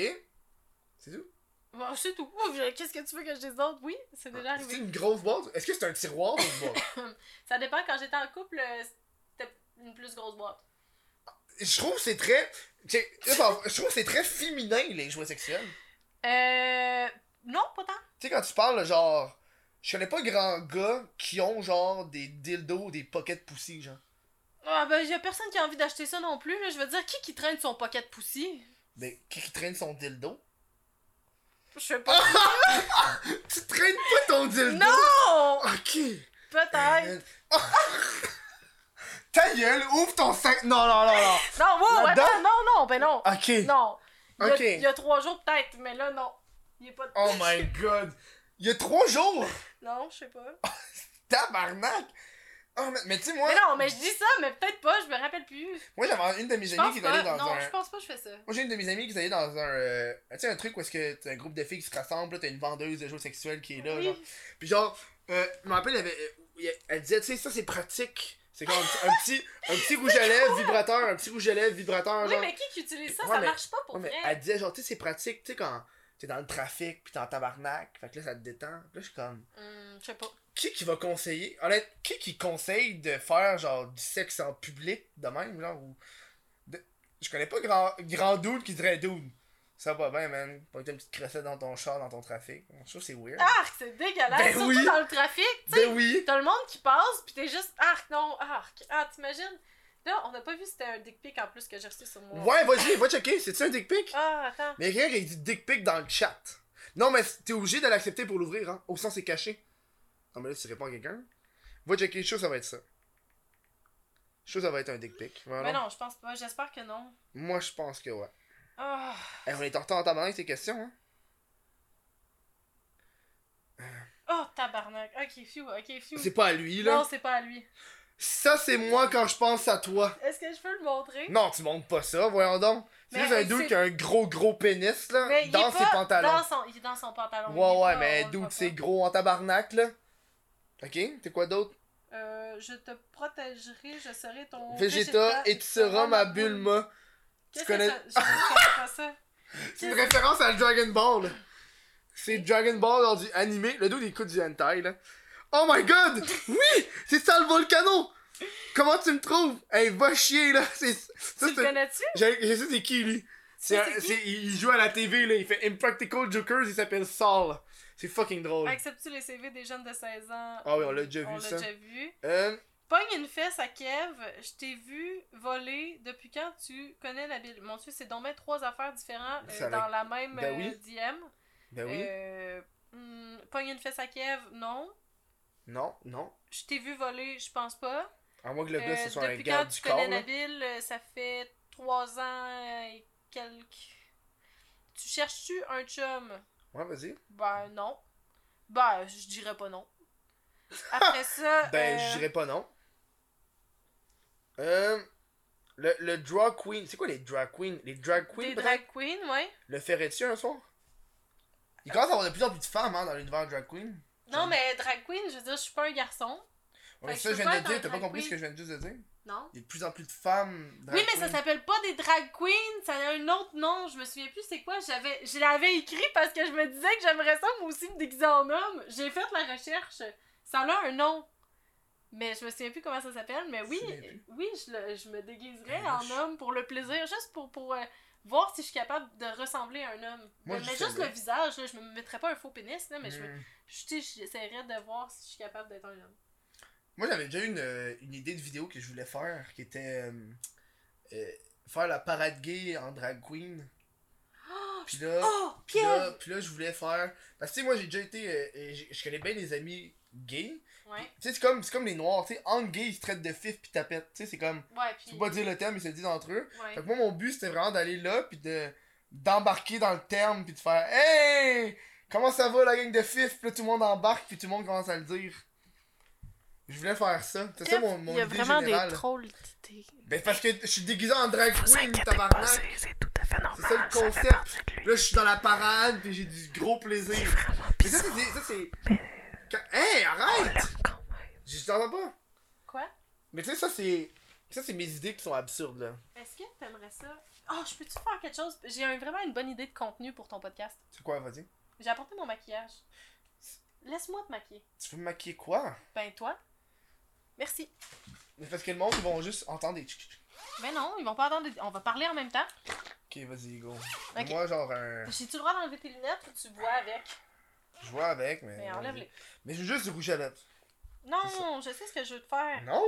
Speaker 1: C'est tout
Speaker 2: Bon, c'est tout. Ouf, Qu'est-ce que tu veux que je dise d'autre? Oui, c'est déjà
Speaker 1: C'est
Speaker 2: arrivé.
Speaker 1: une grosse boîte Est-ce que c'est un tiroir ou une boîte
Speaker 2: Ça dépend. Quand j'étais en couple, euh, c'était une plus grosse boîte.
Speaker 1: Je trouve que c'est très. j'ai- attends, Je trouve que c'est très féminin les jouets sexuels.
Speaker 2: Euh. Non, pas tant.
Speaker 1: Tu sais, quand tu parles, genre. Je connais pas grand gars qui ont genre des dildos ou des pockets poussés, genre.
Speaker 2: Ah ben y a personne qui a envie d'acheter ça non plus, là. Je veux dire, qui qui traîne son pocket poussi?
Speaker 1: Mais Ben, qui, qui traîne son dildo?
Speaker 2: Je sais pas.
Speaker 1: Tu traînes pas ton dildo?
Speaker 2: non!
Speaker 1: Ok! Euh,
Speaker 2: Peut-être!
Speaker 1: Ta gueule, ouvre ton sac! Non, non, non, non!
Speaker 2: Non, wow,
Speaker 1: Là-dedans?
Speaker 2: attends, non, non, ben non!
Speaker 1: Ok!
Speaker 2: Non! Il y a-
Speaker 1: Ok.
Speaker 2: Il y a trois jours peut-être, mais là, non. Il est pas de...
Speaker 1: Oh my god! Il y a trois jours!
Speaker 2: Non, je sais pas.
Speaker 1: Tabarnak! Oh, mais, mais tu sais, moi,
Speaker 2: Mais non, mais je dis ça, mais peut-être pas, je me rappelle plus.
Speaker 1: moi j'avais une de mes
Speaker 2: Je
Speaker 1: amies qui
Speaker 2: pense
Speaker 1: est allée
Speaker 2: pas.
Speaker 1: dans
Speaker 2: Non,
Speaker 1: un.
Speaker 2: je pense pas que je fais ça.
Speaker 1: Moi, j'ai une de mes amies qui est allée dans un. euh, tu sais, un truc où est-ce que t'as un groupe de filles qui se rassemblent, là, t'as une vendeuse de jeux sexuels qui est là, genre.
Speaker 2: Oui.
Speaker 1: Puis genre, euh, je me rappelle, elle, avait- euh, il- elle disait, tu sais, ça c'est pratique. C'est comme un, petit- un petit, un petit rouge à lèvres vibrateur, un petit rouge à lèvres vibrateur.
Speaker 2: Oui,
Speaker 1: genre.
Speaker 2: mais qui qui utilise ça?
Speaker 1: Ouais,
Speaker 2: ça
Speaker 1: mais-
Speaker 2: marche pas pour
Speaker 1: Ouais, mais
Speaker 2: vrai.
Speaker 1: elle disait, genre, tu sais, c'est pratique, tu sais, quand t'es dans le trafic, pis t'es en tabarnak, fait que là ça te détend. Puis là, je suis comme,
Speaker 2: Hum, je sais pas.
Speaker 1: qui qui va conseiller Honnête, qui qui conseille de faire, genre, du sexe en public de même, genre, ou. de- Je connais pas grand, grand dude qui dirait dude. Ça va bien, man. Pas que t'aies une petite cressette dans ton char, dans ton trafic. Je trouve que c'est weird.
Speaker 2: Arc, c'est dégueulasse.
Speaker 1: Ben
Speaker 2: Surtout
Speaker 1: oui.
Speaker 2: dans le trafic, tu sais.
Speaker 1: ben oui!
Speaker 2: T'as le monde qui passe, pis t'es juste arc, non, arc. Ah, t'imagines? Là, on n'a pas vu si c'était un dick pic en plus que j'ai reçu sur moi.
Speaker 1: Ouais, vas-y, va checker. C'est-tu un dick pic?
Speaker 2: Ah, attends.
Speaker 1: Mais il y a quelqu'un qui dit dick pic dans le chat. Non, mais t'es obligé de l'accepter pour l'ouvrir, hein. Au sens, c'est caché. Non, mais là, tu réponds à quelqu'un. Va checker, je suis sûr que ça va être ça. Je suis sûr que ça va être un dick pic. Voilà.
Speaker 2: Mais non, je pense pas. J'espère que non.
Speaker 1: Moi, je pense que ouais.
Speaker 2: Ah.
Speaker 1: Eh, on est en retard en tabarnak avec ces questions, hein.
Speaker 2: Oh, tabarnak. Ok, fiou, ok, fiou.
Speaker 1: Mm. C'est pas à lui,
Speaker 2: Non,
Speaker 1: là.
Speaker 2: c'est pas à lui.
Speaker 1: Ça, c'est moi quand je pense à toi.
Speaker 2: Est-ce que je peux le montrer?
Speaker 1: Non, tu montes pas ça, voyons donc. C'est
Speaker 2: Mm. Mais
Speaker 1: juste un
Speaker 2: c'est-
Speaker 1: dude qui a un gros, gros pénis, là.
Speaker 2: Mais il est
Speaker 1: dans ses
Speaker 2: pas
Speaker 1: pantalons.
Speaker 2: Dans son... Il est dans son pantalon. il
Speaker 1: Ouais,
Speaker 2: est
Speaker 1: ouais,
Speaker 2: pas-
Speaker 1: mais
Speaker 2: on le
Speaker 1: dude,
Speaker 2: voit
Speaker 1: c'est
Speaker 2: pas.
Speaker 1: gros en tabarnak, là. Ok, t'es quoi d'autre?
Speaker 2: Euh, je te protégerai, je serai ton.
Speaker 1: Végéta et tu seras ma Bulma.
Speaker 2: Qu'est-ce
Speaker 1: Tu connais-
Speaker 2: que ça- Je connais pas ça.
Speaker 1: C'est une référence à Dragon Ball. là. C'est Dragon Ball dans du animé. Le dude il écoute du hentai là. Oh my god! Oui! C'est ça le volcano! Comment tu me trouves? Hey, va chier là! C'est, ça,
Speaker 2: Tu le
Speaker 1: c'est,
Speaker 2: connais-tu?
Speaker 1: j'ai- je sais c'est qui lui. C'est
Speaker 2: sais
Speaker 1: un-
Speaker 2: c'est qui?
Speaker 1: c'est- il il joue à la TV là, il fait Impractical Jokers, il s'appelle Saul. C'est fucking drôle.
Speaker 2: Acceptes-tu les CV des jeunes de 16 ans?
Speaker 1: Ah oui, on l'a déjà vu,
Speaker 2: On
Speaker 1: ça.
Speaker 2: l'a déjà vu.
Speaker 1: Euh,
Speaker 2: Pogne une fesse à Kev, je t'ai vu voler depuis quand tu connais la Bible. Mon Dieu, c'est donc ben trois affaires différentes euh,
Speaker 1: Ça l'a-
Speaker 2: dans la même
Speaker 1: Ben
Speaker 2: euh,
Speaker 1: oui.
Speaker 2: DM.
Speaker 1: ben oui.
Speaker 2: Euh, hmm, pogne une fesse à Kev, non.
Speaker 1: Non, non.
Speaker 2: Je t'ai vu voler, je pense pas.
Speaker 1: À moins que le
Speaker 2: Euh,
Speaker 1: gars ce soit un
Speaker 2: depuis
Speaker 1: garde
Speaker 2: quand
Speaker 1: du
Speaker 2: tu
Speaker 1: corps.
Speaker 2: connais
Speaker 1: là.
Speaker 2: Nabil, euh, ça fait trois ans et quelques. Tu cherches-tu un chum?
Speaker 1: Ouais, vas-y.
Speaker 2: Ben non. Ben, je dirais pas non. Après ça.
Speaker 1: Ben,
Speaker 2: euh,
Speaker 1: je dirais pas non. Euh, le, le drag queen, c'est quoi les drag queens Les drag queens,
Speaker 2: Des
Speaker 1: peut-être
Speaker 2: drag queens, ouais.
Speaker 1: Le ferais-tu un soir
Speaker 2: Euh.
Speaker 1: Il commence à avoir de plus en plus de femmes hein, dans l'univers drag queen.
Speaker 2: Non, mais drag queen, je veux dire, je suis pas un garçon.
Speaker 1: Ouais,
Speaker 2: Fait que
Speaker 1: ça,
Speaker 2: je
Speaker 1: je
Speaker 2: peux
Speaker 1: viens de
Speaker 2: pas
Speaker 1: le dire,
Speaker 2: être
Speaker 1: t'as
Speaker 2: un
Speaker 1: pas
Speaker 2: drag
Speaker 1: compris ce
Speaker 2: queen.
Speaker 1: que je viens de juste de dire
Speaker 2: Non.
Speaker 1: Il y a de plus en plus de femmes drag
Speaker 2: oui, mais ça
Speaker 1: queens.
Speaker 2: s'appelle pas des drag queens, ça a un autre nom, je me souviens plus c'est quoi. J'avais, je l'avais écrit parce que je me disais que j'aimerais ça moi aussi me déguiser en homme. J'ai fait la recherche, ça a un nom. Mais je me souviens plus comment ça s'appelle, mais oui,
Speaker 1: Tu te souviens plus?
Speaker 2: oui, je, le- je me déguiserais
Speaker 1: Ah,
Speaker 2: en
Speaker 1: je-
Speaker 2: homme pour le plaisir, juste pour, pour euh, voir si je suis capable de ressembler à un homme.
Speaker 1: Moi,
Speaker 2: mais
Speaker 1: je
Speaker 2: mais
Speaker 1: sais
Speaker 2: juste
Speaker 1: bien.
Speaker 2: le visage, là, je me mettrais pas un faux pénis, là, mais je, me-
Speaker 1: Hmm.
Speaker 2: je, tu sais, j'essaierais de voir si je suis capable d'être un homme.
Speaker 1: Moi, j'avais déjà une, euh, une idée de vidéo que je voulais faire qui était euh, euh, faire la parade gay en drag queen. Puis là.
Speaker 2: Oh,
Speaker 1: Puis là,
Speaker 2: Pierre!
Speaker 1: puis là, je voulais faire. Parce que, tu sais, moi, j'ai déjà été. euh, euh, j'ai- je connais bien des amis gays.
Speaker 2: Ouais,
Speaker 1: Tu sais, c'est comme, c'est comme les noirs. Tu sais, entre gays, ils se traitent de fif puis tapettes. Tu sais, c'est comme.
Speaker 2: ouais,
Speaker 1: Tu
Speaker 2: puis...
Speaker 1: peux pas dire le terme, ils se le disent entre eux.
Speaker 2: ouais.
Speaker 1: Fait que moi, mon but, c'était vraiment d'aller là puis de d'embarquer dans le terme puis de faire Hey! Comment ça va la gang de fif? Puis là, tout le monde embarque puis tout le monde commence à le dire. Je voulais faire ça. C'est ça mon, mon
Speaker 2: Il y a
Speaker 1: idée
Speaker 2: vraiment
Speaker 1: générale.
Speaker 2: des trolls d'idées.
Speaker 1: Ben, parce que je suis déguisé en drag queen,
Speaker 5: pas,
Speaker 1: tabarnak.
Speaker 5: c'est- c'est tout à fait normal.
Speaker 1: C'est ça le
Speaker 5: fait
Speaker 1: concept.
Speaker 5: partie de lui.
Speaker 1: Là, je suis dans la parade, puis j'ai du gros plaisir. Mais ça, c'est. des- Ça, c'est... Quand- Hey,
Speaker 2: Oh,
Speaker 1: arrête!
Speaker 5: Quand même.
Speaker 1: Je je t'entends pas.
Speaker 2: Quoi?
Speaker 1: Mais tu sais, ça, c'est. Ça, c'est mes idées qui sont absurdes, là.
Speaker 2: Est-ce que t'aimerais ça? Oh, je peux-tu faire quelque chose? J'ai un- vraiment une bonne idée de contenu pour ton podcast.
Speaker 1: C'est quoi, vas-y?
Speaker 2: J'ai apporté mon maquillage. Laisse-moi te maquiller.
Speaker 1: Tu peux me maquiller quoi?
Speaker 2: Ben, toi? Merci.
Speaker 1: Mais parce que le monde, ils vont juste entendre des tchic, tchic.
Speaker 2: Ben non, ils vont pas attendre. On va parler en même temps.
Speaker 1: Ok, vas-y, go.
Speaker 2: Ok.
Speaker 1: Moi, genre, un.
Speaker 2: J'ai-tu le droit d'enlever tes lunettes ou tu vois avec?
Speaker 1: Je vois avec, mais.
Speaker 2: Mais enlève-les.
Speaker 1: Mais j'ai juste du rouge à lèvres. Ben C'est
Speaker 2: Non, je sais ce que je veux te faire.
Speaker 1: Non?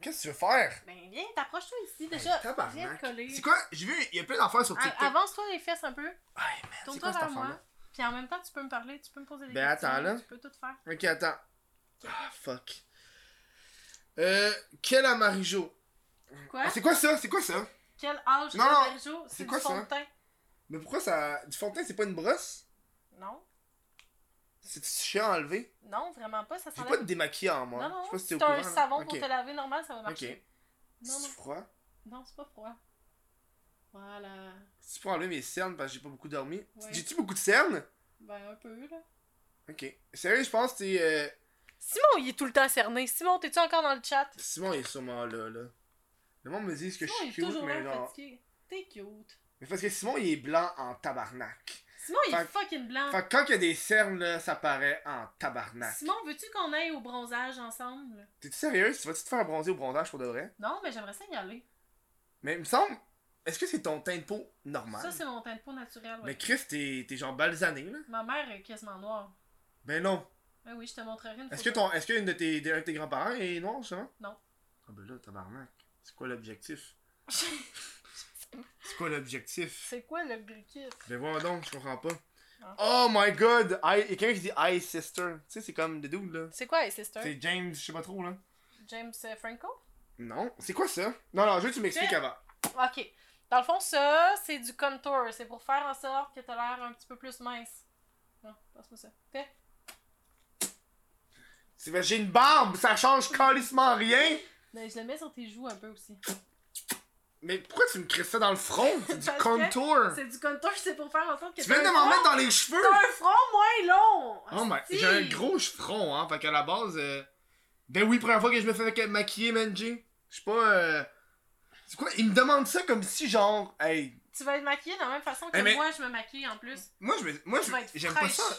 Speaker 1: Qu'est-ce que tu veux faire?
Speaker 2: Ben, viens, t'approche-toi ici déjà.
Speaker 1: tabarnak.
Speaker 2: Viens te coller.
Speaker 1: C'est quoi? J'ai vu, il y a plein d'affaires sur
Speaker 2: A-
Speaker 1: TikTok.
Speaker 2: Avance-toi les fesses un peu.
Speaker 1: Hey, man, c'est
Speaker 2: Ah, Tourne-toi
Speaker 1: quoi cette
Speaker 2: vers moi.
Speaker 1: affaire-là?
Speaker 2: Puis en même temps, tu peux me parler, tu peux me poser des
Speaker 1: Ben,
Speaker 2: questions.
Speaker 1: attends, là.
Speaker 2: Tu peux tout faire.
Speaker 1: Ok, attends. Ah, fuck. Euh. Quel amarijo?
Speaker 2: Quoi?
Speaker 1: Ah, c'est quoi ça? C'est quoi ça?
Speaker 2: Quel âge
Speaker 1: Non,
Speaker 2: non,
Speaker 1: non. C'est
Speaker 2: C'est du
Speaker 1: quoi
Speaker 2: fond
Speaker 1: ça?
Speaker 2: de teint.
Speaker 1: Mais pourquoi ça. Du fond de teint, c'est pas une brosse
Speaker 2: Non.
Speaker 1: C'est chiant à enlever.
Speaker 2: Non, vraiment pas, ça
Speaker 1: J'ai
Speaker 2: s'enlève.
Speaker 1: pas de démaquillant, moi.
Speaker 2: Non, non,
Speaker 1: Je sais pas si t'es
Speaker 2: c'est
Speaker 1: au
Speaker 2: un
Speaker 1: courant, là.
Speaker 2: savon
Speaker 1: Ok.
Speaker 2: pour te laver normal, ça va marcher.
Speaker 1: Ok.
Speaker 2: Non,
Speaker 1: C'est
Speaker 2: non,
Speaker 1: froid.
Speaker 2: non, c'est pas froid. Voilà.
Speaker 1: Si tu peux enlever mes cernes parce que j'ai pas beaucoup dormi.
Speaker 2: Ouais.
Speaker 1: J'ai-tu beaucoup de cernes?
Speaker 2: Ben, un peu, là.
Speaker 1: Ok. Sérieux, je pense que t'es. euh,
Speaker 2: Simon, il est tout le temps cerné. Simon, t'es-tu encore dans le chat?
Speaker 1: Simon il est sûrement là, là. Le monde me dit que je
Speaker 2: Simon, il
Speaker 1: suis
Speaker 2: est
Speaker 1: cute,
Speaker 2: toujours
Speaker 1: mais
Speaker 2: là,
Speaker 1: non.
Speaker 2: fatigué. T'es cute.
Speaker 1: Mais parce que Simon, il est blanc en tabarnak.
Speaker 2: Simon, il est
Speaker 1: Fait-
Speaker 2: fucking blanc.
Speaker 1: Fait que quand il y a des cernes, là, ça paraît en tabarnak.
Speaker 2: Simon, veux-tu qu'on aille au bronzage ensemble?
Speaker 1: T'es-tu sérieux? Tu vas-tu te faire bronzer au bronzage pour de vrai?
Speaker 2: Non, mais j'aimerais ça y aller.
Speaker 1: Mais il me semble. Est-ce que c'est ton teint de peau normal?
Speaker 2: Ça, c'est mon teint de peau naturel, ouais.
Speaker 1: Mais Chris, t'es t'es genre balsané, là?
Speaker 2: Ma mère est quasiment noire.
Speaker 1: Ben non.
Speaker 2: Ben oui, je te montrerai une
Speaker 1: Est-ce que
Speaker 2: photo.
Speaker 1: ton. Est-ce qu'une de tes, de, un de tes grands-parents est noire, justement?
Speaker 2: Non.
Speaker 1: Ah ben là, tabarnak. C'est quoi l'objectif? C'est quoi l'objectif?
Speaker 2: C'est quoi l'objectif?
Speaker 1: Ben voir donc, je comprends pas.
Speaker 2: Ah.
Speaker 1: Oh my god! I... Il y a quelqu'un qui dit I sister. Tu sais, c'est comme des dudes, là.
Speaker 2: C'est quoi, hey, sister?
Speaker 1: C'est James, je sais pas trop, là.
Speaker 2: James euh, Franco?
Speaker 1: Non. C'est quoi ça? Non, non, je veux que tu m'expliques
Speaker 2: C'est-
Speaker 1: avant.
Speaker 2: Ok. Dans le fond, ça, c'est du contour. C'est pour faire en sorte que t'as l'air un petit peu plus mince. Non, passe pas ça. Fais.
Speaker 1: C'est parce que j'ai une barbe, ça change calissement rien!
Speaker 2: Mais Ben, je le mets sur tes joues un peu aussi.
Speaker 1: Mais pourquoi tu me crisses ça dans le front? C'est du
Speaker 2: Parce que
Speaker 1: contour!
Speaker 2: C'est du contour, c'est pour faire en sorte que
Speaker 1: Hein. Tu viens de
Speaker 2: un
Speaker 1: m'en
Speaker 2: front-
Speaker 1: mettre dans les cheveux!
Speaker 2: T'as un front moins long!
Speaker 1: Oh my...
Speaker 2: Asti.
Speaker 1: J'ai un gros front, hein, fait qu'à la base... euh, Ben oui, première fois que je me fais maqui- maquiller, man, Jay. Je suis pas... euh, C'est quoi? Il me demande ça comme si, genre... Hey,
Speaker 2: Tu vas être maquillée de la même façon que
Speaker 1: Eh, mais-
Speaker 2: moi, je me maquille en plus.
Speaker 1: Moi, je me- moi,
Speaker 2: Tu
Speaker 1: je-
Speaker 2: vas être
Speaker 1: j'aime pas
Speaker 2: fraîche.
Speaker 1: ça.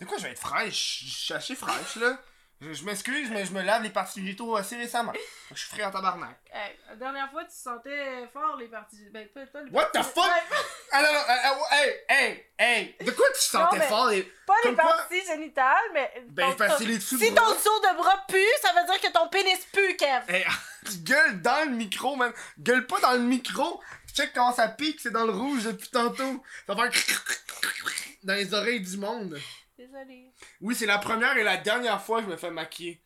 Speaker 1: De quoi je vais être fraîche? Je suis assez fraîche, là. Je, je m'excuse, mais je me lave les parties génitaux assez récemment. Je suis frais en tabarnak.
Speaker 2: Hey, Eh, la dernière fois, tu sentais fort les parties. Ben, pas, pas les
Speaker 1: What the
Speaker 2: parties-
Speaker 1: fuck?
Speaker 2: Ben,
Speaker 1: Alors, euh, oh, hey, hey, hey! De quoi tu sentais
Speaker 2: Non, mais-
Speaker 1: fort? les-
Speaker 2: pas les
Speaker 1: Comme quoi-
Speaker 2: parties génitales, mais.
Speaker 1: Ben,
Speaker 2: ton-
Speaker 1: parce
Speaker 2: ton-
Speaker 1: que les dessous
Speaker 2: Si
Speaker 1: de bras-
Speaker 2: ton saut de bras pue, ça veut dire que ton pénis pue, Kev.
Speaker 1: Hey, tu gueules dans le micro, man. Gueule pas dans le micro. Check comment ça pique, c'est dans le rouge depuis tantôt. Ça va faire dans les oreilles du monde.
Speaker 2: Désolée.
Speaker 1: Oui, c'est la première et la dernière fois que je me fais maquiller.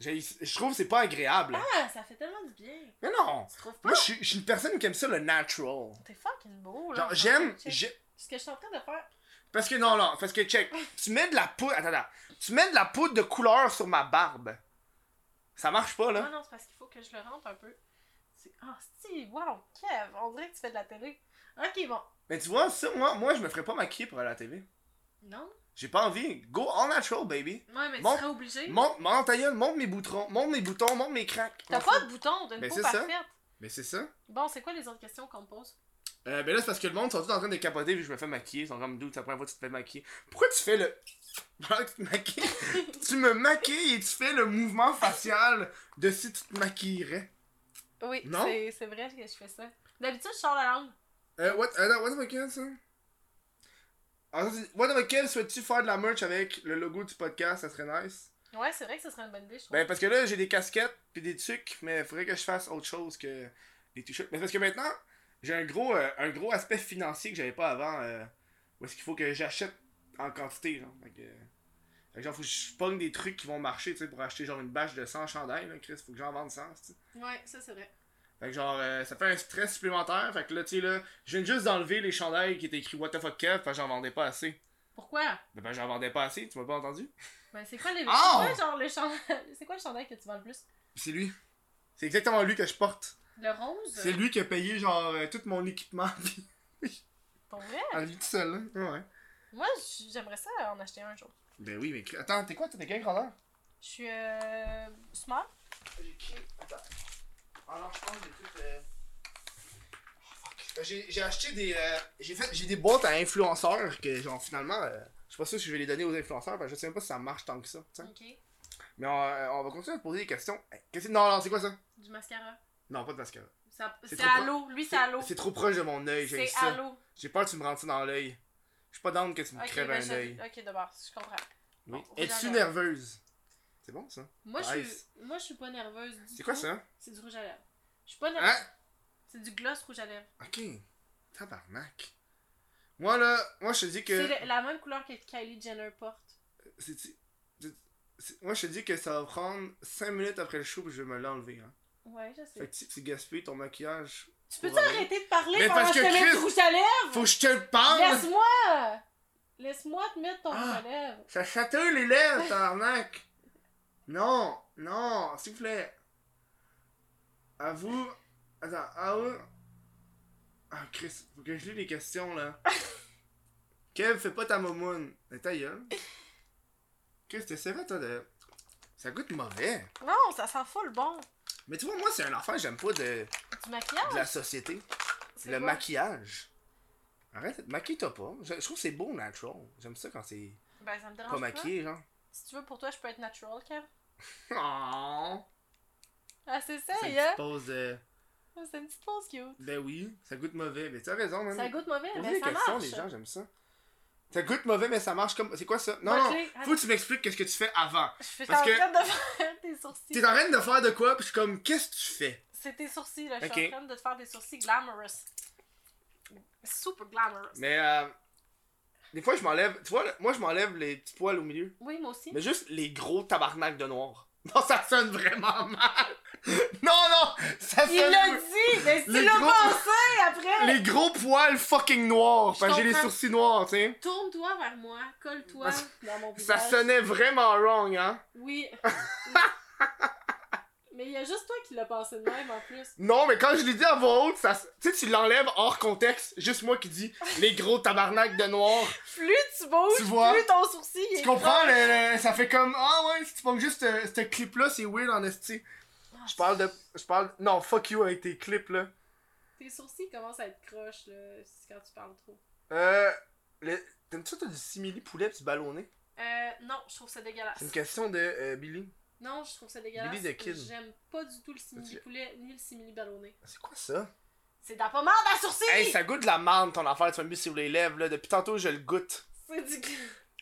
Speaker 1: J'ai- Je trouve que c'est pas agréable.
Speaker 2: Ah, ça fait tellement du bien.
Speaker 1: Mais non!
Speaker 2: Tu trouves pas?
Speaker 1: Moi, je suis- je suis une personne qui aime ça, le natural.
Speaker 2: T'es fucking beau, là.
Speaker 1: Genre, j'aime.
Speaker 2: Check.
Speaker 1: j'ai-
Speaker 2: Ce que je suis en train de faire.
Speaker 1: Parce que non, non, parce que check. Tu mets de la poudre. Attends, attends. Tu mets de la poudre de couleur sur ma barbe. Ça marche pas,
Speaker 2: Ah, Non,
Speaker 1: là.
Speaker 2: non, c'est parce qu'il faut que je le rentre un peu. C'est- Ah, si, wow, Kev, on dirait que tu fais de la télé. Ok, bon.
Speaker 1: Mais tu vois, ça, moi, moi, je me ferais pas maquiller pour aller à la TV.
Speaker 2: Non?
Speaker 1: J'ai pas envie. Go all natural, baby.
Speaker 2: Ouais, mais
Speaker 1: Bon.
Speaker 2: tu serais obligé.
Speaker 1: Monte, monte ta gueule, monte mes boutons, monte mes boutons, monte mes craques.
Speaker 2: T'as pas de bouton, t'as une
Speaker 1: Ben,
Speaker 2: peau
Speaker 1: c'est ça.
Speaker 2: parfaite.
Speaker 1: Mais c'est ça.
Speaker 2: Bon, c'est quoi les autres questions qu'on me pose?
Speaker 1: Euh, ben là, c'est parce que le monde sont tous en train de capoter vu que je me fais maquiller. Ils sont comme d'où, c'est la première fois que tu te fais maquiller. Pourquoi tu fais le. Pendant que tu te maquilles, tu me maquilles et tu fais le mouvement facial de si tu te maquillerais.
Speaker 2: Oui,
Speaker 1: Non?
Speaker 2: c'est c'est vrai que je fais ça. D'habitude, je sors la langue.
Speaker 1: Euh, what, attends, what the fuck, ça? Alors, ça, c'est- what the fuck, souhaites-tu faire de la merch avec le logo du podcast? Ça serait nice.
Speaker 2: Ouais, c'est vrai que ce serait une bonne idée, je trouve.
Speaker 1: Ben, parce que là, j'ai des casquettes puis des trucs, mais il faudrait que je fasse autre chose que des t-shirts. Mais parce que maintenant, j'ai un gros, euh, un gros aspect financier que j'avais pas avant. euh, où est-ce qu'il faut que j'achète en quantité, genre. Fait que, fait que genre, faut que je pogne des trucs qui vont marcher, tu sais, pour acheter genre une bâche de 100 chandails, là, Chris. Faut que j'en vende 100, tu sais.
Speaker 2: Ouais, ça, c'est vrai.
Speaker 1: Fait que genre, euh, ça fait un stress supplémentaire. Fait que là, tu sais, là, je viens juste d'enlever les chandails qui étaient écrits What the fuck Kev parce que j'en vendais pas assez.
Speaker 2: Pourquoi?
Speaker 1: Ben, ben j'en vendais pas assez, tu m'as pas entendu?
Speaker 2: Ben, c'est quoi les.
Speaker 1: Oh!
Speaker 2: C'est quoi, genre, le chandail? C'est quoi le chandail que tu vends le plus?
Speaker 1: C'est lui. C'est exactement lui que je porte.
Speaker 2: Le rose?
Speaker 1: C'est lui qui a payé, genre, euh, tout mon équipement
Speaker 2: Pour vrai?
Speaker 1: à lui tout seul, hein. Ouais, Ouais.
Speaker 2: Moi, j- j'aimerais ça en acheter un jour.
Speaker 1: Ben oui, mais attends, t'es quoi? T'es quelle grandeur?
Speaker 2: Je suis euh, smart.
Speaker 1: J'ai qui? Attends. Alors, je pense que j'ai tout. euh, J'ai j'ai acheté des. euh, J'ai fait. J'ai des boîtes à influenceurs que, genre, finalement, euh, je suis pas sûr si je vais les donner aux influenceurs parce que je sais même pas si ça marche tant que ça, tu sais.
Speaker 2: Ok.
Speaker 1: Mais on, euh, on va continuer à te poser des questions. Hey, qu'est-ce que- Non, non, c'est quoi ça?
Speaker 2: Du mascara.
Speaker 1: Non, pas de mascara.
Speaker 2: Ça-
Speaker 1: C'est
Speaker 2: C'est
Speaker 1: trop
Speaker 2: à l'eau. Lui, c'est à l'eau.
Speaker 1: C'est trop proche de mon œil, j'ai
Speaker 2: C'est
Speaker 1: ça.
Speaker 2: à l'eau.
Speaker 1: J'ai peur que tu me rentres ça dans l'œil. Je suis pas d'âme que tu me
Speaker 2: Ok,
Speaker 1: crèves
Speaker 2: ben,
Speaker 1: un
Speaker 2: je-
Speaker 1: œil.
Speaker 2: ok, d'abord, je comprends.
Speaker 1: Oui.
Speaker 2: on va
Speaker 1: Es-tu
Speaker 2: dans
Speaker 1: nerveuse? C'est bon ça?
Speaker 2: Moi, je suis,
Speaker 1: Nice.
Speaker 2: moi, je suis pas nerveuse du
Speaker 1: C'est quoi
Speaker 2: tout.
Speaker 1: ça?
Speaker 2: C'est du rouge à lèvres. Je suis pas nerveuse.
Speaker 1: Hein?
Speaker 2: C'est du gloss rouge à lèvres.
Speaker 1: Ok. Tabarnak. Moi là, moi je te dis que.
Speaker 2: C'est le- la même couleur que Kylie Jenner porte.
Speaker 1: c'est- c'est- c'est- Moi je te dis que ça va prendre 5 minutes après le show puis je vais me l'enlever. Hein.
Speaker 2: Ouais, je sais.
Speaker 1: Fait que si tu gaspilles ton maquillage.
Speaker 2: Tu peux-tu
Speaker 1: Ouais.
Speaker 2: arrêter de parler
Speaker 1: Mais
Speaker 2: pendant
Speaker 1: parce
Speaker 2: que je
Speaker 1: que
Speaker 2: te mets du
Speaker 1: Chris-
Speaker 2: rouge à lèvres?
Speaker 1: Faut que je te le parle!
Speaker 2: Laisse-moi! Laisse-moi te mettre ton
Speaker 1: Ah.
Speaker 2: relève.
Speaker 1: Ça chatouille les lèvres, tarnac! Non, non, s'il vous plaît. À vous. Attends, à vous. Ah, Chris, faut que je lis les questions, là. Kev, fais pas ta momoune. Mais ta gueule. Chris, t'essaierais, toi, de. Ça goûte mauvais.
Speaker 2: Non, ça sent fou le bon.
Speaker 1: Mais tu vois, moi, c'est un enfant que j'aime pas de,
Speaker 2: Du maquillage?
Speaker 1: de la société.
Speaker 2: c'est
Speaker 1: Le
Speaker 2: quoi?
Speaker 1: maquillage. Arrête, maquille-toi pas. Je, je trouve que c'est beau, natural. J'aime ça quand c'est
Speaker 2: Ben, ça me dérange
Speaker 1: pas
Speaker 2: pas.
Speaker 1: maquillé, genre.
Speaker 2: Si tu veux, pour toi, je peux être natural, Kev.
Speaker 1: Oh.
Speaker 2: Ah, c'est ça,
Speaker 1: C'est une
Speaker 2: yeah.
Speaker 1: petite pause de.
Speaker 2: C'est une petite pause cute.
Speaker 1: Ben oui, ça goûte mauvais. Mais t'as raison, man.
Speaker 2: Ça goûte mauvais,
Speaker 1: Posez
Speaker 2: mais
Speaker 1: des
Speaker 2: ça
Speaker 1: questions,
Speaker 2: marche.
Speaker 1: les gens, j'aime ça. Ça goûte mauvais, mais ça marche comme. C'est quoi ça? Non,
Speaker 2: Ma
Speaker 1: non.
Speaker 2: clé, hein?
Speaker 1: Faut que tu m'expliques qu'est-ce que tu fais avant.
Speaker 2: Je suis en
Speaker 1: Parce que-
Speaker 2: train de faire tes sourcils.
Speaker 1: T'es en train de faire de quoi? Puis je suis comme, qu'est-ce que tu fais?
Speaker 2: C'est tes sourcils, là. Je suis
Speaker 1: Ok.
Speaker 2: en train de te faire des sourcils glamorous. Super glamorous.
Speaker 1: Mais euh, Des fois, je m'enlève. Tu vois, là, moi, je m'enlève les petits poils au milieu.
Speaker 2: Oui, moi aussi.
Speaker 1: Mais juste les gros tabarnak de noir. Non, ça sonne vraiment mal. Non, non! Ça sonne.
Speaker 2: Il l'a dit! Mais si
Speaker 1: Les
Speaker 2: tu l'as
Speaker 1: gros-
Speaker 2: pensé après!
Speaker 1: Les gros poils fucking noirs.
Speaker 2: Je
Speaker 1: Parce que j'ai les
Speaker 2: comprends.
Speaker 1: sourcils noirs, tu sais.
Speaker 2: Tourne-toi vers moi, colle-toi
Speaker 1: Ça-
Speaker 2: dans mon
Speaker 1: Ça
Speaker 2: visage.
Speaker 1: sonnait vraiment wrong, hein?
Speaker 2: Oui. Mais il y a juste toi qui l'as pensé de même en plus.
Speaker 1: Non, mais quand je l'ai dit à voix haute, ça, s- tu sais, tu l'enlèves hors contexte. Juste moi qui dis les gros tabarnak de noir.
Speaker 2: Plus tu bouges,
Speaker 1: Tu vois?
Speaker 2: plus ton sourcil il est
Speaker 1: tu comprends? Le, le- ça fait comme ah ouais, si tu prends juste euh, ce clip-là, c'est weird en esti.
Speaker 2: gros.
Speaker 1: Je parle de, je parle, non, fuck you avec tes clips là.
Speaker 2: Tes sourcils commencent à être croches là, c'est quand tu parles trop.
Speaker 1: Euh, le- t'aimes-tu ça, t'as du simili poulet pis du ballonné?
Speaker 2: Euh, non, je trouve ça dégueulasse.
Speaker 1: C'est une question de euh, Billy.
Speaker 2: Non, je trouve ça dégueulasse.
Speaker 1: Billy the Kid.
Speaker 2: J'aime pas du tout le simili
Speaker 1: As-tu-
Speaker 2: poulet ni le simili ballonné.
Speaker 1: C'est quoi ça?
Speaker 2: C'est de la pommade à sourcils!
Speaker 1: Hey, ça goûte de la marde ton affaire, tu m'as mis sur les lèvres là. Depuis tantôt, je le goûte.
Speaker 2: C'est du... Je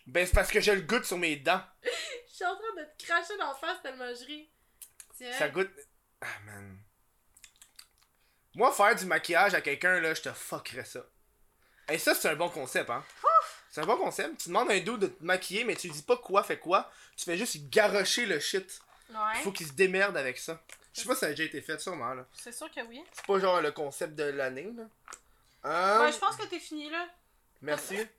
Speaker 1: Ben, c'est parce que je le goûte sur mes dents.
Speaker 2: suis en train de te cracher dans la face tellement je ris. Tiens.
Speaker 1: Ça goûte. Ah, man. Moi, faire du maquillage à quelqu'un, là, je te fuckerais ça. Et ça, c'est un bon concept, hein. C'est un bon concept. Tu demandes à un dude de te maquiller, mais tu lui dis pas quoi, fait quoi. Tu fais juste garrocher le shit.
Speaker 2: Ouais,
Speaker 1: Faut qu'il se démerde avec ça. Je sais pas si ça a déjà été fait, sûrement, là.
Speaker 2: c'est sûr que oui.
Speaker 1: C'est pas genre le concept de l'année, là. Euh,
Speaker 2: Ouais, je pense que t'es fini là.
Speaker 1: Merci. Je, suis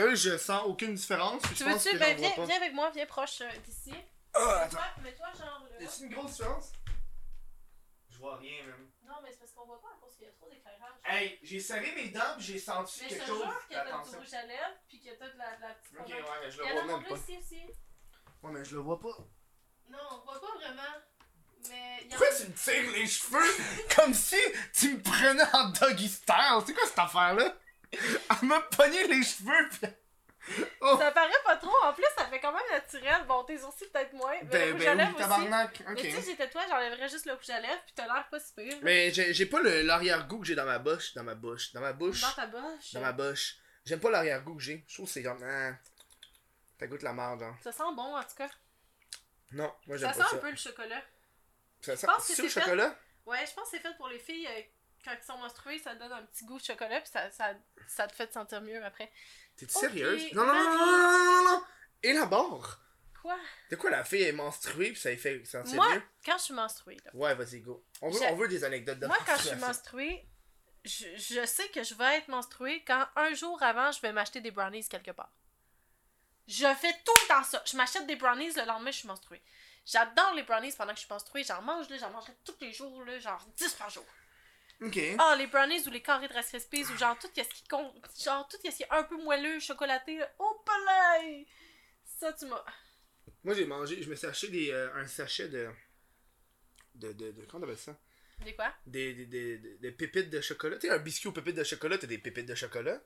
Speaker 1: sérieux, je sens aucune différence. puis
Speaker 2: Tu
Speaker 1: Je pense que
Speaker 2: veux-tu?
Speaker 1: j'en
Speaker 2: Ben,
Speaker 1: vois
Speaker 2: viens,
Speaker 1: pas.
Speaker 2: viens avec moi, viens proche euh, d'ici.
Speaker 1: Ah,
Speaker 4: Mais
Speaker 1: attends.
Speaker 4: toi, mais toi, genre
Speaker 1: Y
Speaker 4: là.
Speaker 1: a-t-il une grosse différence? Je vois rien, même.
Speaker 2: Non, mais c'est parce qu'on voit pas à cause qu'il y a trop d'éclairage.
Speaker 1: Hey, j'ai serré mes dents pis j'ai senti
Speaker 2: mais je te
Speaker 1: quelque chose.
Speaker 2: jure que t'as du
Speaker 1: Attention.
Speaker 2: rouge à lèvres puis que t'as de la, de la petite
Speaker 1: Ok, ouais,
Speaker 2: pommade.
Speaker 1: mais je
Speaker 2: Il
Speaker 1: le
Speaker 2: y
Speaker 1: vois
Speaker 2: en a en
Speaker 1: même
Speaker 2: plus
Speaker 1: pas.
Speaker 2: ici aussi.
Speaker 1: Ouais, mais je le vois pas.
Speaker 2: Non, on voit pas vraiment. Mais il y en a.
Speaker 1: Pourquoi tu me tires les cheveux comme si tu me prenais en doggy style? C'est quoi cette affaire-là? Elle m'a pogné les cheveux pis.
Speaker 2: Ça paraît pas trop, en plus ça fait quand même naturel. Bon, tes sourcils peut-être moins, mais le
Speaker 1: Ben,
Speaker 2: rouge
Speaker 1: ben
Speaker 2: à
Speaker 1: oui,
Speaker 2: lèvres aussi.
Speaker 1: tabarnak.
Speaker 2: Mais tu sais,
Speaker 1: Ok.
Speaker 2: j'étais toi, j'enlèverais juste le rouge à lèvres, puis t'as l'air pas si pire.
Speaker 1: Mais j'ai j'ai pas le- l'arrière-goût que j'ai dans ma bouche. Dans ma bouche. Dans ma bouche.
Speaker 2: Dans ta bouche,
Speaker 1: Dans ma bouche. J'aime pas l'arrière-goût que j'ai. Je trouve que c'est genre. Ah, ça goûte la merde, genre.
Speaker 2: ça sent bon en tout cas.
Speaker 1: Non, moi j'aime
Speaker 2: Ça
Speaker 1: pas
Speaker 2: sent
Speaker 1: ça.
Speaker 2: un peu le chocolat.
Speaker 1: Ça sent
Speaker 2: pense que
Speaker 1: c'est au
Speaker 2: c'est fait-
Speaker 1: chocolat?
Speaker 2: Ouais, je pense que c'est fait pour les filles. euh, quand ils sont menstruées, ça donne un petit goût de chocolat, puis ça, ça, ça te fait te sentir mieux après.
Speaker 1: T'es
Speaker 2: Ok, Ah,
Speaker 1: sérieuse? Non, non, non, non,
Speaker 2: vas-y.
Speaker 1: non, non, non, non! Élabore!
Speaker 2: Quoi?
Speaker 1: De quoi la fille est menstruée pis ça lui fait sentir
Speaker 2: Moi,
Speaker 1: Ah, mieux?
Speaker 2: quand je suis menstruée, là.
Speaker 1: Ouais, vas-y, go. On veut,
Speaker 2: Je-
Speaker 1: on veut des anecdotes de
Speaker 2: Moi, quand je suis
Speaker 1: menstruation.
Speaker 2: menstruée, je, je sais que je vais être menstruée quand un jour avant, je vais m'acheter des brownies quelque part. Je fais tout le temps ça. Je m'achète des brownies le lendemain, je suis menstruée. J'adore les brownies pendant que je suis menstruée. J'en mange, là, j'en mangerai tous les jours, là, genre 10 par jour.
Speaker 1: Ok.
Speaker 2: Ah, les brownies ou les carrés de Rice Krispies ou genre tout ce qui compte, genre tout ce qui est un peu moelleux, chocolaté, là. oh palais! Ça, tu m'as.
Speaker 1: Moi, j'ai mangé, je me suis acheté des, euh, un sachet de. De, de, de. Comment on appelle ça?
Speaker 2: Des quoi?
Speaker 1: Des, des, des, des- des pépites de chocolat. Tu sais, un biscuit aux pépites de chocolat, t'as des pépites de chocolat.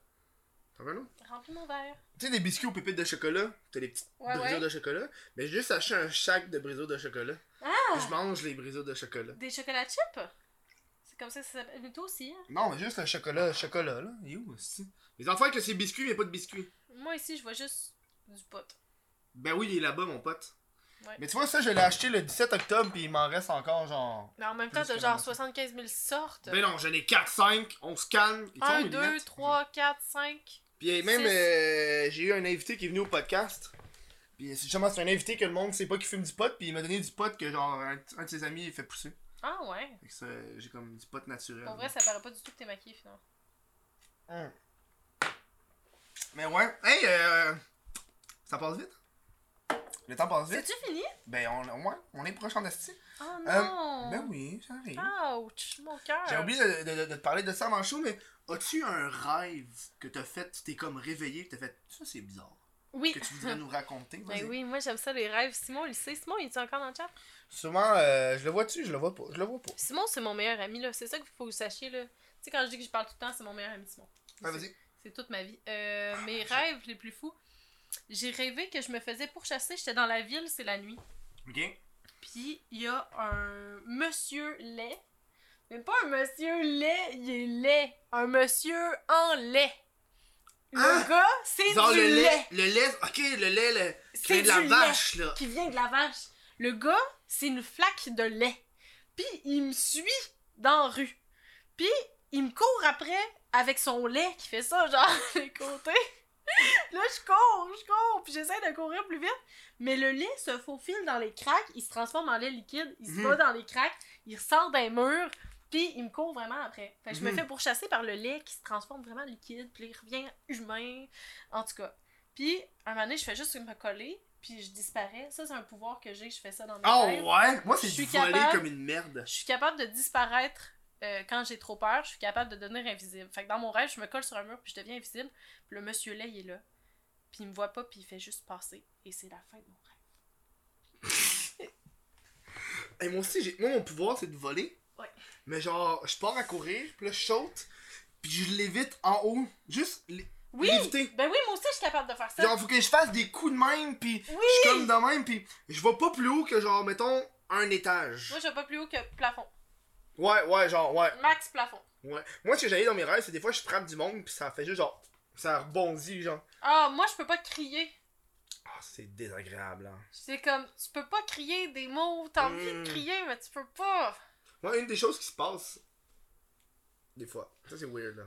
Speaker 1: T'en veux un autre?
Speaker 2: Remplis mon verre.
Speaker 1: Tu sais, des biscuits aux pépites de chocolat, t'as des petites
Speaker 2: Ouais,
Speaker 1: brisures
Speaker 2: ouais.
Speaker 1: de chocolat. Mais j'ai juste acheté un sac de brisures de chocolat.
Speaker 2: Ah!
Speaker 1: Je mange les brisures de chocolat.
Speaker 2: Des chocolats chips? C'est comme ça que ça s'appelle. Mais toi aussi, hein?
Speaker 1: Non, mais juste le chocolat, le chocolat, là. Il est où, aussi? Les enfants que c'est biscuit, mais pas de biscuit.
Speaker 2: Moi ici, je vois juste du pot.
Speaker 1: Ben oui, il est là-bas, mon pote.
Speaker 2: Ouais.
Speaker 1: Mais tu vois, ça, je l'ai acheté le 17 octobre, puis il m'en reste encore, genre...
Speaker 2: Mais en même temps,
Speaker 1: Plus
Speaker 2: t'as
Speaker 1: que la
Speaker 2: genre
Speaker 1: moitié.
Speaker 2: 75 000 sortes.
Speaker 1: Ben non, j'en ai 4, 5, on se calme. Ils sont
Speaker 2: 1,
Speaker 1: mes
Speaker 2: 2,
Speaker 1: lunettes.
Speaker 2: 3, 4, 5.
Speaker 1: Puis hey, même,
Speaker 2: six.
Speaker 1: euh, j'ai eu un invité qui est venu au podcast. Puis c'est justement, c'est un invité que le monde sait pas qu'il fume du pot, puis il m'a donné du pot que, genre, un, un de ses amis, il fait pousser.
Speaker 2: Ah ouais.
Speaker 1: Fait que ça, j'ai comme du pot naturel.
Speaker 2: Pour vrai, ça paraît pas du tout que t'es maquillée finalement.
Speaker 1: Hum. Mais ouais. Hey, euh, ça passe vite. Le temps passe vite.
Speaker 2: C'est-tu fini?
Speaker 1: Ben, on, ouais, on est proche en esti.
Speaker 2: Oh
Speaker 1: Euh,
Speaker 2: non!
Speaker 1: Ben oui, ça arrive.
Speaker 2: Ouch, mon cœur!
Speaker 1: J'ai oublié de, de- de- de te parler de ça avant le show, mais as-tu un rêve que t'as fait, tu t'es comme réveillé, que t'as fait, ça c'est bizarre,
Speaker 2: Oui!
Speaker 1: que tu voudrais nous raconter? Vas-y.
Speaker 2: Ben oui, moi j'aime ça les rêves. Simon, il le sait. Simon, il est encore dans le chat?
Speaker 1: Souvent, euh, je le vois-tu, je le vois pas, je le vois pas.
Speaker 2: Simon, c'est mon meilleur ami, là. C'est ça qu'il faut que vous sachiez, là. Tu sais, quand je dis que je parle tout le temps, c'est mon meilleur ami, Simon.
Speaker 1: Ah, vas-y.
Speaker 2: C'est toute ma vie.
Speaker 1: Ah,
Speaker 2: Euh, mes rêves les plus fous. J'ai rêvé que je me faisais pourchasser. J'étais dans la ville, c'est la nuit.
Speaker 1: Ok.
Speaker 2: Puis il y a un monsieur lait. Mais pas un monsieur lait, il est lait. Un monsieur en lait. Le
Speaker 1: Hein?
Speaker 2: gars, c'est
Speaker 1: Genre
Speaker 2: du
Speaker 1: le
Speaker 2: lait.
Speaker 1: lait, le lait, ok, le lait, le, qui
Speaker 2: C'est
Speaker 1: vient de la
Speaker 2: du lait.
Speaker 1: vache, là.
Speaker 2: qui vient de la vache. Le gars, c'est une flaque de lait. Puis il me suit dans la rue. Puis il me court après avec son lait qui fait ça, genre, les côtés. Là, je cours, je cours, puis j'essaie de courir plus vite. Mais le lait se faufile dans les craques, il se transforme en lait liquide, il se
Speaker 1: Mhm.
Speaker 2: bat dans les craques, il ressort d'un mur, puis il me court vraiment après. Fait que je me
Speaker 1: Mhm.
Speaker 2: fais pourchasser par le lait qui se transforme vraiment en liquide, puis il revient humain. En tout cas. Puis, à un moment donné, je fais juste me coller, puis je disparais. Ça, c'est un pouvoir que j'ai, je fais ça dans mes
Speaker 1: Oh
Speaker 2: rêves.
Speaker 1: ouais, moi c'est
Speaker 2: Je suis
Speaker 1: du voler
Speaker 2: capable.
Speaker 1: comme une merde.
Speaker 2: Je suis capable de disparaître euh, quand j'ai trop peur, je suis capable de devenir invisible. Fait que dans mon rêve, je me colle sur un mur, puis je deviens invisible. Puis le monsieur là, il est là. Puis il me voit pas, puis il fait juste passer. Et c'est la fin de mon rêve.
Speaker 1: Et moi aussi, j'ai- moi mon pouvoir c'est de voler.
Speaker 2: Ouais.
Speaker 1: Mais genre, je pars à courir, puis là je saute, puis je l'évite en haut. Juste lé-
Speaker 2: Oui!
Speaker 1: l'éviter.
Speaker 2: Ben oui, moi aussi, je suis capable de faire ça.
Speaker 1: Genre, faut que je fasse des coups de même, puis
Speaker 2: Oui!
Speaker 1: je suis comme de même, puis je vais pas plus haut que genre, mettons, un étage.
Speaker 2: Moi, je vais pas plus haut que plafond.
Speaker 1: Ouais, ouais, genre, ouais,
Speaker 2: Max plafond.
Speaker 1: ouais. Moi, ce que j'allais dans mes rêves, c'est des fois, je frappe du monde, puis ça fait juste genre, ça rebondit, genre.
Speaker 2: Ah, moi, je peux pas crier.
Speaker 1: Ah, c'est désagréable, hein.
Speaker 2: C'est comme, tu peux pas crier des mots. T'as envie
Speaker 1: Mm.
Speaker 2: de crier, mais tu peux pas.
Speaker 1: Moi, une des choses qui se passe, des fois, ça c'est weird, là.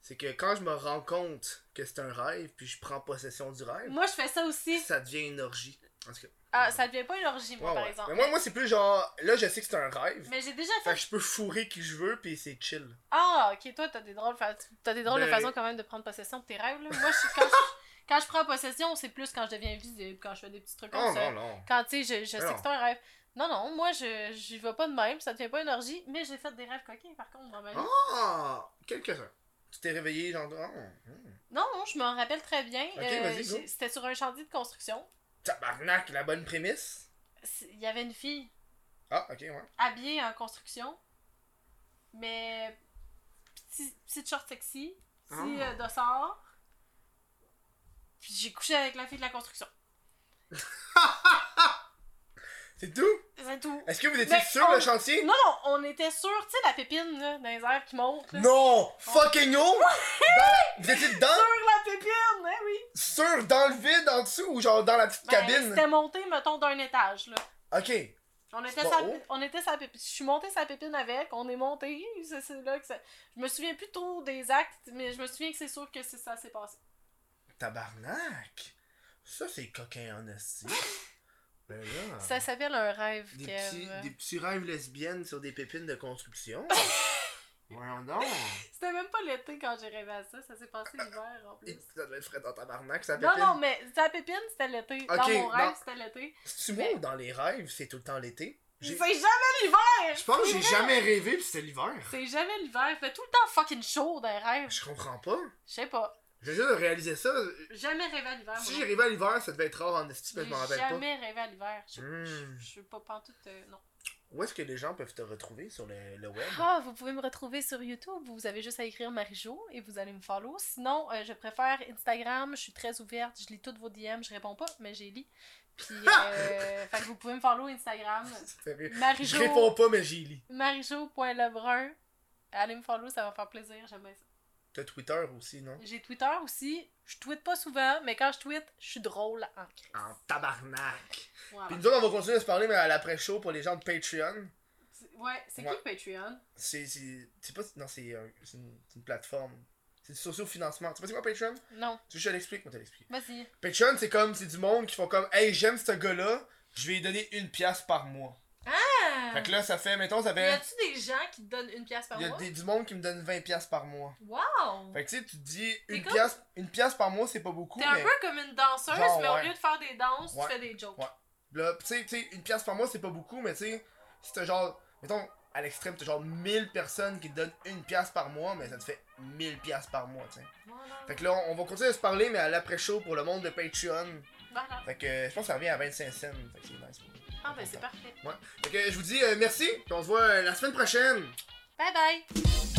Speaker 1: C'est que quand je me rends compte que c'est un rêve, puis je prends possession du rêve,
Speaker 2: Moi, je fais ça aussi.
Speaker 1: ça devient une orgie. En tout cas,
Speaker 2: Ah, ça devient pas une orgie, moi,
Speaker 1: ouais,
Speaker 2: par
Speaker 1: ouais.
Speaker 2: exemple.
Speaker 1: Mais moi, moi c'est plus genre, là, je sais que c'est un rêve.
Speaker 2: Mais j'ai déjà
Speaker 1: Fait
Speaker 2: fait.
Speaker 1: que je peux fourrer qui je veux, puis c'est chill.
Speaker 2: Ah, ok, toi, t'as des drôles, fa- t'as des drôles de
Speaker 1: Ben-
Speaker 2: façons quand même de prendre possession de tes rêves. Là. Moi, je suis- quand, je... quand je prends possession, c'est plus quand je deviens invisible, quand je fais des petits trucs comme
Speaker 1: Oh
Speaker 2: ça.
Speaker 1: non, non.
Speaker 2: Quand tu sais, je, je sais
Speaker 1: non.
Speaker 2: que c'est un rêve. Non, non, moi, je j'y vais pas de même, ça devient pas une orgie, mais j'ai fait des rêves coquins, par contre, dans ma vie.
Speaker 1: Oh! Ah, quelques-uns. Tu t'es réveillé, genre. ah, hum.
Speaker 2: Non, non, je m'en rappelle très bien. euh,
Speaker 1: Ok, vas-y, go.
Speaker 2: j'ai- C'était sur un chantier de construction.
Speaker 1: Tabarnak, la bonne prémisse.
Speaker 2: C'est- Il y avait une fille
Speaker 1: Ah, ok, ouais.
Speaker 2: habillée en construction, mais petit, petite short sexy, petit
Speaker 1: Ah.
Speaker 2: euh, dossard. Puis j'ai couché avec la fille de la construction.
Speaker 1: C'est tout?
Speaker 2: C'est tout.
Speaker 1: Est-ce que vous étiez
Speaker 2: Mais
Speaker 1: sur
Speaker 2: on-
Speaker 1: le chantier?
Speaker 2: Non, non, on était sûr, tu sais, la pépine là, dans les airs qui monte. là.
Speaker 1: Non! Fucking oh! Dans la- Vous étiez dans,
Speaker 2: Sur la pépine, hein, oui.
Speaker 1: sur, dans le vide, en dessous, ou genre dans la petite
Speaker 2: Ben,
Speaker 1: cabine?
Speaker 2: C'était monté, mettons, d'un étage, là.
Speaker 1: Ok.
Speaker 2: On était,
Speaker 1: pas
Speaker 2: sa,
Speaker 1: haut.
Speaker 2: on était sa pépine. Je suis montée sa pépine avec, on est monté. C'est c'est là que ça... Je me souviens plus trop des actes, mais je me souviens que c'est sûr que c'est ça s'est passé.
Speaker 1: Tabarnak! Ça, c'est coquin en esti. Ben là.
Speaker 2: Ça euh, s'appelle un rêve,
Speaker 1: des,
Speaker 2: Kev.
Speaker 1: petits, des petits rêves lesbiennes sur des pépines de construction. Voyons donc.
Speaker 2: C'était même pas l'été quand j'ai rêvé à ça, ça s'est passé l'hiver en
Speaker 1: Et
Speaker 2: plus.
Speaker 1: Ça doit être frais dans tabarnak, ça
Speaker 2: Non,
Speaker 1: pépine.
Speaker 2: non, mais sa pépine, c'était l'été.
Speaker 1: Ok,
Speaker 2: dans mon
Speaker 1: non.
Speaker 2: rêve, c'était l'été.
Speaker 1: C'est-tu moi ou dans les rêves, c'est tout le temps l'été? J'ai-
Speaker 2: C'est jamais l'hiver!
Speaker 1: Je pense que
Speaker 2: C'est
Speaker 1: j'ai
Speaker 2: vrai.
Speaker 1: jamais rêvé pis c'était l'hiver.
Speaker 2: C'est jamais l'hiver, il fait tout le temps fucking chaud dans les rêves.
Speaker 1: Je comprends pas.
Speaker 2: Je sais pas.
Speaker 1: Je viens de réaliser ça.
Speaker 2: Jamais rêvé à l'hiver,
Speaker 1: Si
Speaker 2: moi.
Speaker 1: j'arrivais à l'hiver, ça devait être rare en esti, mais
Speaker 2: Ah, J'ai
Speaker 1: je m'en rappelle pas.
Speaker 2: jamais rêvé à l'hiver. Je
Speaker 1: Hmm.
Speaker 2: je- je suis pas pantoute, euh, non.
Speaker 1: Où est-ce que les gens peuvent te retrouver sur le, le web?
Speaker 2: Ah, vous pouvez me retrouver sur YouTube. Vous avez juste à écrire Marie-Jo et vous allez me follow. Sinon, euh, je préfère Instagram. Je suis très ouverte. Je lis toutes vos DM. Je réponds pas, mais j'ai lis. Puis, euh, fait que vous pouvez me follow Instagram.
Speaker 1: Sérieux. Je réponds
Speaker 2: Marie-Jo.
Speaker 1: pas, mais j'y lis.
Speaker 2: Marie-Jo.lebrun. Allez me follow, ça va me faire plaisir. J'aime bien ça.
Speaker 1: T'as Twitter aussi, non?
Speaker 2: J'ai Twitter aussi. Je tweete pas souvent, mais quand je tweete, je suis drôle en crise.
Speaker 1: En tabarnak.
Speaker 2: Voilà.
Speaker 1: Ah. Puis nous autres, on va continuer de se parler, mais à l'après-show pour les gens de Patreon.
Speaker 2: C'est- Ouais, c'est
Speaker 1: Ouais.
Speaker 2: qui Patreon?
Speaker 1: C'est. C'est c'est pas. Non, c'est un- c'est une, c'est une plateforme. C'est du socio-financement. Tu sais pas c'est quoi Patreon?
Speaker 2: Non,
Speaker 1: Tu veux que je te l'explique? Moi, te l'explique.
Speaker 2: vas-y.
Speaker 1: Patreon, c'est comme. C'est du monde qui font comme. Hey, j'aime ce gars-là, je vais lui donner une pièce par mois.
Speaker 2: Ah!
Speaker 1: Fait que là, ça fait. Mettons, ça
Speaker 2: Y
Speaker 1: fait.
Speaker 2: a-tu des des gens qui te donnent une pièce par
Speaker 1: Il y a
Speaker 2: mois.
Speaker 1: des, du monde qui me donne 20$ piastres par mois.
Speaker 2: Wow!
Speaker 1: Fait que tu sais, tu te dis,
Speaker 2: T'es
Speaker 1: une
Speaker 2: comme-
Speaker 1: pièce, une pièce par mois, c'est pas beaucoup,
Speaker 2: T'es un
Speaker 1: mais.
Speaker 2: peu comme une danseuse,
Speaker 1: Genre,
Speaker 2: mais au
Speaker 1: ouais.
Speaker 2: lieu de faire des danses,
Speaker 1: Ouais.
Speaker 2: tu fais des jokes.
Speaker 1: Ouais. Là, tu sais, tu sais, une pièce par mois, c'est pas beaucoup, mais tu sais, si t'as genre, mettons, à l'extrême, t'as genre 1000 personnes qui te donnent une pièce par mois, mais ça te fait 1000 pièces par mois, tu sais.
Speaker 2: Voilà.
Speaker 1: Fait que là, on, on va continuer de se parler, mais à l'après-show pour le monde de Patreon.
Speaker 2: Voilà.
Speaker 1: Fait que euh, je pense que ça revient à 25 cents. Fait que c'est nice. pour-
Speaker 2: Ah, ben c'est parfait.
Speaker 1: Fait que euh, je vous dis euh, merci, puis on se voit euh, la semaine prochaine.
Speaker 2: Bye bye!